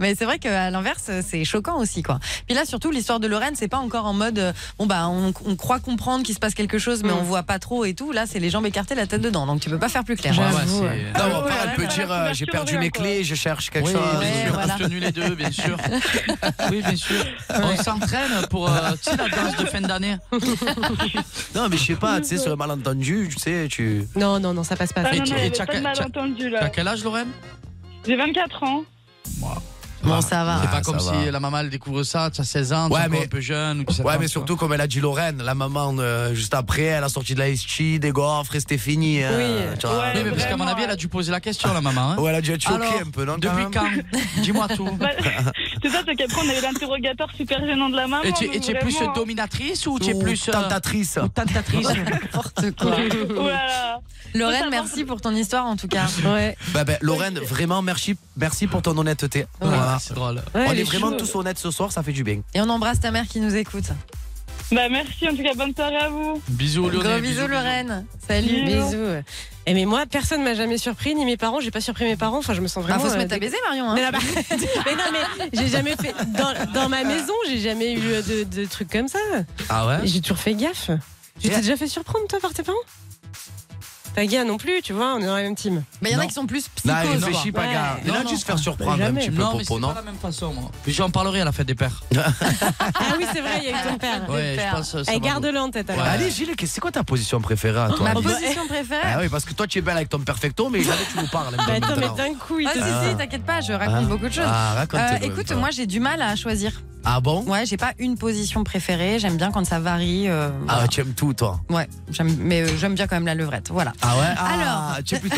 Speaker 7: Mais c'est vrai qu'à l'inverse, c'est choquant aussi quoi. Puis là, surtout, l'histoire de Lorraine, c'est pas encore en mode euh, bon bah on, on croit comprendre qu'il se passe quelque chose, mais on voit pas trop et tout. Là, c'est les jambes écartées, la tête dedans, donc tu peux pas faire plus clair.
Speaker 6: Ouais, ouais,
Speaker 4: Ah
Speaker 6: c'est- non, on parle, elle peut dire euh, j'ai perdu mes clés, je cherche quelque
Speaker 4: Oui,
Speaker 6: chose. euh,
Speaker 4: bien sûr, on se tenue les deux, bien sûr. Oui, bien sûr. On s'entraîne pour euh, tu sais, la danse de fin d'année.
Speaker 6: Non, mais je sais pas, tu sais, sur le malentendu, tu sais, tu.
Speaker 5: Non, non, non, ça passe pas.
Speaker 19: Ah,
Speaker 5: ça.
Speaker 19: non, non, il y avait pas de malentendu là.
Speaker 4: quel âge, Lorraine
Speaker 19: J'ai 24 ans.
Speaker 7: Bon, ça va.
Speaker 4: C'est pas
Speaker 6: Ouais,
Speaker 4: comme
Speaker 6: ça
Speaker 4: si
Speaker 6: va.
Speaker 4: la maman elle découvre ça, tu as 16 ans, tu es
Speaker 6: Ouais,
Speaker 4: encore
Speaker 6: mais-
Speaker 4: un peu jeune. Ou tu sais
Speaker 6: Ouais,
Speaker 4: pas,
Speaker 6: mais
Speaker 4: tu vois.
Speaker 6: surtout, comme elle a dit Lorraine, la maman, euh, juste après, elle a sorti de la SCI, des gaufres et c'était fini. hein, tu vois.
Speaker 4: Oui, mais parce qu'à mon avis, elle a dû poser la question, la maman. hein.
Speaker 6: Ouais, elle a dû être choquée
Speaker 4: Alors,
Speaker 6: un peu, non, quand
Speaker 4: Depuis
Speaker 6: même
Speaker 4: quand Dis-moi tout.
Speaker 19: Bah, C'est ça, c'est qu'après on avait l'interrogatoire super gênant de la maman.
Speaker 4: Et tu, et
Speaker 19: donc
Speaker 4: tu es plus
Speaker 19: vraiment.
Speaker 4: dominatrice ou tu es
Speaker 6: Ou
Speaker 4: plus. euh,
Speaker 6: tentatrice.
Speaker 4: ou tentatrice.
Speaker 7: quoi.
Speaker 19: Voilà.
Speaker 7: Lorraine, merci pour ton histoire en tout cas.
Speaker 5: Ouais.
Speaker 6: Bah, bah, Lorraine, vraiment, merci, merci pour ton honnêteté. Voilà.
Speaker 4: C'est drôle.
Speaker 6: on
Speaker 7: elle
Speaker 6: est
Speaker 7: est
Speaker 6: vraiment
Speaker 7: chaude.
Speaker 6: tous honnêtes ce soir, ça fait du bien.
Speaker 7: Et on embrasse ta mère qui nous écoute.
Speaker 19: Bah merci, en tout cas, bonne soirée à vous.
Speaker 4: Bisous,
Speaker 5: Gros
Speaker 4: Lionel.
Speaker 5: bisous, Lorraine. Salut.
Speaker 19: Bisous.
Speaker 5: Bisous. Eh mais moi, personne m'a jamais surpris, ni mes parents. J'ai pas surpris mes parents. Enfin, je me sens vraiment.
Speaker 7: Ah, faut se
Speaker 5: euh,
Speaker 7: mettre à
Speaker 5: dé-
Speaker 7: baiser, Marion, hein.
Speaker 5: Mais, là-bas- mais non, mais j'ai jamais fait. Dans, dans ma maison, j'ai jamais eu de, de trucs comme ça.
Speaker 6: Ah ouais
Speaker 5: J'ai toujours fait gaffe. Tu t'es déjà fait surprendre, toi, par tes parents Paga non plus, tu vois, on est dans la même team. Ah,
Speaker 7: Mais Bah, il y en a qui sont plus
Speaker 6: Non, réfléchis, pas gars. Il a dû se faire surprendre un petit peu,
Speaker 4: Non, mais c'est
Speaker 6: Popo, non
Speaker 4: pas la même façon, moi. Puis j'en parlerai à la fête des pères.
Speaker 5: Ah oui, c'est vrai, il y a eu ton père.
Speaker 6: Ouais, je pense, ça
Speaker 5: Eh,
Speaker 6: m'a-
Speaker 5: Garde-le en tête alors.
Speaker 6: Ouais. Allez, Gilles, c'est quoi ta position préférée à toi
Speaker 5: Ma
Speaker 6: Alice
Speaker 5: position préférée
Speaker 6: Ah oui, parce que toi, tu es belle avec ton perfecto, mais jamais tu nous parles.
Speaker 7: Bah, attends, mais
Speaker 5: D'un coup, il
Speaker 7: Ah,
Speaker 5: te
Speaker 7: si,
Speaker 6: Ah.
Speaker 7: si, t'inquiète pas, je raconte
Speaker 6: Ah.
Speaker 7: beaucoup de choses.
Speaker 6: Ah, raconte-le,
Speaker 7: Euh,
Speaker 6: ouais,
Speaker 7: écoute,
Speaker 6: bah.
Speaker 7: moi, j'ai du mal à choisir.
Speaker 6: Ah bon
Speaker 7: Ouais, j'ai pas une position préférée. J'aime bien quand ça varie. euh,
Speaker 6: Ah, tu aimes tout, toi
Speaker 7: Ouais, j'aime, mais euh, j'aime bien quand même la levrette. Voilà.
Speaker 6: Ah ouais
Speaker 7: Alors.
Speaker 6: Alors Tu es plutôt.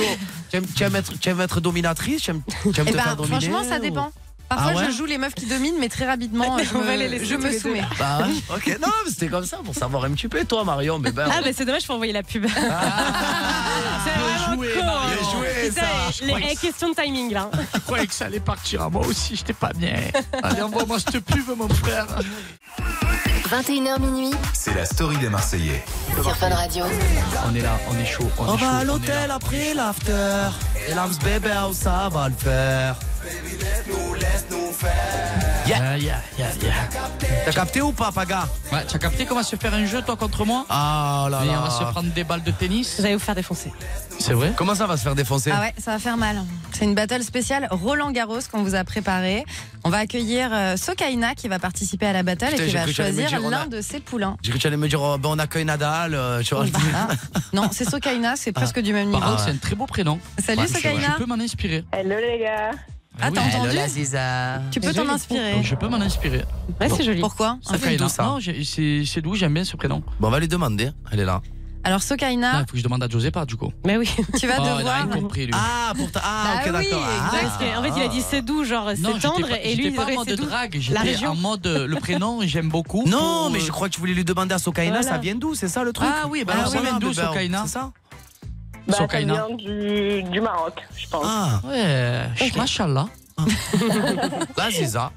Speaker 6: Tu aimes, tu aimes être, tu aimes être dominatrice Tu aimes, tu aimes
Speaker 7: Eh
Speaker 6: te
Speaker 7: ben,
Speaker 6: faire dominer
Speaker 7: franchement, ça
Speaker 6: ou-
Speaker 7: dépend. Parfois,
Speaker 6: Ah ouais
Speaker 7: je joue les meufs qui dominent, mais très rapidement, je
Speaker 5: On va les
Speaker 7: me,
Speaker 5: laisser
Speaker 7: je me
Speaker 5: tous les deux.
Speaker 7: soumets.
Speaker 6: Bah ouais, ok, non, mais c'était comme ça pour savoir un petit peu, toi, Marion. Mais ben,
Speaker 5: Ah, bah c'est dommage, faut envoyer la pub. c'est vraiment
Speaker 6: Ah, joué,
Speaker 5: con,
Speaker 6: Marion.
Speaker 5: hein.
Speaker 6: Bien joué,
Speaker 5: Putain,
Speaker 6: Sarah. Je
Speaker 5: les-
Speaker 6: croyais
Speaker 5: eh, question de timing là.
Speaker 4: Je croyais que ça allait partir à moi aussi, j'étais pas bien. Allez, envoie-moi cette pub, mon frère.
Speaker 3: 21h minuit
Speaker 1: C'est la story des Marseillais.
Speaker 3: sur Fun Radio.
Speaker 4: On est là, on est chaud. On,
Speaker 6: On
Speaker 4: est chaud,
Speaker 6: va à
Speaker 4: on est là.
Speaker 6: l'hôtel après l'after. Et l'âme bébé, ça va le faire. Yeah. Yeah, yeah, yeah. T'as capté ou pas, Paga
Speaker 4: Ouais, t'as capté comment se faire un jeu, toi, contre moi
Speaker 6: Ah là
Speaker 4: Et
Speaker 6: là.
Speaker 4: on va se prendre des balles de tennis.
Speaker 5: Vous allez vous faire défoncer.
Speaker 6: C'est vrai Comment ça va se faire défoncer
Speaker 7: Ah ouais, ça va faire mal. C'est une battle spéciale Roland Garros qu'on vous a préparée. On va accueillir euh, Sokaina qui va participer à la battle
Speaker 6: Putain,
Speaker 7: et qui
Speaker 6: j'ai
Speaker 7: va
Speaker 6: cru que j'allais me
Speaker 7: choisir
Speaker 6: dire, on a-
Speaker 7: l'un de ses poulains.
Speaker 6: J'ai cru que tu allais me dire, oh, ben, on accueille Nadal. euh, tu vois, je dis- ah.
Speaker 7: Non, c'est Sokaina, Bah, c'est presque du même
Speaker 4: Par
Speaker 7: niveau.
Speaker 4: contre, c'est un très beau prénom.
Speaker 7: Salut,
Speaker 4: Ouais, je-
Speaker 7: Sokaina.
Speaker 4: Je peux m'en inspirer.
Speaker 19: Hello les gars.
Speaker 7: Ah, t'as entendu
Speaker 6: Eh Ziza.
Speaker 7: Tu peux t'en inspirer.
Speaker 4: Je peux m'en inspirer.
Speaker 5: Ouais, c'est joli.
Speaker 7: Pourquoi
Speaker 4: Ça fait
Speaker 6: d'où, ça
Speaker 4: Non, j'ai- c'est c'est d'où j'aime bien ce prénom.
Speaker 6: Bon, on va lui demander. Elle est là.
Speaker 7: Alors
Speaker 4: Il
Speaker 7: Sokaina,
Speaker 4: faut que je demande à José pas du coup.
Speaker 5: Mais oui.
Speaker 7: tu vas
Speaker 4: Oh, il a
Speaker 7: devoir.
Speaker 4: rien compris, lui.
Speaker 6: Ah, pour ta- ah
Speaker 7: Bah
Speaker 6: ok,
Speaker 7: oui,
Speaker 6: d'accord. Ah.
Speaker 5: Parce que, en fait, il a dit c'est doux, genre
Speaker 4: Non,
Speaker 5: c'est
Speaker 4: j'étais
Speaker 5: tendre,
Speaker 4: pas-
Speaker 5: et lui,
Speaker 4: j'étais
Speaker 5: il
Speaker 4: pas
Speaker 5: ouais,
Speaker 4: en mode
Speaker 5: c'est doux.
Speaker 4: drague,
Speaker 5: La
Speaker 4: j'étais
Speaker 5: région.
Speaker 4: en mode euh, le prénom, j'aime beaucoup.
Speaker 6: Non,
Speaker 4: pour,
Speaker 6: mais
Speaker 4: euh,
Speaker 6: je crois que tu voulais lui demander à Sokaina,
Speaker 5: Voilà.
Speaker 6: ça vient d'où C'est ça le truc
Speaker 4: Ah oui, bah alors, ça
Speaker 6: voilà,
Speaker 4: vient d'où,
Speaker 6: bébé,
Speaker 4: Sokaina
Speaker 6: C'est ça
Speaker 19: Bah,
Speaker 4: Sokaina. Eh.
Speaker 19: ça vient du, du Maroc, je pense.
Speaker 6: Ah,
Speaker 7: euh,
Speaker 4: Ouais,
Speaker 7: אה,
Speaker 4: machallah.
Speaker 6: là, Ziza.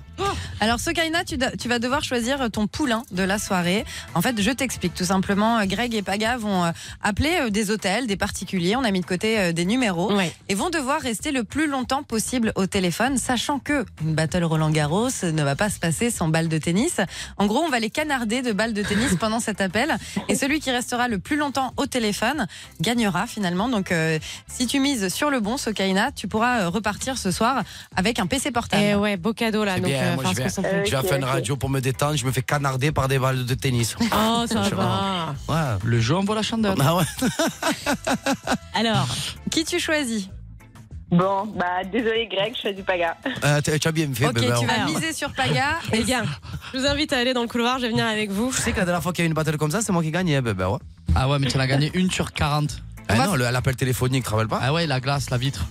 Speaker 7: Alors Sokaina, tu, do- tu vas devoir choisir euh, ton poulain de la soirée. En fait, je t'explique tout simplement. euh, Greg et Paga vont euh, appeler euh, des hôtels, des particuliers. On a mis de côté euh, des numéros.
Speaker 5: Ouais.
Speaker 7: et vont devoir rester le plus longtemps possible au téléphone, sachant que une battle Roland Garros euh, ne va pas se passer sans balle de tennis. En gros, on va les canarder de balles de tennis pendant cet appel, et celui qui restera le plus longtemps au téléphone gagnera finalement. Donc, euh, si tu mises sur le bon, Sokaina, tu pourras euh, repartir ce soir avec un PC portable.
Speaker 5: Eh ouais, beau cadeau là.
Speaker 7: Ah,
Speaker 6: C'est
Speaker 5: Donc,
Speaker 6: bien,
Speaker 5: euh,
Speaker 6: moi,
Speaker 5: enfin,
Speaker 6: je
Speaker 5: se
Speaker 6: vais-
Speaker 5: concentrer.
Speaker 6: Je vais
Speaker 19: Ok,
Speaker 6: faire une
Speaker 19: ok.
Speaker 6: radio pour me détendre, je me fais canarder par des balles de tennis.
Speaker 5: Oh, ça
Speaker 6: Je sais
Speaker 5: va.
Speaker 6: pas. Ouais.
Speaker 4: Le jeu envoie la chandelle.
Speaker 6: Ah ouais.
Speaker 5: Alors,
Speaker 7: Qui tu choisis
Speaker 19: Bon, bah désolé Greg, je fais du paga.
Speaker 6: Euh, t'as- tu as bien fait,
Speaker 7: Ok,
Speaker 6: bébé.
Speaker 7: tu vas
Speaker 5: Alors.
Speaker 7: miser sur Paga.
Speaker 5: les gars, je vous invite à aller dans le couloir, je vais venir avec vous.
Speaker 6: Tu sais que la dernière fois qu'il y a eu une battle comme ça, c'est moi qui gagnais, bébé. Ouais.
Speaker 4: Ah ouais, mais tu en as gagné une sur 40.
Speaker 6: Ah non, le- l'appel téléphonique, tu te rappelles pas
Speaker 4: Ah ouais, la glace, la vitre.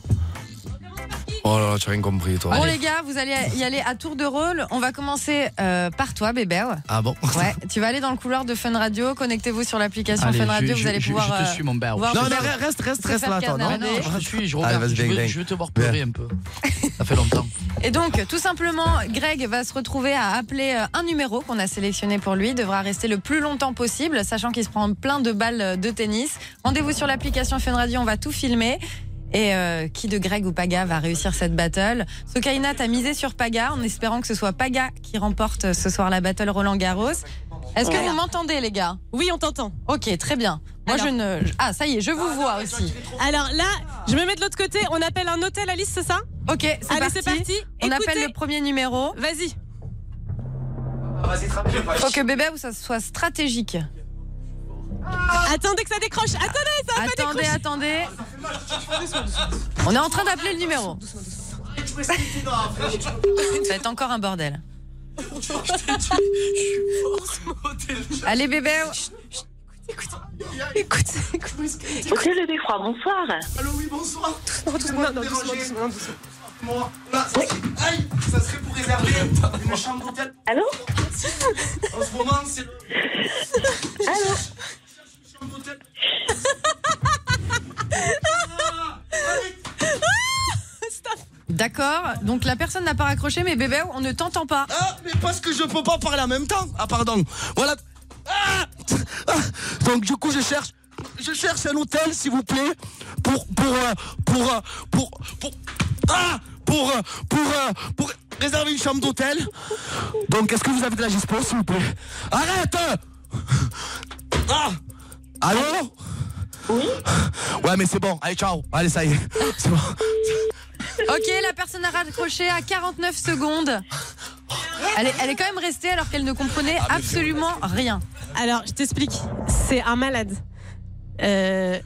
Speaker 6: Oh là là, tu as rien compris, toi.
Speaker 7: Bon
Speaker 4: Allez.
Speaker 7: les gars, vous allez y aller à tour de rôle. On va commencer euh, par toi, Bébert.
Speaker 6: Ah bon
Speaker 7: Ouais, tu vas aller dans le couloir de Fun Radio, connectez-vous sur l'application
Speaker 4: Allez,
Speaker 7: Fun Radio,
Speaker 4: je,
Speaker 7: vous allez
Speaker 4: je- je-
Speaker 7: pouvoir.
Speaker 4: je te
Speaker 7: euh,
Speaker 4: suis, mon berbe.
Speaker 7: voir-
Speaker 6: Non,
Speaker 7: je-
Speaker 6: mais reste, reste,
Speaker 7: se
Speaker 6: reste
Speaker 7: faire
Speaker 6: là, toi, non
Speaker 4: Ah
Speaker 7: canarder.
Speaker 4: non, je te suis, je
Speaker 6: Allez,
Speaker 4: regarde.
Speaker 6: vas-y,
Speaker 4: je, veux,
Speaker 6: Greg.
Speaker 4: je veux te voir pleurer un peu. Ça fait longtemps.
Speaker 7: Et donc, tout simplement, Greg va se retrouver à appeler euh, un numéro qu'on a sélectionné pour lui. Il devra rester le plus longtemps possible, sachant qu'il se prend plein de balles euh, de tennis. Rendez-vous sur l'application Fun Radio, on va tout filmer. Et euh, qui de Greg ou Paga va réussir cette battle Sokaina t'a misé sur Paga en espérant que ce soit Paga qui remporte euh, ce soir la battle Roland Garros. Est-ce que vous m'entendez les gars
Speaker 5: Oui, on t'entend.
Speaker 7: Ok, très bien. Moi
Speaker 5: Alors.
Speaker 7: je ne... Ah ça y est, je vous vois aussi.
Speaker 5: Alors là, je me mets de l'autre côté, on appelle un hôtel Alice, c'est ça
Speaker 7: Ok, c'est
Speaker 5: Allez,
Speaker 7: parti.
Speaker 5: c'est parti.
Speaker 7: On appelle
Speaker 5: Écoutez,
Speaker 7: le premier numéro.
Speaker 5: Vas-y.
Speaker 7: Faut que bébé ou ça soit stratégique.
Speaker 5: Attendez que ça décroche. Attendez, ça va pas
Speaker 7: Attendez,
Speaker 5: décrocher.
Speaker 7: attendez. On est en train d'appeler le numéro. Ça va être encore un bordel. Allez bébé.
Speaker 5: Écoute, écoute.
Speaker 19: Ok le décroix, bonsoir.
Speaker 5: Doucement, non, doucement, doucement, doucement.
Speaker 19: Allô
Speaker 7: D'accord. Donc la personne n'a pas raccroché, mais bébé, on ne t'entend pas.
Speaker 20: Ah, mais parce que je peux pas parler en même temps. Ah, pardon. Voilà.
Speaker 6: Ah Donc du coup je cherche je cherche un hôtel s'il vous plaît pour pour euh, pour euh, pour pour ah pour euh, pour euh, pour réserver une chambre d'hôtel. Donc est-ce que vous avez de la dispo s'il vous plaît Arrête Ah Allô Oui Ouais mais c'est bon, allez ciao, allez ça y est. C'est bon.
Speaker 7: Ok, la personne a raccroché à 49 secondes. Elle est, elle est quand même restée alors qu'elle ne comprenait absolument rien.
Speaker 5: Alors, je t'explique. C'est un malade. Euh,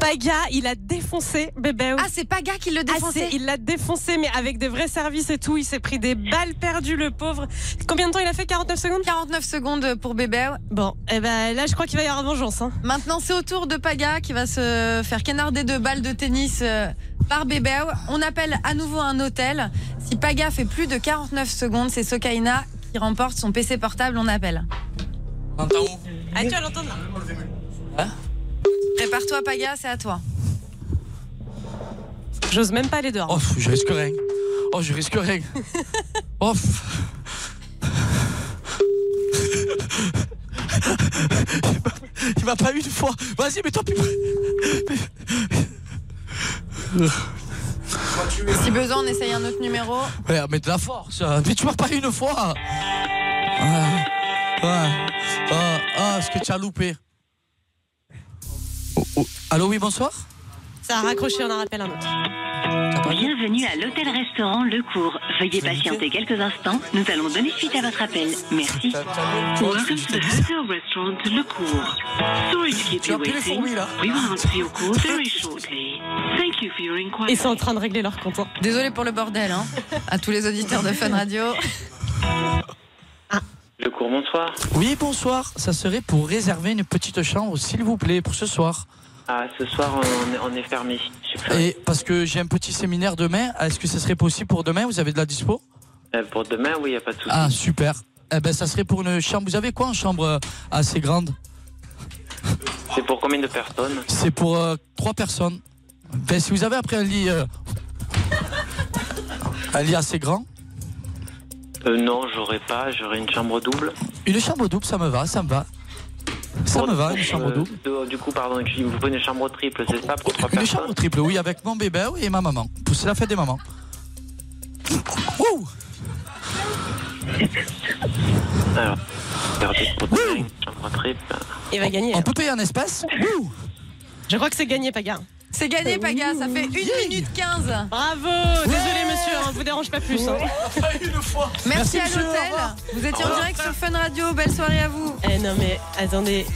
Speaker 5: Paga, il a défoncé bébé.
Speaker 7: Ah, c'est Paga qui le
Speaker 5: défonçait Il l'a défoncé, mais avec des vrais services et tout. Il s'est pris des balles perdues, le pauvre. Combien de temps il a fait 49 secondes
Speaker 7: 49 secondes pour bébé.
Speaker 5: Bon, et ben là, je crois qu'il va y avoir vengeance. Hein.
Speaker 7: Maintenant, c'est au tour de Paga qui va se faire canarder de balles de tennis euh, par bébé. On appelle à nouveau un hôtel. Si Paga fait plus de 49 secondes, c'est Sokaina qui remporte son PC portable. On appelle.
Speaker 5: Ah, tu vas l'entendre là.
Speaker 7: Prépare-toi, Paga, c'est à toi.
Speaker 5: J'ose même pas aller dehors.
Speaker 4: Oh, pff, je risque rien. Oh, je risque rien. oh. pff.
Speaker 6: Il m'a pas eu une fois. Vas-y, mais toi,
Speaker 7: Si besoin, on essaye un autre numéro.
Speaker 4: Ouais, mais de la force. euh, Mais tu m'as pas eu une fois. Ah, ah, ah, ah, ce que tu as loupé. Oh, oh. Allô, oui, bonsoir.
Speaker 5: Ça a raccroché, on en rappelle un autre.
Speaker 18: Bienvenue à l'hôtel-restaurant Le Cours. Veuillez patienter quelques instants. Nous allons donner suite à votre appel. Merci. Welcome to the hotel restaurant Le Cours. Sorry to keep you waiting. We will answer your call very shortly. Thank you for your inquiry.
Speaker 5: Ils sont en train de régler leur compte. hein.
Speaker 7: Désolé pour le bordel, hein. À tous les auditeurs de Fun Radio.
Speaker 4: Le cours, bonsoir. Oui, bonsoir. Ça serait pour réserver une petite chambre, s'il vous plaît, pour ce soir.
Speaker 13: Ah, ce soir, on est, on est fermé. Je suis
Speaker 4: Et parce que j'ai un petit séminaire demain, est-ce que ça serait possible pour demain Vous avez de la dispo
Speaker 13: Euh, pour demain, oui, il n'y a pas de souci.
Speaker 4: Ah, super. Eh ben, ça serait pour une chambre. Vous avez quoi en chambre euh, assez grande
Speaker 13: C'est pour combien de personnes
Speaker 4: C'est pour euh, trois personnes. Ben, si vous avez après un lit, euh, un lit assez grand,
Speaker 13: euh, Non, j'aurais pas. J'aurais une chambre double.
Speaker 4: une chambre double, ça me va, ça me va. Ça me va, une chambre
Speaker 13: Euh,
Speaker 4: double.
Speaker 13: deux- du coup, pardon, excusez- vous prenez une chambre triple, c'est ça, pour trois
Speaker 4: Une
Speaker 13: personnes
Speaker 4: chambre triple, oui, avec mon bébé oui, et ma maman. C'est la fête des mamans. Ouh
Speaker 13: Alors, regardez, pour demain, une chambre triple.
Speaker 5: Il va gagner. hein.
Speaker 4: On peut payer en espèce
Speaker 5: Je crois que c'est gagné, Paga.
Speaker 7: C'est gagné, Paga, ça fait 1 minute 15.
Speaker 5: Bravo Désolé, monsieur, on vous dérange pas plus. hein.
Speaker 7: Merci,
Speaker 5: Merci,
Speaker 7: à
Speaker 5: monsieur, au
Speaker 7: l'hôtel.
Speaker 5: revoir.
Speaker 7: Vous étiez
Speaker 5: Au
Speaker 7: en
Speaker 5: revoir.
Speaker 7: direct sur Fun Radio. Belle soirée à vous.
Speaker 5: Eh non, mais attendez.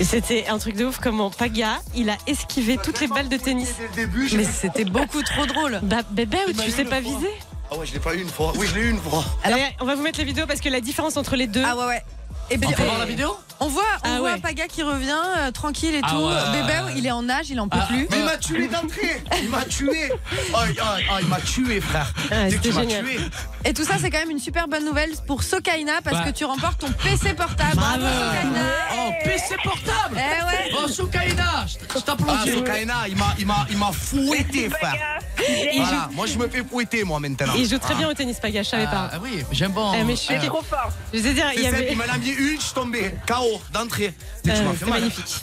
Speaker 5: C'était un truc de ouf comment Paga, il a esquivé
Speaker 6: Bah,
Speaker 5: toutes les balles de tennis.
Speaker 7: Mais c'était beaucoup trop drôle.
Speaker 5: Bah, bébé, tu sais pas viser
Speaker 6: Ah ouais, je l'ai pas eu une fois. Oui, je l'ai eu une fois.
Speaker 5: Allez, on va vous mettre les vidéos parce que la différence entre les deux. Ah
Speaker 7: ouais, ouais. Et bien, euh,
Speaker 5: on peut
Speaker 7: et-
Speaker 5: voir la vidéo
Speaker 7: On voit, on
Speaker 5: Ah
Speaker 7: voit
Speaker 5: ouais.
Speaker 7: Paga qui revient euh, tranquille et
Speaker 5: Ah
Speaker 7: tout.
Speaker 5: ouais. Ah.
Speaker 7: Bébé, il est en âge, il en peut plus.
Speaker 6: Mais il m'a tué d'entrée Il m'a tué Ah, ah, ah, il m'a tué, frère Dès que tu m'as tué
Speaker 7: Ah, Et tout ça, c'est quand même une super bonne nouvelle pour Sokaina parce
Speaker 6: Bah.
Speaker 7: que tu remportes ton PC portable.
Speaker 6: Bravo.
Speaker 5: Ah,
Speaker 7: Sokaina.
Speaker 6: Oh, PC portable
Speaker 7: Eh ouais.
Speaker 6: Oh, Soukaina Je
Speaker 7: t'applaudis.
Speaker 6: Ah, Soukaina, il m'a- il m'a- il m'a fouetté, frère
Speaker 5: Il
Speaker 6: Voilà,
Speaker 5: joue-
Speaker 6: moi je me fais fouetter, moi, maintenant.
Speaker 5: Il joue très
Speaker 6: Ah.
Speaker 5: bien au tennis, Paga, je savais pas.
Speaker 6: Ah oui, j'aime bon.
Speaker 5: Eh, mais je suis
Speaker 6: Ah.
Speaker 5: trop fort. Je veux dire, il y
Speaker 6: C'est simple,
Speaker 5: avait.
Speaker 6: Il m'en a mis une, je suis tombé. KO, d'entrée.
Speaker 5: Euh,
Speaker 6: Tu m'as
Speaker 5: c'est
Speaker 6: fait mal.
Speaker 5: magnifique.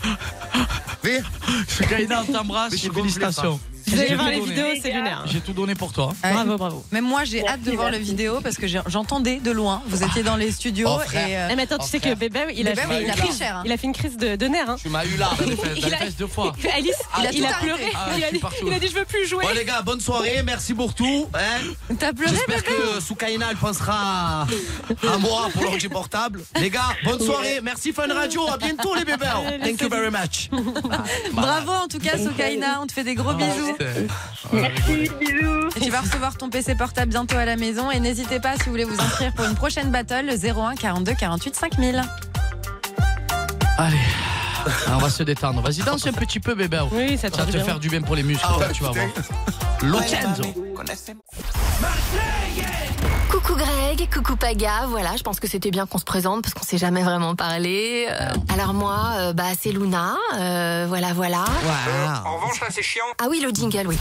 Speaker 6: V
Speaker 4: Soukaina, on t'embrasse,
Speaker 6: Mais je suis
Speaker 4: félicitations.
Speaker 6: gonflé,
Speaker 5: Vous allez
Speaker 4: J'ai
Speaker 5: voir
Speaker 4: tout
Speaker 5: les
Speaker 4: donné.
Speaker 5: vidéos, c'est lunaire.
Speaker 4: J'ai tout donné pour toi.
Speaker 7: Ouais.
Speaker 5: Ah. Bravo, bravo.
Speaker 7: Même moi, j'ai hâte de voir
Speaker 5: merci.
Speaker 7: le vidéo parce que j'ai- j'entendais de loin. Vous étiez dans les studios
Speaker 5: Oh,
Speaker 7: et. euh,
Speaker 5: frère. Eh, mais attends, tu sais que Bébé, il a
Speaker 7: Bébé,
Speaker 5: fait-
Speaker 7: il a pris cher. hein.
Speaker 5: Il a fait une crise de, de nerfs. Hein.
Speaker 4: Tu m'as eu là, dans les fesses, dans
Speaker 5: Il
Speaker 4: les
Speaker 5: a-
Speaker 4: fesses deux fois.
Speaker 5: Alice,
Speaker 6: Ah,
Speaker 5: il a,
Speaker 6: tout
Speaker 5: il a
Speaker 6: arrêté.
Speaker 5: pleuré.
Speaker 6: Ah,
Speaker 5: il,
Speaker 6: je
Speaker 5: a
Speaker 6: suis
Speaker 5: dit,
Speaker 6: partout.
Speaker 5: il a dit, je veux plus jouer.
Speaker 6: Bon les gars, bonne soirée, merci pour tout. hein.
Speaker 7: T'as pleuré,
Speaker 6: J'espère que Soukaina, elle pensera à- à moi pour l'ordi portable. Les gars, bonne soirée, merci Fun Radio, à bientôt les bébés.
Speaker 7: Allez,
Speaker 6: Thank you very much.
Speaker 7: Bravo en tout cas, Sokaina. On te fait des gros bisous.
Speaker 6: Merci,
Speaker 7: bisous. Et tu vas recevoir ton PC portable bientôt à la maison. Et n'hésitez pas si vous voulez vous inscrire pour une prochaine battle 01 42 48 5000.
Speaker 4: Allez, Ah, on va se détendre. Vas-y, danse un petit peu, bébé.
Speaker 5: Oui, ça
Speaker 4: va te faire du bien pour les muscles. tu vas voir. Lorenzo.
Speaker 3: Coucou Greg, coucou Paga, voilà, je pense que c'était bien qu'on se présente parce qu'on s'est jamais vraiment parlé. Euh, alors moi, euh, bah c'est Luna, euh, voilà, voilà.
Speaker 19: en revanche, là, c'est chiant.
Speaker 3: Ah oui, le jingle, oui.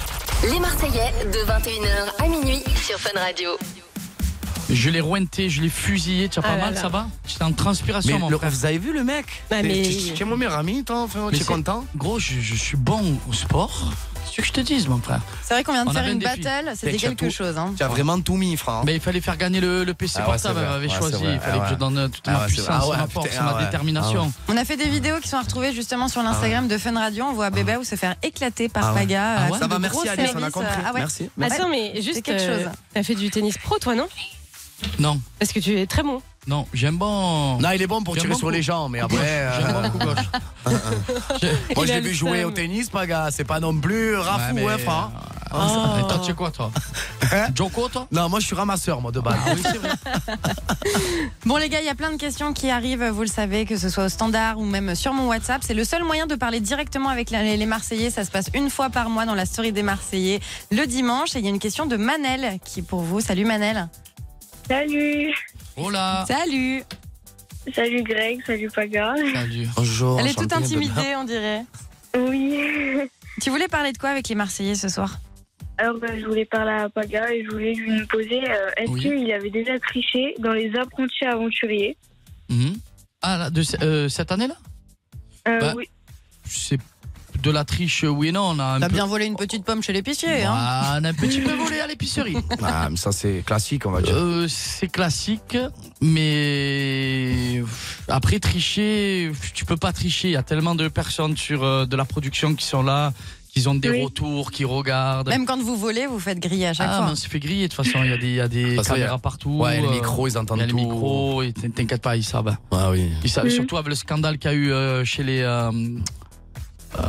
Speaker 3: Les Marseillais de 21h à minuit sur Fun Radio.
Speaker 4: Je l'ai rointé, je l'ai fusillé, tu as
Speaker 6: Ah
Speaker 4: pas
Speaker 6: là
Speaker 4: mal,
Speaker 6: là.
Speaker 4: ça va J'étais en transpiration,
Speaker 6: Mais
Speaker 4: mon
Speaker 6: le-
Speaker 4: frère.
Speaker 6: vous avez vu le mec
Speaker 4: Bah, mais-
Speaker 6: T'es mon meilleur ami, toi, enfin,
Speaker 4: Mais
Speaker 6: t'es
Speaker 4: c'est-
Speaker 6: content
Speaker 4: Gros, je, je suis bon au sport. C'est ce que je te dis, mon frère.
Speaker 7: C'est vrai qu'on vient de
Speaker 4: On
Speaker 7: faire
Speaker 4: avait
Speaker 7: une
Speaker 4: un défi.
Speaker 7: battle, c'était
Speaker 4: Mec, tu as
Speaker 7: quelque
Speaker 4: tout-
Speaker 7: chose. Hein.
Speaker 6: Tu as vraiment tout mis, Franck.
Speaker 4: Mais il fallait faire gagner le, le PC
Speaker 6: Ah ouais,
Speaker 4: portable,
Speaker 6: c'est vrai.
Speaker 4: elle avait
Speaker 6: Ouais,
Speaker 4: choisi.
Speaker 6: c'est vrai.
Speaker 4: Il fallait
Speaker 6: Ah
Speaker 4: que
Speaker 6: ouais.
Speaker 4: je donne toute
Speaker 6: Ah
Speaker 4: ma
Speaker 6: ouais, c'est
Speaker 4: puissance,
Speaker 6: vrai. Ah ouais,
Speaker 4: ma force,
Speaker 6: putain,
Speaker 4: ma
Speaker 6: ah ouais.
Speaker 4: détermination.
Speaker 6: Ah ouais.
Speaker 7: On a fait des vidéos qui sont à retrouver justement sur l'Instagram de Fun Radio. On voit Bébé ou se faire éclater par
Speaker 6: Ah ouais.
Speaker 7: Paga.
Speaker 6: Ah
Speaker 7: à
Speaker 6: ouais.
Speaker 7: coups
Speaker 6: Ça
Speaker 7: de
Speaker 6: va, merci
Speaker 7: gros
Speaker 6: Alice, on a
Speaker 7: services.
Speaker 6: compris.
Speaker 7: Ah ouais.
Speaker 6: Merci.
Speaker 5: Attends, mais
Speaker 7: C'est
Speaker 5: juste.
Speaker 7: quelque
Speaker 5: euh,
Speaker 7: chose.
Speaker 5: T'as fait du tennis pro, toi, non
Speaker 4: Non.
Speaker 5: Parce que tu es très bon.
Speaker 4: Non, j'aime bon.
Speaker 6: Non, il est bon pour
Speaker 4: J'aime
Speaker 6: tirer
Speaker 4: bon
Speaker 6: sur
Speaker 4: coup-
Speaker 6: les gens, mais
Speaker 4: coup
Speaker 6: après.
Speaker 4: gauche.
Speaker 6: euh,
Speaker 4: J'aime bon coup gauche.
Speaker 6: Moi,
Speaker 4: Il
Speaker 6: j'ai
Speaker 4: a
Speaker 6: vu
Speaker 4: le
Speaker 6: jouer
Speaker 4: seum.
Speaker 6: au tennis, pas gars. C'est pas non plus
Speaker 4: Ouais,
Speaker 6: rafou,
Speaker 4: mais-
Speaker 6: hein, Franck.
Speaker 4: Ah, et toi, tu es quoi, toi Joko, toi Ah
Speaker 6: Non, moi, je suis ramasseur, moi, de base.
Speaker 7: Bon les gars, il y a plein de questions qui arrivent, vous le savez, que ce soit au standard ou même sur mon WhatsApp. C'est le seul moyen de parler directement avec la- les Marseillais. Ça se passe une fois par mois dans la story des Marseillais le dimanche. Et il y a une question de Manel qui est pour vous. Salut Manel. Ah.
Speaker 12: Salut.
Speaker 4: Hola.
Speaker 7: Salut.
Speaker 12: Salut Greg, salut Paga.
Speaker 4: Oh,
Speaker 6: Bonjour.
Speaker 7: Elle est
Speaker 6: enchanté,
Speaker 7: toute intimidée, on dirait.
Speaker 12: Oui.
Speaker 7: Tu voulais parler de quoi avec les Marseillais ce soir
Speaker 12: Alors, bah, je voulais parler à Paga et je voulais lui poser euh, est-ce qu'il avait déjà triché dans les apprentis aventuriers
Speaker 4: Mhm. Ah, là, de ce- euh, cette année-là
Speaker 12: Euh,
Speaker 4: Bah,
Speaker 12: Oui.
Speaker 4: C'est de la triche, euh, oui et non. On a un
Speaker 7: T'as
Speaker 4: peu-
Speaker 7: bien volé une petite pomme chez l'épicier, hein
Speaker 4: Ah, on a un petit peu volé à l'épicerie. Bah,
Speaker 6: Ah, mais ça, c'est classique, on va dire.
Speaker 4: Euh, c'est classique, mais après tricher, tu peux pas tricher. Il y a tellement de personnes sur euh, de la production qui sont là, qui ont des
Speaker 7: Oui.
Speaker 4: retours, qui regardent.
Speaker 7: Même quand vous volez, vous faites griller à chaque
Speaker 4: ah, mais
Speaker 7: fois.
Speaker 4: on s'est fait griller de toute façon. Il y a des, il y a des
Speaker 6: toute façon, Ah, il y a-
Speaker 4: caméras partout.
Speaker 6: Ouais, les
Speaker 4: euh,
Speaker 6: micros, ils entendent
Speaker 4: Il y a les
Speaker 6: tout.
Speaker 4: micros, et t'in- t'inquiète pas, ils savent.
Speaker 6: Ah oui.
Speaker 4: Ils savent
Speaker 6: Mhm.
Speaker 4: surtout avec le scandale qu'il y a eu euh, chez les. euh,
Speaker 6: Euh,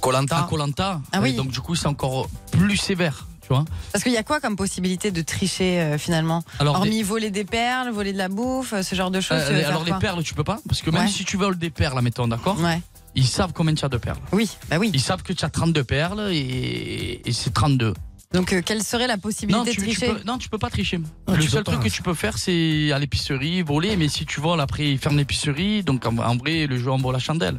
Speaker 6: Colanta.
Speaker 4: Colanta.
Speaker 7: Ah oui.
Speaker 4: Donc du coup, c'est encore plus sévère, tu vois.
Speaker 7: Parce qu'il y a quoi comme possibilité de tricher euh, finalement
Speaker 4: Alors,
Speaker 7: Hormis
Speaker 4: des-
Speaker 7: voler des perles, voler de la bouffe, euh, ce genre de choses.
Speaker 4: Euh,
Speaker 7: tu veux
Speaker 4: les-
Speaker 7: faire
Speaker 4: alors les
Speaker 7: quoi
Speaker 4: perles, tu peux pas parce que même
Speaker 7: Ouais.
Speaker 4: si tu voles des perles, mettons, d'accord Ils savent combien tu as de perles.
Speaker 7: Oui, bah oui.
Speaker 4: Ils savent que tu as 32 perles et, et c'est 32.
Speaker 7: Donc euh, quelle serait la possibilité
Speaker 4: Non, tu-
Speaker 7: de
Speaker 4: tu
Speaker 7: tricher
Speaker 4: peux- non, tu peux pas tricher.
Speaker 7: Ah,
Speaker 4: le
Speaker 7: tu
Speaker 4: seul
Speaker 7: peux
Speaker 4: truc
Speaker 7: pas.
Speaker 4: que tu peux faire, c'est à l'épicerie, voler, mais si tu voles, après, ils ferment l'épicerie, donc en, en vrai, le jeu en vaut la chandelle.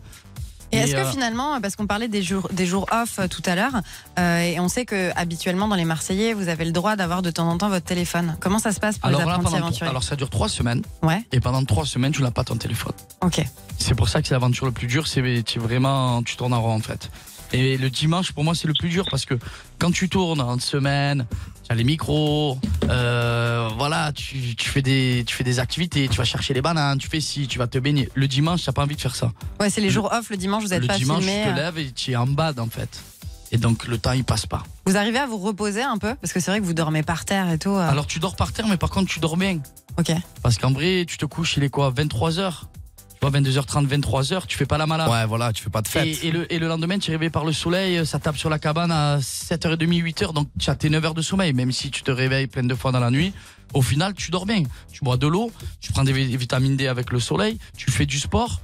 Speaker 7: Et
Speaker 4: Mais,
Speaker 7: est-ce que
Speaker 4: euh,
Speaker 7: finalement, parce qu'on parlait des jours, des jours off euh, tout à l'heure, euh, et on sait que habituellement dans les Marseillais, vous avez le droit d'avoir de temps en temps votre téléphone. Comment ça se passe pour
Speaker 4: alors,
Speaker 7: les
Speaker 4: là,
Speaker 7: apprentis
Speaker 4: pendant-
Speaker 7: aventuriers
Speaker 4: alors ça dure 3 semaines.
Speaker 7: Ouais.
Speaker 4: Et pendant 3 semaines, tu n'as pas ton téléphone.
Speaker 7: Ok.
Speaker 4: C'est pour ça que c'est l'aventure le plus dur, c'est tu es vraiment tu tournes en rond en fait. Et le dimanche pour moi c'est le plus dur parce que quand tu tournes en semaine, tu as les micros, euh, voilà, tu, tu fais des tu fais des activités, tu vas chercher les bananes, tu fais ci, tu vas te baigner. Le dimanche, t'as pas envie de faire ça.
Speaker 7: Ouais, c'est les jours off. Le dimanche, vous n'êtes
Speaker 4: le
Speaker 7: pas
Speaker 4: dimanche,
Speaker 7: filmé.
Speaker 4: tu
Speaker 7: euh.
Speaker 4: te lèves et tu es en bad en fait. Et donc le temps il passe pas.
Speaker 7: Vous arrivez à vous reposer un peu parce que c'est vrai que vous dormez par terre et tout. euh.
Speaker 4: Alors tu dors par terre mais par contre tu dors bien.
Speaker 7: Ok.
Speaker 4: Parce qu'en vrai, tu te couches, il est quoi 23h Tu vois, 22h30, 23h, tu fais pas la malade.
Speaker 6: Ouais, voilà, tu fais pas de fête.
Speaker 4: Et, et le, et le lendemain, tu es réveillé par le soleil, ça tape sur la cabane à 7h30, 8h, donc tu as tes 9h de sommeil, même si tu te réveilles plein de fois dans la nuit. Au final, tu dors bien. Tu bois de l'eau, tu prends des vi- vitamines D avec le soleil, tu fais du sport.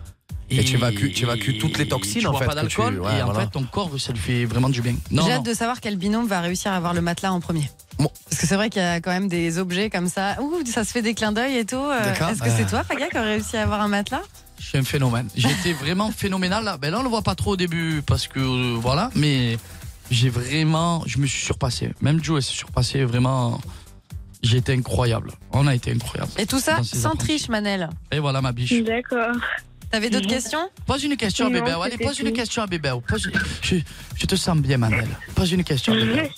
Speaker 6: Et tu évacues- tu évacues toutes les toxines,
Speaker 4: tu
Speaker 6: en
Speaker 4: bois
Speaker 6: fait,
Speaker 4: pas
Speaker 6: que
Speaker 4: d'alcool,
Speaker 6: tu- ouais,
Speaker 4: et en
Speaker 6: voilà.
Speaker 4: fait, ton corps, ça lui fait vraiment du bien. Non,
Speaker 7: J'ai
Speaker 4: non.
Speaker 7: hâte de savoir quel binôme va réussir à avoir le matelas en premier. Parce que c'est vrai qu'il y a quand même des objets comme ça. Ouh, ça se fait des clins d'œil et tout. euh,
Speaker 4: D'accord.
Speaker 7: Est-ce que
Speaker 4: Euh.
Speaker 7: c'est toi, Paga, qui a réussi à avoir un matelas
Speaker 4: Je suis un phénomène. J'étais vraiment phénoménal là. Ben là, on le voit pas trop au début parce que euh, voilà, mais j'ai vraiment, je me suis surpassé. Même Joe s'est surpassé vraiment. J'ai été incroyable. On a été incroyable.
Speaker 7: Et tout ça
Speaker 4: Dans ces
Speaker 7: sans
Speaker 4: apprentis.
Speaker 7: triche, Manel.
Speaker 4: Et voilà ma biche.
Speaker 12: D'accord.
Speaker 7: T'avais d'autres questions
Speaker 4: Pose une question à
Speaker 7: Non,
Speaker 4: Bébé. Allez,
Speaker 7: c'était
Speaker 4: pose
Speaker 7: tout.
Speaker 4: une question à Bébé. Pose une- Je, je te sens bien, Manel. Pose une question à Bébé.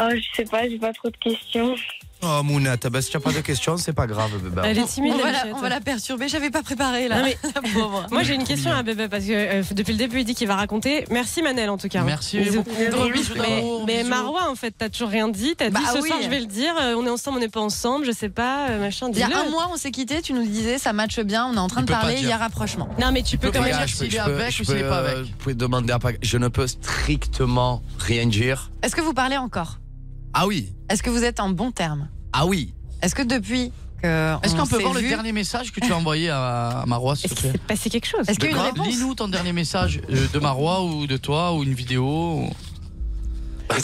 Speaker 12: Oh, je sais pas, j'ai pas trop de questions.
Speaker 6: Oh, Mounette, ben, si tu as pas de questions, c'est pas grave,
Speaker 4: Bah,
Speaker 6: bébé.
Speaker 7: on, va la,
Speaker 5: bichette.
Speaker 7: on va la perturber, j'avais pas préparé là.
Speaker 5: Non, mais-
Speaker 7: La pauvre.
Speaker 5: Moi j'ai une question à bébé parce que euh, depuis le début il dit qu'il va raconter. Merci Manel en tout cas. hein.
Speaker 4: Merci
Speaker 5: Bisous.
Speaker 4: beaucoup. Gros bisous
Speaker 5: Mais,
Speaker 4: d'amour,
Speaker 5: mais
Speaker 4: bisous.
Speaker 5: Marois en fait t'as toujours rien dit. T'as
Speaker 7: Bah
Speaker 5: dit ce
Speaker 7: oui.
Speaker 5: soir je vais le dire. euh, On est ensemble, on n'est pas ensemble. Je sais pas euh, machin.
Speaker 7: Il y a
Speaker 5: dis-le.
Speaker 7: un mois, on s'est quitté, tu nous disais ça matche bien, on est en train
Speaker 6: Il
Speaker 7: de
Speaker 6: peut pas
Speaker 7: parler, il y a
Speaker 6: dire.
Speaker 7: rapprochement.
Speaker 5: Non mais tu peux quand même dire
Speaker 6: peux-
Speaker 5: s'il
Speaker 6: je
Speaker 5: est
Speaker 6: peux-
Speaker 5: avec
Speaker 6: je
Speaker 5: ou s'il
Speaker 6: peux,
Speaker 5: est pas
Speaker 6: euh,
Speaker 5: avec.
Speaker 6: Vous pouvez demander à Pag- Je ne peux strictement rien dire.
Speaker 7: Est-ce que vous parlez encore
Speaker 6: Ah oui,
Speaker 7: Est-ce que vous êtes en bon terme
Speaker 6: ah oui.
Speaker 7: Est-ce que depuis que.
Speaker 4: Est-ce qu'on peut
Speaker 7: Euh, s'est
Speaker 4: voir le
Speaker 7: vu-
Speaker 4: dernier message que tu as envoyé à, à Marois s'il te plaît
Speaker 5: Passer Bah, quelque chose.
Speaker 7: Est-ce qu'il y a
Speaker 4: De
Speaker 7: une
Speaker 4: quoi
Speaker 7: réponse
Speaker 4: Lis-nous ton dernier message euh, de Marois ou de toi ou une vidéo. ou-
Speaker 6: tu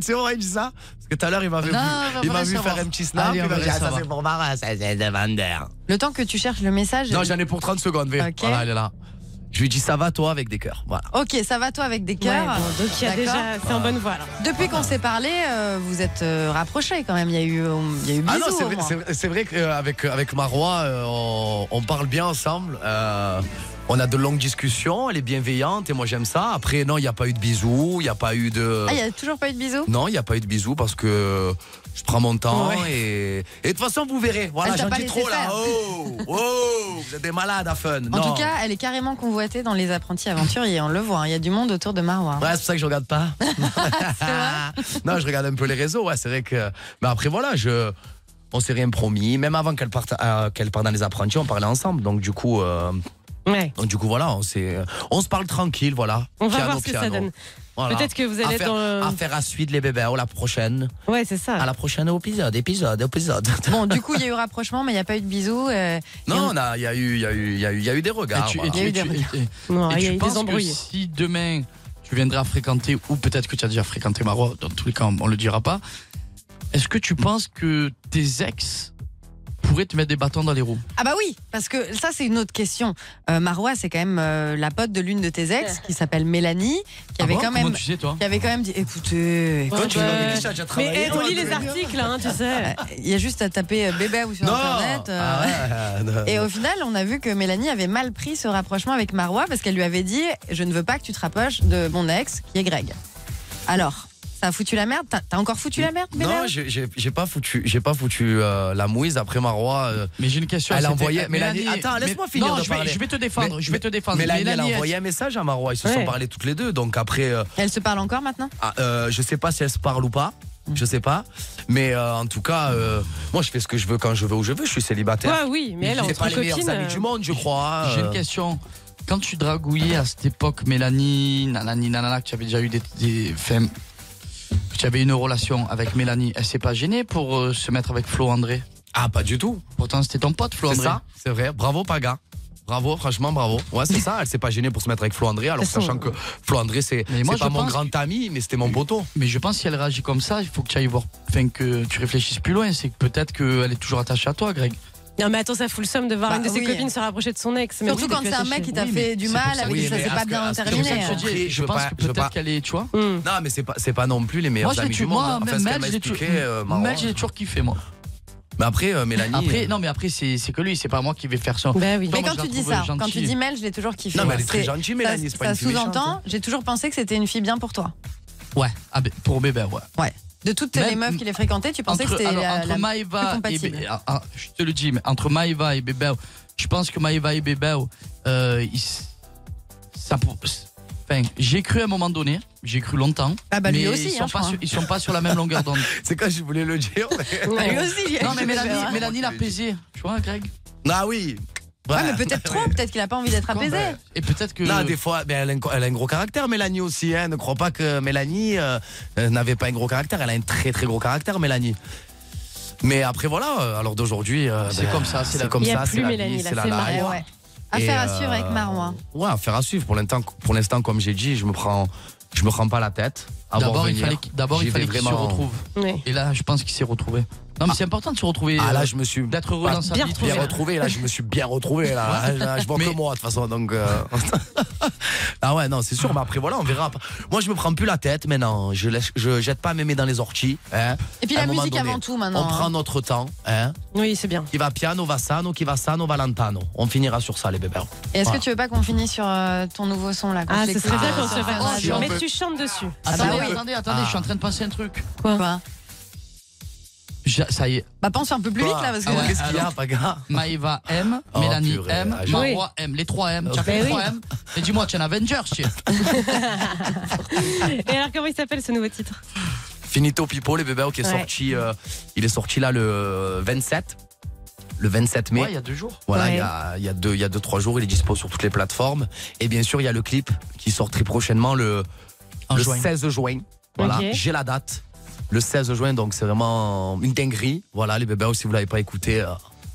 Speaker 6: sais, on aurait dit ça Parce que tout à l'heure, il m'a vu,
Speaker 7: Non, on va
Speaker 6: il m'a
Speaker 7: pas
Speaker 6: vu
Speaker 7: savoir.
Speaker 6: faire un petit snap.
Speaker 7: Allez, on
Speaker 6: il m'a
Speaker 7: va
Speaker 6: dit,
Speaker 7: pas
Speaker 6: ah, ça
Speaker 7: savoir.
Speaker 6: c'est pour Marois, ça c'est de Vander.
Speaker 7: Le temps que tu cherches le message.
Speaker 6: Non, j'en ai pour 30 secondes, V.
Speaker 7: Ok.
Speaker 6: Voilà, elle est là. Je lui dis ça va toi avec des cœurs. Voilà.
Speaker 7: Ok, ça va toi avec des cœurs.
Speaker 5: Ouais, bon, donc il y a
Speaker 7: D'accord.
Speaker 5: déjà- c'est en bonne voie, là.
Speaker 7: Depuis qu'on s'est parlé, euh, vous êtes euh, rapprochés quand même. Il y a eu, euh, il y a eu
Speaker 6: Ah
Speaker 7: bisous,
Speaker 6: non, c'est
Speaker 7: au
Speaker 6: vrai,
Speaker 7: moins.
Speaker 6: c'est vrai- c'est vrai qu'avec avec Marois, euh, on, on parle bien ensemble. euh, on a de longues discussions, elle est bienveillante et moi j'aime ça. Après, non, il n'y a pas eu de bisous, il n'y a pas eu de.
Speaker 7: Ah, il y a toujours pas eu de bisous.
Speaker 6: Non, il n'y a pas eu de bisous parce que je prends mon temps
Speaker 7: Ouais.
Speaker 6: et... et de toute façon, vous verrez. Voilà,
Speaker 7: Elle t'a
Speaker 6: j'en
Speaker 7: pas
Speaker 6: dis
Speaker 7: laissé
Speaker 6: trop là.
Speaker 7: faire.
Speaker 6: Oh, oh, vous êtes des malades à fun.
Speaker 7: En
Speaker 6: non.
Speaker 7: tout cas, elle est carrément convoitée dans les apprentis aventuriers. On le voit, hein. il y a du monde autour de Marois.
Speaker 6: Ouais, c'est pour ça que je regarde pas. non, je regarde un peu les réseaux, ouais, c'est vrai que. Mais après, voilà, je. On s'est rien promis, même avant qu'elle parte, euh, qu'elle parte dans les apprentis, on parlait ensemble. Donc, du coup. euh, donc, du coup, voilà, on, s'est- on se parle tranquille, voilà.
Speaker 5: On va voir ce que ça donne. Peut-être que vous allez être
Speaker 6: Affaire-
Speaker 5: dans le-
Speaker 6: Affaire à suivre, les bébés, à la prochaine.
Speaker 5: Ouais, c'est ça.
Speaker 6: À la prochaine épisode, épisode, épisode.
Speaker 7: Bon, du coup, il y a eu rapprochement, mais il n'y a pas eu de bisous. euh,
Speaker 6: Non, on a- il y, a eu- il y, a eu- il y, a eu- il y a eu des regards.
Speaker 4: Et tu- et
Speaker 6: voilà.
Speaker 4: tu- et tu- et- et-
Speaker 5: Non,
Speaker 4: et
Speaker 5: il y
Speaker 4: tu
Speaker 5: a eu des
Speaker 4: penses que
Speaker 5: embrouilles.
Speaker 4: Si demain tu viendrais à fréquenter, ou peut-être que tu as déjà fréquenté Marois, dans tous les cas on le dira pas, est-ce que tu penses que tes ex pourraient te mettre des bâtons dans les roues
Speaker 7: Ah bah oui, parce que ça c'est une autre question. Euh, Marois, c'est quand même euh, la pote de l'une de tes ex qui s'appelle Mélanie, qui
Speaker 4: Ah
Speaker 7: avait
Speaker 4: bon
Speaker 7: quand
Speaker 4: Comment
Speaker 7: même,
Speaker 4: tu sais, toi
Speaker 7: qui avait quand même dit, écoutez,
Speaker 5: Ouais,
Speaker 7: écoutez,
Speaker 5: bah,
Speaker 7: euh,
Speaker 5: Mais eh, on lit les articles, hein, tu sais.
Speaker 7: Il y a juste à taper euh, bébé ou sur
Speaker 5: Non.
Speaker 7: internet. euh,
Speaker 6: Ah ouais, non.
Speaker 7: Et au final, on a vu que Mélanie avait mal pris ce rapprochement avec Marois parce qu'elle lui avait dit Je ne veux pas que tu te rapproches de mon ex qui est Greg. Alors, ça a foutu la merde T'as t'as encore foutu la merde, bébé
Speaker 6: Non, j'ai- j'ai j'ai pas foutu, j'ai pas foutu euh, la mouise après Marois.
Speaker 4: mais j'ai une question.
Speaker 6: Elle a
Speaker 4: c'était- euh,
Speaker 6: envoyé.
Speaker 4: Mélanie-
Speaker 6: Mélanie, attends, laisse-moi
Speaker 4: mais-
Speaker 6: finir.
Speaker 4: non,
Speaker 6: de
Speaker 4: je vais-
Speaker 6: parler.
Speaker 4: je vais te défendre, je vais te défendre.
Speaker 6: Mélanie, elle a
Speaker 4: Mélanie, elle-
Speaker 6: envoyé un message à Marois. Ils se sont
Speaker 7: Ouais.
Speaker 6: parlé toutes les deux. Donc après, euh,
Speaker 7: Elle se parle encore maintenant
Speaker 6: ah, euh, je sais pas si elle se parle ou pas.
Speaker 4: Mm.
Speaker 6: Je sais pas. Mais euh, en tout cas, euh, moi, je fais ce que je veux quand je veux où je veux. Je suis célibataire.
Speaker 5: Ouais, oui, mais elle,
Speaker 6: C'est
Speaker 5: entre
Speaker 6: pas les meilleurs
Speaker 5: copines,
Speaker 6: amis
Speaker 5: euh,
Speaker 6: du monde, je crois.
Speaker 4: J'ai
Speaker 6: euh.
Speaker 4: une question. Quand tu dragouillais à cette époque Mélanie, nanani, nanana, que tu avais déjà eu des. des enfin, que tu avais une relation avec Mélanie, elle s'est pas gênée pour euh, se mettre avec Flo André
Speaker 6: Ah, pas du tout.
Speaker 4: Pourtant, c'était ton pote, Flo
Speaker 6: C'est
Speaker 4: André.
Speaker 6: ça, c'est vrai. Bravo, Paga. Bravo, franchement, bravo. Ouais, c'est ça. Elle s'est pas gênée pour se mettre avec Flo André, alors
Speaker 4: De toute façon,
Speaker 6: sachant que Flo André, c'est
Speaker 4: Mais moi,
Speaker 6: c'est pas
Speaker 4: je
Speaker 6: mon
Speaker 4: pense
Speaker 6: grand ami, mais c'était mon poteau.
Speaker 4: Mais je pense que si elle réagit comme ça, il faut que tu ailles voir. Enfin, que tu réfléchisses plus loin. C'est que peut-être qu'elle est toujours attachée à toi, Greg.
Speaker 5: Non, mais attends, ça fout le somme de voir
Speaker 7: Bah
Speaker 5: une de ses
Speaker 7: oui.
Speaker 5: copines se rapprocher de son ex. Mais
Speaker 7: Surtout
Speaker 5: oui,
Speaker 7: quand
Speaker 5: t'es
Speaker 7: c'est un
Speaker 5: plus
Speaker 7: mec
Speaker 5: attaché.
Speaker 7: qui t'a fait du mal, avec qui ça s'est pas bien terminé.
Speaker 4: que je te dis, je pense que peut-être qu'elle est, tu vois.
Speaker 6: Non, mais c'est pas, c'est pas non plus les meilleurs
Speaker 4: Mm. Moi, je l'ai
Speaker 6: amis
Speaker 4: tu
Speaker 6: du monde.
Speaker 4: moi,
Speaker 6: Enfin,
Speaker 4: même
Speaker 6: ce qu'elle
Speaker 4: Mel,
Speaker 6: m'a
Speaker 4: je l'ai
Speaker 6: expliqué,
Speaker 4: tué-
Speaker 6: euh, Marois.
Speaker 4: Mel, je l'ai toujours kiffé, moi.
Speaker 6: Mais après, euh, Mélanie.
Speaker 4: Après,
Speaker 6: euh,
Speaker 4: non, mais après, c'est c'est que lui, c'est pas moi qui vais faire ça. Toi,
Speaker 7: Bah Mais
Speaker 4: moi,
Speaker 7: quand
Speaker 4: je la
Speaker 7: tu dis
Speaker 4: trouve
Speaker 7: ça,
Speaker 4: gentille.
Speaker 7: quand tu dis Mel, je l'ai toujours kiffé.
Speaker 4: Non, mais elle est très
Speaker 7: C'est-
Speaker 4: gentille,
Speaker 7: ça-
Speaker 4: Mélanie, c'est pas
Speaker 7: Ça
Speaker 4: une fille méchante, hein.
Speaker 7: sous-entend, j'ai toujours pensé que c'était une fille bien pour toi.
Speaker 4: Ouais, ah, ben, pour bébé, ouais.
Speaker 7: Ouais. De toutes les
Speaker 4: Même-
Speaker 7: meufs qu'il a fréquentées, tu pensais
Speaker 4: Entre-
Speaker 7: que c'était
Speaker 4: alors,
Speaker 7: la,
Speaker 4: entre
Speaker 7: la plus
Speaker 4: Maëva et
Speaker 7: compatible.
Speaker 4: Bé- ah, ah, je te le dis mais entre Maëva et Bébé je pense que Maëva et Bébé euh, ils s- ça pour- enfin j'ai cru à un moment donné j'ai cru longtemps
Speaker 7: Ah bah, lui
Speaker 4: mais
Speaker 7: aussi,
Speaker 4: ils sont
Speaker 7: hein, je
Speaker 4: pas
Speaker 7: crois.
Speaker 4: sur, ils sont pas sur la même longueur d'onde
Speaker 6: c'est quand je voulais le dire
Speaker 7: Lui aussi, il a
Speaker 4: non
Speaker 7: cru
Speaker 4: mais
Speaker 7: Bébé,
Speaker 4: Mélanie
Speaker 7: ouais.
Speaker 4: Mélanie l'a baisé tu vois Greg
Speaker 6: Ah oui.
Speaker 7: Ouais, mais peut-être trop, peut-être qu'il a pas envie d'être apaisé.
Speaker 4: Et peut-être que.
Speaker 6: Non, des fois, ben, elle, a un, elle a un gros caractère, Mélanie aussi. Hein. Ne crois pas que Mélanie euh, euh, n'avait pas un gros caractère. Elle a un très très gros caractère, Mélanie. Mais après, voilà. euh, Alors d'aujourd'hui. euh,
Speaker 4: C'est
Speaker 6: ben,
Speaker 4: comme ça, c'est la vie.
Speaker 6: comme
Speaker 4: Il y a
Speaker 6: ça,
Speaker 4: plus
Speaker 6: c'est la vie,
Speaker 4: Mélanie, là,
Speaker 6: c'est la
Speaker 4: c'est
Speaker 6: life.
Speaker 4: Marois.
Speaker 7: Ouais. Affaire
Speaker 6: Et,
Speaker 7: à suivre avec
Speaker 6: euh,
Speaker 7: Marois.
Speaker 6: Ouais, affaire à suivre. Pour l'instant, pour l'instant, comme j'ai dit, je me prends, je me prends pas la tête. avant de
Speaker 4: d'abord il
Speaker 6: venir.
Speaker 4: fallait qu'il- d'abord
Speaker 6: J'y
Speaker 4: il
Speaker 6: vais
Speaker 4: fallait qu'il se
Speaker 6: vraiment-
Speaker 4: retrouve et là je pense qu'il s'est retrouvé non mais c'est important de se retrouver
Speaker 6: Ah là,
Speaker 4: euh,
Speaker 6: je me suis
Speaker 4: d'être heureux
Speaker 6: pas-
Speaker 4: dans sa
Speaker 6: bien
Speaker 4: vie
Speaker 6: retrouvé. Bien retrouvé, là, je me suis bien retrouvé. Là,
Speaker 4: Ouais.
Speaker 6: Là, je vois que moi, de toute façon. Donc, euh, ah ouais, non, c'est sûr. Mais après, voilà, on verra. Moi, je me prends plus la tête maintenant. Je, laisse, je jette pas mes mains dans les orties. hein.
Speaker 7: Et puis
Speaker 6: À
Speaker 7: la
Speaker 6: un moment
Speaker 7: musique avant tout, maintenant,
Speaker 6: On
Speaker 7: hein.
Speaker 6: prend notre temps. Hein.
Speaker 5: Oui, c'est bien.
Speaker 6: Qui va piano, va sano, qui va sano, va lentano. On finira sur ça, les bébés.
Speaker 7: Et est-ce que tu veux pas qu'on finisse sur euh, ton nouveau son là qu'on
Speaker 5: Ah,
Speaker 7: se
Speaker 5: ce serait bien qu'on
Speaker 7: l'écoute
Speaker 5: se fasse
Speaker 7: Ah,
Speaker 5: dessus.
Speaker 7: on
Speaker 5: Mais
Speaker 7: peut-
Speaker 5: tu chantes dessus.
Speaker 4: attendez
Speaker 7: Ah oui.
Speaker 4: attendez attendez je suis en train de penser un truc
Speaker 7: Quoi
Speaker 4: Je- ça y est
Speaker 7: Bah pense un peu plus vite là parce que.
Speaker 4: Ah ouais, alors, Maëva M,
Speaker 6: Oh,
Speaker 4: Mélanie
Speaker 6: purée,
Speaker 4: M,
Speaker 6: ah, j'ai-
Speaker 4: Marois M, les 3 M, tu as
Speaker 6: Ben
Speaker 4: fait les 3
Speaker 6: oui.
Speaker 4: M. Mais dis-moi, tu es un Avenger, chier.
Speaker 5: Et alors, comment il s'appelle ce nouveau titre
Speaker 6: Finito Pipo, les bébés, qui est
Speaker 5: Ouais.
Speaker 6: sorti. euh, il est sorti là le 27. Le 27 mai.
Speaker 4: Ouais, il y a deux jours.
Speaker 6: Voilà,
Speaker 4: Ouais.
Speaker 6: il y a- il y, a deux, il y a deux, trois jours. Il est dispo sur toutes les plateformes. Et bien sûr, il y a le clip qui sort très prochainement le,
Speaker 4: En
Speaker 6: le
Speaker 4: juin.
Speaker 6: 16 juin. Voilà,
Speaker 4: Ok.
Speaker 6: j'ai la date. Le 16 juin, donc c'est vraiment une dinguerie. Voilà, les bébés, si vous l'avez pas écouté. euh,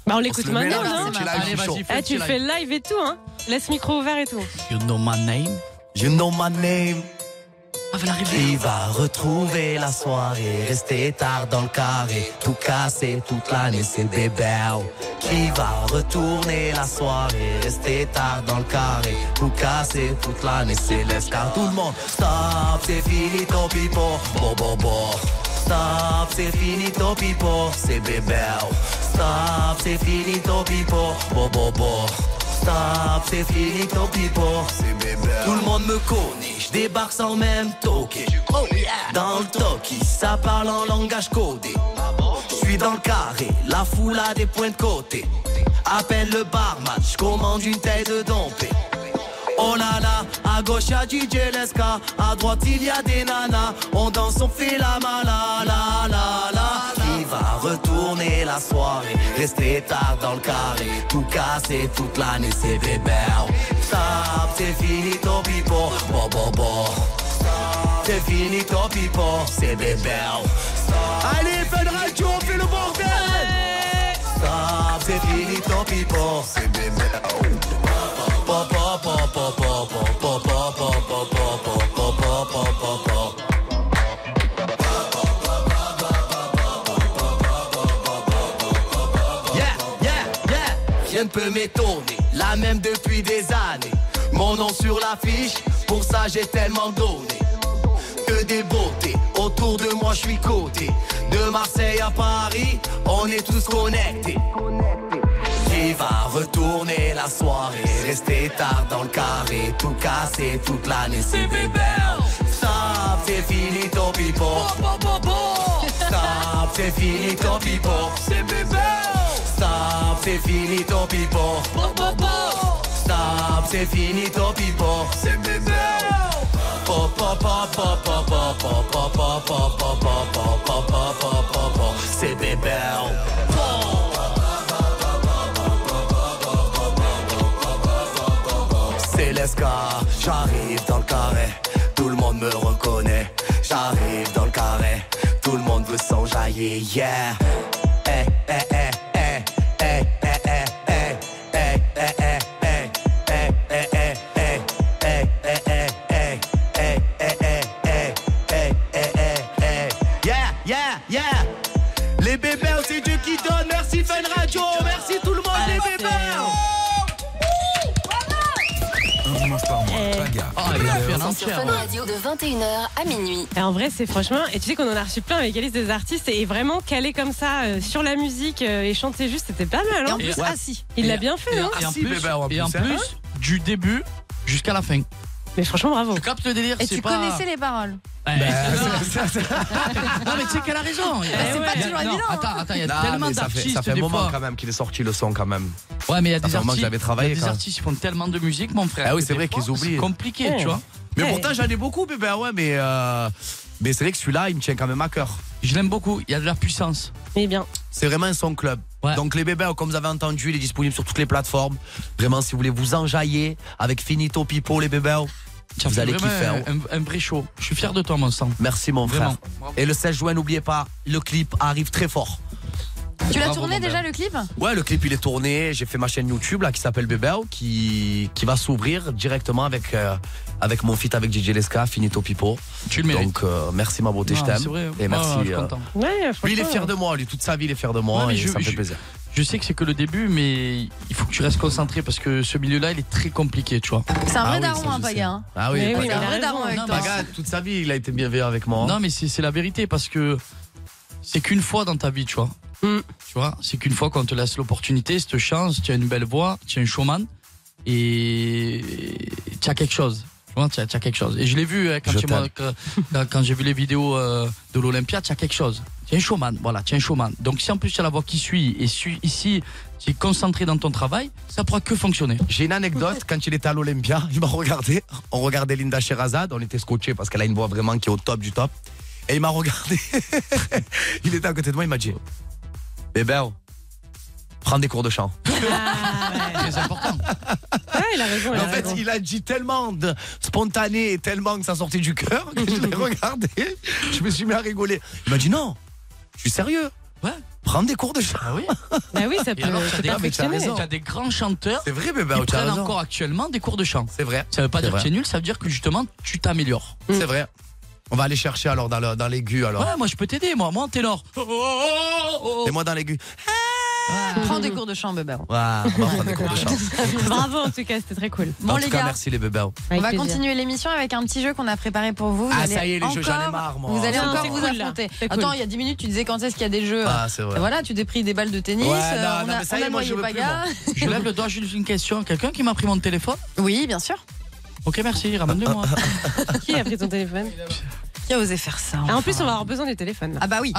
Speaker 5: Bah, on
Speaker 6: se
Speaker 5: l'écoute
Speaker 6: le met
Speaker 5: maintenant,
Speaker 6: là,
Speaker 5: non
Speaker 6: le petit live,
Speaker 5: Allez,
Speaker 6: du
Speaker 5: vas-y,
Speaker 6: show.
Speaker 5: fais le petit Tu fais live et tout, hein Laisse micro ouvert et tout.
Speaker 4: You know my name.
Speaker 6: You know my name.
Speaker 21: Tu vas retrouver la soirée, rester tard dans le carré, tout casser toute l'année, c'est bébé. Qui va retourner la soirée, rester tard dans le carré, tout casser toute l'année, c'est l'escar. Tout le monde, stop, c'est fini ton pipo, bon bon bon. Stop, c'est fini ton pipo, c'est bébé. Stop, c'est fini ton pipo, bon bon bon. Stop, c'est fini ton pipo. Tout le monde me connaît, je débarque sans même toquer. Oh yeah. Dans le toki, ça parle en langage codé. Je suis dans le carré, la foule a des points de côté. Appelle le barman, je commande une taille de dompé. Oh là là, à gauche y'a DJ Leska, à droite il y a des nanas, on danse, on fait la mala, la la la. Qui va retourner la soirée, rester tard dans le carré, tout casser toute l'année, c'est bébé. Stop, c'est fini ton pipo, bon bon bon. C'est fini ton pipo, c'est bébé. Allez, Fun Radio, on fait le bordel! Stop, c'est fini ton pipo, c'est bébé. Pop, pop, pop, pop, pop, pop, pop, pop, pop, pop, pop, pop, pop, pop, pop. Yeah, yeah, yeah. Rien ne peut m'étonner, la même depuis des années. Mon nom sur l'affiche, pour ça j'ai tellement donné. Que des beautés, autour de moi je suis coté. De Marseille à Paris, on est tous connectés. Qui va retourner la soirée, rester tard dans le carré, tout casser toute l'année, c'est bébé. Stop, c'est fini ton pipo. Stop, c'est fini ton pipo. C'est bébé. Stop, c'est fini ton pipo. Stop, c'est fini ton pipo. C'est bébé. Pop, pop, pop, pop, pop, pop, pop, pop, pop, pop, pop, pop, pop, pop, pop, pop, pop. C'est bébé. C'est l'escar, j'arrive dans le carré, tout le monde me reconnaît. J'arrive dans le carré, tout le monde veut s'enjailler, yeah. Eh, eh, eh, eh, eh, eh, eh, eh, eh, eh, eh, eh, eh, eh, eh, eh, eh, eh, eh, eh, eh, eh, eh, eh, eh, eh, eh, eh. Yeah, yeah, yeah. Les bébés, c'est Dieu qui donne. Merci Fun Radio, merci tout le monde, les bébés.
Speaker 1: Un dimanche par mois, Paga.
Speaker 3: Eh.
Speaker 5: Oh,
Speaker 4: Ah,
Speaker 7: hein.
Speaker 3: sur Fun
Speaker 5: hein.
Speaker 3: Radio de 21h à minuit.
Speaker 5: Et en vrai, c'est franchement. Et tu sais qu'on en a reçu plein avec Alice des artistes et vraiment calé comme ça euh, sur la musique euh, et chanter juste, c'était pas mal. Hein.
Speaker 7: Et en plus, assis. ben,
Speaker 5: Il
Speaker 4: Et-
Speaker 5: l'a bien fait.
Speaker 4: et-
Speaker 5: hein.
Speaker 4: Et en plus, et en plus, du début jusqu'à la fin.
Speaker 5: Mais franchement, bravo.
Speaker 4: Tu captes le délire,
Speaker 7: Et
Speaker 4: c'est
Speaker 7: tu
Speaker 4: pas.
Speaker 7: connaissais les paroles.
Speaker 4: Ouais.
Speaker 6: Ben,
Speaker 4: non, mais tu sais qu'elle a raison.
Speaker 7: Bah, c'est pas toujours
Speaker 4: Non,
Speaker 7: évident, hein.
Speaker 4: Attends, attends, il y a
Speaker 6: Non,
Speaker 4: tellement
Speaker 6: mais ça fait,
Speaker 4: d'artistes.
Speaker 6: ça fait un
Speaker 4: des
Speaker 6: moment
Speaker 4: fois.
Speaker 6: quand même qu'il est sorti le son quand même.
Speaker 4: Ouais, mais il y a
Speaker 6: Ça
Speaker 4: des
Speaker 6: fait un moment
Speaker 4: artistes.
Speaker 6: que j'avais travaillé,
Speaker 4: il y a
Speaker 6: quand
Speaker 4: des
Speaker 6: même.
Speaker 4: artistes, ils font tellement de musique, mon frère.
Speaker 6: Ah oui,
Speaker 4: que
Speaker 6: c'est
Speaker 4: des
Speaker 6: vrai qu'ils
Speaker 4: fois,
Speaker 6: oublient.
Speaker 4: C'est compliqué, tu vois.
Speaker 6: Mais pourtant, j'en ai beaucoup, bébé, ouais, mais, euh, mais c'est vrai que celui-là, il me tient quand même à cœur.
Speaker 4: Je l'aime beaucoup, il y a de la puissance.
Speaker 7: Eh
Speaker 5: Mais bien.
Speaker 6: C'est vraiment son club. Donc les bébés, comme vous avez entendu, il est disponible sur toutes les plateformes. Vraiment, si vous voulez vous enjailler avec Finito Pipo, les bébés, oh,
Speaker 4: Tu as
Speaker 6: vous
Speaker 4: fait
Speaker 6: allez
Speaker 4: vraiment
Speaker 6: kiffer. hein.
Speaker 4: Un, un vrai show. Je suis fier de toi, mon sang.
Speaker 6: Merci, mon frère.
Speaker 4: Vraiment.
Speaker 6: Et le 16 juin, n'oubliez pas, le clip arrive très fort.
Speaker 7: Tu
Speaker 4: Ah,
Speaker 7: l'as
Speaker 6: Bravo,
Speaker 7: tourné
Speaker 6: mon
Speaker 4: ben.
Speaker 7: déjà
Speaker 6: bel.
Speaker 7: le clip
Speaker 6: Ouais, le clip il est tourné. J'ai fait ma chaîne YouTube là qui s'appelle Bebel qui qui va s'ouvrir directement avec euh, avec mon feat avec DJ Lesca, Finito Pipo.
Speaker 4: Tu le mérites.
Speaker 6: Donc euh, merci ma beauté,
Speaker 4: Non,
Speaker 6: je t'aime.
Speaker 4: Ah, c'est vrai.
Speaker 6: Et merci.
Speaker 4: Ouais, je suis
Speaker 6: euh,
Speaker 4: content.
Speaker 5: Ouais,
Speaker 6: lui il est fier de moi, lui toute sa vie il est fier de moi
Speaker 4: Ouais, mais
Speaker 6: et
Speaker 4: je-
Speaker 6: ça me fait
Speaker 4: je-
Speaker 6: plaisir.
Speaker 4: Je sais que c'est que le début, mais il faut que tu restes concentré parce que ce milieu-là, il est très compliqué, tu vois.
Speaker 7: C'est un vrai daron, hein, Paga. hein.
Speaker 6: Ah oui,
Speaker 7: Mais
Speaker 6: Paga.
Speaker 7: c'est un vrai
Speaker 6: Non,
Speaker 7: daron avec toi.
Speaker 6: Paga, toute sa vie il a été bienveillant avec moi. hein.
Speaker 4: Non, mais c'est c'est la vérité parce que c'est qu'une fois dans ta vie, tu vois.
Speaker 7: Mm.
Speaker 4: Tu vois, c'est qu'une fois qu'on te laisse l'opportunité, cette chance, tu as une belle voix, tu es un showman et tu as quelque chose. Tu vois, tu as, tu as quelque chose. Et je l'ai vu hein, quand,
Speaker 6: Je
Speaker 4: tu m'as-
Speaker 6: t'aime.
Speaker 4: quand, quand- quand j'ai vu les vidéos euh, de l'Olympia, tu as quelque chose. Tu es un showman, voilà, tu es un showman. Donc si en plus tu as la voix qui suit et su- ici, tu es concentré dans ton travail, ça pourra que fonctionner.
Speaker 6: J'ai une anecdote, quand il était à l'Olympia, il m'a regardé. On regardait Linda Sherazade, on était scotché parce qu'elle a une voix vraiment qui est au top du top. Et il m'a regardé. il était à côté de moi, il m'a dit Bébé, prends des cours de chant.
Speaker 7: Ah,
Speaker 4: C'est important.
Speaker 5: Ouais, il a raison.
Speaker 6: en fait, il a dit tellement de spontané et tellement que ça sortait du cœur que je l'ai regardé. Je me suis mis à rigoler. Il m'a dit Non, je suis sérieux.
Speaker 4: Ouais.
Speaker 6: Prends des cours de chant. Ah
Speaker 4: oui
Speaker 5: Bah
Speaker 7: Ben
Speaker 5: oui, ça
Speaker 4: Et
Speaker 5: peut.
Speaker 4: alors,
Speaker 5: se
Speaker 4: t'as des-
Speaker 5: perfectionner.
Speaker 4: t'as des grands chanteurs
Speaker 6: C'est vrai, bébé,
Speaker 4: qui
Speaker 6: tu as
Speaker 4: prennent
Speaker 6: raison.
Speaker 4: encore actuellement des cours de chant.
Speaker 6: C'est vrai.
Speaker 4: Ça veut pas
Speaker 6: C'est
Speaker 4: dire
Speaker 6: vrai.
Speaker 5: Mm.
Speaker 4: que tu es nul, ça veut dire que justement tu t'améliores.
Speaker 6: C'est vrai. On va aller chercher alors dans le- dans l'aigu alors.
Speaker 4: Ouais, moi je peux t'aider, moi, moi en ténor. oh,
Speaker 6: Et moi dans l'aigu.
Speaker 4: Ah.
Speaker 7: Prends des cours de chant, Bébé.
Speaker 6: Ouais, on va prendre des cours de chant.
Speaker 5: Bravo en tout cas, c'était très cool.
Speaker 7: Bon,
Speaker 6: en
Speaker 7: les
Speaker 6: tout cas,
Speaker 7: gars.
Speaker 6: merci les bébés.
Speaker 7: on va continuer l'émission avec un petit jeu qu'on a préparé pour vous. vous
Speaker 6: Ah,
Speaker 7: allez
Speaker 6: ça y est, les jeux, j'en ai
Speaker 7: encore-
Speaker 6: marre, moi.
Speaker 7: Vous allez
Speaker 5: Ah,
Speaker 6: Non,
Speaker 7: encore
Speaker 6: c'est
Speaker 7: vous
Speaker 6: cool, là.
Speaker 7: affronter.
Speaker 6: C'est cool.
Speaker 7: Attends, il y a 10 minutes, tu disais quand est-ce qu'il y a des jeux.
Speaker 6: Ah, c'est vrai.
Speaker 7: Voilà, tu t'es pris des balles de tennis.
Speaker 4: Ouais,
Speaker 7: euh,
Speaker 4: non,
Speaker 7: on
Speaker 4: non,
Speaker 7: a,
Speaker 4: mais ça
Speaker 7: on
Speaker 4: y
Speaker 7: a
Speaker 4: est, moi je
Speaker 7: noyé
Speaker 4: veux plus.
Speaker 7: Paga.
Speaker 4: moi. Je lève le doigt, juste une question. Quelqu'un qui m'a pris mon téléphone
Speaker 7: Oui, bien sûr.
Speaker 4: Ok, merci, ramène-le-moi.
Speaker 5: Qui a pris ton téléphone
Speaker 7: Qui a osé faire ça
Speaker 5: Ah, En plus, on va avoir besoin du téléphone.
Speaker 7: Ah bah oui.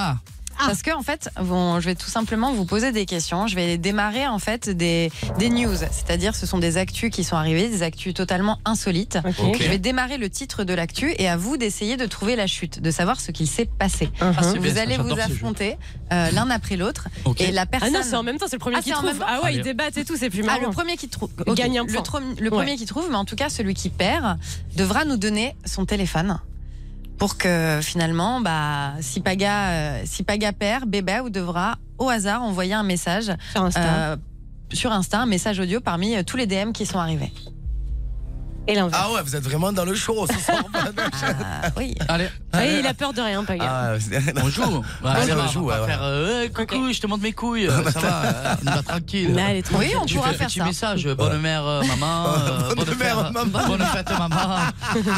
Speaker 7: Parce que en fait, bon, je vais tout simplement vous poser des questions. Je vais démarrer en fait des, des news, c'est-à-dire ce sont des actus qui sont arrivées, des actus totalement insolites.
Speaker 5: Ok.
Speaker 7: Je vais démarrer le titre de l'actu et à vous d'essayer de trouver la chute, de savoir ce qu'il s'est passé.
Speaker 5: Ah, c'est
Speaker 7: vous
Speaker 5: bien ça,
Speaker 7: allez vous
Speaker 5: j'adore ce jeu.
Speaker 7: affronter euh, l'un après l'autre
Speaker 5: Ok.
Speaker 7: et la personne.
Speaker 5: Ah non, c'est en même temps, c'est le premier
Speaker 7: Ah,
Speaker 5: qui
Speaker 7: c'est en
Speaker 5: trouve.
Speaker 7: même temps
Speaker 5: Ah ouais, ils
Speaker 7: Allez.
Speaker 5: débattent et tout, c'est plus
Speaker 7: Ah,
Speaker 5: marrant.
Speaker 7: le premier qui trouve.
Speaker 5: Il
Speaker 7: ok.
Speaker 5: gagne un
Speaker 7: le,
Speaker 5: point.
Speaker 7: trom- le premier
Speaker 5: Ouais.
Speaker 7: qui trouve, mais en tout cas, celui qui perd devra nous donner son téléphone pour que finalement, bah, si Paga, euh, si Paga perd, Bébé ou devra au hasard envoyer un message euh,
Speaker 5: sur Insta.
Speaker 7: sur Insta, un message audio parmi euh, tous les DM qui sont arrivés.
Speaker 5: Et l'inverse.
Speaker 6: Ah ouais, vous êtes vraiment dans le show ce soir.
Speaker 7: Ah, oui.
Speaker 4: Allez.
Speaker 5: Et il a peur de rien, Paga.
Speaker 6: Ah,
Speaker 4: on joue.
Speaker 6: Ouais,
Speaker 4: Allez,
Speaker 6: on
Speaker 4: Ah, on
Speaker 6: joue,
Speaker 4: joue.
Speaker 6: ouais, ouais.
Speaker 4: faire, euh, hey, coucou, je te montre mes couilles. euh, ça va, euh, on va tranquille.
Speaker 5: Mais allez, tranquille.
Speaker 7: Oui, on
Speaker 4: Tu
Speaker 7: pourra
Speaker 4: fais un
Speaker 7: faire
Speaker 4: petit
Speaker 7: ça.
Speaker 4: message. euh, Bonne mère, euh, maman. euh, bonne, mère, maman. Bonne fête, maman.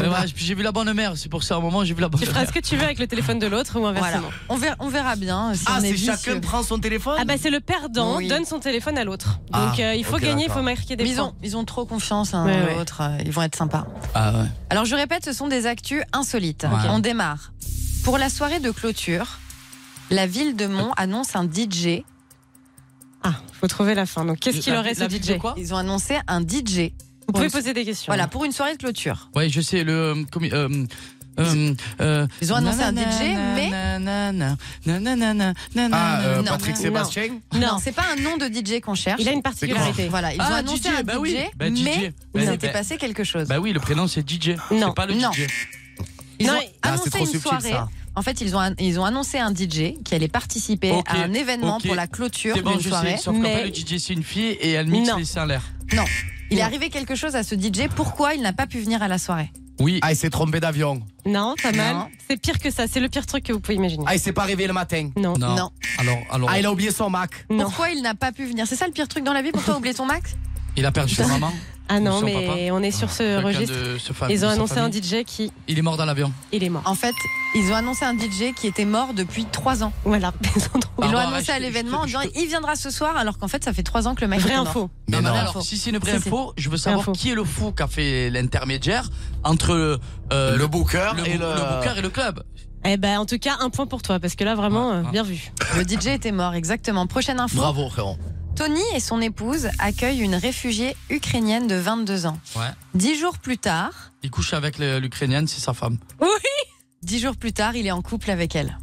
Speaker 4: Mais ouais, j'ai vu la bonne mère, c'est pour ça, au moment, j'ai vu la bonne
Speaker 5: Tu feras
Speaker 4: mère.
Speaker 5: ce que tu veux avec le téléphone de l'autre ou inversement.
Speaker 7: Voilà. On verra, on verra bien. euh, Si on est vicieux.
Speaker 6: Ah, prend son téléphone
Speaker 5: Ah bah c'est le perdant
Speaker 7: Oui.
Speaker 5: donne son téléphone à l'autre. Donc
Speaker 7: Ah,
Speaker 5: euh, il faut
Speaker 7: ok,
Speaker 5: gagner, il faut
Speaker 7: d'accord.
Speaker 5: marquer des
Speaker 7: Mais ils
Speaker 5: points.
Speaker 7: ont, ils ont trop confiance un
Speaker 5: Ouais,
Speaker 7: à
Speaker 5: ouais.
Speaker 7: l'autre. euh, Ils vont être sympas.
Speaker 4: Ah ouais.
Speaker 7: Alors je répète, ce sont des actus insolites.
Speaker 4: Ouais.
Speaker 7: On démarre. Pour la soirée de clôture, la ville de Mont annonce un DJ.
Speaker 5: Ah, faut trouver la fin. Donc qu'est-ce qu'il
Speaker 4: La-
Speaker 5: aurait ce
Speaker 4: la ville de
Speaker 5: DJ
Speaker 4: quoi
Speaker 7: Ils ont annoncé un DJ.
Speaker 5: Vous pouvez poser des questions.
Speaker 7: Voilà, pour une soirée de clôture.
Speaker 4: Ouais, je sais, le. euh, commi- euh, euh, euh,
Speaker 7: Ils ont annoncé un
Speaker 4: nanana,
Speaker 7: DJ, mais-
Speaker 4: nanana, nanana,
Speaker 6: Ah, euh,
Speaker 4: nanana.
Speaker 6: Patrick
Speaker 7: non.
Speaker 6: Sébastien
Speaker 7: Non, c'est pas un nom de DJ qu'on cherche.
Speaker 5: Il a une particularité.
Speaker 7: Voilà, ils ont
Speaker 4: Ah,
Speaker 7: annoncé
Speaker 4: DJ,
Speaker 7: un
Speaker 4: bah
Speaker 7: DJ,
Speaker 4: oui. Bah, DJ.
Speaker 7: mais
Speaker 4: Bah,
Speaker 7: il
Speaker 4: bah,
Speaker 7: s'était
Speaker 4: bah.
Speaker 7: passé quelque chose.
Speaker 4: Bah oui, le prénom c'est DJ.
Speaker 5: Non.
Speaker 4: C'est pas le
Speaker 7: Non.
Speaker 4: DJ.
Speaker 7: Ils
Speaker 5: Non,
Speaker 7: ont
Speaker 5: il-
Speaker 6: Ah, c'est
Speaker 7: annoncé
Speaker 6: trop
Speaker 7: une
Speaker 6: subtil,
Speaker 7: soirée.
Speaker 6: ça.
Speaker 7: En fait, ils ont, an- ils ont annoncé un DJ qui allait participer
Speaker 4: Ok,
Speaker 7: à un événement
Speaker 4: ok.
Speaker 7: pour la clôture
Speaker 4: C'est bon,
Speaker 7: d'une
Speaker 4: je
Speaker 7: soirée.
Speaker 4: sais. Sauf qu'en
Speaker 5: mais-
Speaker 4: fait, le DJ c'est une fille et elle mixe
Speaker 5: Non.
Speaker 4: les seins à l'air.
Speaker 7: Non, il est
Speaker 5: Non.
Speaker 7: arrivé quelque chose à ce DJ. Pourquoi il n'a pas pu venir à la soirée
Speaker 4: Oui.
Speaker 6: Ah, il s'est trompé d'avion.
Speaker 5: Non, pas mal.
Speaker 7: Non.
Speaker 5: C'est pire que ça. C'est le pire truc que vous pouvez imaginer.
Speaker 6: Ah, il s'est pas réveillé le matin.
Speaker 5: Non.
Speaker 4: Non.
Speaker 7: Non.
Speaker 4: Alors, alors,
Speaker 6: Ah, il a oublié son Mac.
Speaker 5: Non.
Speaker 7: Pourquoi il n'a pas pu venir C'est ça le pire truc dans la vie Pourquoi oublier ton Mac
Speaker 4: il a perdu sa maman.
Speaker 5: Ah non,
Speaker 4: Son
Speaker 5: mais
Speaker 4: papa.
Speaker 5: on est sur ce
Speaker 4: Ah, Quelqu'un
Speaker 5: registre.
Speaker 4: de ce fam-
Speaker 5: Ils ont
Speaker 4: sa
Speaker 5: annoncé un
Speaker 4: famille.
Speaker 5: DJ qui
Speaker 4: Il est mort dans l'avion.
Speaker 5: il est mort.
Speaker 7: En fait, ils ont annoncé un DJ qui était mort depuis 3 ans.
Speaker 5: Voilà. Ils ont trouvé.
Speaker 7: Ils
Speaker 4: Pardon,
Speaker 7: l'ont
Speaker 4: arrête,
Speaker 7: annoncé à
Speaker 4: je te-
Speaker 7: l'événement en
Speaker 4: je te-
Speaker 7: disant il viendra ce soir alors qu'en fait ça fait 3 ans que le mec
Speaker 5: Vraie
Speaker 7: est mort.
Speaker 5: info.
Speaker 6: Mais
Speaker 4: Non, mais
Speaker 6: non.
Speaker 4: alors, si c'est une vraie
Speaker 7: Si,
Speaker 4: info, je veux savoir
Speaker 5: info.
Speaker 4: qui est le fou qui a fait l'intermédiaire entre le, euh,
Speaker 6: Le booker
Speaker 4: le,
Speaker 6: et le.
Speaker 4: le booker et le club.
Speaker 5: Eh ben en tout cas un point pour toi parce que là vraiment
Speaker 4: Ouais,
Speaker 5: euh,
Speaker 4: ouais.
Speaker 5: bien vu.
Speaker 7: Le DJ était mort, exactement. Prochaine info.
Speaker 6: Bravo, frérot.
Speaker 7: Tony et son épouse accueillent une réfugiée ukrainienne de 22 ans.
Speaker 4: Ouais.
Speaker 7: Dix jours plus tard,
Speaker 4: Il couche avec le- l'ukrainienne, c'est sa femme.
Speaker 7: dix jours plus tard, il est en couple avec elle.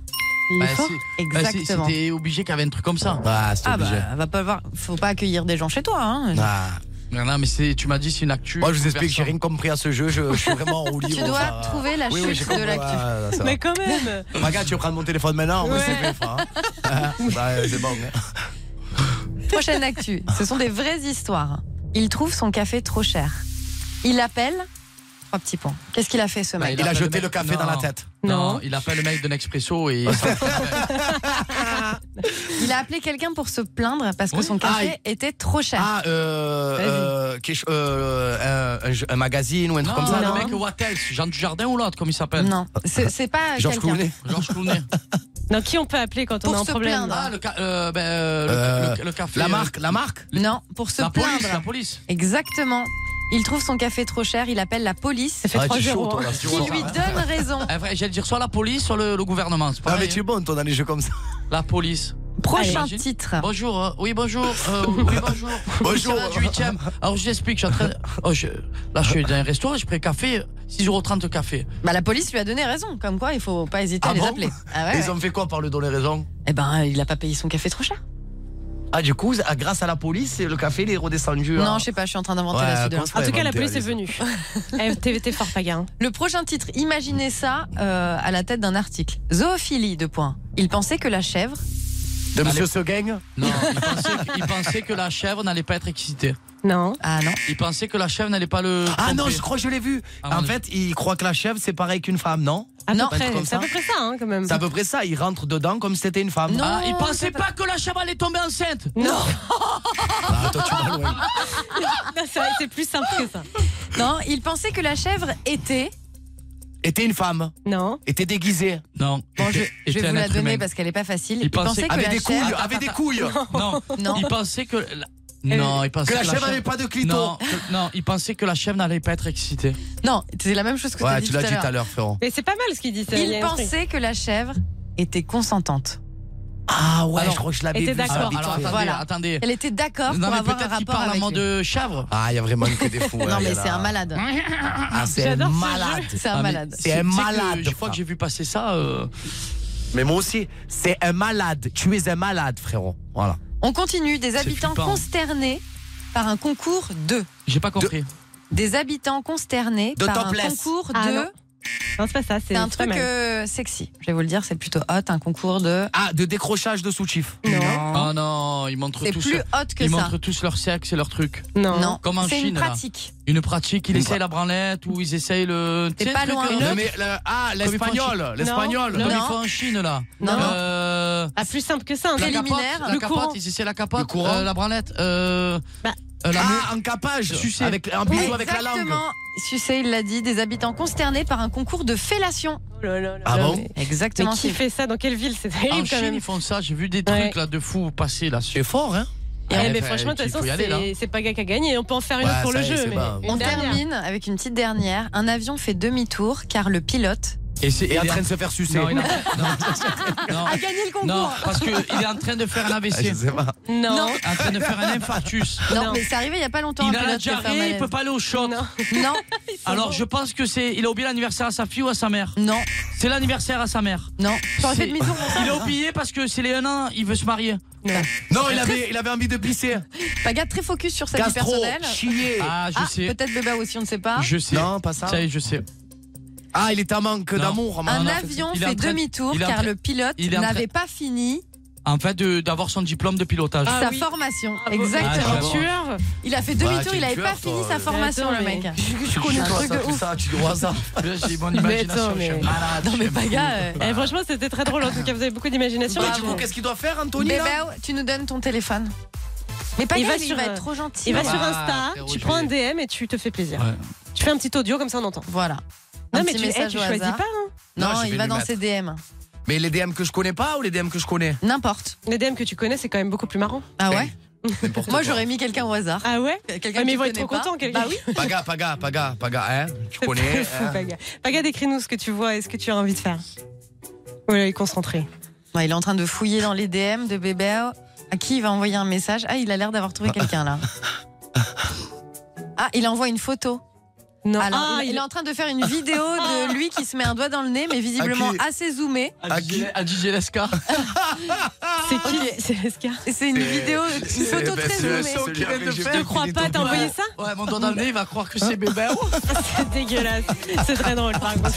Speaker 5: Il est
Speaker 4: Bah,
Speaker 5: fort.
Speaker 4: si. Bah, si,
Speaker 7: Exactement.
Speaker 4: C'était obligé qu'il y avait un truc comme ça.
Speaker 6: Ah, c'est
Speaker 7: ah
Speaker 6: obligé.
Speaker 7: bah, va pas voir. Faut pas accueillir des gens chez toi. Hein.
Speaker 4: bah.
Speaker 6: Ah.
Speaker 4: Non, non, mais c'est- tu m'as dit c'est une actu.
Speaker 6: Moi, je vous explique, j'ai
Speaker 4: Personne.
Speaker 6: rien compris à ce jeu. Je, je suis vraiment en roue
Speaker 7: Tu
Speaker 6: libre.
Speaker 7: dois
Speaker 6: ça.
Speaker 7: trouver la
Speaker 6: Oui, oui,
Speaker 7: chute
Speaker 6: j'ai
Speaker 7: de
Speaker 6: compris.
Speaker 7: l'actu.
Speaker 6: Ouais, ça va.
Speaker 5: Mais quand même.
Speaker 6: Ma gars, tu veux prendre mon téléphone maintenant on va
Speaker 5: Ouais.
Speaker 6: se faire, hein. Bah, euh, c'est bon. hein.
Speaker 7: Prochaine actu. Ce sont des vraies histoires. Il trouve son café trop cher. Il appelle. Trois petits points. Qu'est-ce qu'il a fait ce
Speaker 4: Bah,
Speaker 7: mec
Speaker 6: Il a
Speaker 4: appelle
Speaker 6: jeté
Speaker 4: mec-
Speaker 6: le café dans la
Speaker 4: Non.
Speaker 6: tête.
Speaker 4: Non.
Speaker 5: Non.
Speaker 4: il appelle le mec de Nespresso et.
Speaker 7: Il a appelé quelqu'un pour se plaindre parce que
Speaker 4: Oui.
Speaker 7: son café était trop cher.
Speaker 6: Ah, euh, euh, quelque- euh, un- un, jeu- un magazine ou un
Speaker 4: Non,
Speaker 6: truc comme ça.
Speaker 4: le
Speaker 7: non.
Speaker 4: mec Wattels, Jean du Jardin ou l'autre, comme il s'appelle
Speaker 7: Non, c'est c'est pas
Speaker 6: Georges
Speaker 7: quelqu'un.
Speaker 6: Clooney.
Speaker 4: Georges Clooney.
Speaker 5: Non, qui on peut appeler quand on
Speaker 7: Pour
Speaker 5: a un
Speaker 7: se
Speaker 5: problème
Speaker 7: plaindre.
Speaker 4: Ah, le, ca- euh, ben, euh, le-
Speaker 6: Euh,
Speaker 4: le, le café.
Speaker 6: La
Speaker 4: euh,
Speaker 6: marque, la marque.
Speaker 7: Non, pour se
Speaker 4: La
Speaker 7: plaindre.
Speaker 4: police, la police.
Speaker 7: Exactement. Il trouve son café trop cher, il appelle la police
Speaker 5: Ça fait
Speaker 6: Ah,
Speaker 5: 3
Speaker 6: t'es chaud,
Speaker 5: euros.
Speaker 6: toi, là,
Speaker 7: qui
Speaker 6: tu vois.
Speaker 7: hein. lui donne raison.
Speaker 4: Eh, vrai, J'allais dire soit la police, soit le, le gouvernement. C'est
Speaker 6: Ah,
Speaker 4: pareil,
Speaker 6: mais tu es bon, toi, dans les jeux comme ça.
Speaker 4: hein. La police.
Speaker 7: Prochain
Speaker 4: Allez.
Speaker 7: titre.
Speaker 4: Bonjour, euh, oui, bonjour. euh, oui, bonjour.
Speaker 6: Bonjour.
Speaker 4: Oui, c'est là, du 8 Alors, je t'explique, je suis en train. Oh, je- Là, je suis dans un resto, je prends un café, 6,30€ de café.
Speaker 7: Bah, la police lui a donné raison, comme quoi il faut pas hésiter
Speaker 6: Ah
Speaker 7: à les
Speaker 6: bon
Speaker 7: appeler. Ah ouais,
Speaker 6: Et
Speaker 7: ouais.
Speaker 6: Ils ont fait quoi par le donner raison
Speaker 7: Eh ben, il a pas payé son café trop cher.
Speaker 6: Ah, du coup, ah, grâce à la police, le café, il est redescendu.
Speaker 7: Non,
Speaker 6: hein.
Speaker 7: je sais pas, je suis en train d'inventer
Speaker 6: Ouais,
Speaker 7: la suite de
Speaker 6: comment
Speaker 7: l'info.
Speaker 5: En tout
Speaker 6: Ouais,
Speaker 5: cas, la
Speaker 6: bon,
Speaker 5: police
Speaker 6: t'es
Speaker 5: est venue. Eh, T'es t'es fort, Paga. hein.
Speaker 7: Le prochain titre, imaginez ça euh, à la tête d'un article. Zoophilie, de points. Il pensait que la chèvre
Speaker 4: De
Speaker 6: Monsieur
Speaker 4: Sogang Non, il pensait, que, il pensait que la chèvre n'allait pas être excitée.
Speaker 5: Non.
Speaker 7: Ah non.
Speaker 4: Il pensait que la chèvre n'allait pas le.
Speaker 6: Ah non,
Speaker 4: tromper.
Speaker 6: je crois que je l'ai vu.
Speaker 4: Ah,
Speaker 6: en
Speaker 4: mon
Speaker 6: fait, il croit que la chèvre, c'est pareil qu'une femme, non
Speaker 7: Ah
Speaker 5: À peu
Speaker 6: Non,
Speaker 5: près,
Speaker 6: pas comme
Speaker 5: c'est à
Speaker 6: ça.
Speaker 5: peu près ça, hein, quand même.
Speaker 6: C'est à peu près ça. Il rentre dedans comme si c'était une femme.
Speaker 4: Ah, il pensait pas que la chèvre allait tomber enceinte.
Speaker 5: Non.
Speaker 6: Ah, toi, tu vas loin.
Speaker 5: Non, c'est vrai, c'est plus simple que ça.
Speaker 7: Non, il pensait que la chèvre était.
Speaker 6: Était une femme.
Speaker 5: Non.
Speaker 6: Était déguisée.
Speaker 4: Non.
Speaker 7: Bon, je, je vais vous la donner parce qu'elle est pas facile.
Speaker 4: Il pensait-
Speaker 7: que
Speaker 4: Avec
Speaker 7: la
Speaker 4: des couilles,
Speaker 7: chèvre-
Speaker 4: avec des couilles. Non.
Speaker 7: non.
Speaker 4: Il pensait que. la-
Speaker 7: Euh,
Speaker 4: Non, il pensait
Speaker 6: Que la chèvre n'avait pas de clito.
Speaker 4: Non, que- non, il pensait que la chèvre n'allait pas être excitée.
Speaker 7: Non, c'est la même chose que
Speaker 4: Ouais,
Speaker 7: t'as
Speaker 4: tu l'as dit
Speaker 7: dit
Speaker 4: tout à l'heure, Florent.
Speaker 5: Mais c'est pas mal ce qu'il dit. ça, y
Speaker 7: Il
Speaker 5: a un truc.
Speaker 7: pensait que la chèvre était consentente.
Speaker 6: Ah ouais,
Speaker 4: Alors,
Speaker 6: je crois que je l'avais
Speaker 4: était
Speaker 6: vu. ça,
Speaker 4: d'accord.
Speaker 6: vite
Speaker 4: Alors,
Speaker 6: fait.
Speaker 4: attendez,
Speaker 7: Voilà.
Speaker 4: attendez.
Speaker 7: Elle était d'accord pour
Speaker 4: Non, mais
Speaker 7: avoir un
Speaker 4: peut-être qu'il
Speaker 7: rapport
Speaker 4: parle en
Speaker 7: avec.
Speaker 4: mode euh, chèvre.
Speaker 6: Ah, il y a vraiment que des fous.
Speaker 7: Non
Speaker 6: hein,
Speaker 7: mais
Speaker 6: y en a.
Speaker 7: c'est un malade.
Speaker 6: Ah, c'est un
Speaker 7: J'adore ce
Speaker 6: malade.
Speaker 7: jeu. C'est un
Speaker 6: Ah, mais
Speaker 7: malade.
Speaker 6: C'est un
Speaker 4: Tu sais que
Speaker 6: malade.
Speaker 4: Je crois que j'ai vu passer ça. euh.
Speaker 6: Mais moi aussi, c'est un malade. Tu es un malade, frérot. Voilà.
Speaker 7: On continue des habitants
Speaker 6: flippant.
Speaker 7: consternés par un concours de.
Speaker 4: J'ai pas compris.
Speaker 7: Des habitants consternés
Speaker 4: De
Speaker 7: par un
Speaker 4: topless.
Speaker 7: concours
Speaker 5: Ah,
Speaker 7: de.
Speaker 5: non. Non, c'est pas ça.
Speaker 7: C'est un truc
Speaker 5: femelle.
Speaker 7: euh, sexy. Je vais vous le dire, c'est plutôt hot, un concours de.
Speaker 6: Ah, de décrochage de soutif.
Speaker 4: Oh non, ils montrent
Speaker 7: C'est
Speaker 4: tous.
Speaker 7: plus
Speaker 4: leur-
Speaker 7: hot que
Speaker 4: Ils
Speaker 7: ça.
Speaker 4: montrent tous leur sexe et leur truc.
Speaker 5: Non.
Speaker 7: Non.
Speaker 4: Comme en
Speaker 7: C'est une
Speaker 4: Chine. là.
Speaker 7: pratique.
Speaker 4: Une pratique. Ils
Speaker 6: Une
Speaker 4: essayent la branlette ou ils essayent le.
Speaker 7: T'es
Speaker 4: tu sais,
Speaker 7: pas
Speaker 4: le truc,
Speaker 5: hein.
Speaker 7: loin.
Speaker 4: euh,
Speaker 7: Non,
Speaker 4: le-
Speaker 7: mais
Speaker 6: le- ah,
Speaker 4: comme ils font en
Speaker 6: l'espagnol,
Speaker 4: Chine.
Speaker 6: l'espagnol.
Speaker 4: Comme
Speaker 6: Non.
Speaker 4: ils font en Chine là.
Speaker 7: Non.
Speaker 4: Euh,
Speaker 5: Ah, plus simple que ça. hein.
Speaker 4: la capote,
Speaker 7: Préliminaire,
Speaker 4: la
Speaker 7: le
Speaker 4: capote,
Speaker 7: courant.
Speaker 4: ils essaient la capote,
Speaker 6: Le courant.
Speaker 4: euh, la branlette. Euh,
Speaker 5: Bah.
Speaker 4: euh, la
Speaker 6: Ah, un capage.
Speaker 4: Sucer.
Speaker 6: Avec un bisou avec la langue.
Speaker 7: Exactement. Sucé, il l'a dit, des habitants consternés par un concours de fellation.
Speaker 5: Oh là là là
Speaker 6: Ah
Speaker 5: là,
Speaker 6: bon
Speaker 5: mais-
Speaker 7: Exactement.
Speaker 5: Mais qui
Speaker 7: c'est-
Speaker 5: fait ça Dans quelle ville C'est
Speaker 4: En
Speaker 5: terrible quand
Speaker 4: Chine,
Speaker 5: même.
Speaker 4: ils font ça. J'ai vu des
Speaker 5: Ouais.
Speaker 4: trucs là de fous passer là. ben,
Speaker 6: C'est fort, hein
Speaker 5: Eh,
Speaker 4: Ouais,
Speaker 5: mais
Speaker 4: faut-
Speaker 5: franchement, de toute
Speaker 4: qu'il faut
Speaker 5: façon,
Speaker 4: y aller, là.
Speaker 5: c'est- c'est pas gars qui a gagné. On peut en faire une
Speaker 6: Ouais,
Speaker 5: autre pour
Speaker 6: ça
Speaker 5: le
Speaker 6: y est,
Speaker 5: jeu.
Speaker 6: c'est
Speaker 5: mais
Speaker 6: bas.
Speaker 5: une
Speaker 7: On
Speaker 5: dernière.
Speaker 7: termine avec une petite dernière. Un avion fait demi-tour car le pilote
Speaker 4: Et c'est
Speaker 6: Et en train de se faire sucer.
Speaker 4: Non, il est en- non, non,
Speaker 7: a gagné le concours.
Speaker 4: non, parce qu'il est en train de faire un AVC.
Speaker 6: Ah, Je sais pas.
Speaker 5: Non.
Speaker 4: En train de faire un infarctus.
Speaker 7: Non,
Speaker 5: Oh Non.
Speaker 7: mais c'est arrivé il y a pas longtemps.
Speaker 4: Il
Speaker 7: un
Speaker 4: a la
Speaker 7: pilote qui a fait un
Speaker 4: diarrhée, il
Speaker 7: malaise.
Speaker 4: peut pas aller au shot.
Speaker 5: Non.
Speaker 7: Non,
Speaker 4: Alors je pense que c'est. Il a oublié l'anniversaire à sa fille ou à sa mère.
Speaker 7: non,
Speaker 4: C'est l'anniversaire à sa mère.
Speaker 7: non. J'aurais fait
Speaker 4: C'est-
Speaker 7: demi-tour pour ça.
Speaker 4: Il a oublié parce que c'est les 1 an, il veut se marier.
Speaker 6: Non, il avait, il avait envie de pisser.
Speaker 7: Paga très focus sur sa vie
Speaker 6: Gastro,
Speaker 7: personnelle.
Speaker 6: chier.
Speaker 4: Ah, je
Speaker 7: Ah,
Speaker 4: sais.
Speaker 7: peut-être Beba aussi, on ne sait pas.
Speaker 4: Je sais.
Speaker 6: Non, pas ça.
Speaker 4: Ça y est, je sais.
Speaker 6: Ah, il était en manque
Speaker 4: Non.
Speaker 6: d'amour.
Speaker 7: Un
Speaker 6: man.
Speaker 4: non,
Speaker 7: avion
Speaker 4: il est en
Speaker 7: fait
Speaker 4: train-
Speaker 7: demi-tour
Speaker 4: il est en
Speaker 7: car
Speaker 4: train-
Speaker 7: le pilote
Speaker 4: il est en train-
Speaker 7: n'avait pas fini
Speaker 4: En fait, de- d'avoir son diplôme de pilotage.
Speaker 7: sa formation.
Speaker 4: Ah,
Speaker 7: Exactement.
Speaker 4: bravo.
Speaker 5: Tueur.
Speaker 7: il a fait demi-tour,
Speaker 6: Bah,
Speaker 7: il n'avait
Speaker 6: quel
Speaker 7: pas
Speaker 6: tueur,
Speaker 7: fini
Speaker 6: toi,
Speaker 7: sa
Speaker 6: euh.
Speaker 7: formation,
Speaker 5: Attends,
Speaker 7: le
Speaker 5: mais-
Speaker 7: mec.
Speaker 6: Tu connais un truc de ouf. Tu dois ça.
Speaker 4: J'ai mon
Speaker 5: Mais attends,
Speaker 4: imagination. je
Speaker 5: mais-
Speaker 4: suis un malade, je suis un
Speaker 7: Paga, euh,
Speaker 5: Eh, franchement, c'était très drôle. En tout cas, vous avez beaucoup d'imagination.
Speaker 6: Bah, du coup, qu'est-ce qu'il doit faire, Anthony là
Speaker 7: Bébao, tu nous donnes ton téléphone. bah, Mais Paga,
Speaker 5: Il va
Speaker 7: il
Speaker 5: sur,
Speaker 7: va
Speaker 5: euh,
Speaker 7: être trop gentil.
Speaker 5: Il va
Speaker 4: Bah,
Speaker 6: Ah,
Speaker 5: sur Insta,
Speaker 4: frérot,
Speaker 5: tu
Speaker 4: je
Speaker 5: prends un
Speaker 4: vais-
Speaker 5: DM et tu te fais plaisir.
Speaker 4: Ouais.
Speaker 5: Tu fais un petit audio comme ça on entend.
Speaker 7: Voilà.
Speaker 5: Non
Speaker 7: Un
Speaker 5: mais
Speaker 7: petit
Speaker 5: tu, eh,
Speaker 7: message
Speaker 5: tu
Speaker 7: au
Speaker 5: choisis
Speaker 7: hasard.
Speaker 5: pas hein.
Speaker 6: Non,
Speaker 7: Non,
Speaker 6: je vais
Speaker 7: il va
Speaker 6: lui
Speaker 7: dans
Speaker 6: mettre.
Speaker 7: ses DM.
Speaker 6: Mais les DM que je connais pas ou les DM que je connais
Speaker 7: N'importe.
Speaker 5: Les DM que tu connais c'est quand même beaucoup plus marrant.
Speaker 7: Ah ouais
Speaker 6: N'importe
Speaker 7: Moi,
Speaker 6: quoi.
Speaker 7: j'aurais mis quelqu'un au hasard.
Speaker 5: Ah ouais
Speaker 7: Quelqu'un
Speaker 5: Ouais, mais
Speaker 7: qui
Speaker 5: ils vont être
Speaker 7: connaît
Speaker 5: trop
Speaker 7: pas.
Speaker 5: contents, quelqu'un.
Speaker 7: Bah oui.
Speaker 6: Paga, paga, paga, paga, hein Tu connais.
Speaker 5: C'est fou,
Speaker 6: hein
Speaker 5: Paga. Paga, décris-nous ce que tu vois et ce que tu as envie de faire. Voilà, il est concentré.
Speaker 7: Ouais, il est en train de fouiller dans les DM de Bébé. À qui il va envoyer un message Ah, il a l'air d'avoir trouvé quelqu'un là. Ah, il envoie une photo.
Speaker 5: Non,
Speaker 7: Alors,
Speaker 5: Ah,
Speaker 7: il, il
Speaker 5: il-
Speaker 7: est en train de faire une vidéo de lui qui se met un doigt dans le nez, mais visiblement
Speaker 6: qui
Speaker 7: assez zoomé.
Speaker 4: À DJ à DJ Lesca.
Speaker 7: Ah,
Speaker 5: c'est qui C'est Escar.
Speaker 7: Et c'est une vidéo, une photo
Speaker 6: ben,
Speaker 7: très
Speaker 6: c'est le
Speaker 7: zoomée.
Speaker 6: son qui vient de
Speaker 4: Je
Speaker 6: faire.
Speaker 4: te
Speaker 5: crois pas, t'as envoyé ça
Speaker 4: Ouais, mon doigt dans le nez, il va croire que c'est bébé.
Speaker 5: C'est dégueulasse. C'est très drôle par contre.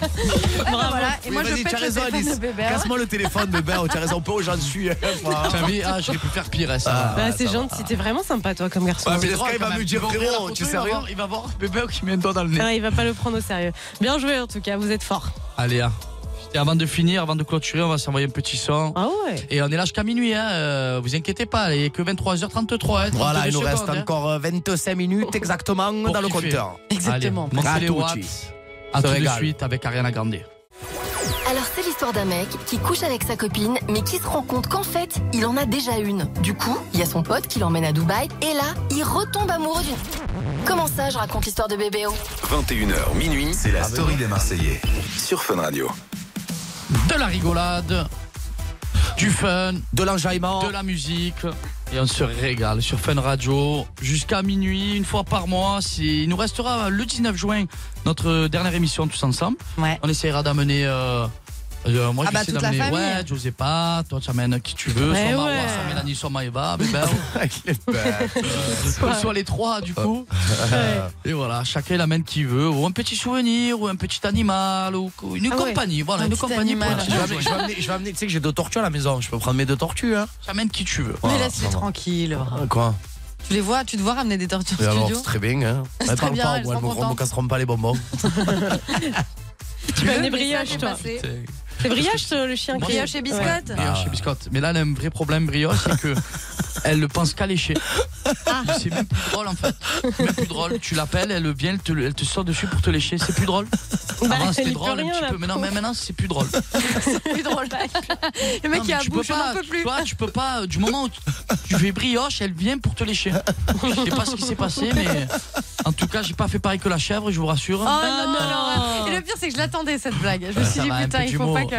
Speaker 7: Ah, bah, voilà. Et
Speaker 6: Mais
Speaker 7: moi, je
Speaker 6: vas-y,
Speaker 7: pète
Speaker 6: t'as
Speaker 7: le
Speaker 6: raison,
Speaker 7: téléphone
Speaker 6: Alice.
Speaker 7: de Bébé.
Speaker 6: Casse-moi le téléphone de oh, Béo, t'as raison, peu j'en suis. hein, moi.
Speaker 4: T'as vu Ah, j'aurais pu faire pire, hein,
Speaker 6: Ah,
Speaker 4: ça.
Speaker 5: Bah,
Speaker 6: ouais,
Speaker 5: c'est
Speaker 6: ça
Speaker 5: gentil, t'es vraiment sympa toi comme garçon.
Speaker 6: Ouais, mais
Speaker 4: C'est
Speaker 6: le
Speaker 4: drôle,
Speaker 6: Sky
Speaker 4: quand
Speaker 6: va
Speaker 4: même.
Speaker 6: me dire,
Speaker 4: Il va ouvrir la
Speaker 6: frérot, tu es
Speaker 4: photo, il va
Speaker 6: sérieux
Speaker 4: voir- Il va voir Ah bébé qui met un doigt dans le nez.
Speaker 5: Ouais, il va pas le prendre au sérieux. Bien joué en tout cas, vous êtes fort.
Speaker 4: Allez, hein. Et avant de finir, avant de clôturer, on va s'envoyer un petit son.
Speaker 5: Ah
Speaker 7: Oh,
Speaker 5: ouais.
Speaker 4: Et on est là jusqu'à minuit, hein. euh, vous inquiétez pas, il est que 23h33. hein,
Speaker 6: Voilà,
Speaker 4: 32
Speaker 6: il nous reste
Speaker 4: secondes, hein.
Speaker 6: encore euh, 25 minutes exactement
Speaker 4: Pour
Speaker 6: dans le
Speaker 4: kiffer.
Speaker 6: compteur.
Speaker 7: Exactement.
Speaker 4: Allez, montez
Speaker 6: À
Speaker 4: les
Speaker 6: tout,
Speaker 4: watts.
Speaker 6: Chi.
Speaker 4: À
Speaker 6: Se
Speaker 4: tout de
Speaker 6: régale.
Speaker 4: suite avec Ariana Grande.
Speaker 3: Alors c'est l'histoire d'un mec qui couche avec sa copine, mais qui se rend compte qu'en fait, il en a déjà une. Du coup, il y a son pote qui l'emmène à Dubaï, et là, il retombe amoureux d'une... Comment ça, je raconte l'histoire de bébé oh
Speaker 1: 21h minuit, c'est la story des Marseillais sur Fun Radio.
Speaker 4: De la rigolade, du fun,
Speaker 6: De l'enjaillement.
Speaker 4: de la musique. Et on se régale sur Fun Radio jusqu'à minuit, une fois par mois. C'est- Il nous restera le 19 juin notre dernière émission tous ensemble.
Speaker 7: Ouais.
Speaker 4: On essaiera d'amener euh, Euh, moi,
Speaker 7: Ah bah,
Speaker 4: j'essaie
Speaker 7: toute la
Speaker 4: d'amener,
Speaker 7: famille.
Speaker 4: Ouais, je sais pas, toi, tu amènes qui tu veux,
Speaker 7: Mais
Speaker 4: soit Marwa,
Speaker 7: ouais.
Speaker 4: soit Mélanie, soit Maëva, bébé. soit les trois, du coup. Et voilà, chacun il amène qui veut, ou un petit souvenir, ou un petit animal, ou ou une
Speaker 6: Ah ouais.
Speaker 4: compagnie. Voilà,
Speaker 6: Un
Speaker 4: une
Speaker 6: petit
Speaker 4: compagnie. pour
Speaker 6: animal.
Speaker 4: un petit
Speaker 6: Je vais amener- je
Speaker 4: jouet.
Speaker 6: vais amener- je vais amener- tu sais que j'ai deux tortues à la maison, je peux prendre mes deux tortues. Hein.
Speaker 4: J'amène qui tu veux.
Speaker 6: Voilà,
Speaker 7: laisse-les
Speaker 6: ça va.
Speaker 7: tranquilles.
Speaker 6: Quoi
Speaker 7: Tu les vois, tu te vois ramener des tortues au
Speaker 6: Et alors,
Speaker 7: studio
Speaker 6: c'est très bien. Hein.
Speaker 7: C'est très
Speaker 6: Elle parle
Speaker 7: bien,
Speaker 6: pas,
Speaker 7: elles
Speaker 6: moi,
Speaker 7: sont
Speaker 6: elles me- me,
Speaker 7: contentes.
Speaker 6: casseront pas les bonbons.
Speaker 7: Oh
Speaker 5: Tu veux des brioches, toi C'est brioche, le chien qui-
Speaker 7: Brioche et biscottes
Speaker 5: Ouais.
Speaker 4: Brioche et biscotte. Mais là, elle a un vrai problème, brioche, c'est que elle le pense qu'à lécher.
Speaker 7: Ah.
Speaker 4: C'est même plus drôle en fait. C'est Même plus drôle. Tu l'appelles, elle vient, elle te, elle te sort dessus pour te lécher. C'est plus drôle.
Speaker 7: Bah,
Speaker 4: Avant,
Speaker 7: elle
Speaker 4: Ah, c'était
Speaker 7: y peut
Speaker 4: drôle un
Speaker 7: rien,
Speaker 4: petit
Speaker 7: la
Speaker 4: peu. Mais non,
Speaker 7: pauvre.
Speaker 4: mais maintenant, c'est plus drôle.
Speaker 7: plus drôle. Le mec
Speaker 4: Non,
Speaker 7: qui
Speaker 4: mais
Speaker 7: a
Speaker 4: tu peux
Speaker 7: bouche,
Speaker 4: pas,
Speaker 7: j'en peux plus.
Speaker 4: Toi, tu peux pas. euh, Du moment où tu- tu fais brioche, elle vient pour te lécher. Je sais pas ce qui s'est passé, mais en tout cas, j'ai pas fait pareil que la chèvre, je vous rassure.
Speaker 7: Oh non, non,
Speaker 5: Oh.
Speaker 7: non. Et le pire, c'est que je l'attendais cette blague. Je me
Speaker 4: Ouais,
Speaker 7: suis
Speaker 4: ça
Speaker 7: dit,
Speaker 4: va, un
Speaker 7: putain,
Speaker 4: peu
Speaker 7: il faut pas
Speaker 4: d'humour.
Speaker 7: que.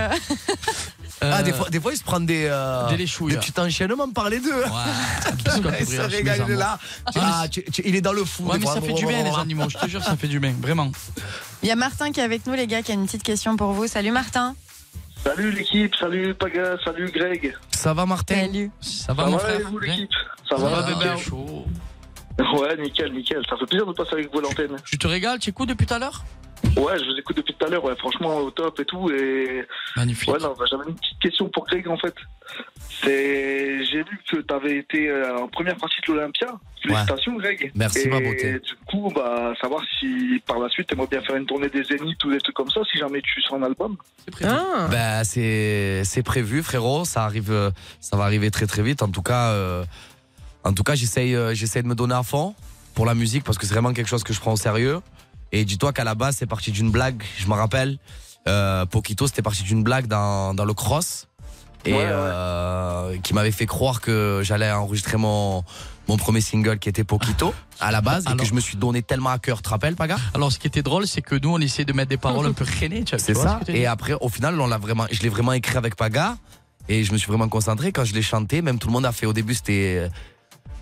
Speaker 6: Ah, des fois, des fois, ils se prennent des. euh,
Speaker 4: Euh, Des léchouilles.
Speaker 6: Des petits enchaînements par les deux.
Speaker 4: Ouais.
Speaker 6: Ils se
Speaker 4: Brioche, mes
Speaker 6: régalent
Speaker 4: amours.
Speaker 6: là. Ah, tu- tu- il est dans le fou.
Speaker 4: Ouais,
Speaker 6: des
Speaker 4: mais
Speaker 6: fois.
Speaker 4: ça fait du bien, les animaux. Je te jure, ça fait du bien, vraiment.
Speaker 7: Il y a Martin qui est avec nous, les gars, qui a une petite question pour vous. Salut Martin.
Speaker 13: Salut l'équipe, salut Paga, salut Greg.
Speaker 4: Ça va, Martin
Speaker 7: Salut.
Speaker 4: Ça va, mon frère
Speaker 13: et vous, l'équipe
Speaker 4: Ça va, bébé
Speaker 13: nickel. Ouais, nickel, nickel. Ça fait plaisir de passer avec vous à l'antenne.
Speaker 4: Tu te régales, tu écoutes depuis tout à l'heure
Speaker 13: Ouais, je vous écoute depuis tout à l'heure. Ouais, franchement, au top et tout. Et...
Speaker 4: Magnifique.
Speaker 13: Ouais, non, bah, j'avais une petite question pour Greg en fait. C'est, j'ai vu que t'avais été euh, en première partie de l'Olympia. Félicitations, Greg.
Speaker 6: Merci,
Speaker 13: et
Speaker 6: ma beauté.
Speaker 13: Du coup, bah, savoir si par la suite t'aimerais bien faire une tournée des Zéniths ou des trucs comme ça, si jamais tu sors un album. Ah.
Speaker 6: Bah, c'est c'est prévu, frérot. Ça arrive, euh, ça va arriver très très vite. En tout cas, euh, en tout cas, j'essaye, euh, j'essaye de me donner à fond pour la musique parce que c'est vraiment quelque chose que je prends au sérieux. Et dis-toi qu'à la base, c'est parti d'une blague. Je me rappelle, euh, Poquito, c'était parti d'une blague dans dans le cross et
Speaker 13: Ouais, ouais.
Speaker 6: euh, qui m'avait fait croire que j'allais enregistrer mon mon premier single qui était Poquito
Speaker 13: Ah.
Speaker 6: à la base et que je me suis donné tellement à cœur. Tu te rappelles, Paga
Speaker 4: Alors, ce qui était drôle, c'est que nous, on essayait de mettre des paroles un peu renées. tu vois-
Speaker 6: C'est
Speaker 4: tu vois
Speaker 6: ça.
Speaker 4: ce que je te dis
Speaker 6: Et après, au final, on l'a vraiment, je l'ai vraiment écrit avec Paga. Et je me suis vraiment concentré. Quand je l'ai chanté, même tout le monde a fait. Au début, c'était.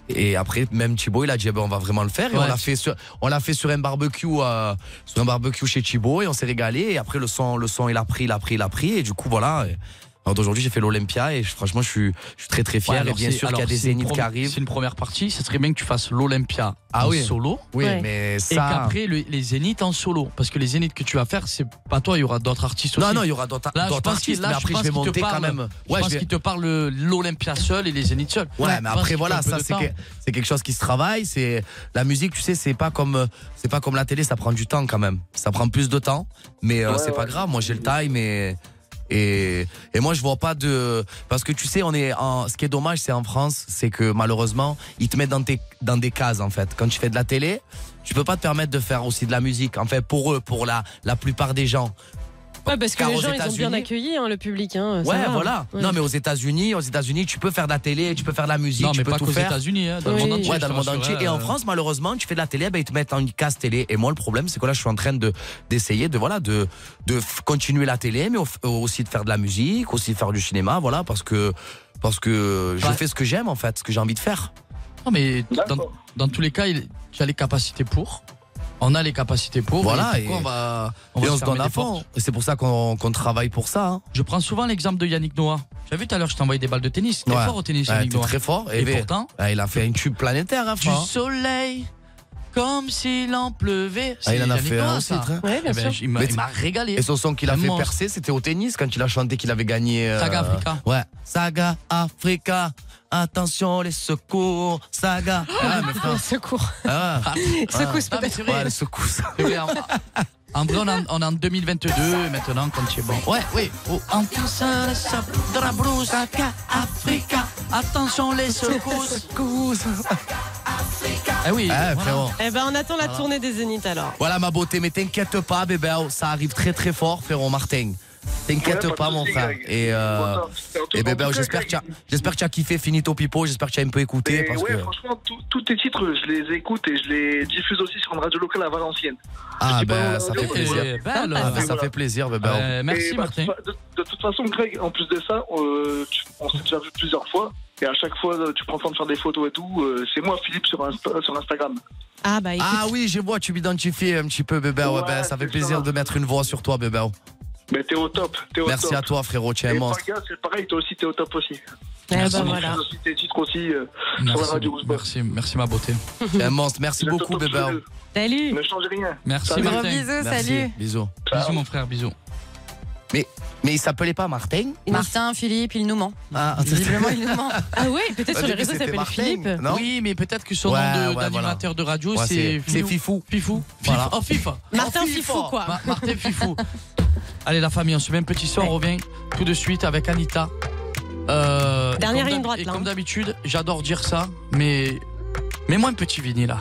Speaker 6: Et après, même Thibaut, il a dit, eh ben, on va vraiment le faire. Et
Speaker 4: Ouais.
Speaker 6: on l'a fait sur, on l'a fait sur un barbecue, euh, sur un barbecue chez Thibaut. Et on s'est régalé. Et après, le son, le son, il a pris, il a pris, il a pris. Et du coup, voilà. Et- Alors d'aujourd'hui, j'ai fait l'Olympia. Et je- franchement, je suis, je suis très, très
Speaker 4: Ouais,
Speaker 6: fier. et
Speaker 4: alors,
Speaker 6: bien
Speaker 4: c'est-
Speaker 6: sûr qu'il
Speaker 4: alors,
Speaker 6: y a des
Speaker 4: c'est une
Speaker 6: zéniths qui
Speaker 4: prom-
Speaker 6: arrivent.
Speaker 4: C'est une première partie, ça serait bien que tu fasses l'Olympia
Speaker 6: Ah
Speaker 4: en
Speaker 6: oui.
Speaker 4: solo.
Speaker 6: Oui, Ouais. mais ça-
Speaker 4: Et qu'après, le- les zéniths en solo. Parce que les zéniths que tu vas faire, c'est pas toi, il y aura d'autres artistes
Speaker 6: Non,
Speaker 4: aussi.
Speaker 6: non, il y aura d'autres-
Speaker 4: Là, je
Speaker 6: d'autres
Speaker 4: pense
Speaker 6: artistes,
Speaker 4: qu'il- là,
Speaker 6: mais après, je
Speaker 4: pense
Speaker 6: vais
Speaker 4: qu'il te
Speaker 6: monter quand
Speaker 4: parle-
Speaker 6: même.
Speaker 4: Je
Speaker 6: Ouais,
Speaker 4: pense
Speaker 6: je vais-
Speaker 4: qu'il te parle euh, l'Olympia seul et les zéniths seuls.
Speaker 6: Ouais,
Speaker 4: Je
Speaker 6: mais
Speaker 4: pense
Speaker 6: après
Speaker 4: qu'il
Speaker 6: voilà,
Speaker 4: faut un
Speaker 6: ça
Speaker 4: peu de
Speaker 6: c'est
Speaker 4: temps.
Speaker 6: que- c'est quelque chose qui se travaille. C'est la musique, tu sais, c'est pas comme euh, c'est pas comme la télé, ça prend du temps quand même. Ça prend plus de temps, mais euh,
Speaker 13: Ouais,
Speaker 6: c'est pas
Speaker 13: ouais.
Speaker 6: grave. Moi j'ai le time et et et moi je vois pas de parce que tu sais on est en ce qui est dommage c'est en France c'est que malheureusement ils te mettent dans tes dans des cases en fait quand tu fais de la télé tu peux pas te permettre de faire aussi de la musique en fait pour eux pour la la plupart des gens
Speaker 5: Ouais, parce que
Speaker 6: Car
Speaker 5: les
Speaker 6: aux
Speaker 5: gens, ils ont bien
Speaker 6: États-Unis-
Speaker 5: accueilli hein, le public. hein, ça
Speaker 6: Ouais,
Speaker 5: va.
Speaker 6: voilà.
Speaker 5: Ouais.
Speaker 6: Non, mais aux États-Unis, aux États-Unis, tu peux faire de la télé, tu peux faire de la musique,
Speaker 4: Non,
Speaker 6: tu
Speaker 4: mais
Speaker 6: peux
Speaker 4: pas
Speaker 6: tout
Speaker 4: qu'aux
Speaker 6: faire.
Speaker 4: États-Unis, hein, dans le
Speaker 6: Oui.
Speaker 4: monde entier,
Speaker 6: Ouais,
Speaker 4: je
Speaker 6: dans le
Speaker 4: te
Speaker 6: monde entier.
Speaker 4: rassurerai,
Speaker 6: Et en
Speaker 4: euh.
Speaker 6: France, malheureusement, tu fais de la télé, ben, ils te mettent en une case télé. Et moi, le problème, c'est que là, je suis en train de d'essayer de voilà de de f- continuer la télé, mais au- euh, aussi de faire de la musique, aussi de faire du cinéma, voilà, parce que parce que je
Speaker 4: Ouais.
Speaker 6: fais ce que j'aime en fait, ce que j'ai envie de faire.
Speaker 4: Non, mais dans, dans tous les cas, il- tu as les capacités pour. On a les capacités pour.
Speaker 6: Voilà,
Speaker 4: et pourquoi
Speaker 6: et-
Speaker 4: on va, on va
Speaker 6: et on se
Speaker 4: fermer
Speaker 6: donne à
Speaker 4: des portes
Speaker 6: fond. Et C'est pour ça qu'on qu'on travaille pour ça. hein.
Speaker 4: Je prends souvent l'exemple de Yannick Noah. J'ai vu tout à l'heure, je t'ai envoyé des balles de tennis. T'es
Speaker 6: Ouais.
Speaker 4: fort au tennis,
Speaker 6: Ouais,
Speaker 4: Yannick
Speaker 6: t'es
Speaker 4: Noah.
Speaker 6: très fort.
Speaker 4: Et,
Speaker 6: ben,
Speaker 4: pourtant,
Speaker 6: ouais, il a fait une tube planétaire, hein,
Speaker 4: du
Speaker 6: Franck.
Speaker 4: soleil, comme s'il en pleuvait.
Speaker 6: Ah, il en a
Speaker 4: C'est
Speaker 6: fait
Speaker 4: Yannick
Speaker 6: un
Speaker 4: Noah,
Speaker 6: aussi,
Speaker 4: ça.
Speaker 6: très-
Speaker 4: Eh ben, je- Il m'a
Speaker 6: Mais
Speaker 4: il m'a
Speaker 6: c'est-
Speaker 4: régalé.
Speaker 6: Et son son qu'il a fait
Speaker 4: Vraiment.
Speaker 6: percer, c'était au tennis quand il a chanté qu'il avait gagné. euh,
Speaker 4: Saga Africa.
Speaker 6: Ouais. Saga Africa. Attention les secours. Saga. Ah, mais frère.
Speaker 5: Secours.
Speaker 6: Ah.
Speaker 4: Secousse,
Speaker 6: Ah.
Speaker 4: peut-être.
Speaker 6: Ouais, les secousses.
Speaker 4: C'est vrai, en, en vrai, on est en- on est en 2022 et maintenant, quand tu es bon. Ouais, oui. Oh, en poussant la chape de la blouse, Saga Africa. Attention les secousses. Eh oui.
Speaker 6: Ah,
Speaker 4: voilà.
Speaker 6: frérot.
Speaker 5: Eh ben, on attend la
Speaker 6: Voilà.
Speaker 5: tournée des Zéniths alors.
Speaker 6: Voilà ma beauté, mais t'inquiète pas, bébé, oh, ça arrive très très fort, frérot Martin. T'inquiète
Speaker 13: Ouais, pas
Speaker 6: pas,
Speaker 13: de
Speaker 6: mon
Speaker 13: soucis,
Speaker 6: frère.
Speaker 13: Greg.
Speaker 6: Et, euh,
Speaker 13: Bon, c'est un tout
Speaker 6: et
Speaker 13: bon
Speaker 6: bébé, oh,
Speaker 13: bouquin,
Speaker 6: j'espère que
Speaker 13: Greg.
Speaker 6: tu as- j'espère que tu as kiffé Finito Pipo, j'espère que tu as un peu écouté.
Speaker 13: Et
Speaker 6: Parce
Speaker 13: ouais,
Speaker 6: que...
Speaker 13: franchement, tout- tous tes titres, je les écoute et je les diffuse aussi sur une radio locale à Valenciennes.
Speaker 6: Ah,
Speaker 13: Je dis pas
Speaker 6: ben,
Speaker 13: la
Speaker 6: ça
Speaker 13: radio,
Speaker 6: fait
Speaker 13: mais-
Speaker 6: plaisir.
Speaker 4: Ah,
Speaker 6: Ah, ben,
Speaker 13: Et
Speaker 6: ça
Speaker 13: voilà.
Speaker 6: fait plaisir, bébé. oh.
Speaker 4: Euh, merci,
Speaker 13: hein, Et bah,
Speaker 4: Martin.
Speaker 13: de, de toute façon, Greg, en plus de ça, euh, tu- on s'est déjà vu plusieurs fois. Et à chaque fois, euh, tu prends le temps de faire des photos et tout. euh, c'est moi, Philippe, sur, Insta- sur Instagram.
Speaker 5: Ah, bah, écoute.
Speaker 6: Ah oui, je vois, tu m'identifies un petit peu, bébé. Ouais,
Speaker 13: Ouais,
Speaker 6: ben, ça fait
Speaker 13: c'est
Speaker 6: plaisir
Speaker 13: ça.
Speaker 6: de mettre une voix sur toi, bébé. oh.
Speaker 13: Mais t'es au top. T'es au
Speaker 6: Merci
Speaker 13: top.
Speaker 6: à toi, frérot, tu es un
Speaker 13: Et
Speaker 6: monstre.
Speaker 13: Paga, c'est pareil, toi aussi, t'es au top aussi.
Speaker 6: Eh ben voilà.
Speaker 13: Merci aussi, tes titres aussi euh, sur la
Speaker 4: Merci,
Speaker 13: radio.
Speaker 4: merci, merci, ma beauté.
Speaker 6: un monstre, Euh, merci beaucoup, bébé.
Speaker 5: Salut.
Speaker 13: Ne change rien.
Speaker 4: Merci,
Speaker 6: Salut.
Speaker 4: Martin.
Speaker 6: Merci, Bisous.
Speaker 4: Bisous, mon frère, bisous.
Speaker 6: Mais, mais il s'appelait pas Martin
Speaker 7: Martin, Philippe, il nous ment.
Speaker 6: Ah,
Speaker 7: Visiblement, il nous ment.
Speaker 5: Ah oui, peut-être sur les réseaux, il s'appelle Philippe.
Speaker 4: Oui, mais peut-être que son
Speaker 6: Ouais,
Speaker 4: nom de-
Speaker 6: ouais,
Speaker 4: d'animateur de radio,
Speaker 6: Ouais,
Speaker 4: c'est
Speaker 6: c'est- c'est Fifou.
Speaker 4: Fifou.
Speaker 6: Voilà.
Speaker 4: Oh, FIFA.
Speaker 5: Martin
Speaker 4: Oh,
Speaker 5: Fifou, quoi.
Speaker 4: Ma- Martin Fifou. Allez, la famille, on se met un petit soir, on revient tout de suite avec Anita. Euh, et
Speaker 5: Dernière
Speaker 4: comme
Speaker 5: ligne
Speaker 4: d'hab-
Speaker 5: droite,
Speaker 4: Et
Speaker 5: là, hein.
Speaker 4: comme d'habitude, j'adore dire ça, mais. mais moi un petit vinyle là.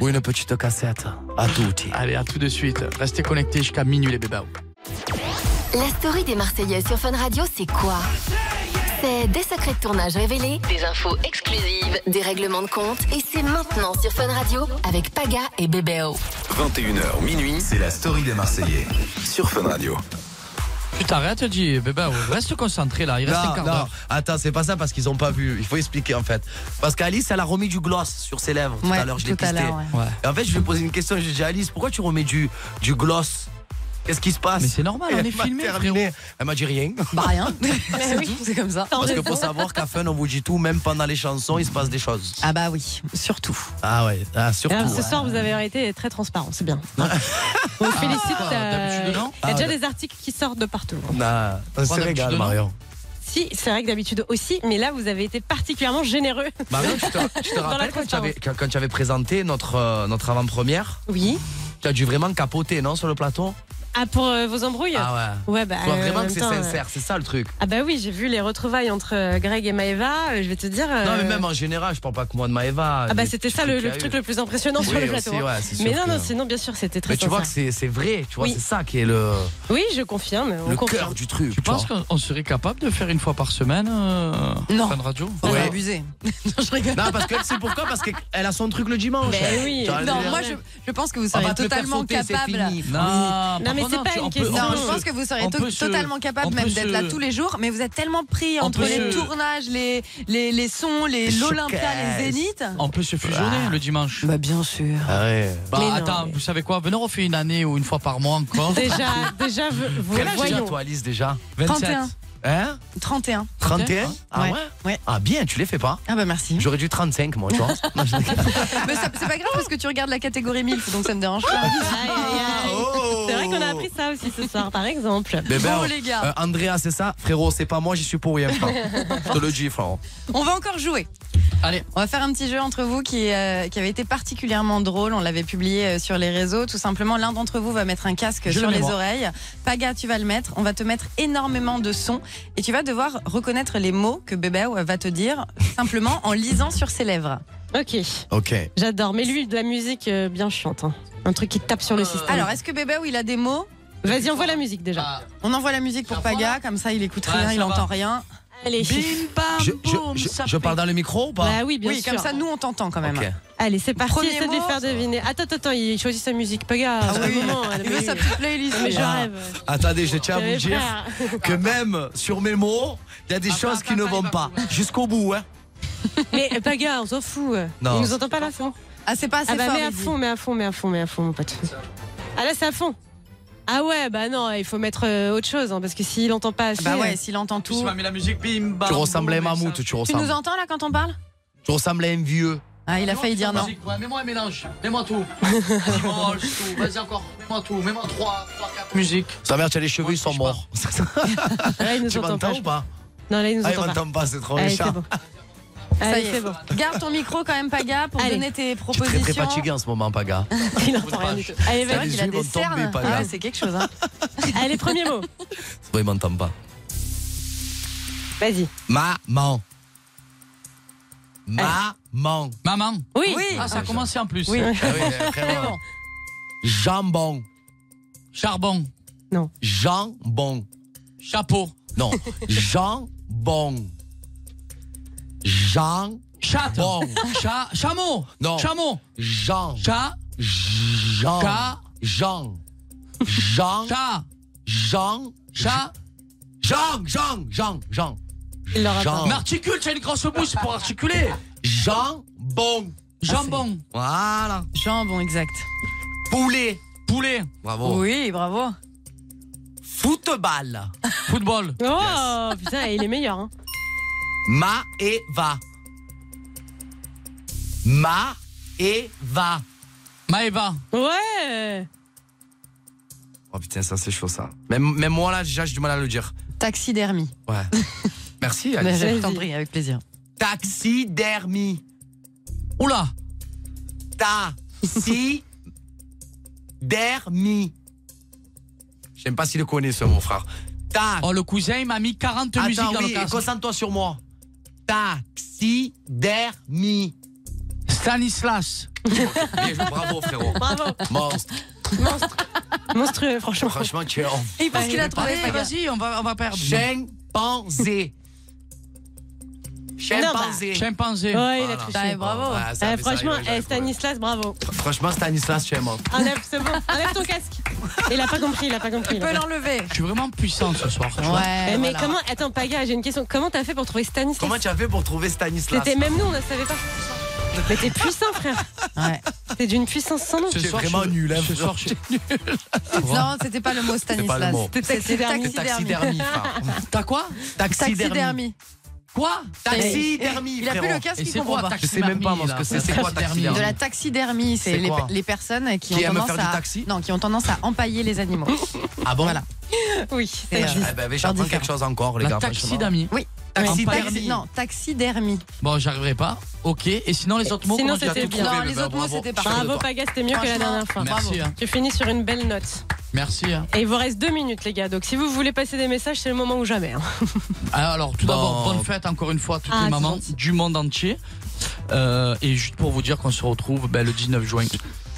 Speaker 6: Ou une petite cassette. À tout.
Speaker 4: Allez, à tout de suite. Restez connectés jusqu'à minuit, les bébés.
Speaker 3: La story des Marseillais sur Fun Radio, c'est quoi C'est des secrets de tournage révélés, des infos exclusives, des règlements de compte, et c'est maintenant sur Fun Radio avec Paga et Bébéo.
Speaker 1: 21h minuit, c'est la story des Marseillais sur Fun Radio.
Speaker 4: Tu t'arrêtes, dis, bébé, reste concentré là, il reste un
Speaker 6: Non,
Speaker 4: quart
Speaker 6: non,
Speaker 4: d'heure.
Speaker 6: attends, c'est pas ça parce qu'ils ont pas vu. Il faut expliquer en fait. Parce qu'Alice, elle a remis du gloss sur ses lèvres tout à
Speaker 4: Ouais,
Speaker 6: l'heure, je
Speaker 4: tout
Speaker 6: l'ai
Speaker 4: à
Speaker 6: pisté.
Speaker 4: l'heure, ouais. Ouais.
Speaker 6: Et en fait, je lui ai posé une question, j'ai dit Alice, pourquoi tu remets du, du gloss Qu'est-ce qui se passe
Speaker 4: Mais c'est normal,
Speaker 6: Et
Speaker 4: on
Speaker 6: elle
Speaker 4: est
Speaker 6: m'a
Speaker 4: filmé,
Speaker 6: terminé. Elle m'a dit rien.
Speaker 7: Bah rien. C'est tout, c'est comme ça.
Speaker 6: Parce que faut savoir qu'à Fun, on vous dit tout, même pendant les chansons, il se passe des choses.
Speaker 7: Ah bah oui, surtout.
Speaker 6: Ah ouais, ah, surtout.
Speaker 5: Alors, ce soir, vous avez été très transparent, c'est bien. On vous félicite.
Speaker 4: Ah,
Speaker 5: euh, Il
Speaker 6: d'habitude, non
Speaker 5: y a déjà
Speaker 6: Ah,
Speaker 5: des articles qui sortent de partout.
Speaker 6: Ah, on se
Speaker 4: Quoi,
Speaker 6: régale,
Speaker 4: d'habitude,
Speaker 6: Marion.
Speaker 5: Si, c'est vrai que d'habitude aussi, mais là, vous avez été particulièrement généreux.
Speaker 6: Marion, tu te, tu Bah te
Speaker 5: Dans la
Speaker 6: rappelles quand tu,
Speaker 5: transparence.
Speaker 6: avais, quand- quand tu avais présenté notre, euh, notre avant-première
Speaker 5: Oui.
Speaker 6: Tu as dû vraiment capoter, non, sur le plateau
Speaker 5: Ah, pour euh, vos embrouilles
Speaker 6: Ah ouais.
Speaker 5: Ouais, bah.
Speaker 6: Tu vois
Speaker 5: euh, en
Speaker 6: vraiment
Speaker 5: même
Speaker 6: que c'est
Speaker 5: temps, euh,
Speaker 6: sincère, c'est ça le truc.
Speaker 5: Ah, bah oui, j'ai vu les retrouvailles entre euh, Greg et Maeva. euh, Je vais te dire.
Speaker 6: Non, mais
Speaker 5: euh,
Speaker 6: même en général, je parle pas que moi de Maëva.
Speaker 5: Ah bah
Speaker 6: des
Speaker 5: c'était
Speaker 6: petits
Speaker 5: ça le,
Speaker 6: trucs
Speaker 5: le
Speaker 6: qu'il y a
Speaker 5: truc
Speaker 6: eu.
Speaker 5: le plus impressionnant sur
Speaker 6: Oui,
Speaker 5: le plateau.
Speaker 6: aussi,
Speaker 5: hein.
Speaker 6: ouais, c'est sûr
Speaker 5: mais non,
Speaker 6: que-
Speaker 5: non, sinon bien sûr c'était très
Speaker 6: Mais tu vois que
Speaker 5: sincère.
Speaker 6: c'est c'est vrai, tu vois,
Speaker 5: Oui.
Speaker 6: c'est ça qui est le,
Speaker 5: Oui, je confirme. On
Speaker 6: le
Speaker 5: confirme.
Speaker 6: cœur du truc.
Speaker 4: Tu penses qu'on on serait capable de faire une fois par semaine euh,
Speaker 7: Non.
Speaker 4: Fun Radio
Speaker 5: Ah,
Speaker 7: Faut pas abuser. non, je rigole.
Speaker 6: Non, parce que c'est pourquoi Parce qu'elle a son truc le
Speaker 5: Bah
Speaker 6: dimanche.
Speaker 7: Ben oui.
Speaker 6: Tu vois,
Speaker 7: Non,
Speaker 6: elle-
Speaker 7: moi je, je pense que vous
Speaker 6: On va
Speaker 7: serez
Speaker 6: te le faire
Speaker 7: totalement
Speaker 6: sauter, c'est
Speaker 7: capable.
Speaker 6: fini.
Speaker 4: Non,
Speaker 7: Oui.
Speaker 4: par contre, tu- on peut- on
Speaker 7: Non,
Speaker 4: peut
Speaker 7: je
Speaker 4: se-
Speaker 7: pense que vous serez
Speaker 4: on
Speaker 7: to-
Speaker 4: peut se-
Speaker 7: totalement
Speaker 4: on
Speaker 7: capable
Speaker 4: peut
Speaker 7: même d'être
Speaker 4: se-
Speaker 7: là tous les jours, mais vous êtes tellement pris
Speaker 4: On
Speaker 7: entre
Speaker 4: peut
Speaker 7: les
Speaker 4: se-
Speaker 7: tournages, les, les, les sons, les
Speaker 4: Les
Speaker 7: l'Olympia, les
Speaker 4: showcases.
Speaker 7: Zénith.
Speaker 4: On peut se fusionner le dimanche. Bah
Speaker 7: bien sûr.
Speaker 21: Ah
Speaker 4: Bah
Speaker 7: Mais non,
Speaker 4: attends, vous savez quoi Venez on fait une année ou une fois par mois encore.
Speaker 5: Déjà, déjà, vous vous
Speaker 6: Quel âge déjà,
Speaker 5: voyons.
Speaker 6: toi, Alice, déjà
Speaker 7: 31.
Speaker 6: Hein
Speaker 7: 31.
Speaker 6: 31 Ah ouais
Speaker 7: Ouais.
Speaker 6: Ah bien, tu les fais pas.
Speaker 7: Ah bah merci.
Speaker 6: J'aurais dû 35, moi, tu vois. Non, je rigole.
Speaker 7: Mais ça- c'est pas grave parce que tu regardes la catégorie 1000, donc ça me dérange pas.
Speaker 5: Aïe, aïe,
Speaker 6: Ah,
Speaker 5: aïe.
Speaker 6: oh.
Speaker 5: C'est vrai qu'on a appris ça aussi ce soir, par exemple.
Speaker 6: Mais ben, euh, Andrea, c'est ça Frérot, c'est pas moi, j'y suis pour rien, frère. Je te le dis, frérot.
Speaker 5: Euh,
Speaker 7: On va encore jouer.
Speaker 4: Allez.
Speaker 7: On va faire un petit jeu entre vous qui, euh, qui avait été particulièrement drôle. On l'avait publié euh, sur les réseaux. Tout simplement, l'un d'entre vous va mettre un casque
Speaker 4: Je
Speaker 7: sur
Speaker 4: le
Speaker 7: les
Speaker 4: mets, moi.
Speaker 7: oreilles. Paga, tu vas le mettre. On va te mettre énormément de sons et tu vas devoir reconnaître les mots que bébé va te dire simplement en lisant sur ses lèvres.
Speaker 5: Ok,
Speaker 6: Ok.
Speaker 5: j'adore. Mais lui, de la musique euh, bien chiante. hein. Un truc qui tape sur le système.
Speaker 7: Euh, Alors, est-ce que bébé il a des mots Ah.
Speaker 5: Vas-y, envoie la musique déjà.
Speaker 7: On envoie la musique pour Paga, comme ça il écoute
Speaker 5: Ouais,
Speaker 7: rien,
Speaker 5: ça
Speaker 7: il
Speaker 5: va.
Speaker 7: entend rien.
Speaker 5: Allez.
Speaker 7: Bim,
Speaker 6: Je, je- je- je parle dans le micro ou pas
Speaker 5: Bah oui, bien
Speaker 7: oui,
Speaker 5: sûr.
Speaker 7: comme ça nous on t'entend quand même.
Speaker 6: Ok.
Speaker 5: Allez, c'est parti,
Speaker 7: Premier
Speaker 5: essaie de les
Speaker 7: mot.
Speaker 5: faire deviner. Attends, attends, attends, il choisit sa musique. Paga,
Speaker 7: Ah
Speaker 5: c'est le
Speaker 7: oui.
Speaker 5: moment, elle
Speaker 7: Il veut
Speaker 5: veut-
Speaker 7: sa petite playlist.
Speaker 5: Mais je
Speaker 6: Ah,
Speaker 5: rêve.
Speaker 6: Attendez, je tiens à vous
Speaker 5: J'avais
Speaker 6: dire
Speaker 5: peur.
Speaker 6: que même sur mes mots, il y a des choses qui ne vont pas. Jusqu'au bout, hein.
Speaker 5: Mais euh, Paga, on s'en fout.
Speaker 6: Non.
Speaker 5: Il nous entend pas là fond.
Speaker 7: Ah, c'est pas assez
Speaker 5: Ah bah,
Speaker 7: fort,
Speaker 5: mais à
Speaker 7: il dit.
Speaker 5: fond, mais à fond, mais à fond, mais à fond, mon pote. Ah là, c'est à fond. Ah ouais, bah non, il faut mettre euh, autre chose, hein, parce que s'il entend pas assez. euh,
Speaker 7: Bah ouais, s'il entend
Speaker 4: Puis
Speaker 7: tout.
Speaker 4: tu m'as mis la musique, bim, bam.
Speaker 6: Tu ressembles à un mammouth, tu
Speaker 7: Tu
Speaker 6: ressembles.
Speaker 7: nous entends là quand on parle
Speaker 6: Tu ressembles à un vieux.
Speaker 7: Ah, il a failli dire non.
Speaker 4: Ouais, mets-moi un mélange, mets-moi tout. Dimanche, tout. Vas-y encore, mets-moi tout, mets-moi 3, 3, 4. Musique.
Speaker 6: Sa mère, tu as les cheveux, ils sont morts.
Speaker 5: Là, Ah, il nous
Speaker 6: Tu
Speaker 5: entend
Speaker 6: m'entends
Speaker 5: pas.
Speaker 6: ou pas
Speaker 5: Non, là, il nous
Speaker 6: Ah, il
Speaker 5: entend pas.
Speaker 6: m'entend pas, c'est trop
Speaker 5: Allez,
Speaker 6: méchant.
Speaker 5: c'est bon.
Speaker 7: Ça
Speaker 5: Allez,
Speaker 7: y est.
Speaker 5: c'est bon.
Speaker 7: Garde ton micro quand même, Paga, pour
Speaker 5: Allez.
Speaker 7: donner tes
Speaker 6: Je suis très
Speaker 7: propositions.
Speaker 6: très fatigué hein, en ce moment, Paga.
Speaker 5: Il entend rien du tout. Allez,
Speaker 7: C'est vrai
Speaker 5: vas-y.
Speaker 7: qu'il
Speaker 6: yeux
Speaker 7: a
Speaker 6: vont
Speaker 7: des
Speaker 6: tomber,
Speaker 7: cernes.
Speaker 6: Paga.
Speaker 7: Ah ouais, c'est quelque chose. Hein.
Speaker 5: Allez, premier mot.
Speaker 6: C'est vrai, il m'entend pas.
Speaker 5: Vas-y.
Speaker 6: Maman. Maman.
Speaker 4: Eh. Maman.
Speaker 5: Oui.
Speaker 4: Ah, ça a commencé en plus.
Speaker 7: Oui.
Speaker 6: Ah oui, après,
Speaker 7: C'est
Speaker 6: euh,
Speaker 7: bon.
Speaker 6: Jambon.
Speaker 4: Charbon.
Speaker 6: Jambon.
Speaker 4: Chapeau.
Speaker 6: Non. Jambon. Jean.
Speaker 4: Chatte.
Speaker 6: Bon.
Speaker 4: Cha- chameau.
Speaker 6: Non.
Speaker 4: Chameau.
Speaker 6: Jean.
Speaker 4: Chat.
Speaker 6: Jean.
Speaker 4: Chat.
Speaker 6: Jean. Jean.
Speaker 4: Chat.
Speaker 6: Jean.
Speaker 4: Chat.
Speaker 6: Jean. Jean. Jean. Jean.
Speaker 5: Il l'aura pas.
Speaker 6: Jean.
Speaker 4: Mais articule, tu as une grosse bouche pour articuler.
Speaker 5: Ah,
Speaker 6: Jambon.
Speaker 4: Jambon.
Speaker 6: Voilà.
Speaker 7: Jambon, exact.
Speaker 6: Poulet.
Speaker 4: Poulet.
Speaker 6: Bravo.
Speaker 7: Oui, bravo.
Speaker 21: Football.
Speaker 6: Football.
Speaker 5: Oh, putain, il est meilleur. hein.
Speaker 21: Ma et va. Ma et va.
Speaker 4: Maeva.
Speaker 5: Ouais.
Speaker 6: Oh putain, ça c'est chaud ça. Même, même moi là, déjà j'ai du mal à le dire.
Speaker 7: Taxidermie.
Speaker 6: Ouais. Merci,
Speaker 7: Mais
Speaker 6: Alice.
Speaker 7: je t'en prie, avec plaisir.
Speaker 21: Taxidermie.
Speaker 4: Oula.
Speaker 21: Ta. Si. Dermie.
Speaker 6: Je sais pas s'il le connaît ce mon frère.
Speaker 21: Ta.
Speaker 4: Oh, le cousin, il m'a mis 40
Speaker 21: Attends,
Speaker 4: musiques dans
Speaker 21: oui,
Speaker 4: le casque.
Speaker 21: concentre-toi sur moi. Taxidermie.
Speaker 4: Stanislas.
Speaker 6: Bien joué, bravo frérot.
Speaker 5: Bravo.
Speaker 6: Monstre.
Speaker 5: Monstrueux, franchement.
Speaker 6: Franchement, tu es en.
Speaker 5: Et
Speaker 4: Ah,
Speaker 5: parce qu'il a trouvé.
Speaker 4: Allez, vas-y, on va, on va perdre.
Speaker 21: Chimpanzé.
Speaker 5: Ah
Speaker 21: Chimpanzé.
Speaker 4: Chimpanzé.
Speaker 5: Ouais, il a
Speaker 6: Voilà.
Speaker 5: triché.
Speaker 6: Ouais, bravo. Ouais, ça
Speaker 5: Eh,
Speaker 6: fait ça
Speaker 5: franchement,
Speaker 6: rigoler,
Speaker 5: eh, Stanislas, bravo.
Speaker 6: Franchement, Stanislas, tu es mort.
Speaker 5: Enlève, c'est bon. Enlève ton casque. Il a pas compris, il a pas compris.
Speaker 7: Tu
Speaker 5: il a
Speaker 7: peux
Speaker 5: pas-
Speaker 7: l'enlever.
Speaker 4: Je suis vraiment puissant ce soir. tu vois.
Speaker 7: Ouais.
Speaker 5: Eh, mais
Speaker 7: voilà.
Speaker 5: comment Attends, Paga, j'ai une question. Comment t'as fait pour trouver Stanislas
Speaker 6: Comment tu as fait pour trouver Stanislas
Speaker 5: C'était même nous, on ne savait pas. Mais t'es puissant, frère.
Speaker 7: Ouais.
Speaker 5: T'es d'une puissance sans nom.
Speaker 6: Tu es vraiment nul, hein,
Speaker 4: Ce
Speaker 6: frère.
Speaker 4: soir, je suis
Speaker 7: Non, c'était pas le mot
Speaker 6: pas le
Speaker 7: Stanislas.
Speaker 6: mot.
Speaker 7: C'était
Speaker 5: taxidermie.
Speaker 6: T'es taxidermie, frère.
Speaker 4: T'as quoi
Speaker 7: Taxidermie.
Speaker 4: Quoi
Speaker 6: Taxidermie,
Speaker 7: Il a plus
Speaker 6: frérot.
Speaker 7: le casque,
Speaker 4: Et
Speaker 7: il
Speaker 4: c'est
Speaker 7: comprend
Speaker 4: quoi
Speaker 7: pas.
Speaker 6: Je sais même pas, moi, ce que c'est. C'est quoi
Speaker 4: Taxidermie.
Speaker 7: De
Speaker 6: taxidermie
Speaker 7: la taxidermie, c'est
Speaker 6: C'est
Speaker 7: les,
Speaker 6: quoi
Speaker 7: les personnes qui,
Speaker 6: Qui
Speaker 7: ont
Speaker 6: aiment
Speaker 7: tendance
Speaker 6: faire du
Speaker 7: à
Speaker 6: taxi
Speaker 7: non, qui ont tendance à empailler les animaux.
Speaker 6: Ah bon
Speaker 7: Voilà.
Speaker 5: Oui,
Speaker 7: C'est,
Speaker 5: ça
Speaker 7: euh,
Speaker 5: existe.
Speaker 6: Eh ben, j'apprends quelque chose encore, les
Speaker 4: La
Speaker 6: gars.
Speaker 4: taxidermie.
Speaker 7: Oui.
Speaker 6: Taxidermie.
Speaker 7: Taxi- non, taxidermie.
Speaker 4: Bon, j'arriverai pas. Ok. Et sinon, les autres mots,
Speaker 5: Sinon,
Speaker 4: comment tu as
Speaker 5: c'était
Speaker 4: tout
Speaker 5: bien.
Speaker 4: trouvé
Speaker 7: Non, les
Speaker 4: Eh ben,
Speaker 7: autres mots,
Speaker 4: bravo.
Speaker 7: c'était pas.
Speaker 4: Je suis fier de
Speaker 5: Bravo,
Speaker 4: toi.
Speaker 5: Paga, c'était mieux que la
Speaker 7: Franchement,
Speaker 5: dernière fois.
Speaker 4: Merci, hein.
Speaker 5: Tu finis sur une belle note.
Speaker 4: Merci. hein.
Speaker 5: Et il vous reste deux minutes, les gars. Donc, si vous voulez passer des messages, c'est le moment ou jamais. hein.
Speaker 4: Ah, Alors, tout
Speaker 6: Bon.
Speaker 4: d'abord, bonne fête encore une fois à toutes
Speaker 5: Ah,
Speaker 4: les mamans
Speaker 5: c'est gentil.
Speaker 4: du monde entier. Euh, et juste pour vous dire qu'on se retrouve ben, le 19 juin.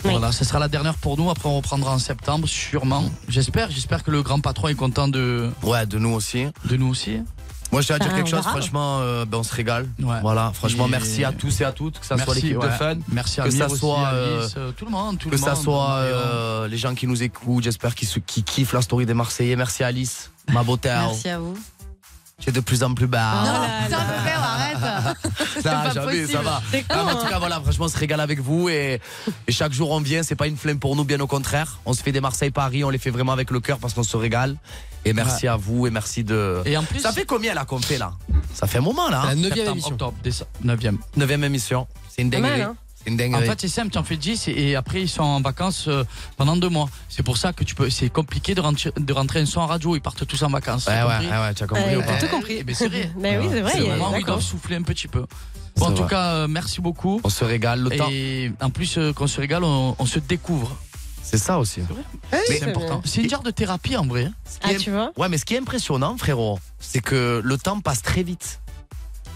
Speaker 4: Voilà, ce sera la dernière pour nous. Après, on reprendra en septembre, sûrement. J'espère, j'espère que le grand patron est content de,
Speaker 6: Ouais, de nous aussi.
Speaker 4: de nous aussi.
Speaker 6: Moi, je tiens à dire
Speaker 5: Ah,
Speaker 6: quelque
Speaker 5: on
Speaker 6: chose,
Speaker 5: verra.
Speaker 6: franchement, euh, ben, on se régale.
Speaker 4: Ouais.
Speaker 6: Voilà, franchement,
Speaker 4: Et-
Speaker 6: merci à tous et à toutes, que ça
Speaker 4: Merci,
Speaker 6: soit l'équipe
Speaker 4: ouais.
Speaker 6: de fans,
Speaker 4: Merci à
Speaker 6: que
Speaker 4: Amir
Speaker 6: ça
Speaker 4: aussi,
Speaker 6: soit,
Speaker 4: à
Speaker 6: euh,
Speaker 4: Alice, euh, tout le monde, tout
Speaker 6: que
Speaker 4: le monde.
Speaker 6: ça soit
Speaker 4: Mario.
Speaker 6: euh, les gens qui nous écoutent, j'espère qu'ils se- qu'ils kiffent la story des Marseillais. Merci Alice, ma beauté.
Speaker 7: Merci à vous.
Speaker 6: J'ai de plus en plus bas.
Speaker 7: Non,
Speaker 5: là
Speaker 7: putain,
Speaker 5: là.
Speaker 7: frère,
Speaker 6: Ah,
Speaker 7: arrête. C'est
Speaker 6: Ça,
Speaker 7: pas
Speaker 6: jamais,
Speaker 7: possible.
Speaker 6: ça va.
Speaker 5: C'est con,
Speaker 6: Non, mais en tout
Speaker 5: hein.
Speaker 6: cas, voilà, franchement, on se régale avec vous et, et chaque jour on vient, c'est pas une flemme pour nous, bien au contraire. On se fait des Marseille-Paris, on les fait vraiment avec le cœur parce qu'on se régale. Et merci à vous et merci de.
Speaker 4: Et en plus,
Speaker 6: Ça fait combien là qu'on fait là Ça fait un moment là.
Speaker 14: La
Speaker 6: hein
Speaker 14: neuvième
Speaker 4: septembre,
Speaker 14: émission.
Speaker 4: octobre, décembre, 9e.
Speaker 6: 9 émission. C'est une
Speaker 5: Pas
Speaker 6: dinguerie.
Speaker 5: mal, hein.
Speaker 6: c'est une
Speaker 4: En
Speaker 6: dinguerie.
Speaker 4: fait, c'est simple, tu en fais 10 et et après ils sont en vacances euh, pendant deux mois. C'est pour ça que tu peux, c'est compliqué de rentrer, de rentrer un son en radio. Ils partent tous en vacances.
Speaker 6: ouais,
Speaker 4: t'as
Speaker 6: ouais,
Speaker 4: compris
Speaker 6: ouais, ouais, tu as compris
Speaker 5: Euh,
Speaker 6: ou pas
Speaker 5: Tout compris.
Speaker 4: Eh ben, c'est vrai.
Speaker 5: Mais oui, c'est vrai.
Speaker 6: C'est
Speaker 5: il y a-
Speaker 4: Le moment où ils
Speaker 5: d'accord.
Speaker 4: doivent souffler un petit peu. Bon,
Speaker 6: C'est
Speaker 4: en tout
Speaker 6: vrai.
Speaker 4: cas, euh, merci beaucoup.
Speaker 6: On se régale le temps.
Speaker 4: Et en plus euh, qu'on se régale, on, on se découvre.
Speaker 6: C'est ça aussi.
Speaker 5: Oui,
Speaker 4: C'est important. C'est une genre de thérapie en vrai. hein.
Speaker 6: Ce
Speaker 5: Ah,
Speaker 6: qui est-
Speaker 5: tu vois
Speaker 6: Ouais, mais ce qui est impressionnant, frérot, c'est que le temps passe très vite.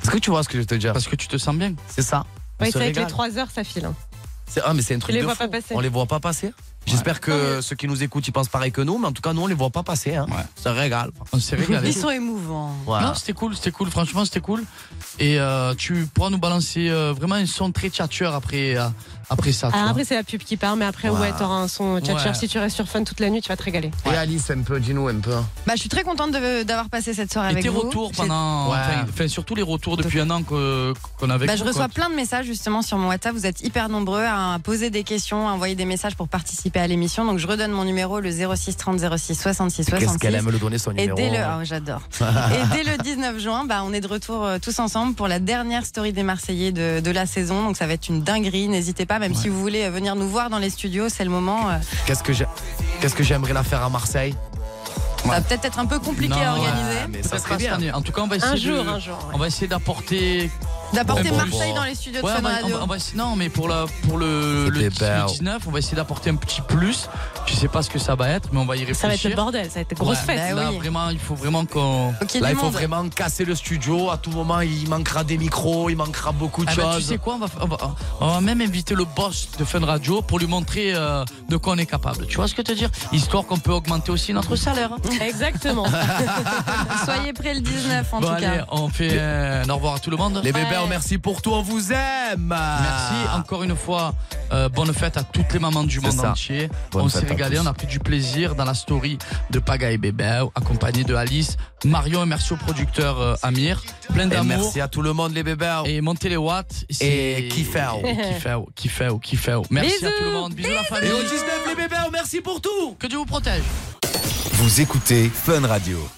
Speaker 6: Est-ce que tu vois ce que je veux te dire
Speaker 4: Parce que tu te sens bien.
Speaker 6: C'est ça. On
Speaker 5: Ouais,
Speaker 6: se
Speaker 5: c'est avec les
Speaker 6: régale.
Speaker 5: 3 heures, ça file. hein.
Speaker 6: C'est- Ah, mais c'est un truc
Speaker 5: les
Speaker 6: de
Speaker 5: voit
Speaker 6: fou.
Speaker 5: pas passer.
Speaker 6: On les voit pas passer. J'espère que ceux qui nous écoutent, ils pensent pareil que nous, mais en tout cas, nous, on les voit pas passer. Hein.
Speaker 4: Ouais.
Speaker 6: Ça régale.
Speaker 4: On s'est régalé.
Speaker 7: Ils sont émouvants.
Speaker 6: Voilà.
Speaker 4: Non, c'était cool, c'était cool. Franchement, c'était cool. Et euh, tu pourras nous balancer euh, vraiment un son très tchatcheur après, euh, après ça. tu
Speaker 5: Alors
Speaker 4: vois.
Speaker 5: Ah, après, c'est la pub qui part, mais après, ouais, t'auras un son tchatcher.
Speaker 4: Ouais.
Speaker 5: Si tu restes sur fun toute la nuit, tu vas te régaler.
Speaker 6: Et Alice, un peu, dis-nous un peu.
Speaker 7: Bah, je suis très contente de- d'avoir passé cette soirée
Speaker 4: Et
Speaker 7: avec
Speaker 4: tes
Speaker 7: vous.
Speaker 4: retours
Speaker 7: J'ai-
Speaker 4: pendant.
Speaker 6: Ouais.
Speaker 4: Enfin, enfin, surtout les retours depuis un an que- qu'on avait.
Speaker 7: Bah, je reçois plein de messages justement sur mon WhatsApp. Vous êtes hyper nombreux à poser des questions, à envoyer des messages pour participer à l'émission. Donc je redonne mon numéro, le 06 30 06 66
Speaker 6: Qu'est-ce
Speaker 7: 66.
Speaker 6: qu'elle aime le donner son
Speaker 7: Et
Speaker 6: numéro hein.
Speaker 7: dès le, ah, j'adore. Et dès le 19 juin, bah, on est de retour euh, tous ensemble pour la dernière story des Marseillais de, de la saison. Donc ça va être une dinguerie. N'hésitez pas, même si vous voulez euh, venir nous voir dans les studios, c'est le moment. euh,
Speaker 6: Qu'est-ce que j'ai- qu'est-ce que j'aimerais la faire à Marseille
Speaker 7: Ça va peut-être être un peu compliqué
Speaker 4: Non,
Speaker 7: à organiser.
Speaker 6: ouais, Ah, mais ça
Speaker 4: Ça
Speaker 6: serait
Speaker 4: sera
Speaker 6: bien.
Speaker 4: En tout cas, on va essayer.
Speaker 5: Un jour,
Speaker 4: de-
Speaker 5: un jour. ouais.
Speaker 4: On va essayer d'apporter.
Speaker 7: D'apporter
Speaker 4: Ouais, bon,
Speaker 7: Marseille
Speaker 6: bon.
Speaker 7: dans les studios
Speaker 4: Ouais,
Speaker 7: de
Speaker 4: on
Speaker 7: Fun
Speaker 4: va-
Speaker 7: Radio.
Speaker 4: on va- non, mais pour, la, pour le, le,
Speaker 6: C'était
Speaker 4: le
Speaker 6: beau.
Speaker 4: 19, on va essayer d'apporter un petit plus. Je sais pas ce que ça va être, mais on va y réfléchir.
Speaker 5: Ça va être le bordel, ça va être grosse
Speaker 4: Ouais.
Speaker 5: fête.
Speaker 7: Bah
Speaker 4: Là,
Speaker 7: oui.
Speaker 4: vraiment, il faut vraiment qu'on.
Speaker 7: Ok,
Speaker 6: Là,
Speaker 7: du
Speaker 6: il faut
Speaker 7: monde.
Speaker 6: vraiment casser le studio. À tout moment, il manquera des micros, il manquera beaucoup de
Speaker 4: Ah ben, tu
Speaker 6: choses.
Speaker 4: sais quoi, on va, on, va, on va même inviter le boss de Fun Radio pour lui montrer euh, de quoi on est capable. Tu vois ce que je veux te dire Histoire qu'on peut augmenter aussi notre salaire.
Speaker 5: Exactement.
Speaker 7: Soyez prêts le 19 en
Speaker 4: bon,
Speaker 7: tout
Speaker 4: allez,
Speaker 7: cas.
Speaker 4: on fait euh, un au revoir à tout le monde.
Speaker 6: Les bébés, merci pour tout, on vous aime.
Speaker 4: Merci encore une fois. euh, bonne fête à toutes les mamans du
Speaker 6: C'est
Speaker 4: monde
Speaker 6: ça.
Speaker 4: entier.
Speaker 6: Bonne
Speaker 4: on s'est
Speaker 6: fête à
Speaker 4: régalé,
Speaker 6: tous.
Speaker 4: on a pris du plaisir dans la story de Paga et Bébé, accompagné de Alice, Marion et merci au producteur euh, Amir. Plein
Speaker 6: Et
Speaker 4: d'amour.
Speaker 6: merci à tout le monde, les bébés.
Speaker 4: Et montez les watts. c'est-
Speaker 6: Et kiffez-vous.
Speaker 4: Et kiffez-vous, kiffez-vous, kiffez-vous. Merci à
Speaker 5: Bisous.
Speaker 4: tout le monde. Bisous, la
Speaker 6: Et
Speaker 4: famille.
Speaker 6: au 19, les bébés, merci pour tout.
Speaker 4: Que Dieu vous protège.
Speaker 6: Vous écoutez Fun Radio.